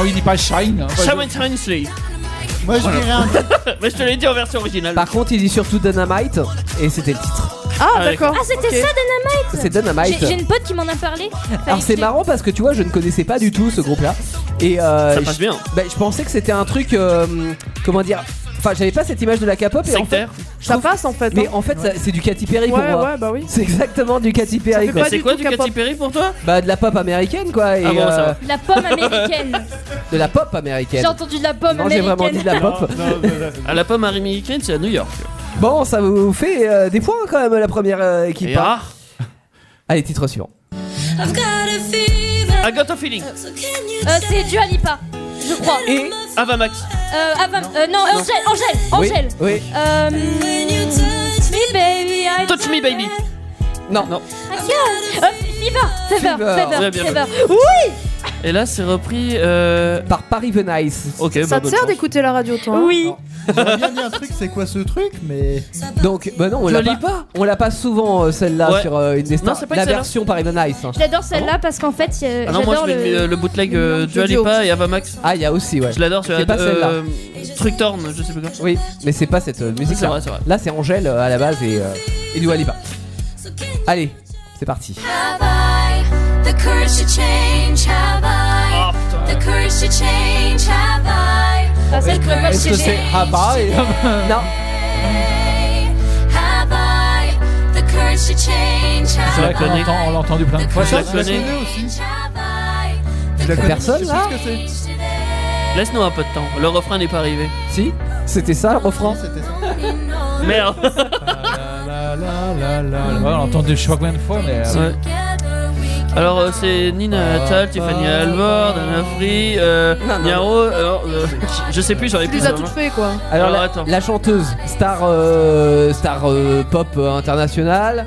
Speaker 10: Oh, il dit pas Shine. hein.
Speaker 3: Shaman Slave.
Speaker 6: Moi, je dirais un.
Speaker 3: Mais je te l'ai dit en version originale.
Speaker 2: Par contre, il dit surtout Dynamite et c'était le titre.
Speaker 11: Ah,
Speaker 3: Ah,
Speaker 11: d'accord.
Speaker 9: Ah, c'était
Speaker 11: Ok.
Speaker 9: ça, Dynamite
Speaker 2: C'est Dynamite.
Speaker 9: J'ai j'ai une pote qui m'en a parlé.
Speaker 2: Alors c'est marrant parce que tu vois, je ne connaissais pas du tout ce groupe-là. Et euh,
Speaker 3: Ça passe
Speaker 2: je-
Speaker 3: bien.
Speaker 2: bah, je pensais que c'était un truc, euh, comment dire. Enfin, j'avais pas cette image de la K-pop. et en fait-
Speaker 3: Sectaire.
Speaker 11: Ça passe en fait.
Speaker 2: Mais
Speaker 11: hein.
Speaker 2: en fait, ça- c'est du Katy Perry pour
Speaker 11: Ouais,
Speaker 2: moi.
Speaker 11: ouais, bah oui.
Speaker 2: C'est exactement du Katy Perry.
Speaker 11: fait
Speaker 2: quoi.
Speaker 11: pas
Speaker 3: C'est
Speaker 11: du
Speaker 3: quoi
Speaker 11: tout
Speaker 3: du
Speaker 11: K-pop.
Speaker 3: Katy Perry pour toi
Speaker 2: Bah de la pop américaine quoi et euh,
Speaker 3: Ah bon, ça va.
Speaker 9: La pomme américaine.
Speaker 2: de la pop américaine.
Speaker 9: J'ai entendu de la pomme
Speaker 2: Non j'ai
Speaker 9: américaine.
Speaker 2: vraiment dit de la pop.
Speaker 5: Ah,
Speaker 3: À la pomme américaine, c'est à New York.
Speaker 2: Bon ça vous fait euh, des points quand même la première euh, équipe.
Speaker 3: Et ah.
Speaker 2: hein.
Speaker 3: rare.
Speaker 2: Allez titre suivant.
Speaker 3: I got a feeling.
Speaker 9: Euh, c'est Dua Lipa, je crois.
Speaker 2: Et
Speaker 3: Ava Max.
Speaker 9: Euh, avant, euh, non, Angèle, Angèle,
Speaker 2: oui,
Speaker 9: Angèle.
Speaker 2: oui.
Speaker 9: Euh, me baby, I
Speaker 3: Touch me baby.
Speaker 2: Non non.
Speaker 9: Ah, tiens. Euh, Fever, Fever,
Speaker 2: Fever.
Speaker 9: Fever,
Speaker 3: Ouais, bien
Speaker 9: Fever. Eh ben, Oui
Speaker 3: Et là, c'est repris par
Speaker 2: Paris Venice.
Speaker 3: Ok, bah,
Speaker 11: Ça te
Speaker 3: bonne
Speaker 11: sert
Speaker 3: chance.
Speaker 11: d'écouter la radio, toi hein
Speaker 9: Oui.
Speaker 6: J'aurais bien dit un truc, c'est quoi ce truc Mais.
Speaker 2: Donc, bah non, on
Speaker 6: Je
Speaker 2: l'a
Speaker 6: lis
Speaker 2: pas, On l'a pas souvent euh, celle-là
Speaker 3: Ouais.
Speaker 2: sur euh, Indestar.
Speaker 3: Non, c'est pas
Speaker 2: la
Speaker 3: celle-là.
Speaker 2: version Paris Venice. hein.
Speaker 9: J'adore celle-là parce qu'en fait, euh,
Speaker 3: Ah non, moi je
Speaker 9: j'adore
Speaker 3: mets
Speaker 9: le.
Speaker 3: le, le bootleg euh, Dua
Speaker 9: Jojo.
Speaker 3: Lipa et Avamax.
Speaker 2: Ah, il y a aussi, ouais.
Speaker 3: Je l'adore, celui-là.
Speaker 2: C'est pas
Speaker 3: euh,
Speaker 2: celle-là.
Speaker 3: Truc Torn, je sais plus quoi.
Speaker 2: Oui, mais c'est pas cette euh, musique-là.
Speaker 3: C'est vrai, c'est vrai.
Speaker 2: Là, c'est Angèle euh, à la base et, euh, et Dua Lipa. Allez, c'est parti.
Speaker 4: Have I the courage to change? Have I the courage to change? Have I
Speaker 11: Ah,
Speaker 4: the courage
Speaker 2: Est-ce
Speaker 4: to
Speaker 2: que c'est
Speaker 4: change?
Speaker 2: Ah bah et- Non.
Speaker 4: Have I the courage to change?
Speaker 10: C'est vrai
Speaker 4: Have
Speaker 10: qu'on
Speaker 4: I
Speaker 10: l'entend- on l'a entendu plein de fois.
Speaker 3: Je la connais.
Speaker 4: the
Speaker 2: la connais, personne,
Speaker 4: courage
Speaker 2: là
Speaker 4: to change today?
Speaker 3: Laisse-nous un peu de temps, le refrain n'est pas arrivé.
Speaker 2: Si C'était ça le refrain
Speaker 3: Merde
Speaker 10: Ouais, on l'a entendu je sais pas combien de fois, mais. euh,
Speaker 3: Ouais. Alors euh, c'est Nina Attal, Tiffany Alvord, Anna Free, euh, Niaro, alors, euh, je sais plus, j'en ai
Speaker 11: Tu
Speaker 3: plus.
Speaker 11: les as
Speaker 3: dans la
Speaker 11: toutes
Speaker 3: main.
Speaker 11: fait, quoi.
Speaker 2: Alors,
Speaker 3: Alors,
Speaker 2: la,
Speaker 3: attends.
Speaker 2: la chanteuse, star, euh, star euh, pop euh, internationale.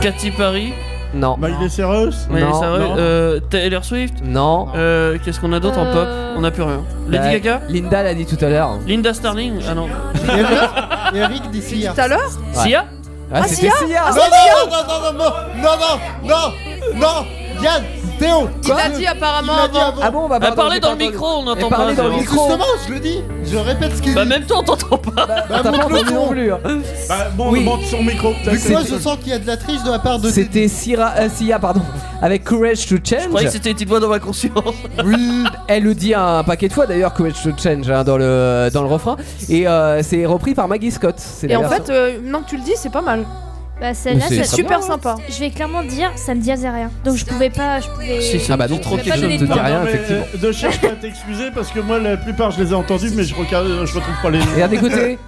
Speaker 3: Katy Perry,
Speaker 2: Non.
Speaker 5: Miley Cyrus
Speaker 3: Miley
Speaker 2: Non.
Speaker 3: Cyrus,
Speaker 2: Non.
Speaker 3: euh, Taylor Swift.
Speaker 2: Non.
Speaker 3: Euh, Qu'est-ce qu'on a d'autre en pop On a plus rien. Lady
Speaker 2: Bah,
Speaker 3: Gaga
Speaker 2: Linda l'a dit tout à l'heure.
Speaker 3: Linda Starling Ah non. Ah.
Speaker 6: Eric d'ici hier.
Speaker 11: Tout à l'heure
Speaker 2: Ouais.
Speaker 3: Sia
Speaker 2: Ah,
Speaker 11: Ah,
Speaker 2: c'était
Speaker 11: Sia
Speaker 2: Sia.
Speaker 11: Ah,
Speaker 6: Non, non, non, non, non, non, non, non, non, Yann, Théo
Speaker 11: Il l'a dit apparemment
Speaker 6: Il l'a dit
Speaker 11: avant.
Speaker 6: avant.
Speaker 2: Ah bon, bah,
Speaker 3: Bah,
Speaker 2: pardon,
Speaker 3: parlez
Speaker 2: j'ai
Speaker 3: dans
Speaker 2: pas
Speaker 3: le
Speaker 2: entendu.
Speaker 3: micro, on
Speaker 2: Mais
Speaker 3: n'entend pas.
Speaker 2: parlez dans le
Speaker 3: c'est
Speaker 2: micro.
Speaker 6: Justement, je le dis, je répète ce qu'il
Speaker 3: Bah
Speaker 6: dit.
Speaker 3: même toi on t'entend pas.
Speaker 2: T'as pas
Speaker 6: montre-le
Speaker 2: entendu
Speaker 6: ton.
Speaker 2: non plus. hein.
Speaker 5: Bah, bon, on monte son micro.
Speaker 6: Vu que moi,
Speaker 2: C'était-
Speaker 6: je sens qu'il y a de la triche de la part de
Speaker 2: C'était Sira- euh, Sia, pardon, avec Courage to Change.
Speaker 3: Je croyais que c'était une petite voix dans ma conscience.
Speaker 2: Oui, elle le dit un paquet de fois d'ailleurs, Courage to Change hein, dans le dans le refrain, et euh, c'est repris par Maggie Scott. C'est
Speaker 11: Et
Speaker 2: la
Speaker 11: en
Speaker 2: version-
Speaker 11: fait, euh, maintenant que tu le dis, c'est pas mal.
Speaker 9: Bah, celle-là,
Speaker 2: C'est hein.
Speaker 9: ça-
Speaker 2: très
Speaker 11: Super sympa.
Speaker 9: Je vais clairement dire, ça me disait rien. Donc je pouvais pas. Je pouvais...
Speaker 2: Si, ça Ah bah me dit donc, trop
Speaker 9: je pouvais
Speaker 2: quelque chose,
Speaker 9: pas donner
Speaker 2: te
Speaker 9: de
Speaker 2: dit
Speaker 9: temps.
Speaker 2: rien.
Speaker 5: Non, mais,
Speaker 2: effectivement.
Speaker 5: euh, ne cherche pas à t'excuser parce que moi la plupart je les ai entendus mais je regarde, je retrouve pas les.
Speaker 2: Regarde, écoutez.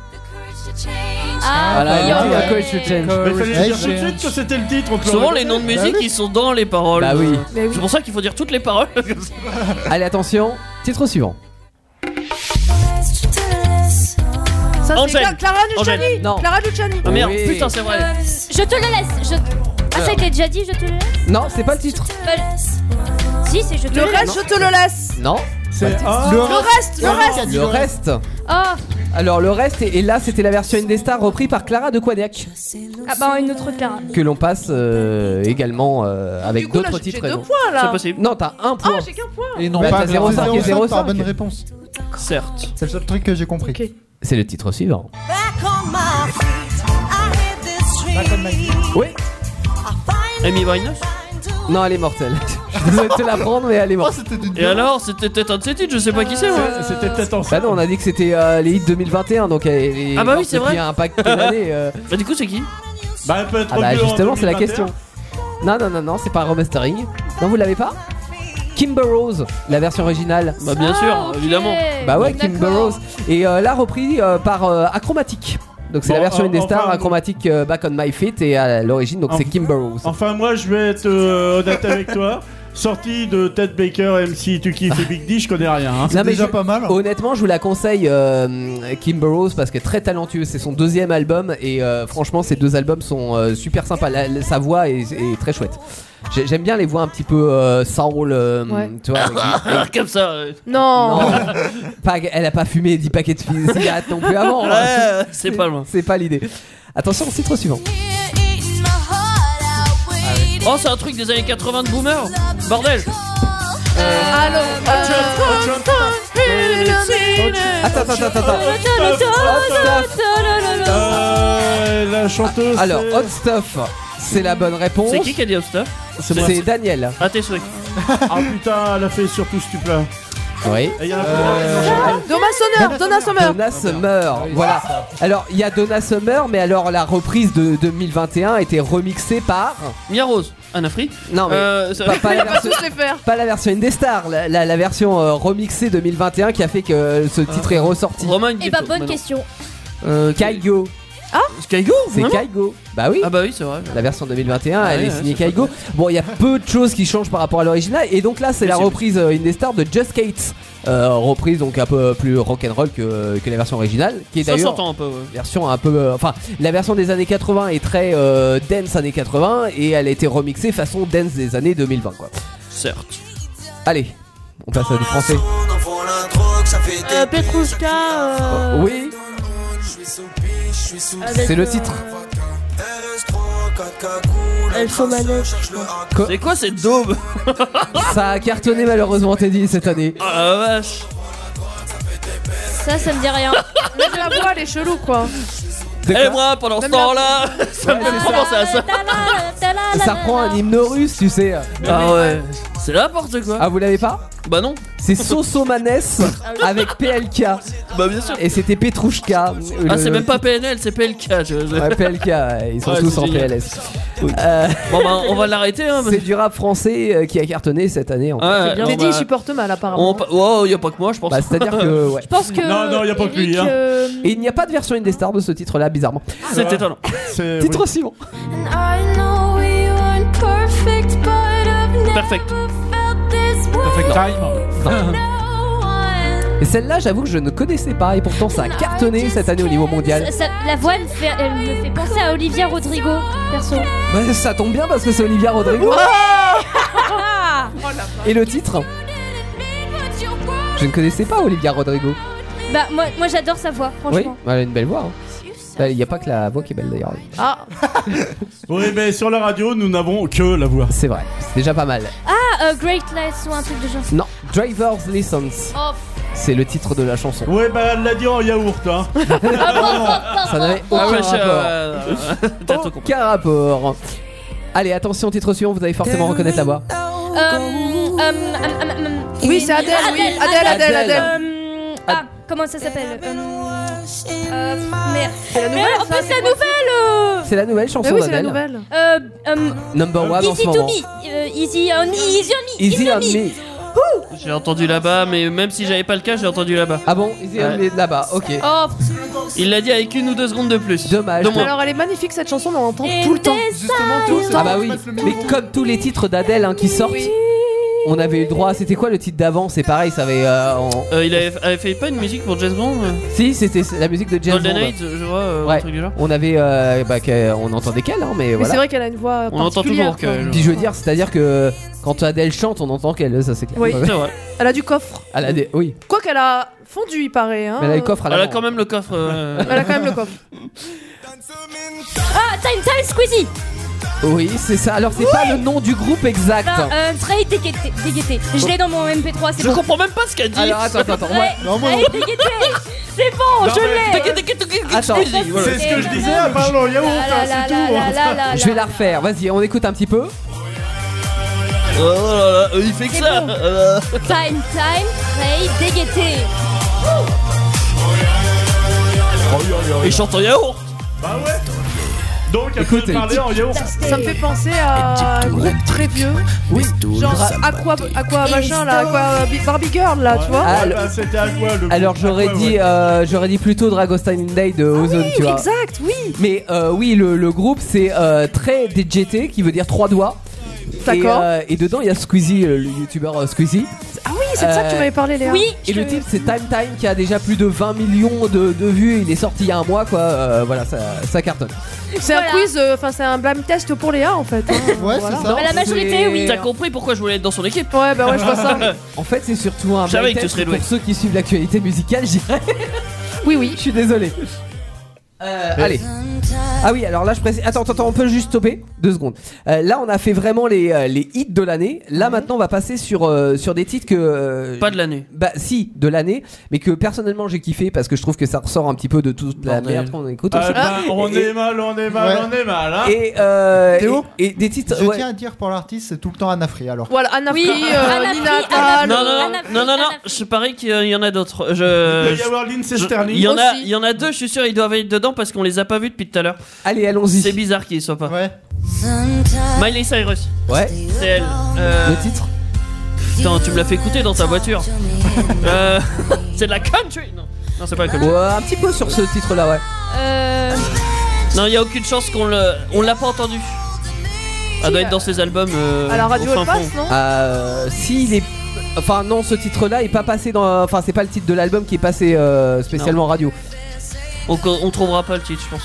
Speaker 9: Ah,
Speaker 2: Voilà, il y a
Speaker 5: ouais.
Speaker 2: Courage to Change.
Speaker 5: Mais Bah, fallait dire tout de
Speaker 10: Change.
Speaker 5: suite que c'était le titre. on Bah te
Speaker 3: Souvent
Speaker 5: l'aurait
Speaker 3: les noms de
Speaker 5: fait.
Speaker 3: musique ils sont dans les paroles.
Speaker 2: Bah oui.
Speaker 3: C'est pour ça qu'il faut dire toutes les paroles.
Speaker 11: euh,
Speaker 2: Allez, attention, titre suivant.
Speaker 11: Ça, c'est
Speaker 3: Angèle.
Speaker 11: Cla- Clara
Speaker 3: Angèle.
Speaker 11: Luciani
Speaker 2: Non.
Speaker 11: Clara Luciani
Speaker 3: Ah merde,
Speaker 2: Oui.
Speaker 3: putain c'est vrai.
Speaker 9: Je te le laisse. Je... Ah, ça a été déjà dit, je te le laisse.
Speaker 2: Non, c'est pas le titre.
Speaker 9: Bah, Si, c'est je te
Speaker 11: Le
Speaker 9: le laisse.
Speaker 11: reste, je te le laisse
Speaker 2: Non.
Speaker 5: C'est
Speaker 11: Le
Speaker 5: Ah,
Speaker 11: reste, le reste
Speaker 2: Le reste.
Speaker 9: Ah,
Speaker 2: Alors le reste et, et là c'était la version Indestar repris par Clara de Quadiac
Speaker 9: ah bah une autre Clara.
Speaker 2: que l'on passe euh, également euh,
Speaker 11: Du
Speaker 2: avec
Speaker 11: coup, là,
Speaker 2: d'autres
Speaker 11: j'ai-
Speaker 2: titres.
Speaker 11: J'ai
Speaker 2: et
Speaker 11: deux
Speaker 2: non.
Speaker 11: points
Speaker 3: C'est
Speaker 11: là
Speaker 3: possible.
Speaker 2: Non, t'as un
Speaker 11: Ah,
Speaker 2: point.
Speaker 11: j'ai qu'un point
Speaker 10: Et non,
Speaker 2: Bah,
Speaker 10: pas
Speaker 2: t'as 0,5 et
Speaker 6: 0,5 par
Speaker 2: 0,5.
Speaker 6: bonne réponse.
Speaker 3: Certes.
Speaker 6: C'est le seul truc que j'ai compris.
Speaker 11: Ok.
Speaker 2: C'est le titre suivant. Oui.
Speaker 3: Ah, Amy Winehouse.
Speaker 2: Non, elle est mortelle. Je voulais te la prendre, mais elle est
Speaker 6: Oh,
Speaker 2: morte.
Speaker 6: c'était d'une
Speaker 3: Et alors c'était peut-être un de ses titres, je sais pas qui c'est moi.
Speaker 5: C'était peut-être en
Speaker 2: Bah non, on a dit que c'était euh, les hits 2021, donc elle est
Speaker 3: Ah bah oui,
Speaker 2: morte
Speaker 3: c'est vrai.
Speaker 2: depuis un paquet d'années. euh.
Speaker 3: Bah du coup c'est qui
Speaker 5: Bah, elle peut être
Speaker 2: Ah bah
Speaker 5: mieux en
Speaker 2: justement, c'est la
Speaker 5: 2021.
Speaker 2: question. Non, non, non, non, c'est pas un remastering. Non, vous l'avez pas Kimber Rose, la version originale.
Speaker 3: Bah
Speaker 5: Ah,
Speaker 3: bien sûr, évidemment.
Speaker 2: Bah ouais, Kim
Speaker 9: D'accord.
Speaker 2: Burrows. Et euh, là, repris euh, par euh, Achromatic. Donc c'est
Speaker 5: Bon,
Speaker 2: la version
Speaker 5: en-
Speaker 2: Indestar,
Speaker 5: enfin,
Speaker 2: Achromatic euh, Back on My Feet. Et à l'origine, donc
Speaker 5: En-
Speaker 2: c'est Kim Burrows.
Speaker 5: Enfin moi je vais être euh, honnête avec toi. Sorti de Ted Baker, MC Tu kiffes et Big D, je connais rien. hein.
Speaker 2: Non, mais
Speaker 6: déjà
Speaker 2: je-
Speaker 6: pas mal.
Speaker 2: Honnêtement, je vous la conseille, euh, Kim Burrows, parce qu'elle est très talentueuse. C'est son deuxième album, et euh, franchement, ces deux albums sont euh, super sympas. La- la- sa voix est, est très chouette. J'ai- J'aime bien les voix un petit peu euh, soul, euh,
Speaker 11: Ouais.
Speaker 2: tu vois. avec-
Speaker 3: Alors, Comme ça. euh,
Speaker 11: Non,
Speaker 2: Non. Pas- elle a pas fumé 10 paquets de fi- cigarettes non plus avant. hein.
Speaker 3: Ouais, euh, c'est pas loin.
Speaker 2: C'est pas l'idée. Attention, titre suivant.
Speaker 3: Oh c'est un truc des années 80 de boomer.
Speaker 2: Euh,
Speaker 3: Bordel.
Speaker 5: Ah,
Speaker 11: Allô
Speaker 2: Attends, attends, attends, attends.
Speaker 5: Stop, stop, stop.
Speaker 9: Tadadadada.
Speaker 5: Euh, La chanteuse.
Speaker 2: Alors,
Speaker 5: c'est-
Speaker 2: Hot Stuff, c'est la bonne réponse.
Speaker 3: C'est qui qui a dit Hop Stuff
Speaker 2: C'est
Speaker 3: moi.
Speaker 2: Daniel.
Speaker 3: Ah t'es sûr.
Speaker 5: Ah putain, elle a fait surtout ce tube là.
Speaker 2: Oui. Euh,
Speaker 5: Et il y en a plein.
Speaker 11: Donna Summer Donna Summer Ah,
Speaker 2: Donna Summer, voilà. Alors, il y a Donna Summer, mais alors la reprise de 2021 était remixée par.
Speaker 3: Mia Rose. Anna Free.
Speaker 2: Non, mais.
Speaker 3: Euh, ça-
Speaker 2: Pas, pas la
Speaker 11: Pas
Speaker 2: version,
Speaker 11: tous les faire
Speaker 2: pas la version Indestar, la, la, la version euh, remixée 2021 qui a fait que euh,
Speaker 11: Ah.
Speaker 2: ce titre est ressorti.
Speaker 3: Romain Guito,
Speaker 9: Et bah bonne
Speaker 3: maintenant.
Speaker 9: question.
Speaker 3: Euh,
Speaker 2: Kaigo,
Speaker 3: Skygo
Speaker 2: c'est Kaigo. Bah oui.
Speaker 3: Ah bah oui, c'est vrai.
Speaker 2: La version 2021,
Speaker 3: Ah
Speaker 2: elle
Speaker 3: ouais,
Speaker 2: est
Speaker 3: ouais,
Speaker 2: signée
Speaker 3: c'est pas
Speaker 2: Kaigo. Bon, il y a peu de choses qui changent par rapport à l'original. Et donc là, c'est
Speaker 3: Mais
Speaker 2: la
Speaker 3: c'est-
Speaker 2: reprise euh, Indestar de Just Kate. Euh, reprise donc un peu plus rock'n'roll que, que la version originale. Qui est
Speaker 3: Ça
Speaker 2: d'ailleurs
Speaker 3: s'entend un peu, ouais.
Speaker 2: version un peu euh, enfin la version des années 80 est très euh, dance années 80 et elle a été remixée façon dance des années 2020 quoi
Speaker 3: Certes.
Speaker 2: Allez, on passe à du français.
Speaker 8: Euh, Petrushka. euh,
Speaker 2: Oui,
Speaker 17: Ah,
Speaker 8: avec,
Speaker 2: c'est le
Speaker 8: euh,
Speaker 2: titre.
Speaker 8: Elle faut manette.
Speaker 3: C'est quoi cette daube
Speaker 2: Ça a cartonné malheureusement Teddy cette année.
Speaker 3: Ah la vache
Speaker 9: Ça, ça me dit rien.
Speaker 11: Mais la voix, elle est chelou, quoi.
Speaker 3: Et Eh, moi, pendant ce temps-là, ça me fait trop penser à ça.
Speaker 2: Ça reprend un hymne russe, tu sais.
Speaker 3: Ah ouais, c'est n'importe quoi.
Speaker 2: Ah, vous l'avez pas
Speaker 3: Bah non. Ah
Speaker 2: C'est Sosomanes avec PLK.
Speaker 3: Bah bien sûr.
Speaker 2: Et c'était Petrouchka.
Speaker 3: Ah, c'est même pas PNL, c'est PLK. je- je-
Speaker 2: Ouais, PLK, ouais, ils sont
Speaker 3: Ouais,
Speaker 2: tous
Speaker 3: c'est
Speaker 2: en
Speaker 3: génial.
Speaker 2: PLS. Euh,
Speaker 3: Bon bah, on va l'arrêter. Hein,
Speaker 2: c'est du rap français euh, qui a cartonné cette année. En
Speaker 3: Ah,
Speaker 2: fait.
Speaker 3: ouais, on
Speaker 11: Teddy,
Speaker 3: va-
Speaker 11: il supporte mal, apparemment.
Speaker 3: on pa- Wow, y a pas que moi, je pense.
Speaker 2: Bah, c'est-à-dire que, ouais.
Speaker 11: Je pense que.
Speaker 2: Non, non, y a pas que lui,
Speaker 11: Eric,
Speaker 2: hein.
Speaker 11: euh,
Speaker 2: Et il n'y a pas de version Indestar de ce titre-là, bizarrement.
Speaker 3: C'est étonnant.
Speaker 2: Titre suivant.
Speaker 4: I know we weren't perfect, but I've never
Speaker 3: Perfect.
Speaker 4: felt this way.
Speaker 2: Et celle-là, j'avoue que je ne connaissais pas, et pourtant ça a cartonné cette année au niveau mondial.
Speaker 9: Ça- ça- la voix, elle me, fait, elle me fait penser à Olivia Rodrigo, perso.
Speaker 2: Bah, ça tombe bien parce que c'est Olivia Rodrigo.
Speaker 11: Oh
Speaker 2: Et le titre Je ne connaissais pas Olivia Rodrigo.
Speaker 9: Bah, moi, moi j'adore sa voix,
Speaker 2: Oui,
Speaker 9: franchement.
Speaker 2: elle a une belle voix. hein. Bah, Il n'y a pas que la voix qui est belle d'ailleurs.
Speaker 9: Ah,
Speaker 2: Oui, mais sur la radio, nous n'avons que la voix. C'est vrai, c'est déjà pas mal.
Speaker 9: ah euh, Great Lights ou un truc de genre.
Speaker 2: Non, Driver's License,
Speaker 9: Oh,
Speaker 2: c'est le titre de la chanson.
Speaker 17: Ouais, bah elle l'a dit en yaourt, hein.
Speaker 2: Ça n'avait
Speaker 3: Ah
Speaker 2: aucun
Speaker 3: ouais,
Speaker 2: rapport.
Speaker 3: euh, t'as tout compris.
Speaker 2: Aucun rapport. Allez, attention, titre suivant, vous allez forcément reconnaître la voix.
Speaker 9: euh, euh, euh, euh, euh, euh,
Speaker 16: Oui, c'est Adèle, oui. Adèle, Adèle, Adèle.
Speaker 9: Euh, ah, comment ça s'appelle Euh, euh, Merde.
Speaker 11: la nouvelle,
Speaker 9: Euh, en
Speaker 11: ça,
Speaker 9: plus,
Speaker 11: c'est
Speaker 9: la nouvelle euh,
Speaker 2: C'est la nouvelle chanson
Speaker 11: Mais oui, c'est la
Speaker 2: d'Adèle. Ah,
Speaker 11: nouvelle.
Speaker 9: Euh, euh,
Speaker 2: Number one en ce
Speaker 9: Easy to
Speaker 2: moment.
Speaker 9: me. Euh, easy on me. Easy on me.
Speaker 2: Easy on me.
Speaker 3: J'ai entendu là-bas, mais même si j'avais pas le cas, j'ai entendu là-bas.
Speaker 2: Ah bon Easy on me là-bas, ok.
Speaker 11: Oh,
Speaker 3: Il l'a dit avec une ou deux secondes de plus.
Speaker 2: Dommage.
Speaker 3: De moins.
Speaker 11: alors elle est magnifique cette chanson, mais on l'entend tout le temps. Justement, tout le temps.
Speaker 2: Ah bah oui, mais comme tous les titres d'Adèle hein, qui sortent, on avait eu le droit. C'était quoi le titre d'avant C'est pareil, ça avait. euh, en-
Speaker 3: Euh, il avait, avait fait pas une musique pour James Bond euh,
Speaker 2: Si, c'était la musique de James
Speaker 3: Golden
Speaker 2: Bond.
Speaker 3: Age, je vois, euh, un
Speaker 2: Ouais.
Speaker 3: truc du genre.
Speaker 2: On avait, euh, bah, que- on entendait qu'elle, hein, mais,
Speaker 11: Mais
Speaker 2: voilà.
Speaker 11: c'est vrai qu'elle a une voix.
Speaker 2: On entend
Speaker 11: particulière,
Speaker 2: toujours
Speaker 11: quoi.
Speaker 2: que. Puis je veux dire, euh, c'est-à-dire que quand Adèle chante, on entend qu'elle, ça c'est clair.
Speaker 11: Oui. C'est vrai. Elle a du coffre.
Speaker 2: Elle a des- oui.
Speaker 11: Quoi qu'elle a fondu, il paraît. Hein.
Speaker 2: Mais elle a le coffre à
Speaker 3: Elle a
Speaker 2: l'avant.
Speaker 3: quand même le coffre. euh,
Speaker 11: Elle a quand même le coffre.
Speaker 9: Ah, Time Time Squeezie.
Speaker 2: Oui, c'est ça. Alors c'est pas le nom du groupe exact.
Speaker 9: Non, euh, Trey dégaité. dégaité. Je l'ai dans mon MP3, c'est
Speaker 3: Je
Speaker 9: bon.
Speaker 3: comprends même pas ce qu'elle dit.
Speaker 2: Alors attends, attends, attends. on va-
Speaker 9: Trey- Trey dégaité. C'est bon,
Speaker 2: Non,
Speaker 9: je
Speaker 2: mais-
Speaker 9: l'ai.
Speaker 2: Attends.
Speaker 17: C'est ce que je disais à part le
Speaker 9: La, la,
Speaker 17: yaourt, hein,
Speaker 9: la,
Speaker 17: c'est
Speaker 9: la,
Speaker 17: tout.
Speaker 9: la, la, la, la.
Speaker 2: Je vais la refaire. Vas-y, on écoute un petit peu.
Speaker 3: Oh là là, euh, il fait que ça. euh.
Speaker 9: Time Time Trey dégaité.
Speaker 17: Oh,
Speaker 3: Il chante en yaourt.
Speaker 17: Bah ouais. Donc elle
Speaker 2: Écoute,
Speaker 17: peut parler en yaourt.
Speaker 11: Ça me fait penser à un groupe très vieux. Oui. Genre Aqua, Aqua machin là, Aqua Barbie Girl là, tu vois.
Speaker 2: Ah, le-
Speaker 17: Bah, c'était à quoi le
Speaker 2: Alors j'aurais dit, euh, j'aurais dit plutôt Dragostan Day de Ozone, tu vois.
Speaker 11: Ah Exact, oui.
Speaker 2: Mais euh, oui, le, le groupe c'est euh, très DJT qui veut dire trois doigts.
Speaker 11: D'accord.
Speaker 2: Et, euh, et dedans il y a Squeezie, euh, le youtubeur euh, Squeezie.
Speaker 11: Ah oui, c'est de ça que tu
Speaker 2: Euh,
Speaker 11: m'avais parlé, Léa.
Speaker 9: Oui.
Speaker 2: Et le titre c'est Time Time qui a déjà plus de 20 millions de, de vues. Il est sorti il y a un mois quoi. Euh, voilà, ça, ça cartonne.
Speaker 11: C'est un
Speaker 9: Voilà.
Speaker 11: quiz, euh, enfin c'est un blame test pour Léa en fait. hein.
Speaker 6: Ouais,
Speaker 11: Voilà.
Speaker 6: c'est ça.
Speaker 9: Bah, la majorité,
Speaker 2: c'est-
Speaker 9: oui.
Speaker 3: T'as compris pourquoi je voulais être dans son équipe
Speaker 11: Ouais, bah ouais, je vois ça.
Speaker 2: En fait, c'est surtout un
Speaker 3: Je savais que
Speaker 2: blind
Speaker 3: tu serais
Speaker 2: test pour
Speaker 3: doué.
Speaker 2: ceux qui suivent l'actualité musicale. je dirais.
Speaker 11: Oui, oui.
Speaker 2: Je suis désolé. Euh, allez. Ah oui, alors là je précise. Attends, attends, attends, on peut juste stopper deux secondes. Euh, là, on a fait vraiment les, euh, les hits de l'année. Là, maintenant, on va passer sur, euh, sur des titres que. euh,
Speaker 3: Pas de l'année.
Speaker 2: Bah, si, de l'année, mais que personnellement j'ai kiffé parce que je trouve que ça ressort un petit peu de toute la
Speaker 3: Bordel.
Speaker 2: merde qu'on écoute.
Speaker 17: Ah,
Speaker 2: aussi.
Speaker 17: bah, on
Speaker 2: Et-
Speaker 17: est mal, on est mal,
Speaker 6: Ouais.
Speaker 17: on est mal, hein.
Speaker 2: Et, euh,
Speaker 6: Théo
Speaker 2: et, et des titres.
Speaker 6: Je
Speaker 2: ouais.
Speaker 6: tiens à dire pour l'artiste, c'est tout le temps Anafri alors.
Speaker 11: Voilà, Anna
Speaker 9: Oui,
Speaker 11: Free, euh,
Speaker 9: Anna Free,
Speaker 11: Nina
Speaker 9: Anna
Speaker 11: Tal.
Speaker 9: Free.
Speaker 3: Non, non, non,
Speaker 9: Anna
Speaker 3: non, non, non,
Speaker 9: Anna
Speaker 3: je parie qu'il y en a d'autres. Je.
Speaker 17: Il doit y avoir
Speaker 3: je-
Speaker 17: Lindsay
Speaker 3: Il y
Speaker 17: Sterling.
Speaker 3: en a,
Speaker 11: Aussi.
Speaker 3: il y en a deux, je suis sûr, ils doivent être dedans parce qu'on les a pas vus depuis tout à l'heure.
Speaker 2: Allez,
Speaker 3: C'est
Speaker 2: allons-y.
Speaker 3: bizarre qu'ils soient pas.
Speaker 6: Ouais.
Speaker 3: Miley Cyrus,
Speaker 2: Ouais.
Speaker 3: c'est elle. Euh,
Speaker 2: Le titre.
Speaker 3: Putain, tu me l'as fait écouter dans ta voiture. Euh, c'est de la country. Non, non c'est pas la country.
Speaker 2: Ouais, Euh, un petit peu sur ce titre-là, ouais.
Speaker 11: Euh,
Speaker 3: Non, il y a aucune chance qu'on le, on l'a pas entendu. Elle Ah, doit être dans ses albums. euh,
Speaker 11: à la radio
Speaker 3: au fin
Speaker 11: elle passe,
Speaker 3: fond.
Speaker 11: non
Speaker 2: Euh, si il est. Enfin, non, ce titre-là est pas passé dans. Enfin, c'est pas le titre de l'album qui est passé euh, spécialement en radio.
Speaker 3: On, on trouvera pas le titre, je pense.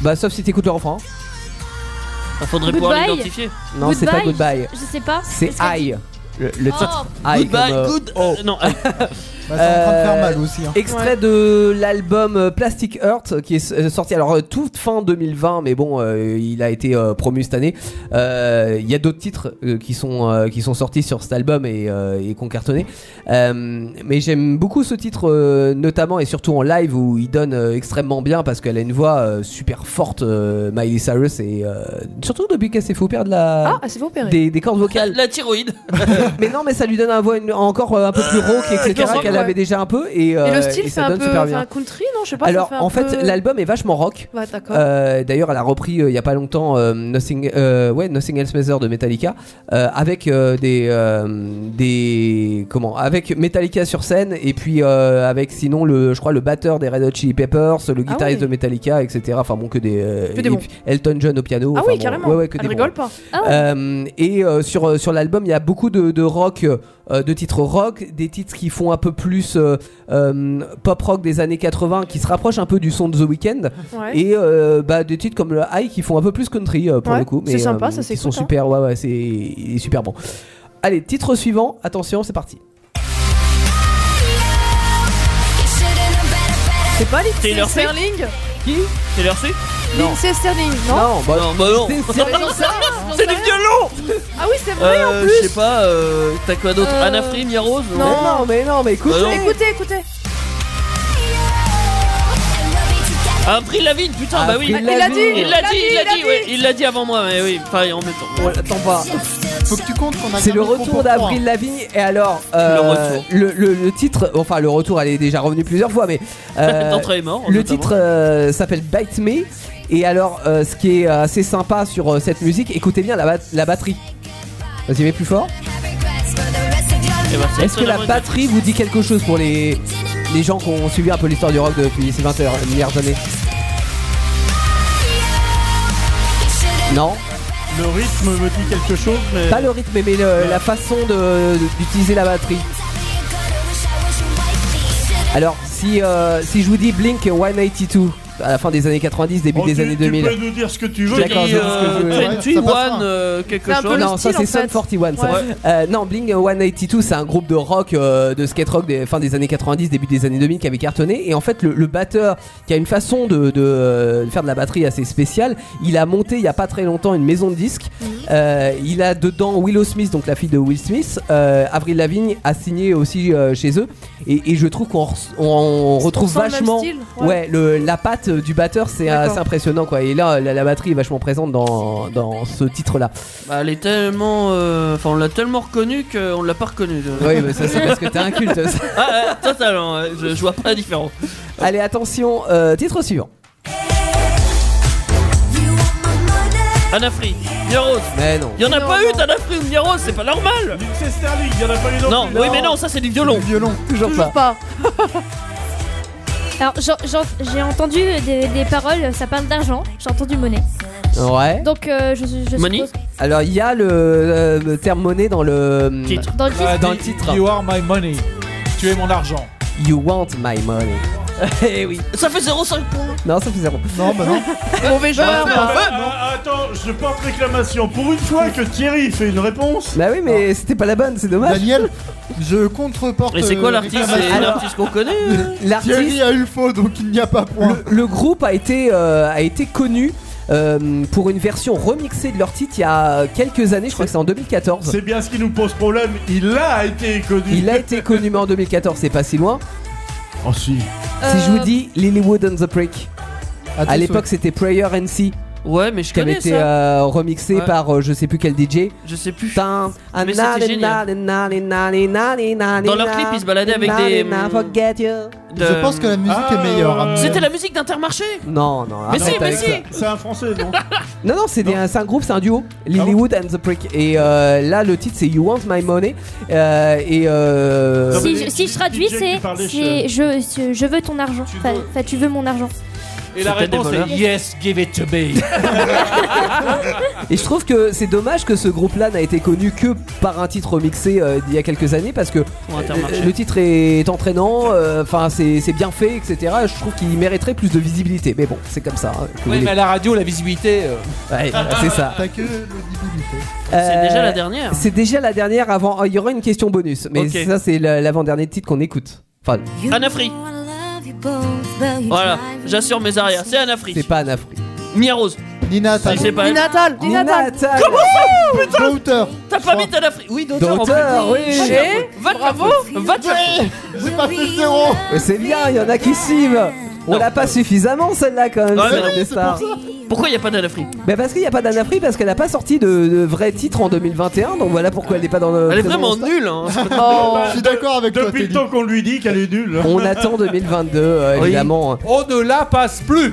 Speaker 2: Bah, sauf si t'écoutes le refrain.
Speaker 3: Il faudrait pouvoir
Speaker 9: Goodbye.
Speaker 3: l'identifier.
Speaker 2: Non, c'est pas goodbye.
Speaker 9: Je, je sais pas.
Speaker 2: C'est
Speaker 9: Est-ce que-
Speaker 2: I. Le, le
Speaker 9: Oh.
Speaker 2: titre. I
Speaker 3: Goodbye,
Speaker 2: comme, euh,
Speaker 3: good. euh, non, I.
Speaker 6: Bah, c'est en train de faire mal aussi. hein.
Speaker 2: Extrait de l'album euh, Plastic Heart qui est euh, sorti alors euh, toute fin 2020, mais bon, euh, il a été euh, promu cette année. Euh, Il y a d'autres titres euh, qui sont euh, qui sont sortis sur cet album et, euh, et qu'on cartonnait. Euh, mais j'aime beaucoup ce titre, euh, notamment et surtout en live où il donne euh, extrêmement bien parce qu'elle a une voix euh, super forte, euh, Miley Cyrus, et euh, surtout depuis qu'elle s'est fait opérer de la
Speaker 16: Ah, elle s'est fait opérer.
Speaker 2: des, des cordes vocales.
Speaker 3: La thyroïde.
Speaker 2: mais non, mais ça lui donne un voix une- encore euh, un peu plus rauque, etc.
Speaker 16: Ouais.
Speaker 2: qu'elle avait déjà un peu et,
Speaker 16: Et
Speaker 2: euh,
Speaker 16: le style,
Speaker 2: et
Speaker 16: c'est
Speaker 2: ça
Speaker 16: un
Speaker 2: donne
Speaker 16: peu
Speaker 2: super
Speaker 16: c'est
Speaker 2: bien.
Speaker 16: un country, non Je sais pas. ça
Speaker 2: Alors,
Speaker 16: un
Speaker 2: en fait,
Speaker 16: peu-
Speaker 2: l'album est vachement rock.
Speaker 16: Ouais, d'accord.
Speaker 2: Euh, D'ailleurs, elle a repris euh, il y a pas longtemps euh, Nothing, euh, ouais, Nothing Else Matters de Metallica euh, avec euh, des euh, des comment avec Metallica sur scène et puis euh, avec sinon le je crois le batteur des Red Hot Chili Peppers, le guitariste de Metallica, etc. Enfin bon que des, euh,
Speaker 16: Ah Que des
Speaker 2: et
Speaker 16: bons.
Speaker 2: puis Elton John au piano.
Speaker 16: Ah
Speaker 2: enfin,
Speaker 16: oui,
Speaker 2: bon,
Speaker 16: carrément.
Speaker 2: ouais, ouais, que
Speaker 16: Elle
Speaker 2: des bons.
Speaker 16: rigole pas.
Speaker 17: Ah
Speaker 2: Euh, et euh, sur, euh, sur l'album, il y a beaucoup de, de rock, euh, de titres rock, des titres qui font un peu plus euh, euh, pop rock des années 80, qui se rapprochent un peu du son de The Weeknd,
Speaker 16: Ouais.
Speaker 2: et euh, bah, des titres comme le High qui font un peu plus country euh, pour
Speaker 16: Ouais,
Speaker 2: le coup.
Speaker 16: c'est sympa, ça
Speaker 2: Ils
Speaker 16: s'écoute,
Speaker 2: sont
Speaker 16: hein.
Speaker 2: super, ouais, ouais, c'est il est super bon. Allez, titre suivant, attention, c'est parti.
Speaker 16: C'est pas Lindsay
Speaker 3: Taylor Swift
Speaker 16: Sterling
Speaker 2: Qui
Speaker 3: Taylor Swift
Speaker 16: Lindsay Sterling, non
Speaker 2: Non, bah
Speaker 3: non. bah non.
Speaker 16: C'est
Speaker 3: C'est du violon
Speaker 16: Ah oui, c'est vrai en
Speaker 3: Euh, Je
Speaker 16: plus
Speaker 3: sais pas, euh, t'as quoi d'autre
Speaker 16: Euh,
Speaker 3: Anna Free, Mia Rose
Speaker 16: non.
Speaker 2: Mais non, mais non, mais écoute,
Speaker 3: Bah non.
Speaker 16: Écoutez, écoutez
Speaker 3: Ah, Avril Lavigne, putain,
Speaker 2: Ah,
Speaker 3: bah oui
Speaker 2: Avril Il l'a Lavigne. dit,
Speaker 3: Il l'a dit, il l'a dit,
Speaker 16: dit.
Speaker 3: ouais, il l'a dit avant moi, mais oui, pareil, en même temps.
Speaker 2: Ouais, attends pas.
Speaker 6: Faut que tu comptes qu'on a
Speaker 2: C'est
Speaker 6: bien
Speaker 2: le
Speaker 6: mis trop
Speaker 2: retour
Speaker 6: pour trois.
Speaker 2: d'Avril Lavigne et alors euh, le, le- le titre, enfin le retour, elle est déjà revenue plusieurs fois, mais euh,
Speaker 3: D'entrée et mort,
Speaker 2: le
Speaker 3: notamment.
Speaker 2: titre euh, s'appelle Bite Me. Et alors, euh, ce qui est assez sympa sur euh, cette musique, écoutez bien la, bat- la batterie. Vas-y, mets plus fort.
Speaker 3: Eh ben, c'est
Speaker 2: Est-ce que la
Speaker 3: extrêmement
Speaker 2: batterie vous dit quelque chose pour les, les gens qui ont suivi un peu l'histoire du rock depuis ces 20 heures- milliards d'années Non
Speaker 5: Le rythme me dit quelque chose, mais.
Speaker 2: Pas le rythme, mais le- la façon de- de- d'utiliser la batterie. Alors, si, euh, si je vous dis Blink 182 à la fin des années 90, début
Speaker 5: Oh,
Speaker 2: des
Speaker 5: tu-
Speaker 2: années
Speaker 5: Tu
Speaker 2: 2000.
Speaker 5: peux nous dire ce que tu veux.
Speaker 2: D'accord,
Speaker 5: Guy,
Speaker 2: je dis ce que
Speaker 5: euh,
Speaker 2: je veux.
Speaker 5: Trent,
Speaker 3: Tu
Speaker 5: ça passera.
Speaker 3: One, euh, quelque chose.
Speaker 2: non, ça c'est Sun 41. Ça.
Speaker 3: Ouais.
Speaker 2: Euh, non, Bling 182, c'est un groupe de rock, euh, de skate rock des fin des années 90, début des années 2000 qui avait cartonné. Et en fait, le, le batteur qui a une façon de, de, euh, faire de la batterie assez spéciale, il a monté il y a pas très longtemps une maison de disques.
Speaker 16: Mhm.
Speaker 2: Euh, il a dedans Willow Smith, donc la fille de Will Smith. Euh, Avril Lavigne a signé aussi euh, chez eux. Et, et je trouve qu'on res- on- on retrouve
Speaker 16: sent le même
Speaker 2: vachement
Speaker 16: style,
Speaker 2: ouais.
Speaker 16: ouais.
Speaker 2: le, la patte du batteur, c'est
Speaker 16: D'accord.
Speaker 2: assez impressionnant quoi. Et là, la, la batterie est vachement présente dans, dans ce titre là.
Speaker 3: Bah, elle est tellement. euh, Enfin, on l'a tellement reconnue qu'on l'a pas reconnue.
Speaker 2: Oui, mais ça, c'est parce que t'es un culte, ça.
Speaker 3: ah, ouais, totalement, ouais, je, je vois pas la différence.
Speaker 2: Allez, attention, euh, titre suivant.
Speaker 3: Anna Free, Mia Rose.
Speaker 2: Mais non.
Speaker 3: Y'en a pas eu d'Anna Free ou Mia Rose, c'est pas normal
Speaker 5: C'est Sterling, il y en a pas eu
Speaker 3: non,
Speaker 5: plus.
Speaker 3: oui, mais non, ça c'est du violon.
Speaker 2: Violon, toujours,
Speaker 9: Toujours
Speaker 2: pas.
Speaker 9: Alors, j'en- j'en- j'ai entendu des, des paroles, ça parle d'argent. J'ai entendu monnaie.
Speaker 2: Ouais.
Speaker 9: Donc, euh, je, je
Speaker 2: Money
Speaker 9: suppose-
Speaker 2: Alors, il y a le, euh, le terme monnaie dans le
Speaker 3: Titre.
Speaker 9: Dans le titre.
Speaker 2: Euh, dans le titre.
Speaker 10: You are my money. Tu es mon argent.
Speaker 2: You want my money. Eh oui.
Speaker 3: Ça fait 0,5 points.
Speaker 2: Non, ça faisait bon.
Speaker 6: Non, bah non.
Speaker 16: Mauvais
Speaker 5: Ah,
Speaker 16: joueur
Speaker 5: non,
Speaker 16: quoi.
Speaker 5: ah, ah, Attends, je porte réclamation. Pour une fois que Thierry fait une réponse. Ah.
Speaker 2: Bah oui, mais c'était pas la bonne, c'est dommage.
Speaker 6: Daniel, je contreporte.
Speaker 3: Mais c'est quoi
Speaker 6: euh,
Speaker 3: l'artiste C'est
Speaker 6: réclamation.
Speaker 3: l'artiste qu'on connaît euh
Speaker 2: L'artiste,
Speaker 6: Thierry a eu faux, donc il n'y a pas point.
Speaker 2: le, le groupe a été, euh, a été connu. euh, pour une version remixée de leur titre il y a quelques années, je crois que c'est en 2014.
Speaker 5: C'est bien ce qui nous pose problème. Il a été connu.
Speaker 2: Il a été connu, mais en 2014, c'est pas si loin.
Speaker 5: Oh si.
Speaker 2: Si je vous dis Lilywood and the Prick, à l'époque c'était Prayer and Sea.
Speaker 3: Ouais, mais je
Speaker 2: qui avait
Speaker 3: connais
Speaker 2: été
Speaker 3: ça.
Speaker 2: euh, remixé
Speaker 3: Ouais.
Speaker 2: par euh, je sais plus quel DJ.
Speaker 3: Je sais plus.
Speaker 2: Dans
Speaker 3: Mais c'était génial. Dans leur clip, ils se baladaient avec des- De-
Speaker 6: Je pense que la musique est meilleure. hein.
Speaker 3: C'était la musique d'Intermarché
Speaker 2: Non, Ah, non,
Speaker 3: Mais
Speaker 2: arrête
Speaker 3: si, mais
Speaker 2: avec ça.
Speaker 3: si
Speaker 5: C'est un français, non
Speaker 2: Non, non, c'est des- c'est un groupe, c'est un duo.
Speaker 6: Ah
Speaker 2: Lilywood and the Prick. Et euh, là, le titre c'est You Want My Money. Euh, et euh,
Speaker 9: si, je, si je traduis,
Speaker 5: DJ qui
Speaker 9: c'est
Speaker 5: parlait,
Speaker 9: c'est je, je veux ton argent. Enfin, enfin, tu veux mon argent.
Speaker 7: Et la
Speaker 2: C'était des
Speaker 7: réponse
Speaker 2: voleurs.
Speaker 7: est yes, give it to me.
Speaker 2: Et je trouve que c'est dommage que ce groupe-là n'a été connu que par un titre remixé euh, d'il y a quelques années parce que
Speaker 3: Intermarché.
Speaker 2: euh, le titre est entraînant, euh, enfin c'est c'est bien fait, etc. Je trouve qu'il mériterait plus de visibilité. Mais bon, c'est comme ça. hein, que
Speaker 7: oui,
Speaker 2: voulez-vous.
Speaker 7: mais à la radio, la visibilité. euh.
Speaker 2: Ouais, c'est ça.
Speaker 6: T'as que le visibilité.
Speaker 2: Euh,
Speaker 3: déjà la dernière
Speaker 2: C'est déjà la dernière avant. oh, Il y aura une question bonus, mais
Speaker 3: Ok.
Speaker 2: ça c'est la- l'avant-dernier titre qu'on écoute. Enfin,
Speaker 3: Anafri. Voilà, j'assure mes arrières. C'est Anafri.
Speaker 2: c'est pas Anafri.
Speaker 3: Mia Rose.
Speaker 6: Nina
Speaker 3: Si c'est pas elle.
Speaker 11: Natal
Speaker 2: Nina Natal. Natal.
Speaker 3: Comment ça Putain
Speaker 6: D'auteur.
Speaker 3: T'as pas mis Anafri Oui, d'auteur.
Speaker 2: D'auteur,
Speaker 3: en
Speaker 2: oui.
Speaker 3: plus. Chier. Va te faire foutre. Va te faire foutre.
Speaker 6: J'ai pas fait zéro
Speaker 2: Mais c'est bien, il y en a qui suivent. On l'a pas suffisamment celle-là quand même.
Speaker 3: Ouais,
Speaker 2: sur
Speaker 3: mais-
Speaker 2: Indestar.
Speaker 3: Pourquoi il a pas d'Anafri
Speaker 2: Bah parce qu'il n'y a pas d'Anna Free, parce qu'elle n'a pas sorti de, de vrai titre en 2021, donc voilà pourquoi elle n'est pas dans le.
Speaker 3: Elle est
Speaker 2: présent
Speaker 3: vraiment
Speaker 2: All-Star.
Speaker 3: nulle. Hein.
Speaker 2: Oh.
Speaker 6: Je suis d'accord avec toi.
Speaker 5: Depuis le temps qu'on lui dit qu'elle est nulle.
Speaker 2: On attend 2022, euh,
Speaker 5: Oui.
Speaker 2: évidemment.
Speaker 7: On ne la passe plus.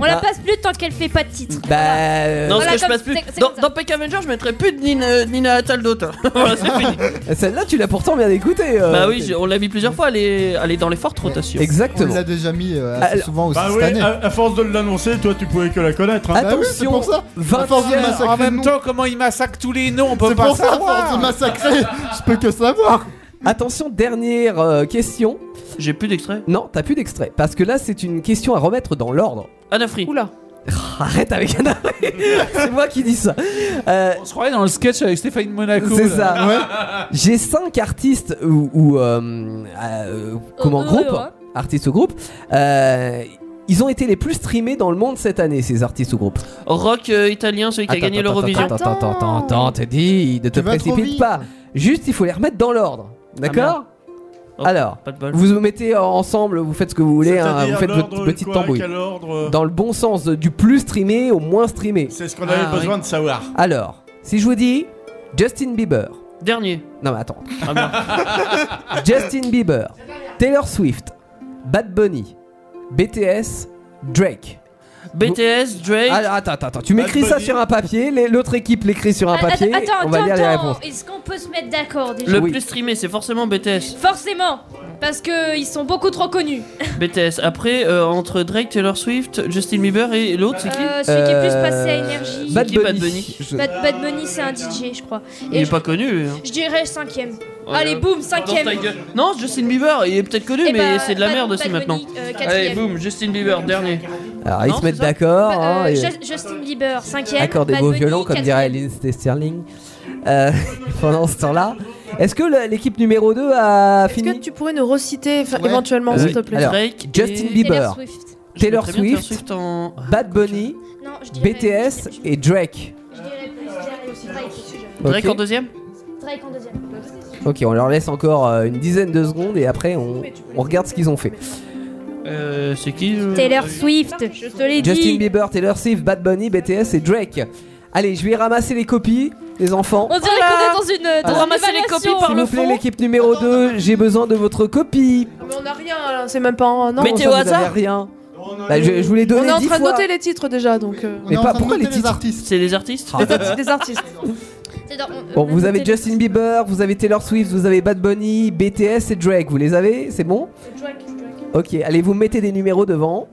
Speaker 9: On la passe plus tant qu'elle fait pas de titre.
Speaker 2: Bah. euh,
Speaker 3: Non,
Speaker 9: Voilà,
Speaker 3: ce que je
Speaker 9: comme-
Speaker 3: passe plus.
Speaker 9: c'est- c'est
Speaker 3: Dans,
Speaker 9: comme ça.
Speaker 3: dans Peck Avenger, je mettrais plus de Nina, Nina Attal d'auteur. voilà, c'est fini.
Speaker 2: Celle-là, tu l'as pourtant bien écoutée. euh,
Speaker 3: bah oui, je- on l'a vu plusieurs fois. Elle est, elle est dans les fortes rotations.
Speaker 2: Exactement.
Speaker 6: On l'a déjà mis euh, assez
Speaker 2: Alors-
Speaker 6: souvent aussi
Speaker 5: Bah
Speaker 6: cette
Speaker 5: oui,
Speaker 6: année.
Speaker 5: à, à force de l'annoncer, toi tu pouvais que la connaître. hein.
Speaker 6: Bah oui, c'est pour ça. À force de massacrer
Speaker 7: En
Speaker 6: le
Speaker 7: même
Speaker 6: nom.
Speaker 7: temps, comment il massacre tous les noms, on peut
Speaker 6: C'est
Speaker 7: pas
Speaker 6: pour ça, à
Speaker 7: savoir.
Speaker 6: force de massacrer, je peux que savoir.
Speaker 2: Attention, dernière euh, question.
Speaker 3: J'ai plus d'extrait.
Speaker 2: Non, t'as plus d'extrait. Parce que là, c'est une question à remettre dans l'ordre.
Speaker 3: Anafri.
Speaker 11: Oula.
Speaker 2: Arrête avec Anna Free. C'est moi qui dis ça. Euh,
Speaker 7: On se croirait dans le sketch avec Stéphane de Monaco.
Speaker 2: C'est
Speaker 7: là.
Speaker 2: ça. J'ai cinq artistes ou, ou, euh, euh, comment
Speaker 9: Euh,
Speaker 2: groupe,
Speaker 9: euh, ouais.
Speaker 2: artistes ou groupe. Euh, ils ont été les plus streamés dans le monde cette année, ces artistes ou groupes.
Speaker 3: Rock euh, italien, celui qui a gagné l'Eurovision.
Speaker 2: Attends, attends, attends, attends, attends, t'es dit, ne te
Speaker 6: Tu vas trop
Speaker 2: précipite
Speaker 6: vite.
Speaker 2: pas. Juste, il faut les remettre dans l'ordre. D'accord
Speaker 3: Ah, Oh,
Speaker 2: Alors,
Speaker 3: pas de bol.
Speaker 2: vous vous mettez ensemble, vous faites ce que vous voulez, hein,
Speaker 5: C'est-à-dire
Speaker 2: vous faites votre
Speaker 5: l'ordre,
Speaker 2: petite
Speaker 5: quoi,
Speaker 2: tambouille.
Speaker 5: quel ordre
Speaker 2: Dans le bon sens, du plus streamé au moins streamé.
Speaker 5: C'est ce qu'on avait
Speaker 3: Ah,
Speaker 5: besoin de savoir.
Speaker 2: Alors, si je vous dis Justin Bieber.
Speaker 3: Dernier.
Speaker 2: Non mais attends.
Speaker 3: Ah,
Speaker 2: Justin Bieber, Taylor Swift, Bad Bunny, BTS, Drake.
Speaker 3: BTS, Drake.
Speaker 2: Ah, attends, attends, attends, tu m'écris
Speaker 5: Bad
Speaker 2: ça
Speaker 5: Bunny.
Speaker 2: sur un papier, les- l'autre équipe l'écrit sur un
Speaker 9: Attends,
Speaker 2: papier,
Speaker 9: attends,
Speaker 2: on va lire les
Speaker 9: attends,
Speaker 2: réponses.
Speaker 9: attends. Est-ce qu'on peut se mettre d'accord déjà
Speaker 3: le
Speaker 2: oui.
Speaker 3: plus streamé, c'est forcément BTS.
Speaker 9: Forcément, parce que ils sont beaucoup trop connus.
Speaker 3: BTS. Après, euh, entre Drake, Taylor Swift, Justin Bieber et l'autre, c'est qui
Speaker 9: Euh, celui qui est plus
Speaker 2: Euh,
Speaker 9: passé à énergie.
Speaker 2: Bad
Speaker 3: C'est qui,
Speaker 2: Bunny.
Speaker 3: Bad Bunny
Speaker 2: Je-
Speaker 9: Bad, Bad Bunny, c'est un DJ, je crois.
Speaker 3: Il
Speaker 9: Et
Speaker 3: est
Speaker 9: je,
Speaker 3: pas connu. hein.
Speaker 9: je dirais cinquième.
Speaker 3: Oh,
Speaker 9: Allez,
Speaker 3: euh, Dans
Speaker 9: boum,
Speaker 3: ta
Speaker 9: cinquième.
Speaker 3: gueule. Non, Justin Bieber, il est peut-être connu,
Speaker 9: Eh
Speaker 3: mais
Speaker 9: bah,
Speaker 3: c'est de la
Speaker 9: Bad-
Speaker 3: merde aussi
Speaker 9: Bad
Speaker 3: maintenant.
Speaker 9: Bunny, euh,
Speaker 3: Allez,
Speaker 9: quatrième.
Speaker 3: boum, Justin Bieber, dernier.
Speaker 2: Alors
Speaker 3: Non,
Speaker 2: ils se mettent
Speaker 3: c'est ça
Speaker 2: d'accord. hein,
Speaker 9: Bah, euh,
Speaker 2: et-
Speaker 9: Ju- Justin Bieber, cinquième.
Speaker 2: Accordez
Speaker 9: Bad
Speaker 2: vos
Speaker 9: Bunny,
Speaker 2: violons, comme dirait
Speaker 9: quatrième.
Speaker 2: Lynn Sterling euh, pendant ce temps-là. Est-ce que le- l'équipe numéro 2 a
Speaker 11: Est-ce que
Speaker 2: fini
Speaker 11: tu pourrais nous reciter enfin,
Speaker 6: Ouais.
Speaker 11: éventuellement,
Speaker 2: Euh,
Speaker 11: s'il
Speaker 2: oui.
Speaker 11: te plaît
Speaker 2: Alors,
Speaker 3: Drake
Speaker 2: Justin
Speaker 3: et-
Speaker 2: Bieber,
Speaker 9: Taylor Swift.
Speaker 3: Je
Speaker 2: Taylor
Speaker 3: mettrais bien Taylor
Speaker 2: Swift,
Speaker 3: Swift en-
Speaker 2: Bad Bunny,
Speaker 9: Non, je dirais-
Speaker 2: BTS
Speaker 9: je-
Speaker 2: et Drake.
Speaker 9: je dirais plus, je dirais plus. Drake, je suis jeune.
Speaker 3: Drake
Speaker 2: Ok.
Speaker 3: en deuxième
Speaker 9: Drake en deuxième.
Speaker 2: Ok, on leur laisse encore euh, une dizaine de secondes et après on, on regarde ce qu'ils ont fait.
Speaker 3: Euh, c'est qui euh
Speaker 9: Taylor Swift, je te l'ai
Speaker 2: Justin
Speaker 9: dit.
Speaker 2: Bieber, Taylor Swift, Bad Bunny, BTS et Drake. Allez, je vais ramasser les copies, les enfants.
Speaker 9: On dirait qu'on est dans une. euh, Dans
Speaker 3: Pour
Speaker 9: une
Speaker 3: ramasser les
Speaker 9: évaluation.
Speaker 3: copies par
Speaker 2: S'il
Speaker 3: le
Speaker 2: vous plaît,
Speaker 3: fond.
Speaker 2: l'équipe numéro 2, j'ai besoin de votre copie.
Speaker 11: Mais on a rien, là, c'est même pas un. Non,
Speaker 3: Mettez
Speaker 2: Ça,
Speaker 3: au
Speaker 2: vous
Speaker 3: hasard.
Speaker 2: avez rien. Bah, je, je vous l'ai
Speaker 11: on
Speaker 2: donné
Speaker 11: est en
Speaker 2: 10
Speaker 11: train de
Speaker 2: fois.
Speaker 11: noter les titres déjà, donc. euh,
Speaker 6: On
Speaker 2: Mais
Speaker 6: est en
Speaker 2: pas-
Speaker 6: train de
Speaker 2: Ah, pourquoi les
Speaker 6: noter
Speaker 2: titres
Speaker 6: artistes
Speaker 3: C'est les artistes
Speaker 2: Ah.
Speaker 11: des arti- des artistes.
Speaker 9: C'est dans- on-
Speaker 2: Bon,
Speaker 9: on a
Speaker 2: vous avez
Speaker 9: noté-
Speaker 2: Justin Bieber, vous avez Taylor Swift, vous avez Bad Bunny, BTS et Drake. Vous les avez C'est bon
Speaker 9: Drake, Drake.
Speaker 2: Ok, allez, vous mettez des numéros devant.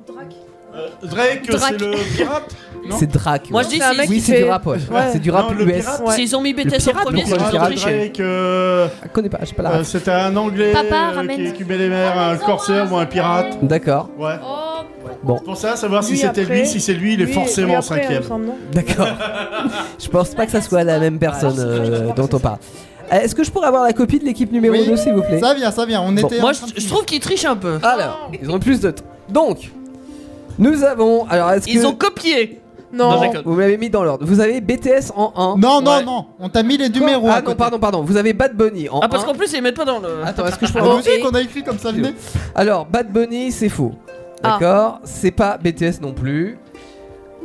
Speaker 5: Drake,
Speaker 9: Drake.
Speaker 5: c'est le pirate Non.
Speaker 2: C'est Drake.
Speaker 3: Moi,
Speaker 2: ouais.
Speaker 3: je dis
Speaker 11: C'est un
Speaker 3: si-
Speaker 11: mec
Speaker 2: Oui,
Speaker 11: qui
Speaker 2: c'est du
Speaker 11: fait-
Speaker 2: rap, ouais.
Speaker 11: Ouais.
Speaker 2: C'est du
Speaker 5: Non,
Speaker 2: rap
Speaker 5: le
Speaker 2: US.
Speaker 5: pirate.
Speaker 2: Ouais.
Speaker 3: S'ils ont mis BTS en
Speaker 2: pirate,
Speaker 3: premier,
Speaker 2: le
Speaker 3: c'est
Speaker 2: pirate,
Speaker 3: qu'ils ont
Speaker 2: le
Speaker 3: triché.
Speaker 5: Drake, euh,
Speaker 2: Je connais pas, je sais pas la
Speaker 5: euh,
Speaker 2: rap.
Speaker 5: c'était un anglais
Speaker 9: Papa,
Speaker 5: euh,
Speaker 9: ramène.
Speaker 5: qui écumait les mers, un corsaire ou un pirate.
Speaker 2: D'accord,
Speaker 5: Ouais.
Speaker 9: Oh,
Speaker 2: bon,
Speaker 5: Pour ça, savoir si
Speaker 11: Lui
Speaker 5: c'était
Speaker 11: après.
Speaker 5: lui, si c'est lui, il est
Speaker 11: Lui- lui
Speaker 5: forcément
Speaker 11: après, il me
Speaker 5: cinquième.
Speaker 11: semble, non
Speaker 2: d'accord. je pense pas que ça soit la même personne euh, dont on parle. Euh, Est-ce que je pourrais avoir la copie de l'équipe numéro
Speaker 6: Oui.
Speaker 2: 2, s'il vous plaît
Speaker 6: Ça vient, ça vient. On était.
Speaker 3: Moi,
Speaker 6: en
Speaker 3: je,
Speaker 6: train de-
Speaker 3: je trouve qu'ils trichent un peu.
Speaker 2: Alors, ils ont plus de temps. Donc, nous avons. Alors, est-ce que.
Speaker 3: Ils ont copié. Non,
Speaker 11: Non.
Speaker 3: j'accorde.
Speaker 2: Vous m'avez mis dans l'ordre. Vous avez BTS en 1.
Speaker 6: Non, non,
Speaker 3: Ouais.
Speaker 6: non. On t'a mis les numéros. à
Speaker 2: Ah non,
Speaker 6: côté.
Speaker 2: pardon, pardon. Vous avez Bad Bunny en
Speaker 3: Ah, parce
Speaker 2: un.
Speaker 3: qu'en plus, ils les mettent pas dans le.
Speaker 2: Attends, est-ce que je peux
Speaker 6: C'est
Speaker 2: avoir-
Speaker 6: logique qu'on a écrit comme ça le nez.
Speaker 2: Alors, Bad Bunny, c'est faux.
Speaker 11: Ah.
Speaker 2: D'accord C'est pas BTS non plus.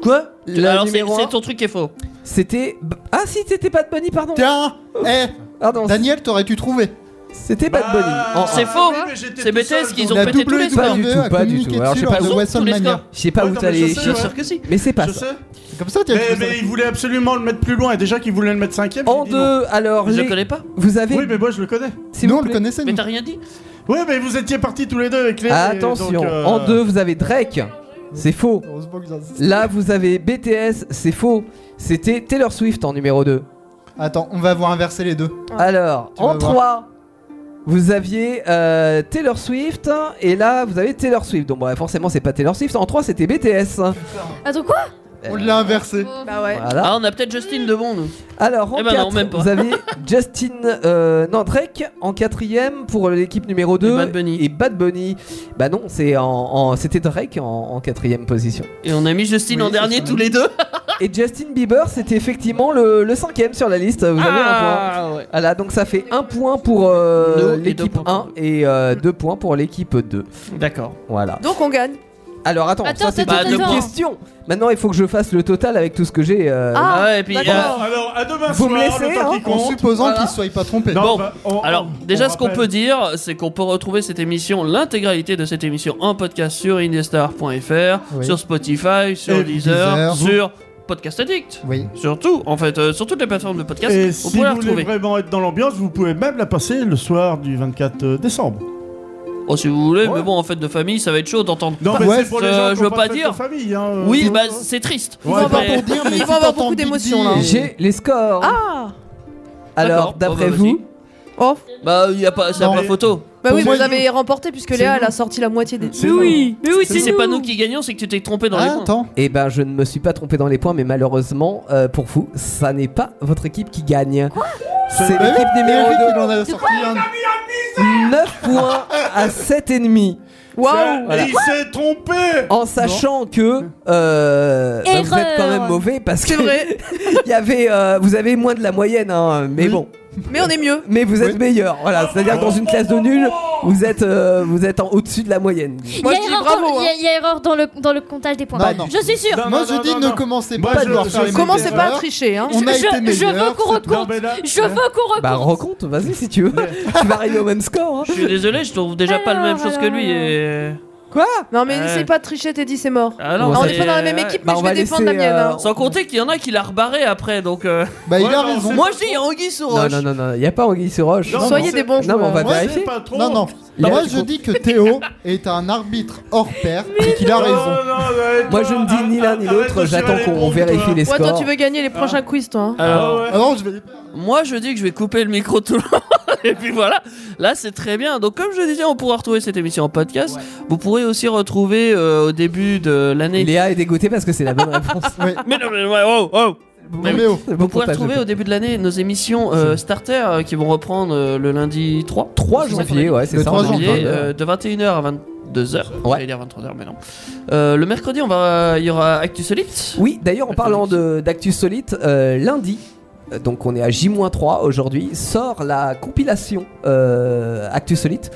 Speaker 2: Quoi La
Speaker 3: Alors, c'est
Speaker 2: numéro
Speaker 3: c'est
Speaker 2: un,
Speaker 3: ton truc qui est faux.
Speaker 2: c'était... Ah si, c'était Bad Bunny, pardon
Speaker 6: Tiens, eh,
Speaker 2: Pardon,
Speaker 6: Daniel, t'aurais-tu trouvé
Speaker 2: c'était Bad Bunny. Ah. En un.
Speaker 3: Ah, C'est faux.
Speaker 5: ah.
Speaker 17: Ah,
Speaker 3: hein.
Speaker 5: oui, mais j'étais
Speaker 3: C'est
Speaker 5: tout seul,
Speaker 3: BTS qu'ils
Speaker 5: donc.
Speaker 3: ont
Speaker 6: La
Speaker 3: pété tous les
Speaker 6: WWE
Speaker 3: scores.
Speaker 2: Pas du tout,
Speaker 6: a
Speaker 2: pas du
Speaker 6: communiqué
Speaker 2: tout. Alors, je sais
Speaker 6: dessus
Speaker 2: pas
Speaker 6: lors
Speaker 2: où-
Speaker 6: de
Speaker 3: Tous les scores.
Speaker 6: WrestleMania.
Speaker 2: Je sais pas où
Speaker 5: Attends,
Speaker 2: t'allais.
Speaker 5: mais je
Speaker 3: Je
Speaker 5: sais,
Speaker 3: suis
Speaker 5: ouais.
Speaker 3: sûr que si.
Speaker 2: Mais c'est pas
Speaker 5: Je
Speaker 2: ça.
Speaker 5: sais.
Speaker 6: Comme ça, t'as
Speaker 5: Mais, mais il voulait absolument le mettre plus loin. Et déjà qu'il voulait le mettre cinquième.
Speaker 2: En
Speaker 5: j'ai dit non.
Speaker 2: deux, alors
Speaker 3: Je
Speaker 2: les-
Speaker 3: le connais pas.
Speaker 2: vous avez...
Speaker 5: Oui, mais moi je le connais.
Speaker 2: s'il
Speaker 6: Nous,
Speaker 2: vous
Speaker 6: on le
Speaker 2: plaît.
Speaker 6: connaissait.
Speaker 3: Mais
Speaker 6: nous.
Speaker 3: t'as rien dit.
Speaker 5: Oui, mais vous étiez partis tous les deux avec les.
Speaker 2: Attention,
Speaker 5: donc, euh,
Speaker 2: en deux vous avez Drake, c'est faux.
Speaker 6: Heureusement que j'insiste.
Speaker 2: Là vous avez BTS, c'est faux. C'était Taylor Swift en numéro 2.
Speaker 6: Attends, on va voir inverser les deux.
Speaker 2: Alors,
Speaker 6: Tu vas
Speaker 2: en
Speaker 6: voir.
Speaker 2: 3, vous aviez euh, Taylor Swift, et là vous avez Taylor Swift. Donc bah, forcément c'est pas Taylor Swift, en 3 c'était BTS.
Speaker 9: Attends, quoi
Speaker 6: On l'a inversé.
Speaker 16: Bah ouais.
Speaker 2: Voilà.
Speaker 3: Ah, on a peut-être Justin de bon, nous.
Speaker 2: Alors en
Speaker 3: Eh ben non,
Speaker 2: quatre,
Speaker 3: même pas.
Speaker 2: vous avez Justin, euh, non Drake en quatrième pour l'équipe numéro 2 et Bad Bunny. Bah non, c'est en, en- c'était Drake en, en quatrième position.
Speaker 3: Et on a mis Justin en dernier tous les deux.
Speaker 2: Et Justin Bieber, c'était effectivement le, le cinquième sur la liste. Vous avez
Speaker 3: Ah,
Speaker 2: un point. Voilà, donc ça fait un point pour euh, l'équipe 1 et euh, deux points pour l'équipe 2.
Speaker 3: D'accord. bah,
Speaker 2: Voilà.
Speaker 16: Donc on gagne.
Speaker 2: Alors attends,
Speaker 16: Attends,
Speaker 2: ça c'est
Speaker 16: attends,
Speaker 2: une
Speaker 16: attends.
Speaker 2: question. Maintenant, il faut que je fasse le total avec tout ce que j'ai. euh,
Speaker 16: Ah,
Speaker 3: ouais, et puis,
Speaker 16: d'accord.
Speaker 3: euh,
Speaker 5: Alors, à demain
Speaker 2: Vous me
Speaker 5: soir,
Speaker 2: laissez,
Speaker 5: le temps
Speaker 2: hein,
Speaker 5: qui
Speaker 2: en
Speaker 5: compte.
Speaker 2: supposant
Speaker 5: Voilà.
Speaker 6: qu'il soit pas trompé.
Speaker 5: Non,
Speaker 3: Bon,
Speaker 5: bah, on-
Speaker 3: alors
Speaker 5: on-
Speaker 3: déjà
Speaker 5: on
Speaker 3: ce qu'on
Speaker 5: rappelle.
Speaker 3: peut dire, c'est qu'on peut retrouver cette émission, l'intégralité de cette émission en podcast sur indestar.fr,
Speaker 6: Oui.
Speaker 3: sur Spotify, sur
Speaker 6: Et
Speaker 3: Deezer,
Speaker 6: Deezer.
Speaker 3: sur Podcast Addict.
Speaker 6: Oui.
Speaker 3: Surtout, en fait, euh, sur toutes les plateformes de podcast,
Speaker 5: Et
Speaker 3: on
Speaker 5: si
Speaker 3: pourrait la
Speaker 5: vous voulez
Speaker 3: retrouver.
Speaker 5: vraiment être dans l'ambiance, vous pouvez même la passer le soir du 24 décembre.
Speaker 3: Oh, si vous voulez, mais bon, en fait, de famille, ça va être chaud d'entendre.
Speaker 5: Non, mais
Speaker 3: Parce
Speaker 5: c'est pour les gens
Speaker 3: que
Speaker 5: qui
Speaker 3: je veux
Speaker 5: ont pas
Speaker 3: pas
Speaker 5: de
Speaker 3: dire.
Speaker 5: fête de famille, hein, euh,
Speaker 3: oui,
Speaker 5: tout
Speaker 3: bah
Speaker 5: le monde.
Speaker 3: c'est triste.
Speaker 5: Ils vont avoir
Speaker 3: Mais-
Speaker 5: pour dire, mais
Speaker 16: Ils vont avoir beaucoup d'émotions là.
Speaker 2: J'ai les scores.
Speaker 16: Ah
Speaker 2: Alors,
Speaker 3: D'accord.
Speaker 2: d'après
Speaker 3: Oh, bah,
Speaker 2: vous,
Speaker 16: Oh
Speaker 3: Bah, il y a pas, c'est
Speaker 2: Non,
Speaker 3: pas
Speaker 2: mais-
Speaker 3: photo.
Speaker 16: Bah oui,
Speaker 2: Pour
Speaker 16: vous
Speaker 2: moi,
Speaker 16: avez remporté puisque Léa elle a sorti la moitié des.
Speaker 2: C'est nous.
Speaker 16: mais oui,
Speaker 3: Si c'est pas nous qui gagnons, c'est que tu t'es trompé
Speaker 5: Ah,
Speaker 3: dans les points.
Speaker 2: Eh ben, je ne me suis pas trompé dans les points, mais malheureusement, euh, pour vous, ça n'est pas votre équipe qui gagne. C'est
Speaker 6: Bah oui,
Speaker 2: l'équipe numéro
Speaker 6: Eric, il
Speaker 2: 2.
Speaker 6: en a sorti un.
Speaker 2: 9 points à 7,5.
Speaker 16: Waouh
Speaker 2: Voilà.
Speaker 5: Il s'est trompé
Speaker 2: En sachant que euh, bah, vous êtes quand
Speaker 16: Erreur.
Speaker 2: même mauvais parce que
Speaker 16: C'est vrai.
Speaker 2: il y avait, euh, vous avez moins de la moyenne, hein, mais bon.
Speaker 16: Mais on est mieux.
Speaker 2: Mais vous êtes meilleur, voilà. C'est-à-dire que dans une classe de nuls, vous êtes, euh, vous êtes en au-dessus de la moyenne.
Speaker 16: Moi,
Speaker 9: il,
Speaker 16: je
Speaker 9: y a
Speaker 16: dis
Speaker 9: erreur
Speaker 16: bravo,
Speaker 9: dans- il y a- il y a erreur dans le, dans le comptage des points.
Speaker 6: hein. Non, non.
Speaker 9: Je suis sûr.
Speaker 6: Moi je dis ne commencez
Speaker 5: Moi,
Speaker 6: pas à
Speaker 5: je-
Speaker 6: vouloir
Speaker 5: je-
Speaker 6: faire les
Speaker 16: Commencez
Speaker 6: mêmes
Speaker 16: pas à
Speaker 6: erreurs.
Speaker 16: tricher, hein.
Speaker 6: On a
Speaker 9: Je-
Speaker 6: été
Speaker 9: je veux
Speaker 6: meilleurs,
Speaker 9: qu'on
Speaker 6: c'est-
Speaker 9: recompte.
Speaker 5: Non, mais là-
Speaker 9: Je veux
Speaker 6: Hein
Speaker 9: qu'on recompte.
Speaker 2: Bah recompte, vas-y si tu veux. tu vas arriver au même score. hein.
Speaker 3: Je suis désolé, je trouve déjà pas le
Speaker 2: Ah
Speaker 3: même chose que lui. Et...
Speaker 2: Quoi
Speaker 16: Non mais
Speaker 3: Ouais.
Speaker 16: n'essaie pas de tricher, t'es dit c'est mort.
Speaker 3: Ah
Speaker 16: Ah, on
Speaker 3: c'est-
Speaker 16: est pas dans la même
Speaker 3: ouais.
Speaker 16: équipe,
Speaker 2: Bah,
Speaker 16: mais
Speaker 2: on
Speaker 16: je
Speaker 2: va
Speaker 16: vais défendre la
Speaker 2: laisser,
Speaker 16: mienne.
Speaker 2: euh,
Speaker 16: hein.
Speaker 3: Sans compter qu'il y en a qui l'a rebarré après, donc. euh,
Speaker 6: Bah il
Speaker 5: Ouais,
Speaker 6: a
Speaker 5: non,
Speaker 6: raison.
Speaker 5: c'est-
Speaker 3: Moi je dis, il y a Anguille sur
Speaker 2: Non,
Speaker 3: Roche.
Speaker 2: non, non, non, il n'y a pas Anguille sur Roche.
Speaker 5: Non,
Speaker 16: Soyez
Speaker 5: non,
Speaker 16: des bons
Speaker 2: Non, mais on va
Speaker 16: joueurs.
Speaker 5: Moi, c'est
Speaker 2: vérifier.
Speaker 5: pas trop.
Speaker 6: Non, non.
Speaker 2: Il a
Speaker 6: Moi,
Speaker 2: raison.
Speaker 6: je dis que Théo est un arbitre hors pair et qu'il a
Speaker 5: Non,
Speaker 6: raison.
Speaker 5: non, non,
Speaker 2: Moi je ne dis ni l'un ni
Speaker 5: Arrête de
Speaker 2: l'autre,
Speaker 5: tirer
Speaker 2: j'attends
Speaker 5: les
Speaker 2: qu'on
Speaker 5: bombes,
Speaker 2: vérifie
Speaker 5: toi.
Speaker 2: les
Speaker 16: Ouais,
Speaker 2: scores.
Speaker 16: toi tu veux gagner les prochains quiz, toi. hein.
Speaker 3: Alors,
Speaker 5: Ah ouais.
Speaker 6: Ah non, je vais les perdre.
Speaker 3: Moi, je dis que je vais couper le micro tout le long. Et puis voilà, là c'est très bien. Donc comme je disais, on pourra retrouver cette émission en podcast. Vous pourrez aussi retrouver euh, au début de l'année.
Speaker 2: Léa est dégoûtée parce que c'est la bonne réponse.
Speaker 6: Ouais.
Speaker 3: Mais non, mais ouais, oh, oh. Mais
Speaker 6: Mais oh,
Speaker 2: C'est le bon
Speaker 3: Vous pourrez
Speaker 2: comptage,
Speaker 3: retrouver
Speaker 2: je
Speaker 3: au début de l'année nos émissions euh, starter euh, qui vont reprendre euh, le lundi 3.
Speaker 2: 3
Speaker 3: C'est ça qu'on a
Speaker 2: janvier,
Speaker 3: dit.
Speaker 2: ouais, c'est
Speaker 6: Le
Speaker 2: ça. on
Speaker 6: 3
Speaker 2: a dit.
Speaker 6: janvier,
Speaker 3: euh, de 21h à 22h. Ouais. J'allais dire 23h, mais non. Euh, le mercredi, on va, il y aura Actu Solite.
Speaker 2: Oui, d'ailleurs, en parlant de- d'actu solide, euh, lundi, euh, donc on est à J-3 aujourd'hui, sort la compilation euh, Actu solide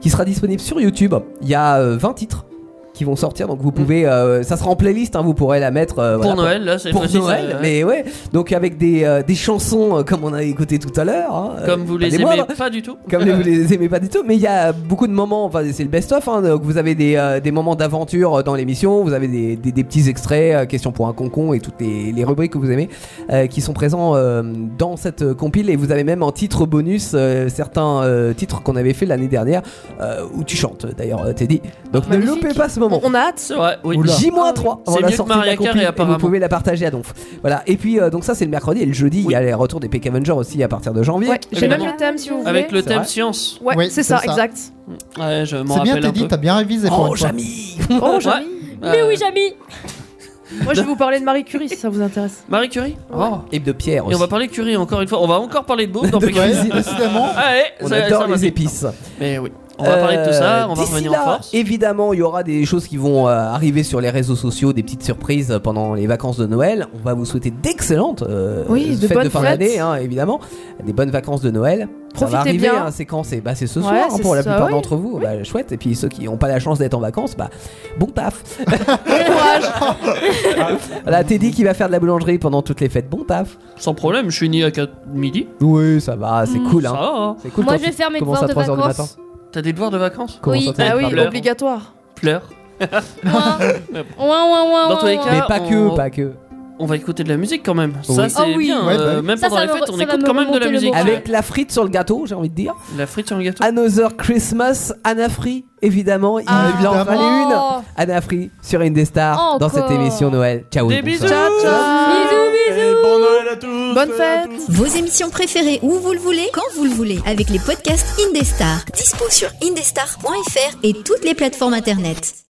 Speaker 2: qui sera disponible sur YouTube. Il y a euh, 20 titres qui vont sortir, donc vous pouvez. euh, ça sera en playlist, hein, vous pourrez la mettre. euh,
Speaker 3: Mm. Pour
Speaker 2: voilà,
Speaker 3: Noël, là, c'est
Speaker 2: Pour Noël, mais ouais, donc avec des, euh, des chansons euh, comme on a écouté tout à l'heure. hein, euh,
Speaker 3: Comme vous
Speaker 2: pas
Speaker 3: les
Speaker 2: des
Speaker 3: aimez
Speaker 2: moindres
Speaker 3: pas du tout.
Speaker 2: comme les- vous les aimez pas du tout, mais il y a beaucoup de moments, enfin c'est le best-of, hein, donc vous avez des, euh, des moments d'aventure euh, dans l'émission, vous avez des, des- des petits extraits, euh, questions pour un concon et toutes les, les rubriques que vous aimez euh, qui sont présents euh, dans cette euh, compile et vous avez même en titre bonus euh, certains euh, titres qu'on avait fait l'année dernière euh, où tu chantes d'ailleurs euh, Teddy. Donc ne
Speaker 16: Magnifique.
Speaker 2: loupez pas ce moment.
Speaker 16: On a hâte.
Speaker 3: C'est vrai, oui.
Speaker 2: J-3
Speaker 3: C'est mieux que Mariah Carey, apparemment.
Speaker 2: vous pouvez la partager à Donf. Voilà, et puis euh, donc ça c'est le mercredi et le jeudi il y a les retours des Peck Avengers aussi à partir de janvier.
Speaker 16: Ouais, j'ai
Speaker 3: Évidemment.
Speaker 16: même le thème si vous voulez.
Speaker 3: Avec le
Speaker 2: C'est
Speaker 3: thème
Speaker 2: vrai.
Speaker 3: science.
Speaker 16: Ouais,
Speaker 6: Oui,
Speaker 16: c'est ça, exact.
Speaker 3: Ouais, je m'en
Speaker 6: C'est bien,
Speaker 3: rappelle un
Speaker 6: Teddy,
Speaker 3: peu.
Speaker 6: t'as bien révisé pour
Speaker 2: Oh
Speaker 6: une fois.
Speaker 2: Jamy
Speaker 16: Oh, j'ai-
Speaker 3: Ouais.
Speaker 9: Mais oui, Jamy.
Speaker 16: Moi je vais vous parler de Marie Curie si ça vous intéresse.
Speaker 3: Marie Curie Oh.
Speaker 2: Et de Pierre
Speaker 3: Et
Speaker 2: aussi.
Speaker 3: on va parler Curie encore une fois. On va encore parler de bouffe dans
Speaker 2: De
Speaker 3: Pékin.
Speaker 6: Ouais, décidément.
Speaker 3: Allez,
Speaker 2: On
Speaker 3: ça-
Speaker 2: adore
Speaker 3: ça va
Speaker 2: les
Speaker 3: vite.
Speaker 2: épices.
Speaker 3: Mais oui. On va parler de tout ça,
Speaker 2: Euh,
Speaker 3: on va
Speaker 2: d'ici
Speaker 3: revenir
Speaker 2: là,
Speaker 3: en force.
Speaker 2: Évidemment, il y aura des choses qui vont euh, arriver sur les réseaux sociaux, des petites surprises euh, pendant les vacances de Noël. On va vous souhaiter d'excellentes euh,
Speaker 16: Oui, de
Speaker 2: fêtes de
Speaker 16: bonnes
Speaker 2: fin
Speaker 16: fêtes.
Speaker 2: d'année, hein, évidemment. Des bonnes vacances de Noël. ça va
Speaker 16: Profitez
Speaker 2: arriver,
Speaker 16: bien.
Speaker 2: hein, c'est quand c'est bah, c'est ce
Speaker 16: Ouais,
Speaker 2: soir hein,
Speaker 16: c'est
Speaker 2: pour la
Speaker 16: ça,
Speaker 2: plupart
Speaker 16: oui.
Speaker 2: d'entre vous. Bah, chouette. Et puis ceux qui n'ont pas la chance d'être en vacances, bah, bon taf. Voilà, Teddy qui va faire de la boulangerie pendant toutes les fêtes, bon taf.
Speaker 3: Sans problème, je suis né à 4 midi.
Speaker 2: Oui, ça va,
Speaker 16: Hmm.
Speaker 2: c'est cool.
Speaker 3: Ça
Speaker 2: hein.
Speaker 3: va, hein.
Speaker 2: C'est cool
Speaker 9: Moi,
Speaker 2: quand
Speaker 9: je vais
Speaker 2: tu
Speaker 9: faire mes
Speaker 2: commences
Speaker 9: devoirs de
Speaker 2: à 3 heures du
Speaker 9: vacances.
Speaker 2: matin.
Speaker 3: T'as des devoirs de vacances
Speaker 2: Comment
Speaker 9: Oui.
Speaker 2: ça, t'as
Speaker 16: Ah
Speaker 2: des
Speaker 16: oui,
Speaker 2: parents
Speaker 3: Pleure.
Speaker 16: obligatoire.
Speaker 3: Pleure.
Speaker 9: Ouin. Ouin, ouin, ouin,
Speaker 3: Dans tous les
Speaker 9: ouin.
Speaker 3: cas,
Speaker 2: Mais pas que,
Speaker 3: on-
Speaker 2: pas que.
Speaker 3: on va écouter de la musique quand même. Ça,
Speaker 2: Oui.
Speaker 3: c'est
Speaker 2: Ah oui.
Speaker 3: bien.
Speaker 2: Ouais,
Speaker 3: euh,
Speaker 2: bah.
Speaker 3: même
Speaker 2: Ça,
Speaker 3: pendant
Speaker 2: ça
Speaker 3: les
Speaker 2: me-
Speaker 3: fêtes, on
Speaker 2: ça va
Speaker 3: écoute
Speaker 2: me
Speaker 3: quand même de la
Speaker 2: remonter le
Speaker 3: musique.
Speaker 2: moral. Avec la frite sur le gâteau, j'ai envie de dire.
Speaker 3: La frite sur le gâteau.
Speaker 2: Another Christmas, Anna Free, évidemment. Il
Speaker 3: Ah,
Speaker 2: il en
Speaker 3: évidemment.
Speaker 2: fallait une.
Speaker 3: Oh.
Speaker 2: Anna Free sur Indestar dans
Speaker 1: Encore.
Speaker 2: cette émission Noël. Ciao.
Speaker 3: Des
Speaker 2: bonsoir.
Speaker 3: bisous. Ciao, ciao.
Speaker 1: Bisous, bisous.
Speaker 5: Bon Noël à tous.
Speaker 1: Bonne fête Vos émissions préférées où vous le voulez, quand vous le voulez, avec les podcasts Indestar. Dispo sur indestar.fr et toutes les plateformes internet.